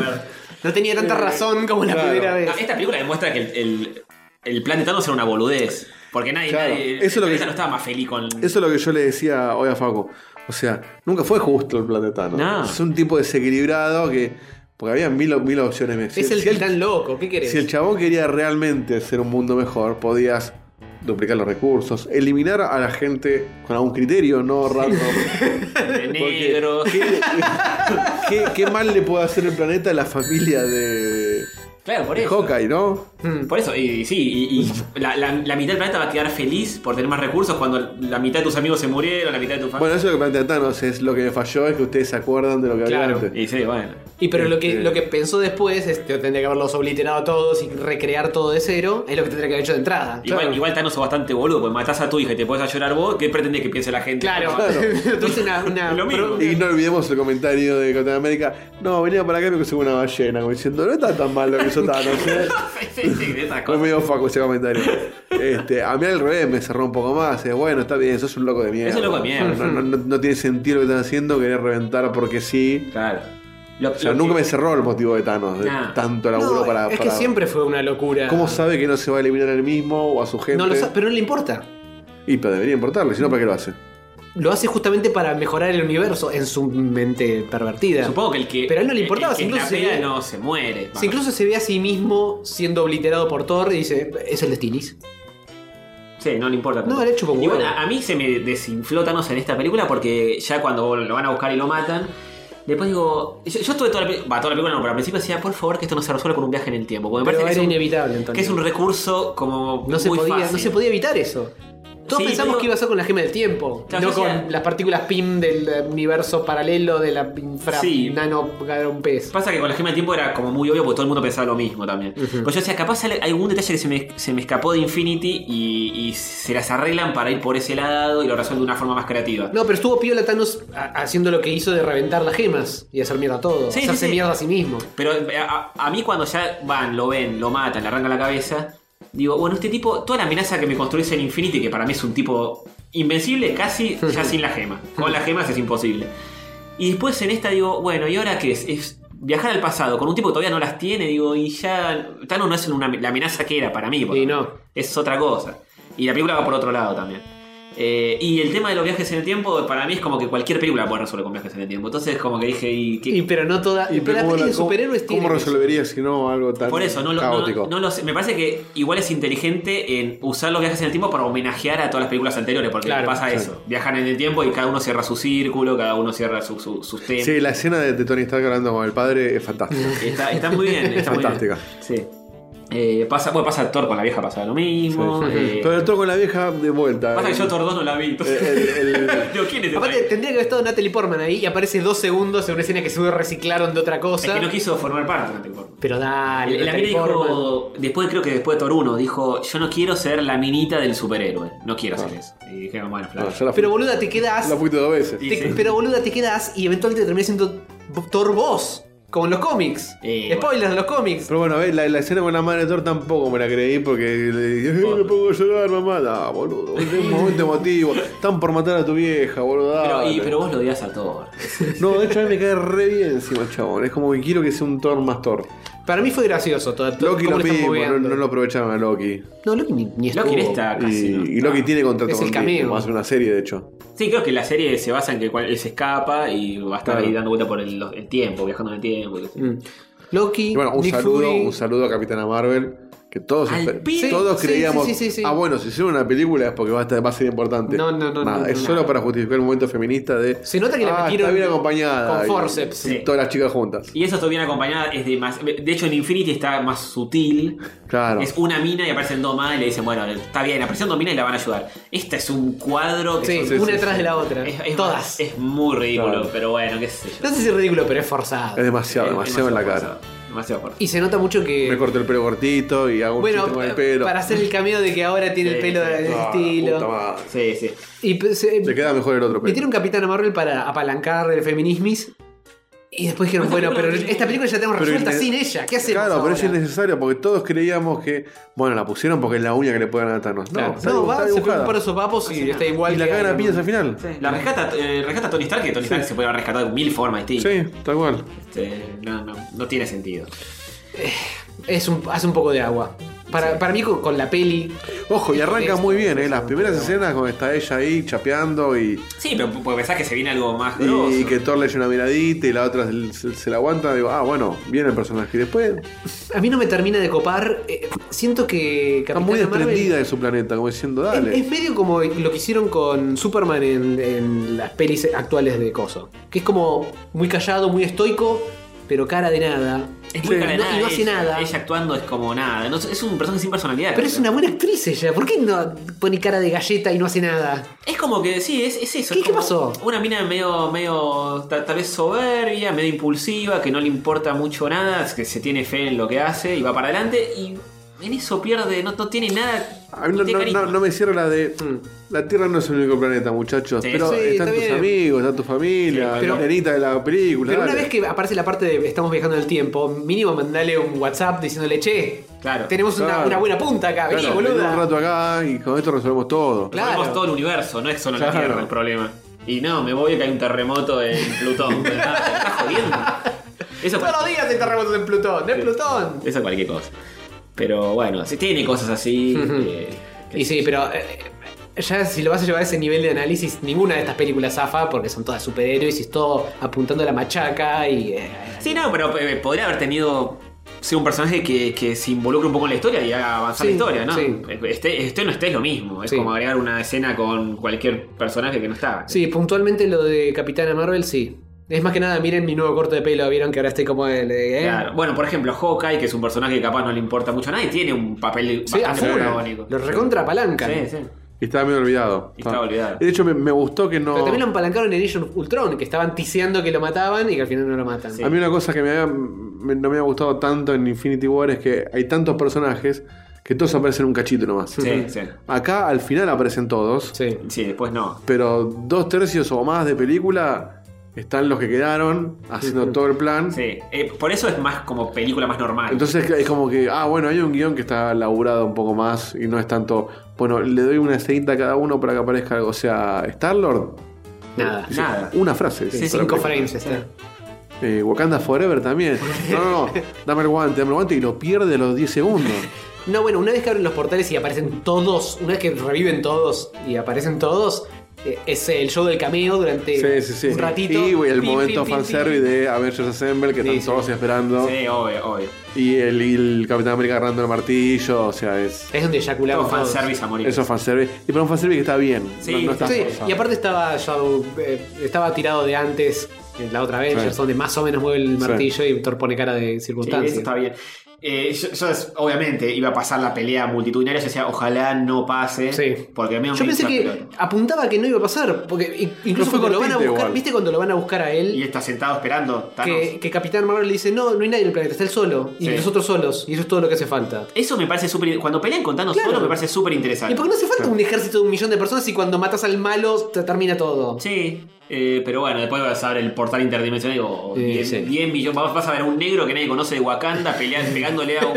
B: No tenía tanta razón como la
C: Eh, Claro.
B: primera vez.
A: Ah, Esta película demuestra que el, el, el plan de Thanos era una boludez. Porque nadie,
C: Claro,
A: nadie-
C: eso es lo
A: el planeta
C: que yo-
A: no estaba más feliz con.
C: Eso es lo que yo le decía hoy a Facu. O sea, nunca fue justo el plan de Thanos.
A: No.
C: Es un tipo desequilibrado que. Porque había mil, mil opciones. Si-
B: es el
C: si él-
B: titán loco, ¿qué querés?
C: Si el chabón quería realmente ser un mundo mejor, podías duplicar los recursos, eliminar a la gente con algún criterio, no random. <laughs>
A: negro.
C: ¿Qué, qué mal le puede hacer el planeta a la familia de,
A: Claro, por
C: de
A: eso.
C: Hawkeye, no?
A: Por eso, y, y sí, y, y
C: <laughs>
A: la, la- la mitad del planeta va a quedar feliz por tener más recursos cuando la mitad de tus amigos se murieron, la mitad de tu familia.
C: Bueno, eso es lo que plantea Thanos, es lo que le falló es que ustedes se acuerdan de lo que
B: Claro.
C: había antes.
A: Y sí, bueno.
B: Y pero lo que, lo que pensó después es que tendría que haberlos obliterado a todos y recrear todo de cero. Es lo que tendría que haber hecho de entrada.
A: Igual, igual Thanos es bastante boludo, porque matás a tu hija y te pones a llorar vos, ¿qué pretendés que piense la gente?
B: Claro. <laughs> Tuviste una- una-
C: Y no olvidemos el comentario de Capitán América. No, venía para acá y me conseguí una ballena. Como diciendo, no está tan mal lo que hizo Thanos. ¿eh?
A: <laughs> Sí, sí, de esas
C: Fue <laughs>
A: cosas.
C: medio faco ese comentario. Este, a mí al revés me cerró un poco más. eh, Bueno, está bien, sos un loco de mierda.
A: Es un loco de mierda.
C: No, no- no- no tiene sentido lo que están haciendo, querer reventar porque sí.
A: Claro.
C: o sea, nunca me cerró el motivo de Thanos, de
B: Nah.
C: tanto laburo
B: No,
C: para,
B: Es que
C: para-
B: siempre fue una locura.
C: ¿Cómo sabe que no se va a eliminar el mismo o a su gente?
B: No lo sa- pero no le importa.
C: Y pero debería importarle, si no, ¿para qué lo hace?
B: Lo hace justamente para mejorar el universo en su mente pervertida.
A: Supongo que el que.
B: Pero a él no le
A: el-
B: importaba,
A: el que
B: si incluso
A: clapea
B: se ve-
A: no se muere.
B: Si incluso se ve a sí mismo siendo obliterado por Thor y dice, es el destinis.
A: Sí, no le importa. tanto.
B: No, pues, le chupa un
A: Igual
B: huevo.
A: a, a mí se me desinfló Thanos en esta película porque ya cuando lo van a buscar y lo matan. Después digo, yo, yo estuve toda la, pe- va, toda la película, no, pero al principio decía, por favor, que esto no se resuelva con un viaje en el tiempo. Porque me
B: Pero era
A: parece que es, un,
B: inevitable, Antonio.
A: que es un recurso como
B: no se,
A: muy
B: podía,
A: fácil.
B: no se podía evitar eso. Todos
A: Sí,
B: pensamos
A: pero-
B: que iba a ser con la gema del tiempo,
A: Claro,
B: no
A: yo
B: con
A: decía-
B: las partículas PIM del eh, universo paralelo de la infra
A: Sí.
B: nano un pez.
A: Pasa que con la gema del tiempo era como muy obvio porque todo el mundo pensaba lo mismo también. Pues yo decía, capaz sale algún detalle que se me, se me escapó de Infinity y, y se las arreglan para ir por ese lado y lo resuelven de una forma más creativa.
B: No, pero estuvo Piola Thanos ha- haciendo lo que hizo de reventar las gemas y hacer mierda a todo.
A: Sí, sí,
B: hacerse
A: sí.
B: mierda a sí mismo.
A: Pero eh, a, a mí cuando ya van, lo ven, lo matan, le arrancan la cabeza, digo, bueno, este tipo, toda la amenaza que me construís en Infinity, que para mí es un tipo invencible, casi ya sin la gema. Con las gemas es imposible. Y después en esta digo, bueno, ¿y ahora qué es? Es viajar al pasado con un tipo que todavía no las tiene, digo, y ya Thanos no es una- la amenaza que era para mí. Y no. Es otra cosa. Y la película va por otro lado también. Eh, y el tema de los viajes en el tiempo, para mí es como que cualquier película puede resolver con viajes en el tiempo. Entonces, como que dije, ¿y qué,
B: Y pero no toda.
C: Y
B: pero
C: pero
B: la
C: ¿cómo
B: peli
C: la-
B: de
C: cómo-
B: superhéroes
C: ¿Cómo
B: tiene
C: resolvería si no algo tan
A: Por eso, no lo, no,
C: caótico?
A: no lo sé. Me parece que igual es inteligente en usar los viajes en el tiempo para homenajear a todas las películas anteriores, porque
C: Claro,
A: pasa
C: exacto.
A: eso. Viajan en el tiempo y cada uno cierra su círculo, cada uno cierra su- su- sus temas.
C: Sí, la escena de, de Tony Stark hablando con el padre es fantástica.
A: Está, está muy bien, está muy bien.
C: fantástica.
A: Sí. Eh, pasa, bueno, pasa Thor con la vieja, pasa lo mismo. eh,
C: Pero el toco con la vieja de vuelta.
A: pasa que yo Thor 2 no la
C: <laughs>
A: vi. entonces-
C: Eh,
A: Digo, ¿quién es
B: Aparte, tendría que haber estado Natalie Portman ahí y aparece dos segundos en una escena que se reciclaron de otra cosa.
A: Es que no quiso formar parte Natalie Portman.
B: Pero dale,
A: La mina
B: Natalie Portman.
A: dijo, después, creo que después de Thor 1, dijo: Yo no quiero ser la minita del superhéroe. No quiero
C: Ah.
A: ser eso. Y dije, bueno, flaco.
B: Pero boluda, te quedas.
C: La fuiste dos veces.
B: te- Pero boluda, te quedas y eventualmente terminas siendo Thor vos. Como en los cómics.
A: Eh,
B: Spoilers de los cómics.
C: Pero bueno, eh, la, la escena con la madre de Thor tampoco me la creí porque le dije, "Eh, me pongo a llorar, mamá. No, boludo, es un momento emotivo. Están por matar a tu vieja, boludo.
A: Pero, y-
C: dale".
A: pero vos lo odias a Thor.
C: No, de hecho a mí me cae re bien encima, el chabón. Es como que quiero que sea un Thor más Thor.
B: Para mí fue gracioso todo. todo
C: Loki
B: cómo lo
C: lo
B: están
C: mismo, no,
B: moviendo.
C: no lo aprovecharon a Loki.
B: No, Loki ni, ni
A: Loki
B: estuvo.
A: no está Ah, casi,
C: y,
A: no
C: y Loki tiene contrato
A: Es el
C: con Disney,
A: cameo.
C: va a hacer una serie, de hecho.
A: Sí, creo que la serie se basa en que cual- él se escapa y va a estar
C: Claro.
A: ahí dando vuelta por el, el tiempo, viajando en el tiempo. y qué sé yo.
B: Mm. Loki.
C: Y bueno, un
A: Nick
C: saludo,
A: Fury.
C: un saludo a Capitana Marvel. Que todos,
A: Al
C: esper-
A: pin.
C: todos
A: Sí,
C: creíamos.
A: sí, sí, sí, sí.
C: Ah, bueno, si hicieron una película es porque va a, estar- va a ser importante.
B: No, no, no,
C: Nada,
B: no, no,
C: es
B: no.
C: solo para justificar el momento feminista de.
B: Se nota que la
C: "Ah,
B: metieron
C: Está bien acompañada.
B: con
C: y-
B: forceps.
C: y
B: Sí.
C: Todas las chicas juntas.
A: Y eso está bien acompañada, es de más. De hecho, en Infinity está más sutil.
C: Claro.
A: Es una mina y aparecen dos más y le dicen, bueno, está bien, aparecieron dos minas y la van a ayudar. Este es un cuadro que
B: Sí,
A: son-
B: una detrás de la otra.
A: Es, es-
B: Todas.
A: Es muy ridículo,
B: Claro.
A: pero bueno, qué sé yo.
B: No sé si es ridículo, pero es forzado.
C: Es demasiado, demasiado, en la cara.
A: Demasiado fuerte.
B: Y se nota mucho que.
C: Me corto el pelo cortito y hago un
B: Bueno,
C: chiste con el pelo.
B: para hacer el cameo de que ahora tiene el
C: Sí,
B: pelo
C: sí.
B: del
C: Ah, puta
B: estilo.
C: madre.
A: Sí, sí.
B: Y pe- se-
C: Te queda mejor el otro pelo.
B: metieron un Capitán Marvel para apalancar el feminismis. Y después
C: <laughs>
B: dijeron, bueno, pero esta película ya tenemos
C: Pero
B: resuelta
C: inte-
B: sin ella. ¿Qué hacemos?
C: Claro, pero
B: ahora?
C: es innecesario porque todos creíamos que. Bueno, la pusieron porque es la uña que le pueden dar a Thanos. No,
B: Claro.
C: está
B: No,
C: dibu-
B: va,
C: está
B: se pone
C: dibujada.
B: un par de sopapos y está igual.
C: Y la
B: que
C: cagan a
B: Iron
C: piñas
B: Man.
C: al final.
A: La rescata, eh, rescata a Tony Stark y Tony Stark se puede haber rescatado de mil formas distintas.
C: Sí, tal cual.
A: Este, no, no, no tiene sentido.
B: Es un, hace un poco de agua. Para, para mí, con, con la peli.
C: Ojo, y arranca
B: Esto,
C: muy bien, ¿eh? Las primeras escenas cuando está ella ahí chapeando y,
A: Sí, pero porque pensás que se viene algo más grosso.
C: y que Thor le echa una miradita y la otra se, se- se la aguanta. Digo, ah, bueno, viene el personaje. Y después
B: A mí no me termina de copar. eh, siento que.
C: está
B: Capitana
C: muy
B: Marvel-
C: desprendida de su planeta, como diciendo, dale.
B: Es medio como lo que hicieron con Superman en, en las pelis actuales de Coso. Que es como muy callado, muy estoico, pero cara de nada.
A: Es
B: Y
A: muy
B: no-
A: cara de nada,
B: Y no hace
A: ella,
B: nada.
A: Ella actuando es como nada. No, es un personaje sin personalidad.
B: Pero es una buena actriz ella. ¿Por qué no pone cara de galleta y no hace nada?
A: Es como que, sí, es, es eso.
B: ¿Qué-
A: es
B: qué
A: como
B: pasó?
A: Una mina medio, medio ta- tal vez soberbia, medio impulsiva, que no le importa mucho nada, es que se tiene fe en lo que hace y va para adelante y en eso pierde, no, no tiene nada.
C: A mí Ah, no,
A: tiene
C: no-
A: carisma.
C: no- no me cierra la de. La Tierra no es el único planeta, muchachos.
A: Sí.
C: pero
A: Sí,
C: están
B: Mm. está
C: tus
B: bien.
C: amigos, está tu familia,
B: Sí, pero-
C: la nenita de la película.
B: Pero una
C: dale.
B: vez que aparece la parte de estamos viajando en el tiempo, mínimo mandale un WhatsApp diciéndole, che,
A: Claro.
B: tenemos una,
C: Claro.
B: una buena punta acá, vení,
C: Claro,
B: boluda.
C: venimos un rato acá y con esto resolvemos todo.
A: Resolvemos todo el universo, no es solo la
C: Claro.
A: Tierra el problema. Y no, me voy a que hay un terremoto en Plutón. Me está jodiendo. Eso
B: Todos los días hay terremotos en Plutón, de Plutón.
A: Eso cualquier cosa. Pero bueno, sí, tiene
B: <laughs>
A: cosas así. eh,
B: Y sí, pero eh, ya si lo vas a llevar a ese nivel de análisis, ninguna de estas películas zafa porque son todas superhéroes y es todo apuntando a la machaca y... eh,
A: Sí, no, pero eh, podría haber tenido. Ser un personaje que, que se involucre un poco en la historia y haga avanzar
B: Sí,
A: la historia, ¿no?
B: sí.
A: Este, este no esté es lo mismo. Es
B: Sí.
A: como agregar una escena con cualquier personaje que no estaba.
B: sí, puntualmente lo de Capitana Marvel, sí. Es más que nada, miren mi nuevo corte de pelo, vieron que ahora estoy como el... eh?
A: Claro. Bueno, por ejemplo, Hawkeye, que es un personaje que capaz no le importa mucho a nadie, tiene un papel
B: Sí, a
A: bastante
B: full.
A: protagónico.
B: Lo recontra palanca.
A: Sí, sí.
C: Y estaba medio olvidado.
A: Y estaba olvidado.
C: De hecho, me, me gustó que no.
B: Pero también lo empalancaron en Age of Ultron, que estaban tiseando que lo mataban y que al final no lo matan.
C: A mí una cosa que me había- me- no me había gustado tanto en Infinity War es que hay tantos personajes que todos aparecen un cachito nomás.
A: Sí, sí.
C: Acá al final aparecen todos.
B: Sí.
A: Sí, después no.
C: Pero dos tercios o más de película están los que quedaron haciendo todo el plan.
A: Sí. Eh, por eso es más como película más normal.
C: Entonces es como que, ah, bueno, hay un guión que está laburado un poco más y no es tanto, bueno, le doy una escenita a cada uno para que aparezca algo. O sea, Star-Lord.
B: Nada.
C: Sí,
B: Nada.
C: Una frase.
B: Sí,
C: sí, para
B: cinco
C: la película.
B: frames está.
C: Eh, Wakanda Forever también. No, no, no. Dame el guante, dame el guante y lo pierde a los 10 segundos.
B: No, bueno, una vez que abren los portales y aparecen todos, una vez que reviven todos y aparecen todos, eh, es el show del cameo durante
C: Sí, sí, sí.
B: un ratito.
C: Y güey, el
B: Pim, pim,
C: momento
B: pim,
C: fanservice
B: pim.
C: de Avengers Assemble que están todos esperando.
A: Sí, obvio, obvio.
C: Y el, y el Capitán América agarrando el martillo. O sea, es.
B: Es donde eyaculamos.
A: Todo
B: todos.
A: fanservice a morir.
C: Eso es fanservice. Y pero un fanservice que está bien.
A: Sí,
C: no, no está
B: Sí,
C: forzado.
B: y aparte estaba Shadow, eh, estaba tirado de antes en la otra Avengers,
C: Sí.
B: donde más o menos mueve el martillo y Thor pone cara de
A: Sí,
B: circunstancia.
A: eso está bien. Eh, yo, yo es- obviamente iba a pasar la pelea multitudinaria, yo decía, ojalá no pase. Porque a mí me
B: Yo pensé
A: hincha
B: que
A: la pelota.
B: apuntaba que no iba a pasar, porque i- incluso
A: fue
B: cuando lo van a
A: cortante
B: buscar,
A: igual.
B: ¿viste cuando lo van a buscar a él?
A: Y está sentado esperando. Thanos.
B: Que, que Capitán Marvel le dice, no, no hay nadie en el planeta, está él solo. Y
A: Sí.
B: nosotros solos, y eso es todo lo que hace falta.
A: Eso me parece súper. Cuando pelean contando
B: Claro.
A: solo, me parece súper interesante.
B: ¿Y por qué no hace falta un ejército de un millón de personas y cuando matas al malo te termina todo?
A: Sí. Eh, pero bueno, después vas a ver el portal interdimensional y digo,
B: Eh, Sí,
A: 10,
B: sí.
A: millones. Vas, vas a ver a un negro que nadie conoce de Wakanda
B: <laughs>
A: pelea- pegándole a un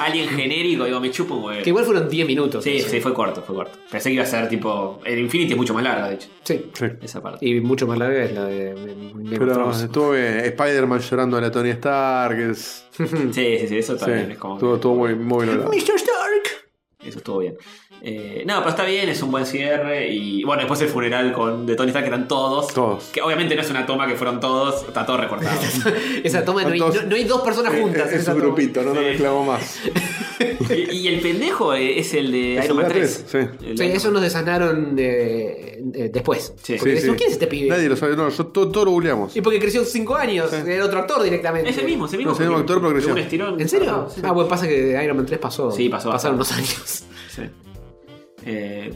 A: alien genérico. Digo, me chupo un huevo.
B: Que igual fueron 10 minutos.
A: Sí, sí, fue corto, fue corto. Pensé que iba a ser tipo. El Infinity es mucho más largo, de hecho.
B: Sí.
A: Esa parte.
B: Y mucho más larga es la de. de- de-
C: Pero
B: de-
C: estuvo bien. Spider-Man llorando a la Tony Stark. Es...
B: Sí,
A: sí, sí, eso también es como
C: Estuvo, estuvo muy, muy logrado.
B: Mr. Stark.
A: Eso estuvo bien. Eh, no, pero está bien, es un buen cierre. Y bueno, después el funeral con de Tony Stark, que eran todos.
C: Todos.
A: Que obviamente no es una toma que fueron todos, está todo
C: <laughs>
A: recortado.
B: Esa toma no hay,
A: Entonces-
B: no- no hay dos personas juntas. en
C: Es
B: esa
C: un
B: toma.
C: grupito, no lo mezclamos más.
A: y, y el pendejo eh, es el de
C: Es
A: Iron Man
C: el de
A: 3.
C: tres,
A: El
B: Sí,
A: Iron
B: eso nos desanaron eh, eh, después.
A: Sí.
B: Porque
C: Sí,
B: decimos,
C: sí.
B: ¿Quién es este pibe?
C: Nadie lo sabe, no, yo, todo, todo lo googleamos.
B: Y porque creció 5 años, era otro actor directamente.
A: Ese mismo, ese mismo.
C: No, ese mismo actor, pero
A: De un
C: creció.
A: estirón.
B: ¿En serio?
A: Ah, sí.
B: Ah, bueno, pasa que Iron Man 3 pasó.
A: Sí, pasó
B: Pasaron unos
A: bastante.
B: años.
A: Sí. Eh,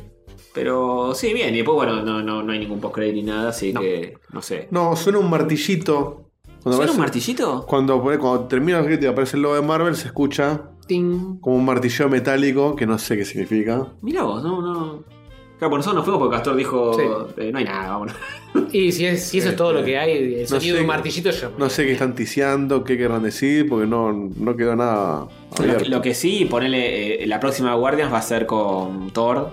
A: pero sí, bien. Y después, bueno, no, no, no hay ningún post ni nada, así que no sé.
C: No, suena un martillito. Cuando
A: ¿Suena
C: aparece-
A: un martillito?
C: Cuando, pone- cuando termina el crítico aparece el logo de Marvel, se escucha
B: Ting.
C: como un martillo metálico que no sé qué significa.
A: Mirá vos, no, no. Claro, por nosotros nos fuimos porque Castor dijo:
B: Sí.
A: eh, No hay nada, vámonos.
B: Y si, es- si eso es todo lo que hay, el
C: No
B: sonido de
C: sé.
B: un martillito yo.
C: No sé qué están ticiando, qué querrán decir, porque no, no quedó nada
A: Lo,
C: abierto.
A: lo que sí, ponele. eh, la próxima Guardians va a ser con Thor,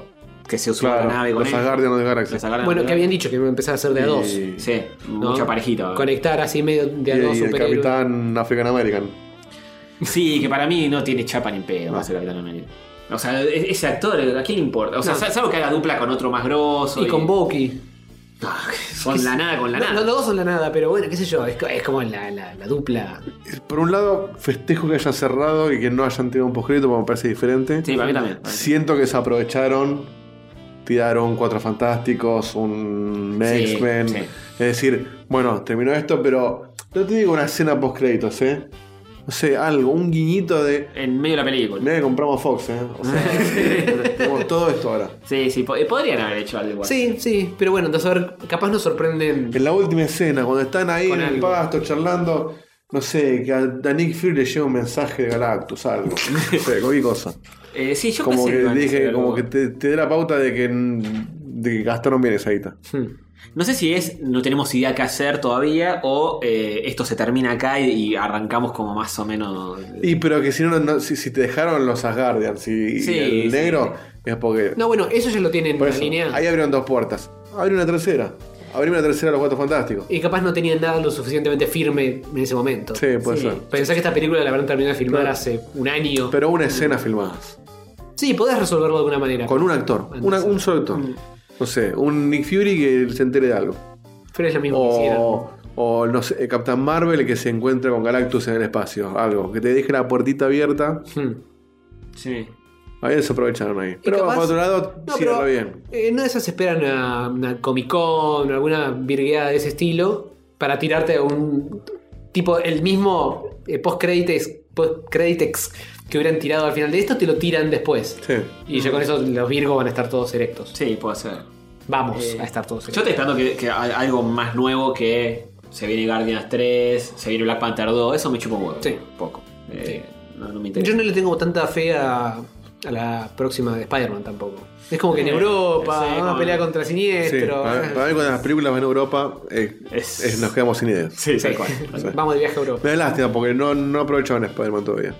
A: que se usó
C: Claro,
A: la nave con
C: los
A: él.
C: Asgardians of the Galaxy.
A: Los Asgardians
B: Bueno,
A: of
B: que
A: the
B: habían dicho que iba a empezar a hacer de a dos.
A: Galaxy. Sí,
B: ¿no?
A: mucha parejita. va a haber.
B: Conectar así medio de a
C: Y-
B: dos
C: y el
B: superhéroes.
C: capitán African American.
A: Sí, que para mí no tiene chapa ni pedo, va a ser Capitán América. O sea, e- ese actor, ¿a quién le importa? O sea,
B: No.
A: sa- salvo que haga dupla con otro más grosso.
B: Y con Bucky.
A: Con la nada, con la
B: No,
A: nada.
B: Los dos son la nada, pero bueno, qué sé yo, es, co- es como la, la- la dupla.
C: Por un lado, festejo que hayan cerrado y que no hayan tenido un postcrédito, porque me parece diferente.
A: Sí, para mí también.
C: Siento que se aprovecharon, tiraron cuatro fantásticos, un
A: Sí,
C: X-Men.
A: sí.
C: Es decir, bueno, terminó esto, pero no te digo una escena post-créditos, ¿eh? No sé, algo, un guiñito de.
A: En medio de la película.
C: Mira que compramos Fox, ¿eh?
A: <laughs>
C: O sea, tenemos todo esto ahora.
A: Sí, sí, po- eh, podrían haber hecho algo igual.
B: Sí, sí, pero bueno, entonces a ver, capaz nos sorprenden.
C: En la última escena, cuando están ahí
B: Con
C: en el
B: algo.
C: pasto charlando, no sé, que a, a Nick Fury le llega un mensaje de Galactus, algo.
A: <laughs>
C: No sé, cualquier cosa.
A: Eh, sí, yo
C: como
A: pensé
C: que
A: iban a hacer
C: dije,
A: algo.
C: como que te, te dé la pauta de que, de que gastaron bien esa guita.
A: No sé si es no tenemos idea qué hacer todavía o eh, esto se termina acá y, y arrancamos como más o menos.
C: Y pero que si no, no- si, si te dejaron los Asgardians y, y
A: Sí, sí.
C: el negro, es porque.
B: No, bueno, eso ya lo tienen
C: por eso,
B: alineado.
C: ahí abrieron dos puertas. Abre una tercera. Abrimos una tercera a los cuatro fantásticos.
B: Y capaz no tenían nada lo suficientemente firme en ese momento.
C: Sí, puede ser.
B: Pensá que esta película la habrán terminado de filmar hace un año.
C: Pero una escena filmada.
B: Sí, podés resolverlo de alguna manera.
C: Con un actor. una- un solo actor.
A: Mm.
C: No sé, un Nick Fury que se entere de algo.
B: Pero es lo mismo que hicieron.
C: O, o, no sé, Captain Marvel que se encuentra con Galactus en el espacio. Algo. Que te deje la puertita abierta.
B: Hmm.
A: Sí.
C: Ahí se aprovecharon ahí. Pero
B: capaz-
C: por otro lado,
B: No,
C: cierra
B: pero-
C: bien.
B: Eh, no esas esperan a una Comic Con o alguna virgueada de ese estilo para tirarte a un tipo, el mismo eh, post-creditex post-creditex que hubieran tirado al final de esto, te lo tiran después.
C: Sí.
B: Y ya con eso los Virgos van a estar todos erectos.
A: Sí, puede ser.
B: Vamos
A: Eh,
B: a estar todos
A: Yo
B: erectos.
A: estoy esperando que, que a- algo más nuevo que se viene Guardians 3, se viene Black Panther 2, eso me chupa un huevo.
B: Sí.
A: Un poco. Eh, No, no me
B: Yo,
A: interesa.
B: no le tengo tanta fe a, a la próxima de Spider-Man tampoco. Es como que en
A: Eh,
B: Europa,
A: sí,
B: vamos a
A: como-
B: pelear contra
C: Sí,
B: Siniestro.
C: para, para mí cuando las películas van a Europa eh,
A: Es-
C: eh, nos quedamos sin ideas.
A: Sí, tal cual.
B: <laughs> Vamos de viaje a Europa.
C: Me da lástima porque no, no aprovechaban Spider-Man todavía.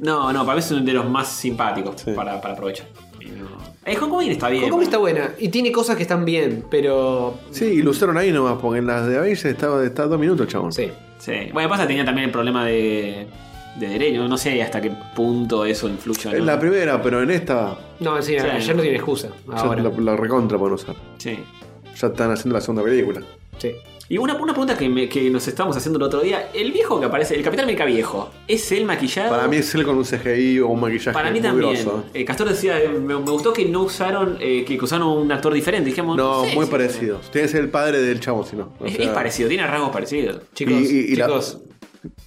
A: No, no, para mí es uno de los más simpáticos para, para aprovechar. Y no- Eh, Hong Kong está bien.
B: Hong Kong está buena y tiene cosas que están bien, pero
C: Sí, y lo usaron ahí nomás porque en las de Avengers estaba, estaba dos minutos, chabón.
B: Sí.
A: Sí. Bueno, pasa que tenía también el problema de, de derecho. No sé hasta qué punto eso influye. o
C: Es
A: no.
C: Eh, la primera, pero en esta
B: No, sí,
A: Sí.
B: ya no tiene excusa.
C: ya
B: Ahora.
C: lo, lo recontra pueden usar.
A: Sí.
C: Ya están haciendo la segunda película.
B: Sí.
A: Y una, una pregunta que, me- que nos estábamos haciendo el otro día. El viejo que aparece, el Capitán América viejo, ¿es el maquillado?
C: Para mí es él con un CGI o un <laughs> maquillaje
A: Para mí
C: muy
A: también.
C: grosso.
A: Eh, Castor decía, eh, me, me gustó que no usaron, eh, que que usaron un actor diferente. Dijimos,
C: No,
A: sé,
C: muy
A: sí.
C: parecido. Tiene que ser el padre del chabón, si no. O
A: Es,
C: sea,
A: es parecido, tiene rasgos parecidos.
C: Y- y- y la-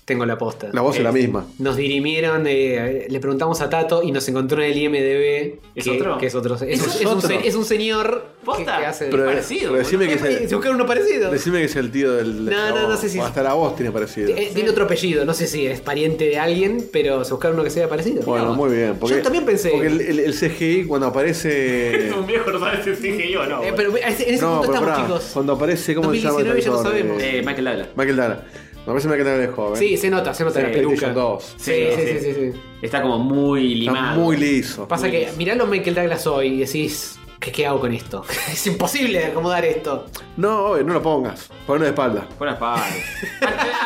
B: Tengo la posta.
C: La voz es la misma.
B: Nos dirimieron, eh, le preguntamos a Tato y nos encontró en el IMDB.
A: ¿Es
B: que,
A: otro?
B: Que es otro. Es,
A: ¿Es
B: un- es un,
C: otro?
B: se- es un señor que- que hace
C: Pero, Decime
B: Decime
C: que es el,
B: buscar uno parecido.
C: decime que es el tío del. del
B: No, no,
C: chabón.
B: no sé si-
C: O Hasta la voz tiene parecido.
B: Eh, Tiene otro apellido, no sé si es pariente de alguien, pero se buscaron uno que sea parecido.
C: Bueno,
B: Mirá vos.
C: muy bien. Porque,
B: Yo también pensé.
C: Porque el, el- el CGI
B: <laughs>
C: cuando aparece.
A: <laughs> Un viejo no sabe si es CGI o no.
B: Eh, pero en ese
C: No,
B: punto
C: pero
B: estamos,
C: pará,
B: chicos.
C: Cuando aparece, ¿cómo se llama? el
B: 2019 ya lo
C: actor?
B: sabemos.
C: Eh,
A: Eh, Michael Douglas.
C: Michael Dara. Me parece Michael Dara es joven.
B: Sí, se nota, se nota
C: En
B: la
C: PlayStation
B: peluca.
C: 2.
B: Sí, sí, sí, sí, sí.
A: Está como muy
C: Está
A: limado.
C: muy liso.
B: Pasa que mirá los Michael Douglas hoy y decís, ¿qué, qué hago con esto? <laughs> es imposible de acomodar esto.
C: No, obvio, no lo pongas. Ponlo de espalda.
A: Pon la
C: <laughs>
A: espada.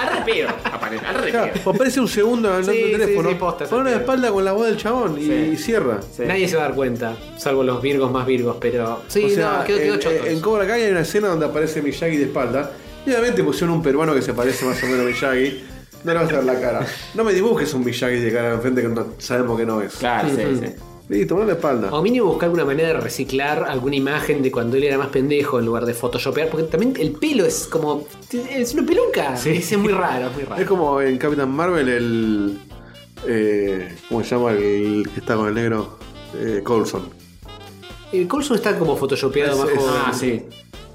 A: Al al pedo, aparece, al re
C: Claro,
A: pedo.
C: aparece un segundo hablando
B: Sí,
C: en el
B: sí,
C: teléfono.
B: sí, posta, se
C: Ponlo de
B: entiende.
C: espalda con la voz del chabón y, y cierra.
B: Nadie se va a dar cuenta, salvo los virgos más virgos, pero. Sí,
C: o sea,
B: no, quedó, quedó
C: en,
B: choto.
C: en Cobra Kai hay una escena donde aparece Miyagi de espalda. Y obviamente pusieron un peruano que se parece más o menos a Miyagi. No le vas a ver la cara. No me dibujes un Miyagi de cara de enfrente que no sabemos que no es.
A: Claro, sí, sí.
C: Listo, ponlo de espalda.
B: O mínimo buscar alguna manera de reciclar alguna imagen de cuando él era más pendejo en lugar de photoshopear, porque también el pelo es como. Es una peluca. Sí, es muy raro, es muy raro.
C: Es como en Capitán Marvel el. eh, ¿Cómo se llama el que está con el negro? Eh, Coulson.
B: El Coulson está como photoshopeado
C: Es-
B: más
C: es-
B: joven.
A: Ah, sí.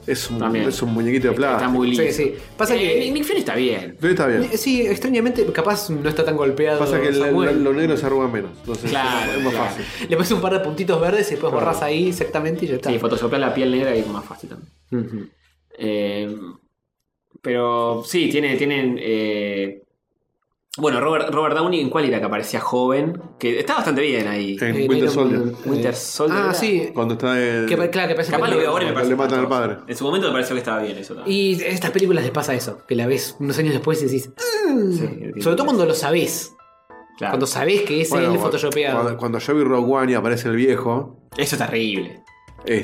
C: Es un,
A: También.
C: es un muñequito de plata.
A: Está muy liso.
B: Sí, sí. Pasa
A: Eh,
B: que.
A: Nick- Nick Fury está bien.
C: Pero está bien.
B: Sí, extrañamente, capaz no está tan golpeado.
C: Pasa que el-
B: Samuel.
C: el- los negros se arrugan menos. Entonces
A: Claro,
C: es más
A: claro.
C: fácil.
B: Le pones un par de puntitos verdes y después
C: Claro.
B: borras ahí exactamente y ya está.
A: Sí, photoshopear la piel negra es más fácil también. Eh, pero sí, tiene, tienen. eh, bueno, Robert, Robert Downey, ¿en cuál era que aparecía joven? Que está bastante bien ahí.
C: En
B: Eh,
C: Winter Soldier.
A: Winter Soldier.
B: Ah,
A: era.
B: sí.
C: Cuando está el.
B: Que, claro, que parece
A: Capaz lo veo ahora y me
C: cuando
A: parece.
C: le matan al
A: espantoso.
C: padre.
A: En su momento me pareció que estaba bien eso también.
B: Y a estas películas les pasa eso, que la ves unos años después y decís. "Mm".
A: Sí,
B: Sobre todo cuando lo sabés.
A: Claro.
B: Cuando sabés que es
C: Bueno,
B: el
C: cuando-
B: photoshopeado.
C: Cuando, cuando yo vi Rogue One y aparece el viejo,
A: Eso es terrible.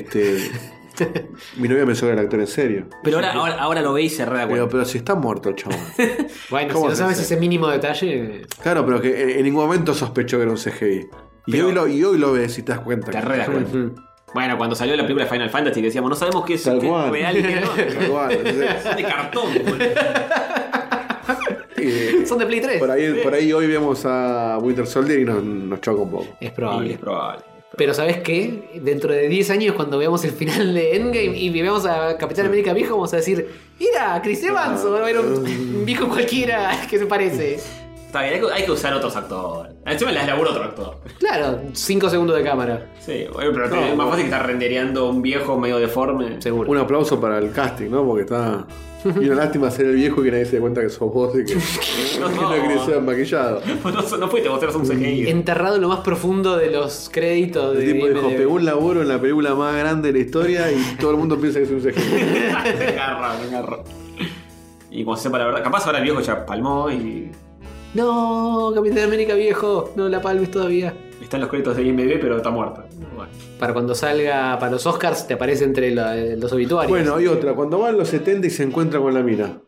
A: <laughs>
C: este. mi novia pensó que era el actor en serio.
A: Pero ahora, ahora, ahora lo veis y se re da
C: Pero,
A: cuenta.
C: pero si está muerto el chabón.
B: bueno, si
C: ¿cómo
B: no
C: se
B: sabes
C: hace?
B: ese mínimo detalle.
C: Claro, pero que en, en ningún momento sospechó que era un CGI. Y, hoy, lo, y hoy lo ves y te das cuenta.
A: Te
C: que-
A: re das cuenta. Bueno, cuando salió la película Final Fantasy que decíamos, no sabemos qué es,
C: Tal
A: qué es
C: cual.
A: real y qué
C: <laughs>
A: no.
C: Tal cual, entonces,
A: <laughs> Son de cartón, boludo.
C: eh,
B: Son de Play 3.
C: por, ahí, por ahí hoy vemos a Winter Soldier y nos, nos choca un poco.
B: Es
A: Y
B: probable.
A: es probable.
B: Pero ¿sabes qué? Dentro de 10 años, cuando veamos el final de Endgame y veamos a Capitán América viejo, vamos a decir: Mira, Chris Evans, o era
C: <laughs>
B: un viejo cualquiera que se parece.
A: Está bien, hay que, hay que usar otros actores. Encima las laburo otro actor.
B: Claro, 5 segundos de cámara.
A: Sí, bueno, pero es más fácil que estar rendereando un viejo medio deforme.
B: Seguro.
C: Un aplauso para el casting, ¿no? Porque está. Y una lástima ser el viejo y que nadie se dé cuenta que sos vos
A: <laughs>
C: y que, <laughs> no, que no querés ser maquillado.
A: No, no fuiste, vos eras un CGI.
B: Enterrado en lo más profundo de los créditos de
C: El tipo dijo,
B: IMDb.
C: pegó un laburo en la película más grande de la
A: <laughs>
C: historia y todo el mundo piensa que es un CGI.
A: <laughs> me agarra, me agarra. Y cuando sepa la verdad, capaz ahora el viejo ya palmó y
B: No, Capitán América viejo, no la palmes todavía.
A: está en los créditos de IMDb, pero está muerto. Bueno.
B: Para cuando salga para los Oscars, te aparece entre la- los obituarios.
C: Bueno, hay otra. Cuando va a los 70 y se encuentra con la mina.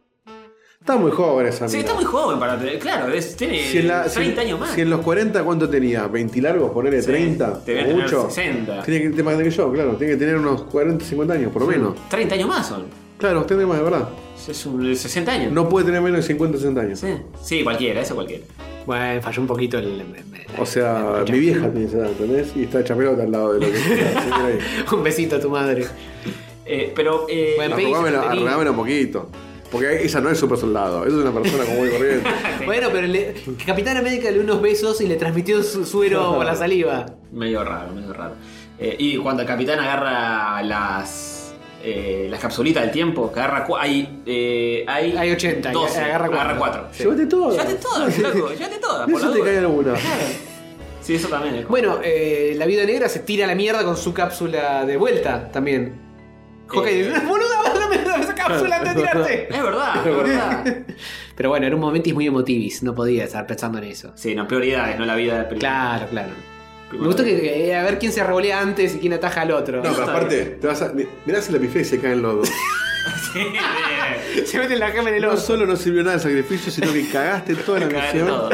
C: Está muy joven esa mina.
A: Sí, está muy joven para tener. Claro, es- tiene
C: Si en, la-
A: 30
C: si-
A: años más.
C: si en los 40, ¿cuánto tenía? ¿20 largos? Ponerle
A: Sí,
C: 30.
A: debía
C: o
A: tener
C: mucho.
A: 60.
C: Tiene que tener más que yo, claro. Tiene que tener unos 40, 50 años, por lo menos.
A: 30 años más son.
C: Claro, tiene más de verdad.
A: Es un 60 años.
C: No puede tener menos de 50, 60 años.
A: Sí. Sí, cualquiera, eso cualquiera.
B: Bueno, falló un poquito el.
C: O sea, mi vieja tiene esa edad, ¿entendés? Y está hecha pelota al lado de
A: <laughs>
C: lo que
B: un besito a tu madre.
A: Eh, pero. eh,
B: Bueno,
A: Paige
C: Arrugámela
A: Sabatini-
C: arrugámela un poquito. Porque ella no es super soldado, ella es una persona como muy corriente.
B: Bueno, pero le- Capitán América le dio unos besos y le transmitió su
C: <laughs>
B: suero por la saliva.
A: Medio raro, medio raro. Eh, y cuando el capitán agarra las. eh, las capsulitas del tiempo, que agarra. cu- Hay, eh, hay.
B: Hay 80,
A: 12,
B: agarra cuatro.
A: cuatro.
C: Llévate todo.
A: Llévate todas, loco, llévate
B: <laughs>
A: todas.
C: De
A: por
C: eso
A: la
C: te
A: duda.
C: cae alguna.
A: Sí, eso también. es como-
B: Bueno, eh, la viuda negra se tira a la mierda con su cápsula de vuelta también. Hawkeye
A: Eh.
B: dice, boluda, dame esa cápsula antes de tirarte.
A: <laughs> Es
B: <laughs>
A: verdad, es verdad.
B: Pero bueno, era un momentis muy emotivis, no podía estar pensando en eso.
A: Sí, no, prioridades, no la vida del primer.
B: Claro, claro. Me gusta que, que- eh, a ver quién se revolea antes y quién ataja al otro.
C: No, pero aparte, te vas a, mi- mirá si la pifé y se caen los dos.
B: <laughs> se meten la cama en el
C: No
B: oso.
C: solo no sirvió nada el sacrificio, sino que cagaste toda la
A: <laughs> Cagaste
C: misión.
A: todo.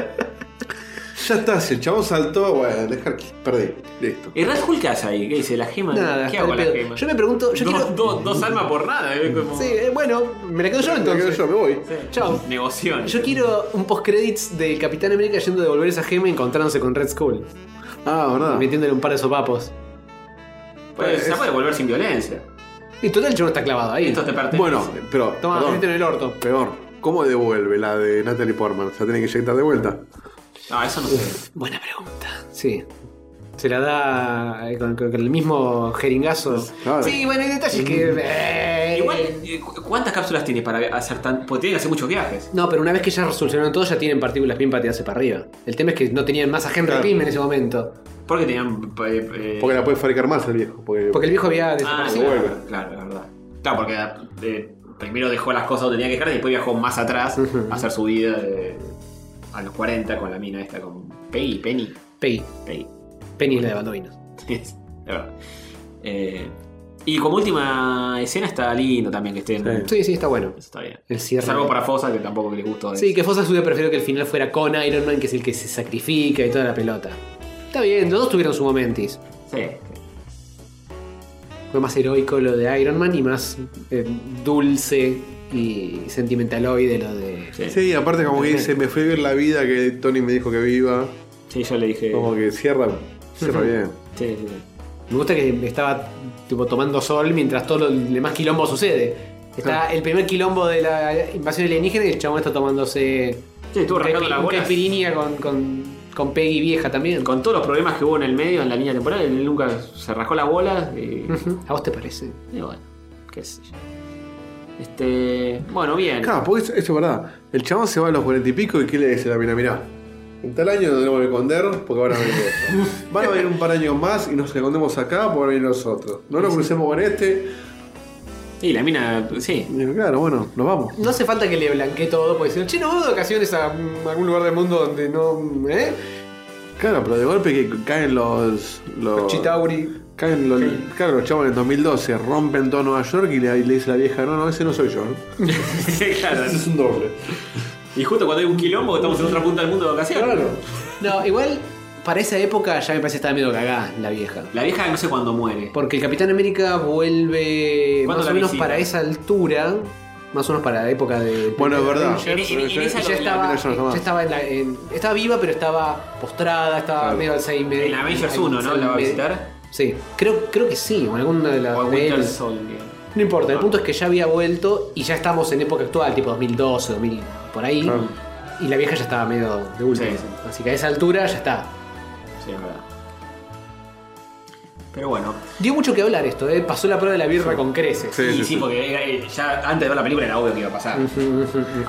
C: Ya está, si el chabón saltó, bueno, dejar que perdí. Listo.
A: ¿Y Red Hulk qué hace ahí? ¿Qué dice? ¿La gema?
B: Nada,
A: ¿Qué
B: está
A: hago
B: el
A: con la
B: pedo.
A: gema?
B: Yo me pregunto, yo
A: dos,
B: quiero-
A: dos- dos almas por nada. ¿eh? Como-
B: Sí, eh, bueno, me la quedo yo entonces.
A: quedo yo,
B: me voy. Chao.
A: Negoción.
B: Yo quiero un post-credits del Capitán América yendo a devolver esa gema y encontrándose con Red Skull.
C: Ah, ¿verdad?
B: Metiéndole un par de sopapos.
A: Pues, se puede volver sin violencia.
B: Y total, yo no está clavado ahí.
A: Esto te pertenece.
C: Bueno, pero.
B: Toma, metete en el orto.
C: Peor. ¿Cómo devuelve la de Natalie Portman? ¿Se la tiene que inyectar de vuelta?
A: Ah, eso no sé.
B: Buena pregunta. Sí. Se la da eh, con, con- con el mismo jeringazo. Sí, bueno, hay detalles que. eh,
A: Igual, eh, cu- ¿cuántas cápsulas tienes para hacer tan.? Porque tienen que hacer muchos viajes.
B: No, pero una vez que ya resolucionaron todo, ya tienen partículas PIN para tirarse para arriba. El tema es que no tenían más a Henry
C: Claro.
B: Pym en ese momento.
A: Porque tenían. eh, eh,
C: Porque la puede fabricar más el viejo. Porque,
B: Porque el viejo había
A: Ah,
B: desaparecido.
A: sí, claro, claro, es verdad. Claro, porque eh, primero dejó las cosas donde tenía que dejar y después viajó más atrás a hacer su vida de- a los 40 con la mina esta, con Peggy, Penny. <laughs>
B: Peggy.
A: Peggy.
B: Penny es la de Baldovinos.
A: Es verdad. Eh, y como última escena está lindo también que estén.
B: Sí, sí, está bueno.
A: Está bien.
B: El cierre.
A: Salvo para Fosa, que tampoco les gustó.
B: Sí, que Fosa hubiera preferido que el final fuera con Iron Man, que es el que se sacrifica y toda la pelota. Está bien, los dos tuvieron su momentis.
A: Sí.
B: Fue más heroico lo de Iron Man y más eh, dulce y sentimentaloide lo de.
C: Sí, aparte como que dice, me fue bien la vida que Tony me dijo que viva.
A: Sí, yo le dije.
C: Como que cierra, cierra
B: Ujú.
C: bien.
A: Sí, sí, sí.
B: Me gusta que estaba tipo, tomando sol mientras todo lo demás quilombo sucede. Está el primer quilombo de la invasión alienígena y el chabón está tomándose.
A: Sí, estuvo
B: un
A: rascando
B: caipi-
A: las
B: un
A: bolas.
B: caipirinha con, con, con Peggy vieja también.
A: Con todos los problemas que hubo en el medio, en la línea temporal, él nunca se rascó la bola.
B: <laughs>
A: Y,
B: Ujú. ¿A vos te parece?
A: y bueno, qué sé yo. Este. Bueno, bien.
C: Claro, porque eso, eso es verdad. El chabón se va a los cuarenta y pico y ¿qué le dice la mina? Mirá, en tal año nos tenemos que esconder porque van a venir
B: <laughs>
C: estos. Van a venir un par de años más y nos escondemos acá porque van a venir los otros. No nos crucemos con este.
A: Y la mina, sí. <laughs>
C: Claro, bueno, nos vamos.
B: No hace falta que le blanquee todo, porque si no, che, no vamos de ocasiones a mm, algún lugar del mundo donde no. ¿Eh?
C: Claro, pero de golpe que caen los. Los,
B: Chitauri.
C: Caen los, Claro, los chabones en 2012 rompen todo Nueva York y le, y le dice la vieja: No, no, ese no soy yo. ¿no?".
A: claro.
C: Ese es un doble.
A: Y justo cuando hay un quilombo, estamos en otra punta del mundo de vacaciones. Claro.
B: No, igual para esa época ya me parece que estaba medio cagada la vieja.
A: La vieja no sé cuándo muere.
B: Porque el Capitán América vuelve
A: ¿Cuándo
B: más
A: la
B: o menos
A: visita?
B: para esa altura, más o menos para la época de.
C: Bueno, es verdad.
B: Avengers.
C: En- en- en esa
B: Y ya
C: lo-
B: estaba,
C: la- la- la- la-
B: ya estaba, en la- en- estaba viva, pero estaba postrada, estaba medio Alzheimer.
A: En Avengers 1, ¿no? ¿La va a visitar?
B: Sí, creo, creo que sí, o en alguna de las.
A: O en
B: de
A: Winter
B: él.
A: Soldier. Ah.
B: No importa, el punto es que ya había vuelto y ya estamos en época actual, tipo 2012, 2000, por ahí. Y la vieja ya estaba medio de última.
A: Sí, sí.
B: Así que a esa altura ya está.
A: Sí, es verdad. Pero bueno.
B: Dio mucho que hablar esto, ¿eh? Pasó la prueba de la birra con creces.
A: y sí, porque era- eh, ya antes de ver la película era obvio que iba a pasar.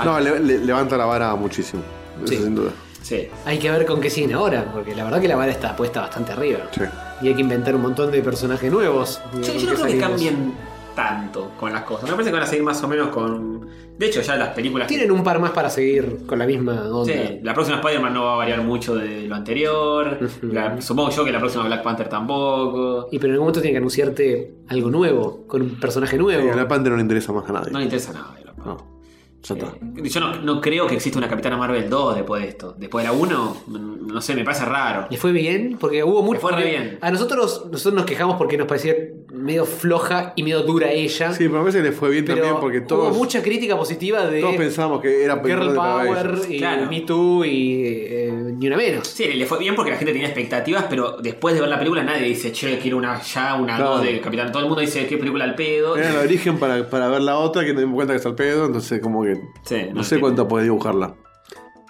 C: No, le- le- levanta la vara muchísimo. Eso sin duda.
A: Sí.
B: Hay que ver con qué siguen ahora, porque la verdad que la vara está puesta bastante arriba.
C: Sí.
B: Y hay que inventar un montón de personajes nuevos. ¿Con
A: Sí, yo no
B: qué
A: creo que
B: salimos?
A: cambien tanto con las cosas. Me parece que van a seguir más o menos con. De hecho, ya las películas. que-
B: Tienen un par más para seguir con la misma onda.
A: Sí, la próxima Spider-Man no va a variar mucho de lo anterior. La- Supongo yo que la próxima Black Panther tampoco.
B: Y pero en algún momento tienen que anunciarte algo nuevo, con un personaje nuevo.
C: A la Panther no le interesa más a nadie.
A: No le interesa nada. de la-
C: No. Ya está.
A: Yo no, no creo que exista una Capitana Marvel 2 después de esto. Después de la 1, mm, no sé, me parece raro.
B: ¿Le fue bien? Porque hubo mucho.
A: fue re
B: porque
A: bien.
B: A nosotros, nosotros nos quejamos porque nos parecía medio floja y medio dura ella.
C: Sí, pero me parece que le fue bien
B: pero
C: también porque todos.
B: hubo mucha crítica positiva de
C: Todos pensábamos que era
B: Girl
C: importante para
B: Power
C: ellos.
B: y
A: Claro.
B: Me Too y eh, ni una menos.
A: Sí, le fue bien porque la gente tenía expectativas, pero después de ver la película nadie dice, che, quiero una ya, una
C: Claro.
A: dos de Capitán. Todo el mundo dice, qué película al pedo.
C: Era el origen para, para ver la otra que nos dimos cuenta que es al pedo, entonces como que.
A: Sí,
C: no
A: no
C: sé
A: entiendo.
C: cuánto podés dibujarla.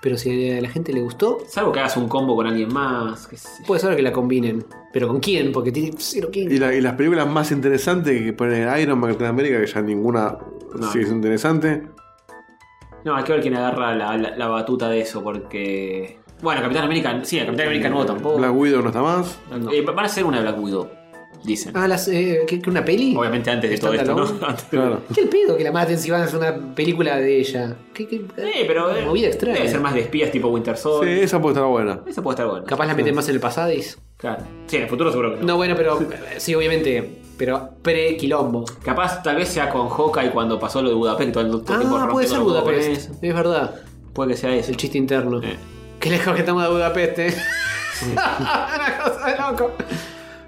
B: Pero si a la gente le gustó,
A: Salvo que hagas un combo con alguien más. qué sé yo.
B: puede ser que la combinen. ¿Pero con quién? Porque tiene cero química.
C: Y, la- y las películas más interesantes que ponen Iron Man Capitán América, que ya ninguna
A: No.
C: sigue siendo interesante.
A: No, hay que ver quién agarra la, la- la batuta de eso, porque. Bueno, Capitán América, sí, el Capitán América nuevo
B: Oh.
A: tampoco.
C: Black Widow no está más.
A: Eh, van a ser una Black Widow, dicen.
B: Ah, las, eh, ¿qué- qué, ¿una peli?
A: Obviamente antes de todo esto, ¿no?
B: Standalone.
A: Antes de-
C: Claro.
B: ¿Qué el pedo que la maten si van a hacer una película de ella? ¿Qué, qué-
A: Sí, pero eh,
B: movida extraña.
A: debe ser más de espías tipo Winter
C: Sí,
A: Soldier.
C: esa puede estar buena.
A: Esa puede estar buena.
B: Capaz la meten más en el pasadis.
A: Claro. Sí, en el futuro seguro que no.
B: No, bueno, pero eh, sí, obviamente. Pero pre-quilombo.
A: Ah, Capaz tal vez sea con Hawkeye cuando pasó lo de Budapest, todo el todo el tiempo
B: Ah,
A: rompe
B: puede
A: todo
B: ser
A: el mundo con
B: Budapest.
A: eso.
B: Es verdad.
A: Puede que sea eso.
B: El chiste interno.
A: Eh.
B: Qué lejos que estamos de Budapest. eh. <laughs> Una cosa de loco.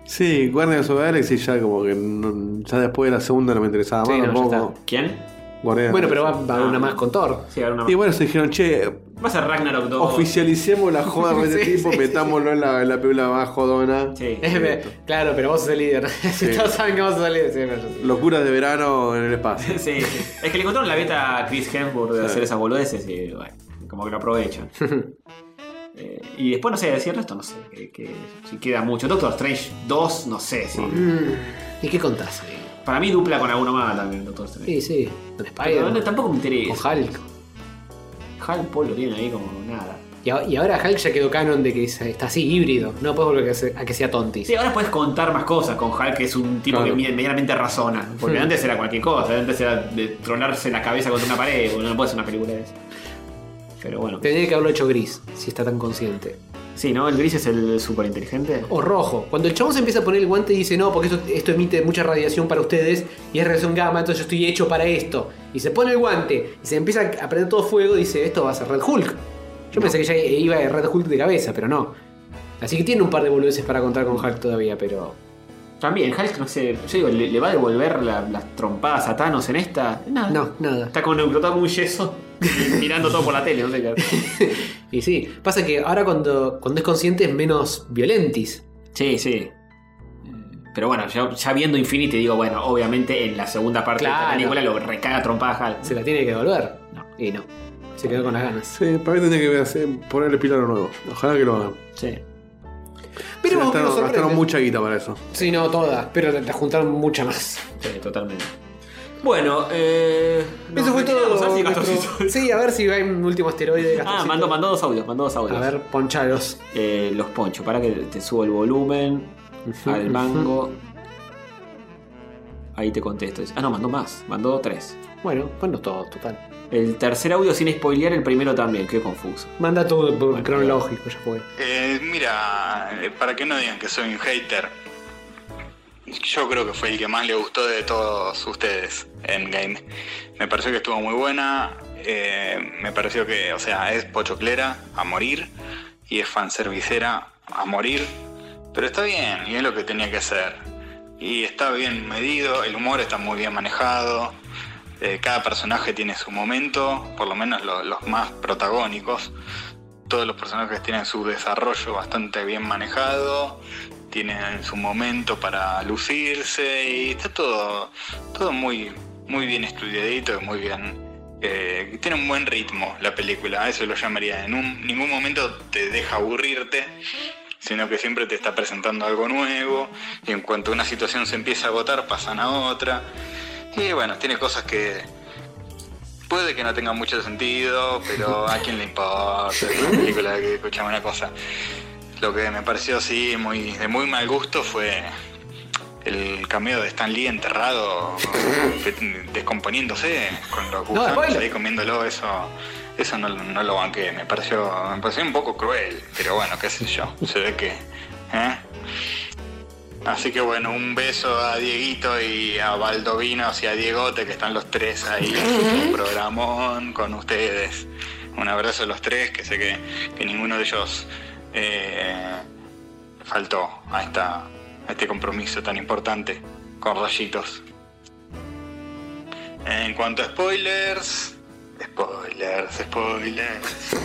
C: Sí, Guardians of the Galaxy ya como que no- ya después de la segunda no me interesaba
B: Sí,
C: más
B: no, ya
C: tampoco.
B: está.
A: ¿Quién?
C: Guardianes.
B: Bueno, pero va, va a haber
A: Ah.
B: una más con Thor.
A: Sí, ahora una
C: Y bueno, se dijeron, che,
A: Va a ser Ragnarok 2.
C: oficialicemos la
B: <laughs>
C: joda de este
B: Sí,
C: tipo,
B: sí,
C: metámoslo en, la, en la película más jodona.
B: <laughs> Es ver- claro, pero vos sos el líder. <laughs> Si
C: Sí.
B: todos saben que vos sos el líder. sí, pero yo sí.
C: Locuras de verano en
B: <laughs>
C: el espacio.
A: <laughs> Sí, sí. Es que le encontraron la beta a Chris Hemsworth de
C: Sí.
A: hacer esas boludeces y bueno, como que lo aprovechan. Eh, y después no sé, decir el resto no sé, que, que- si queda mucho. Doctor Strange 2, no sé. si-
B: Mm, ¿Y qué contás? ahí?
A: Para mí dupla con alguno más también, Doctor Strange.
B: Sí, sí. Con
A: Pero
B: Spider.
A: no, tampoco me interesa.
B: Con Hulk.
A: Hulk Paul lo tiene ahí como nada.
B: Y, a- y ahora Hulk ya quedó canon de que es- está así híbrido. No puedes volver a que se- a que sea tontis.
A: Sí, ahora puedes contar más cosas con Hulk, que es un tipo
B: Claro.
A: que medi- medianamente razona. Porque
B: Hmm.
A: antes era cualquier cosa, antes era de tronarse la cabeza contra una pared, boludo, no puede ser una película de esa. Pero bueno.
B: Tendría que haberlo hecho gris, si está tan consciente.
A: Sí, ¿no? El gris es el súper inteligente.
B: O rojo. Cuando el chabón se empieza a poner el guante y dice, no, porque esto, esto emite mucha radiación para ustedes y es radiación gamma, entonces yo estoy hecho para esto. Y se pone el guante y se empieza a prender todo fuego, dice, esto va a ser Red Hulk. Yo pensé que ya iba de Red Hulk de cabeza, pero no. Así que tiene un par de boludeces para contar con Hulk todavía, pero...
A: También, Hulk, no sé, yo digo, ¿le, le va a devolver la- las trompadas a Thanos en esta? Nada.
B: No, nada.
A: Está con un, está con un yeso <laughs> mirando todo por la tele, no sé qué.
B: Y sí, pasa que ahora cuando, cuando es consciente es menos violentis.
A: Sí, sí. Pero bueno, ya, ya viendo Infinity, digo, bueno, obviamente en la segunda parte de
B: Claro.
A: la película lo recaga a trompadas a Hulk.
B: Se la tiene que devolver. Y no. Se quedó con las ganas.
C: Sí, para mí tendría que hacer, ponerle pilar nuevo. Ojalá que lo hagan.
A: Sí.
B: Pero
C: Se
B: vamos a ver
C: gastaron,
B: nosotros-
C: gastaron mucha guita para eso.
B: Sí, no, todas, pero la- la juntaron mucha más.
A: Sí, totalmente. Bueno, eh.
B: Eso fue todo.
A: retiramos, a ver si
B: nuestro- <laughs> Sí, a ver si hay un último asteroide.
A: Ah,
B: Castorcito.
A: mandó, mandó dos audios, mandó dos audios.
B: A ver, ponchalos.
A: Eh, los poncho, para que te subo el volumen al mango. Ahí te contesto. Ah, no, mandó más, mandó tres.
B: Bueno, bueno, todo, total.
A: El tercer audio sin spoilear el primero también, qué confuso.
B: Manda todo por cronológico, ya fue.
K: Eh, mira, eh, para que no digan que soy un hater, yo creo que fue el que más le gustó de todos ustedes en Game. Me pareció que estuvo muy buena, eh, me pareció que, o sea, es pochoclera a morir y es fanservicera a morir, pero está bien y es lo que tenía que hacer. Y está bien medido, el humor está muy bien manejado, eh, cada personaje tiene su momento, por lo menos lo- los más protagónicos todos los personajes tienen su desarrollo bastante bien manejado, tienen su momento para lucirse y está todo, todo muy, muy bien estudiadito y muy bien. eh, tiene un buen ritmo la película, a eso lo llamaría. En un- ningún momento te deja aburrirte, sino que siempre te está presentando algo nuevo y en cuanto una situación se empieza a agotar pasan a otra. Y bueno, tiene cosas que, Puede que no tenga mucho sentido, pero a quién le importa, es una película que escuchamos una cosa. Lo que me pareció así muy, de muy mal gusto fue el cameo de Stan Lee enterrado, de- descomponiéndose con los gusanos ahí comiéndolo, eso, eso no, no lo banqué, me pareció, me pareció un poco cruel, pero bueno, qué sé yo, se ve que. ¿eh? Así que bueno, un beso a Dieguito y a Valdovinos y a Diegote, que están los tres ahí en un programón con ustedes. Un abrazo a los tres, que sé que, que ninguno de ellos eh, faltó a, esta, a este compromiso tan importante con rayitos. En cuanto a spoilers, spoilers, spoilers.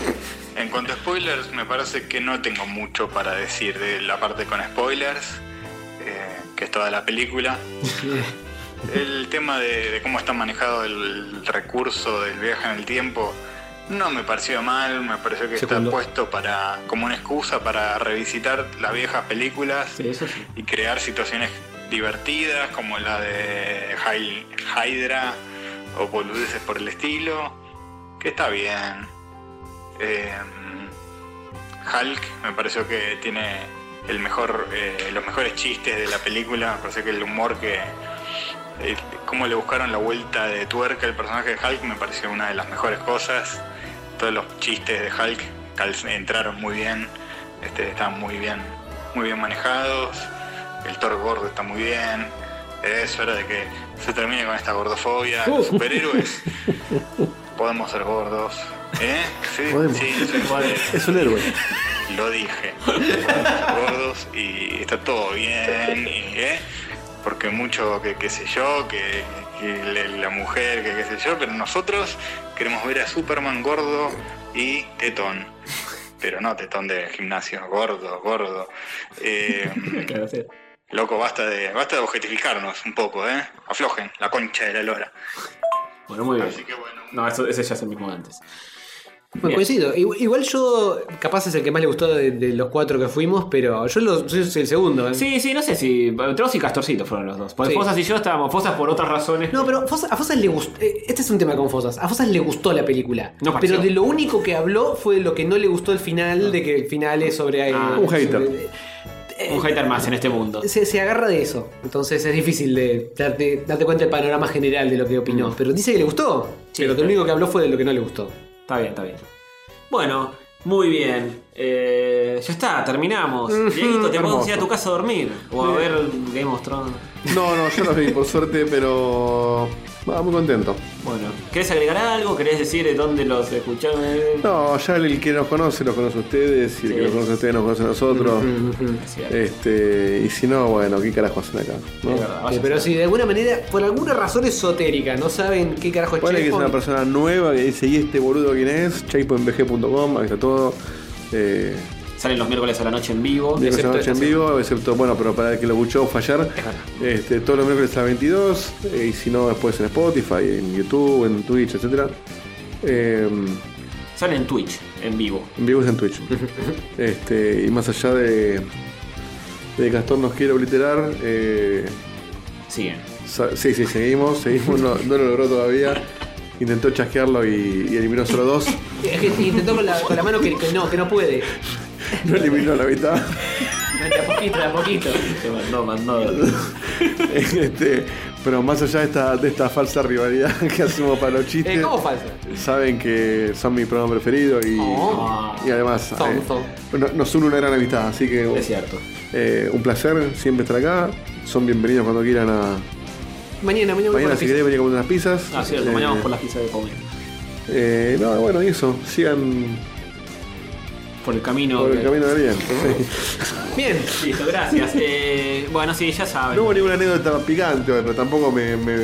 K: En cuanto a spoilers, me parece que no tengo mucho para decir de la parte con spoilers, eh, que es toda la película. El tema de, de cómo está manejado el recurso del viaje en el tiempo no me pareció mal, me pareció que
N: Segundo.
K: está puesto para como una excusa para revisitar las viejas películas
A: <laughs>
K: y crear situaciones divertidas como la de Hy- Hydra o boludeces por el estilo, que está bien. Eh, Hulk me pareció que tiene el mejor, eh, los mejores chistes de la película, me pareció que el humor que, eh, cómo le buscaron la vuelta de tuerca al personaje de Hulk me pareció una de las mejores cosas. Todos los chistes de Hulk cal- entraron muy bien, este, estaban muy bien, muy bien manejados. El Thor gordo está muy bien. Es hora de que se termine con esta gordofobia. Los superhéroes
O: Podemos ser gordos. ¿Eh? Sí,
C: Podemos.
O: sí, soy gordo.
C: <laughs> Es un héroe.
O: Lo dije. <laughs> gordos y está todo bien. y, ¿eh? Porque mucho que qué sé yo, que, que le- la mujer, que qué sé yo, pero nosotros queremos ver a Superman gordo y tetón. Pero no tetón de gimnasio, gordo, gordo. Eh, loco, basta de, basta de objetificarnos un poco, ¿eh? Aflojen la concha de la lora.
A: Bueno, muy bien.
O: Así que bueno.
A: No, eso- ese ya es el mismo de antes.
B: Bueno,
A: Bien.
B: coincido. Igu- Igual yo, capaz es el que más le gustó de, de los cuatro que fuimos, pero yo lo- soy el segundo. ¿eh?
A: Sí, sí, no sé si. Tros y Castorcito fueron los dos. Porque
B: Sí.
A: Fosas y yo estábamos. Fosas por otras razones.
B: No, pero Fosas- a Fosas le gustó. eh, Este es un tema con Fosas. A Fosas le gustó la película.
A: No Ah. pareció.
B: pero de lo único que habló fue de lo que no le gustó el final, de que el final es sobre. eh,
A: un
B: sobre- eh,
A: hater. Ah, Un hater más en este mundo.
B: se, se agarra de eso. Entonces es difícil de darte, darte cuenta del panorama general de lo que
A: Mm.
B: opinó. Pero dice que le gustó. pero que lo único que habló fue de lo que no le gustó.
A: Está bien, está bien. Bueno, muy bien. Eh, ya está,
C: <laughs>
A: terminamos.
C: Ujú,
A: Dieguito, te
C: hermoso.
A: podemos ir a tu casa a dormir. O a
C: Bien.
A: ver Game of Thrones.
C: No, no, yo no vi, por suerte, pero. va, muy contento.
A: Bueno. ¿Querés agregar algo? ¿Querés decir de dónde los escucharon?
C: No, ya el que nos conoce, los conoce a ustedes, y el
A: Sí.
C: que los conoce a ustedes, nos conoce a nosotros. Este, y si no, bueno, ¿qué carajo hacen acá? ¿no?
B: Sí, Eh, pero si de alguna manera, por alguna razón esotérica, no saben qué carajo es
C: Ponele que es una
B: Checkpoint.
C: persona nueva que dice, ¿y este boludo quién es? checkpointbg.com, ahí está todo. Eh,
A: Salen los miércoles a la noche en vivo.
C: miércoles a la noche en vivo, excepto, bueno, pero para el que lo escuchó fallar, este, todos los miércoles a las 22, eh, y si no, después en Spotify, en YouTube, en Twitch, etc.
A: Salen en Twitch, en vivo.
C: en vivo es en Twitch. este, y más allá de, de que Castor nos quiere obliterar, eh,
A: Siguen.
C: Sa- Sí, sí, seguimos, seguimos, no, no lo logró todavía. Intentó chasquearlo y, y eliminó solo
A: <laughs>
C: dos.
B: Es que intentó con la, con la mano que, que no, que no puede.
C: No eliminó la mitad. <laughs>
B: De a poquito, de a poquito.
A: <laughs> Te mandó, mandó.
C: Este, pero más allá de esta, de esta falsa rivalidad <laughs> que hacemos para los chistes.
B: Eh, ¿Cómo falsa?
C: Saben que son mi programa preferido y,
B: Oh.
C: y además
B: Son,
C: eh,
B: son.
C: no- nos une una gran amistad, así que
A: Es cierto.
C: eh, un placer siempre estar acá. Son bienvenidos cuando quieran a.
B: Mañana, mañana.
C: Mañana si querés venir a comer unas pizzas.
A: Ah, cierto,
C: Eh,
A: mañana vamos por las pizzas de comer.
C: eh, no, bueno, y eso. Sigan
A: Por el camino.
C: por el
A: que-
C: camino del bien. <laughs> Sí.
B: Bien.
A: Listo,
C: <laughs>
A: gracias. Eh, bueno, sí, ya saben.
C: No hubo ninguna anécdota picante, pero tampoco me, me,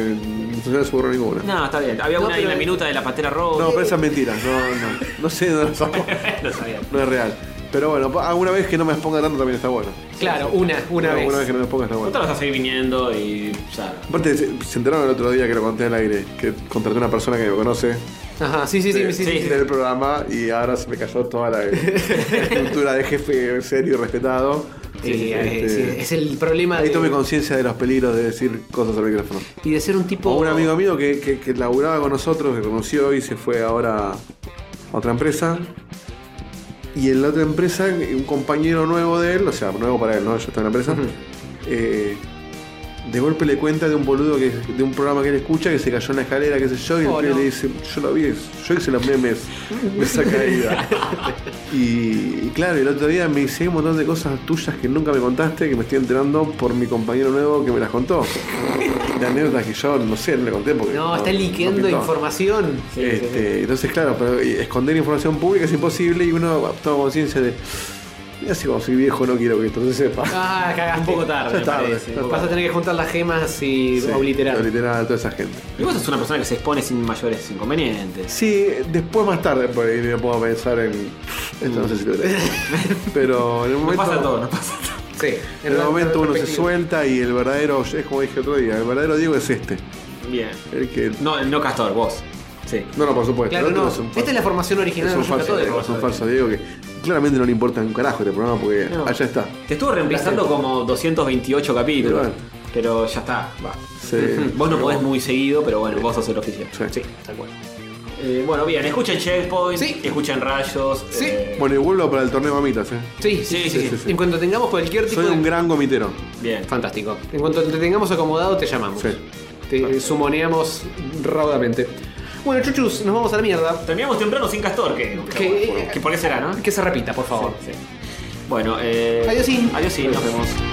C: no se borró ninguna. No,
A: No, está bien. Había
C: No,
A: una en
C: pero-
A: la minuta de la patera roja.
C: pero esas mentiras, no, no. No sé, no
B: <laughs>
C: lo saco.
A: Lo sabía.
C: No es real. Pero bueno, pa- alguna vez que no me exponga tanto también está bueno.
B: Claro, una, una vez.
C: Alguna vez que no me exponga está bueno.
A: Nosotros vas a seguir viniendo y. ya.
C: Aparte, se, se enteraron el otro día que lo conté al aire, que contraté a una persona que me conoce.
B: Ajá, sí, sí, sí,
C: de-
B: sí, sí, sí.
C: Del programa y ahora se me cayó
B: <laughs>
C: toda la, la estructura de jefe serio y respetado.
B: Sí, sí,
C: Este,
B: sí, es el problema
C: Ahí
B: de,
C: tomé conciencia de los peligros de decir cosas al micrófono.
B: y de ser un
C: O
B: tipo. oh.
C: un amigo mío que, que, que laburaba con nosotros, que conoció y se fue ahora a otra empresa. Y en la otra empresa, un compañero nuevo de él, o sea, nuevo para él, ¿no? Yo estaba en la empresa. eh, de golpe le cuenta de un boludo que, de un programa que él escucha que se cayó en la escalera, qué sé yo, y el
B: Oh,
C: pibe
B: no.
C: le dice, yo lo vi, yo hice los memes de
B: <laughs>
C: esa caída. y, y claro, el otro día me hice un montón de cosas tuyas que nunca me contaste, que me estoy enterando por mi compañero nuevo que me
B: <laughs>
C: las contó. de anécdotas que yo no sé, no le conté porque.
B: No, está liqueando
C: no pintó.
B: información.
C: Este, Entonces, claro, pero esconder información pública es imposible y uno toma conciencia de. Mira si como soy viejo no quiero que esto se sepa.
B: Ah, cagaste.
A: Un poco tarde,
C: Ya
A: me
C: tarde,
A: parece. Un
C: ya
A: poco
B: Vas a
A: tarde.
B: tener que juntar las gemas y
C: Sí,
B: obliterar.
C: Obliterar a toda esa gente.
A: Y vos sos una persona que se expone sin mayores inconvenientes.
C: Sí, después más tarde por ahí me puedo pensar en. Esto no sé si
B: <laughs>
C: lo haré. Pero en el momento.
A: pasa todo, nos pasa
B: Sí,
C: En el momento uno se
A: perspectiva.
C: suelta y el verdadero, es como dije otro día, el verdadero Diego es este.
A: Bien.
C: El que.
A: No, no Castor, vos. Sí.
C: No, no, por supuesto.
B: Claro,
C: el otro
B: no.
C: es un
B: Esta es la formación original
C: Es un
B: de los
C: falso, Diego,
B: Católicos.
C: es un falso Diego que claramente no le importa un carajo este programa porque
A: No.
C: allá está.
A: Te estuvo reemplazando como 228 capítulos.
C: Pero
A: Pero ya está, va.
C: Sí.
A: Vos no podés muy seguido, pero bueno, vos sos el oficial. Sí, tal cual. Eh, bueno, bien, escuchen Checkpoint, escuchen Rayos. eh, Sí.
C: Bueno, y vuelvo para el torneo mamitas, eh.
B: Sí, sí, sí, sí.
C: sí, sí.
B: En cuanto tengamos cualquier tipo
C: Soy
B: de.
C: un gran gomitero.
A: Bien.
B: Fantástico. En cuanto te tengamos acomodado, te llamamos. Te sumoneamos raudamente. Bueno, chuchus, nos vamos a la mierda.
A: Terminamos temprano sin Castor, que,
B: Que-
A: que- ¿por qué será, no?
B: Que se repita, por favor.
A: Bueno, eh,
B: Adiós, sí.
A: Adiós, sí, nos vemos.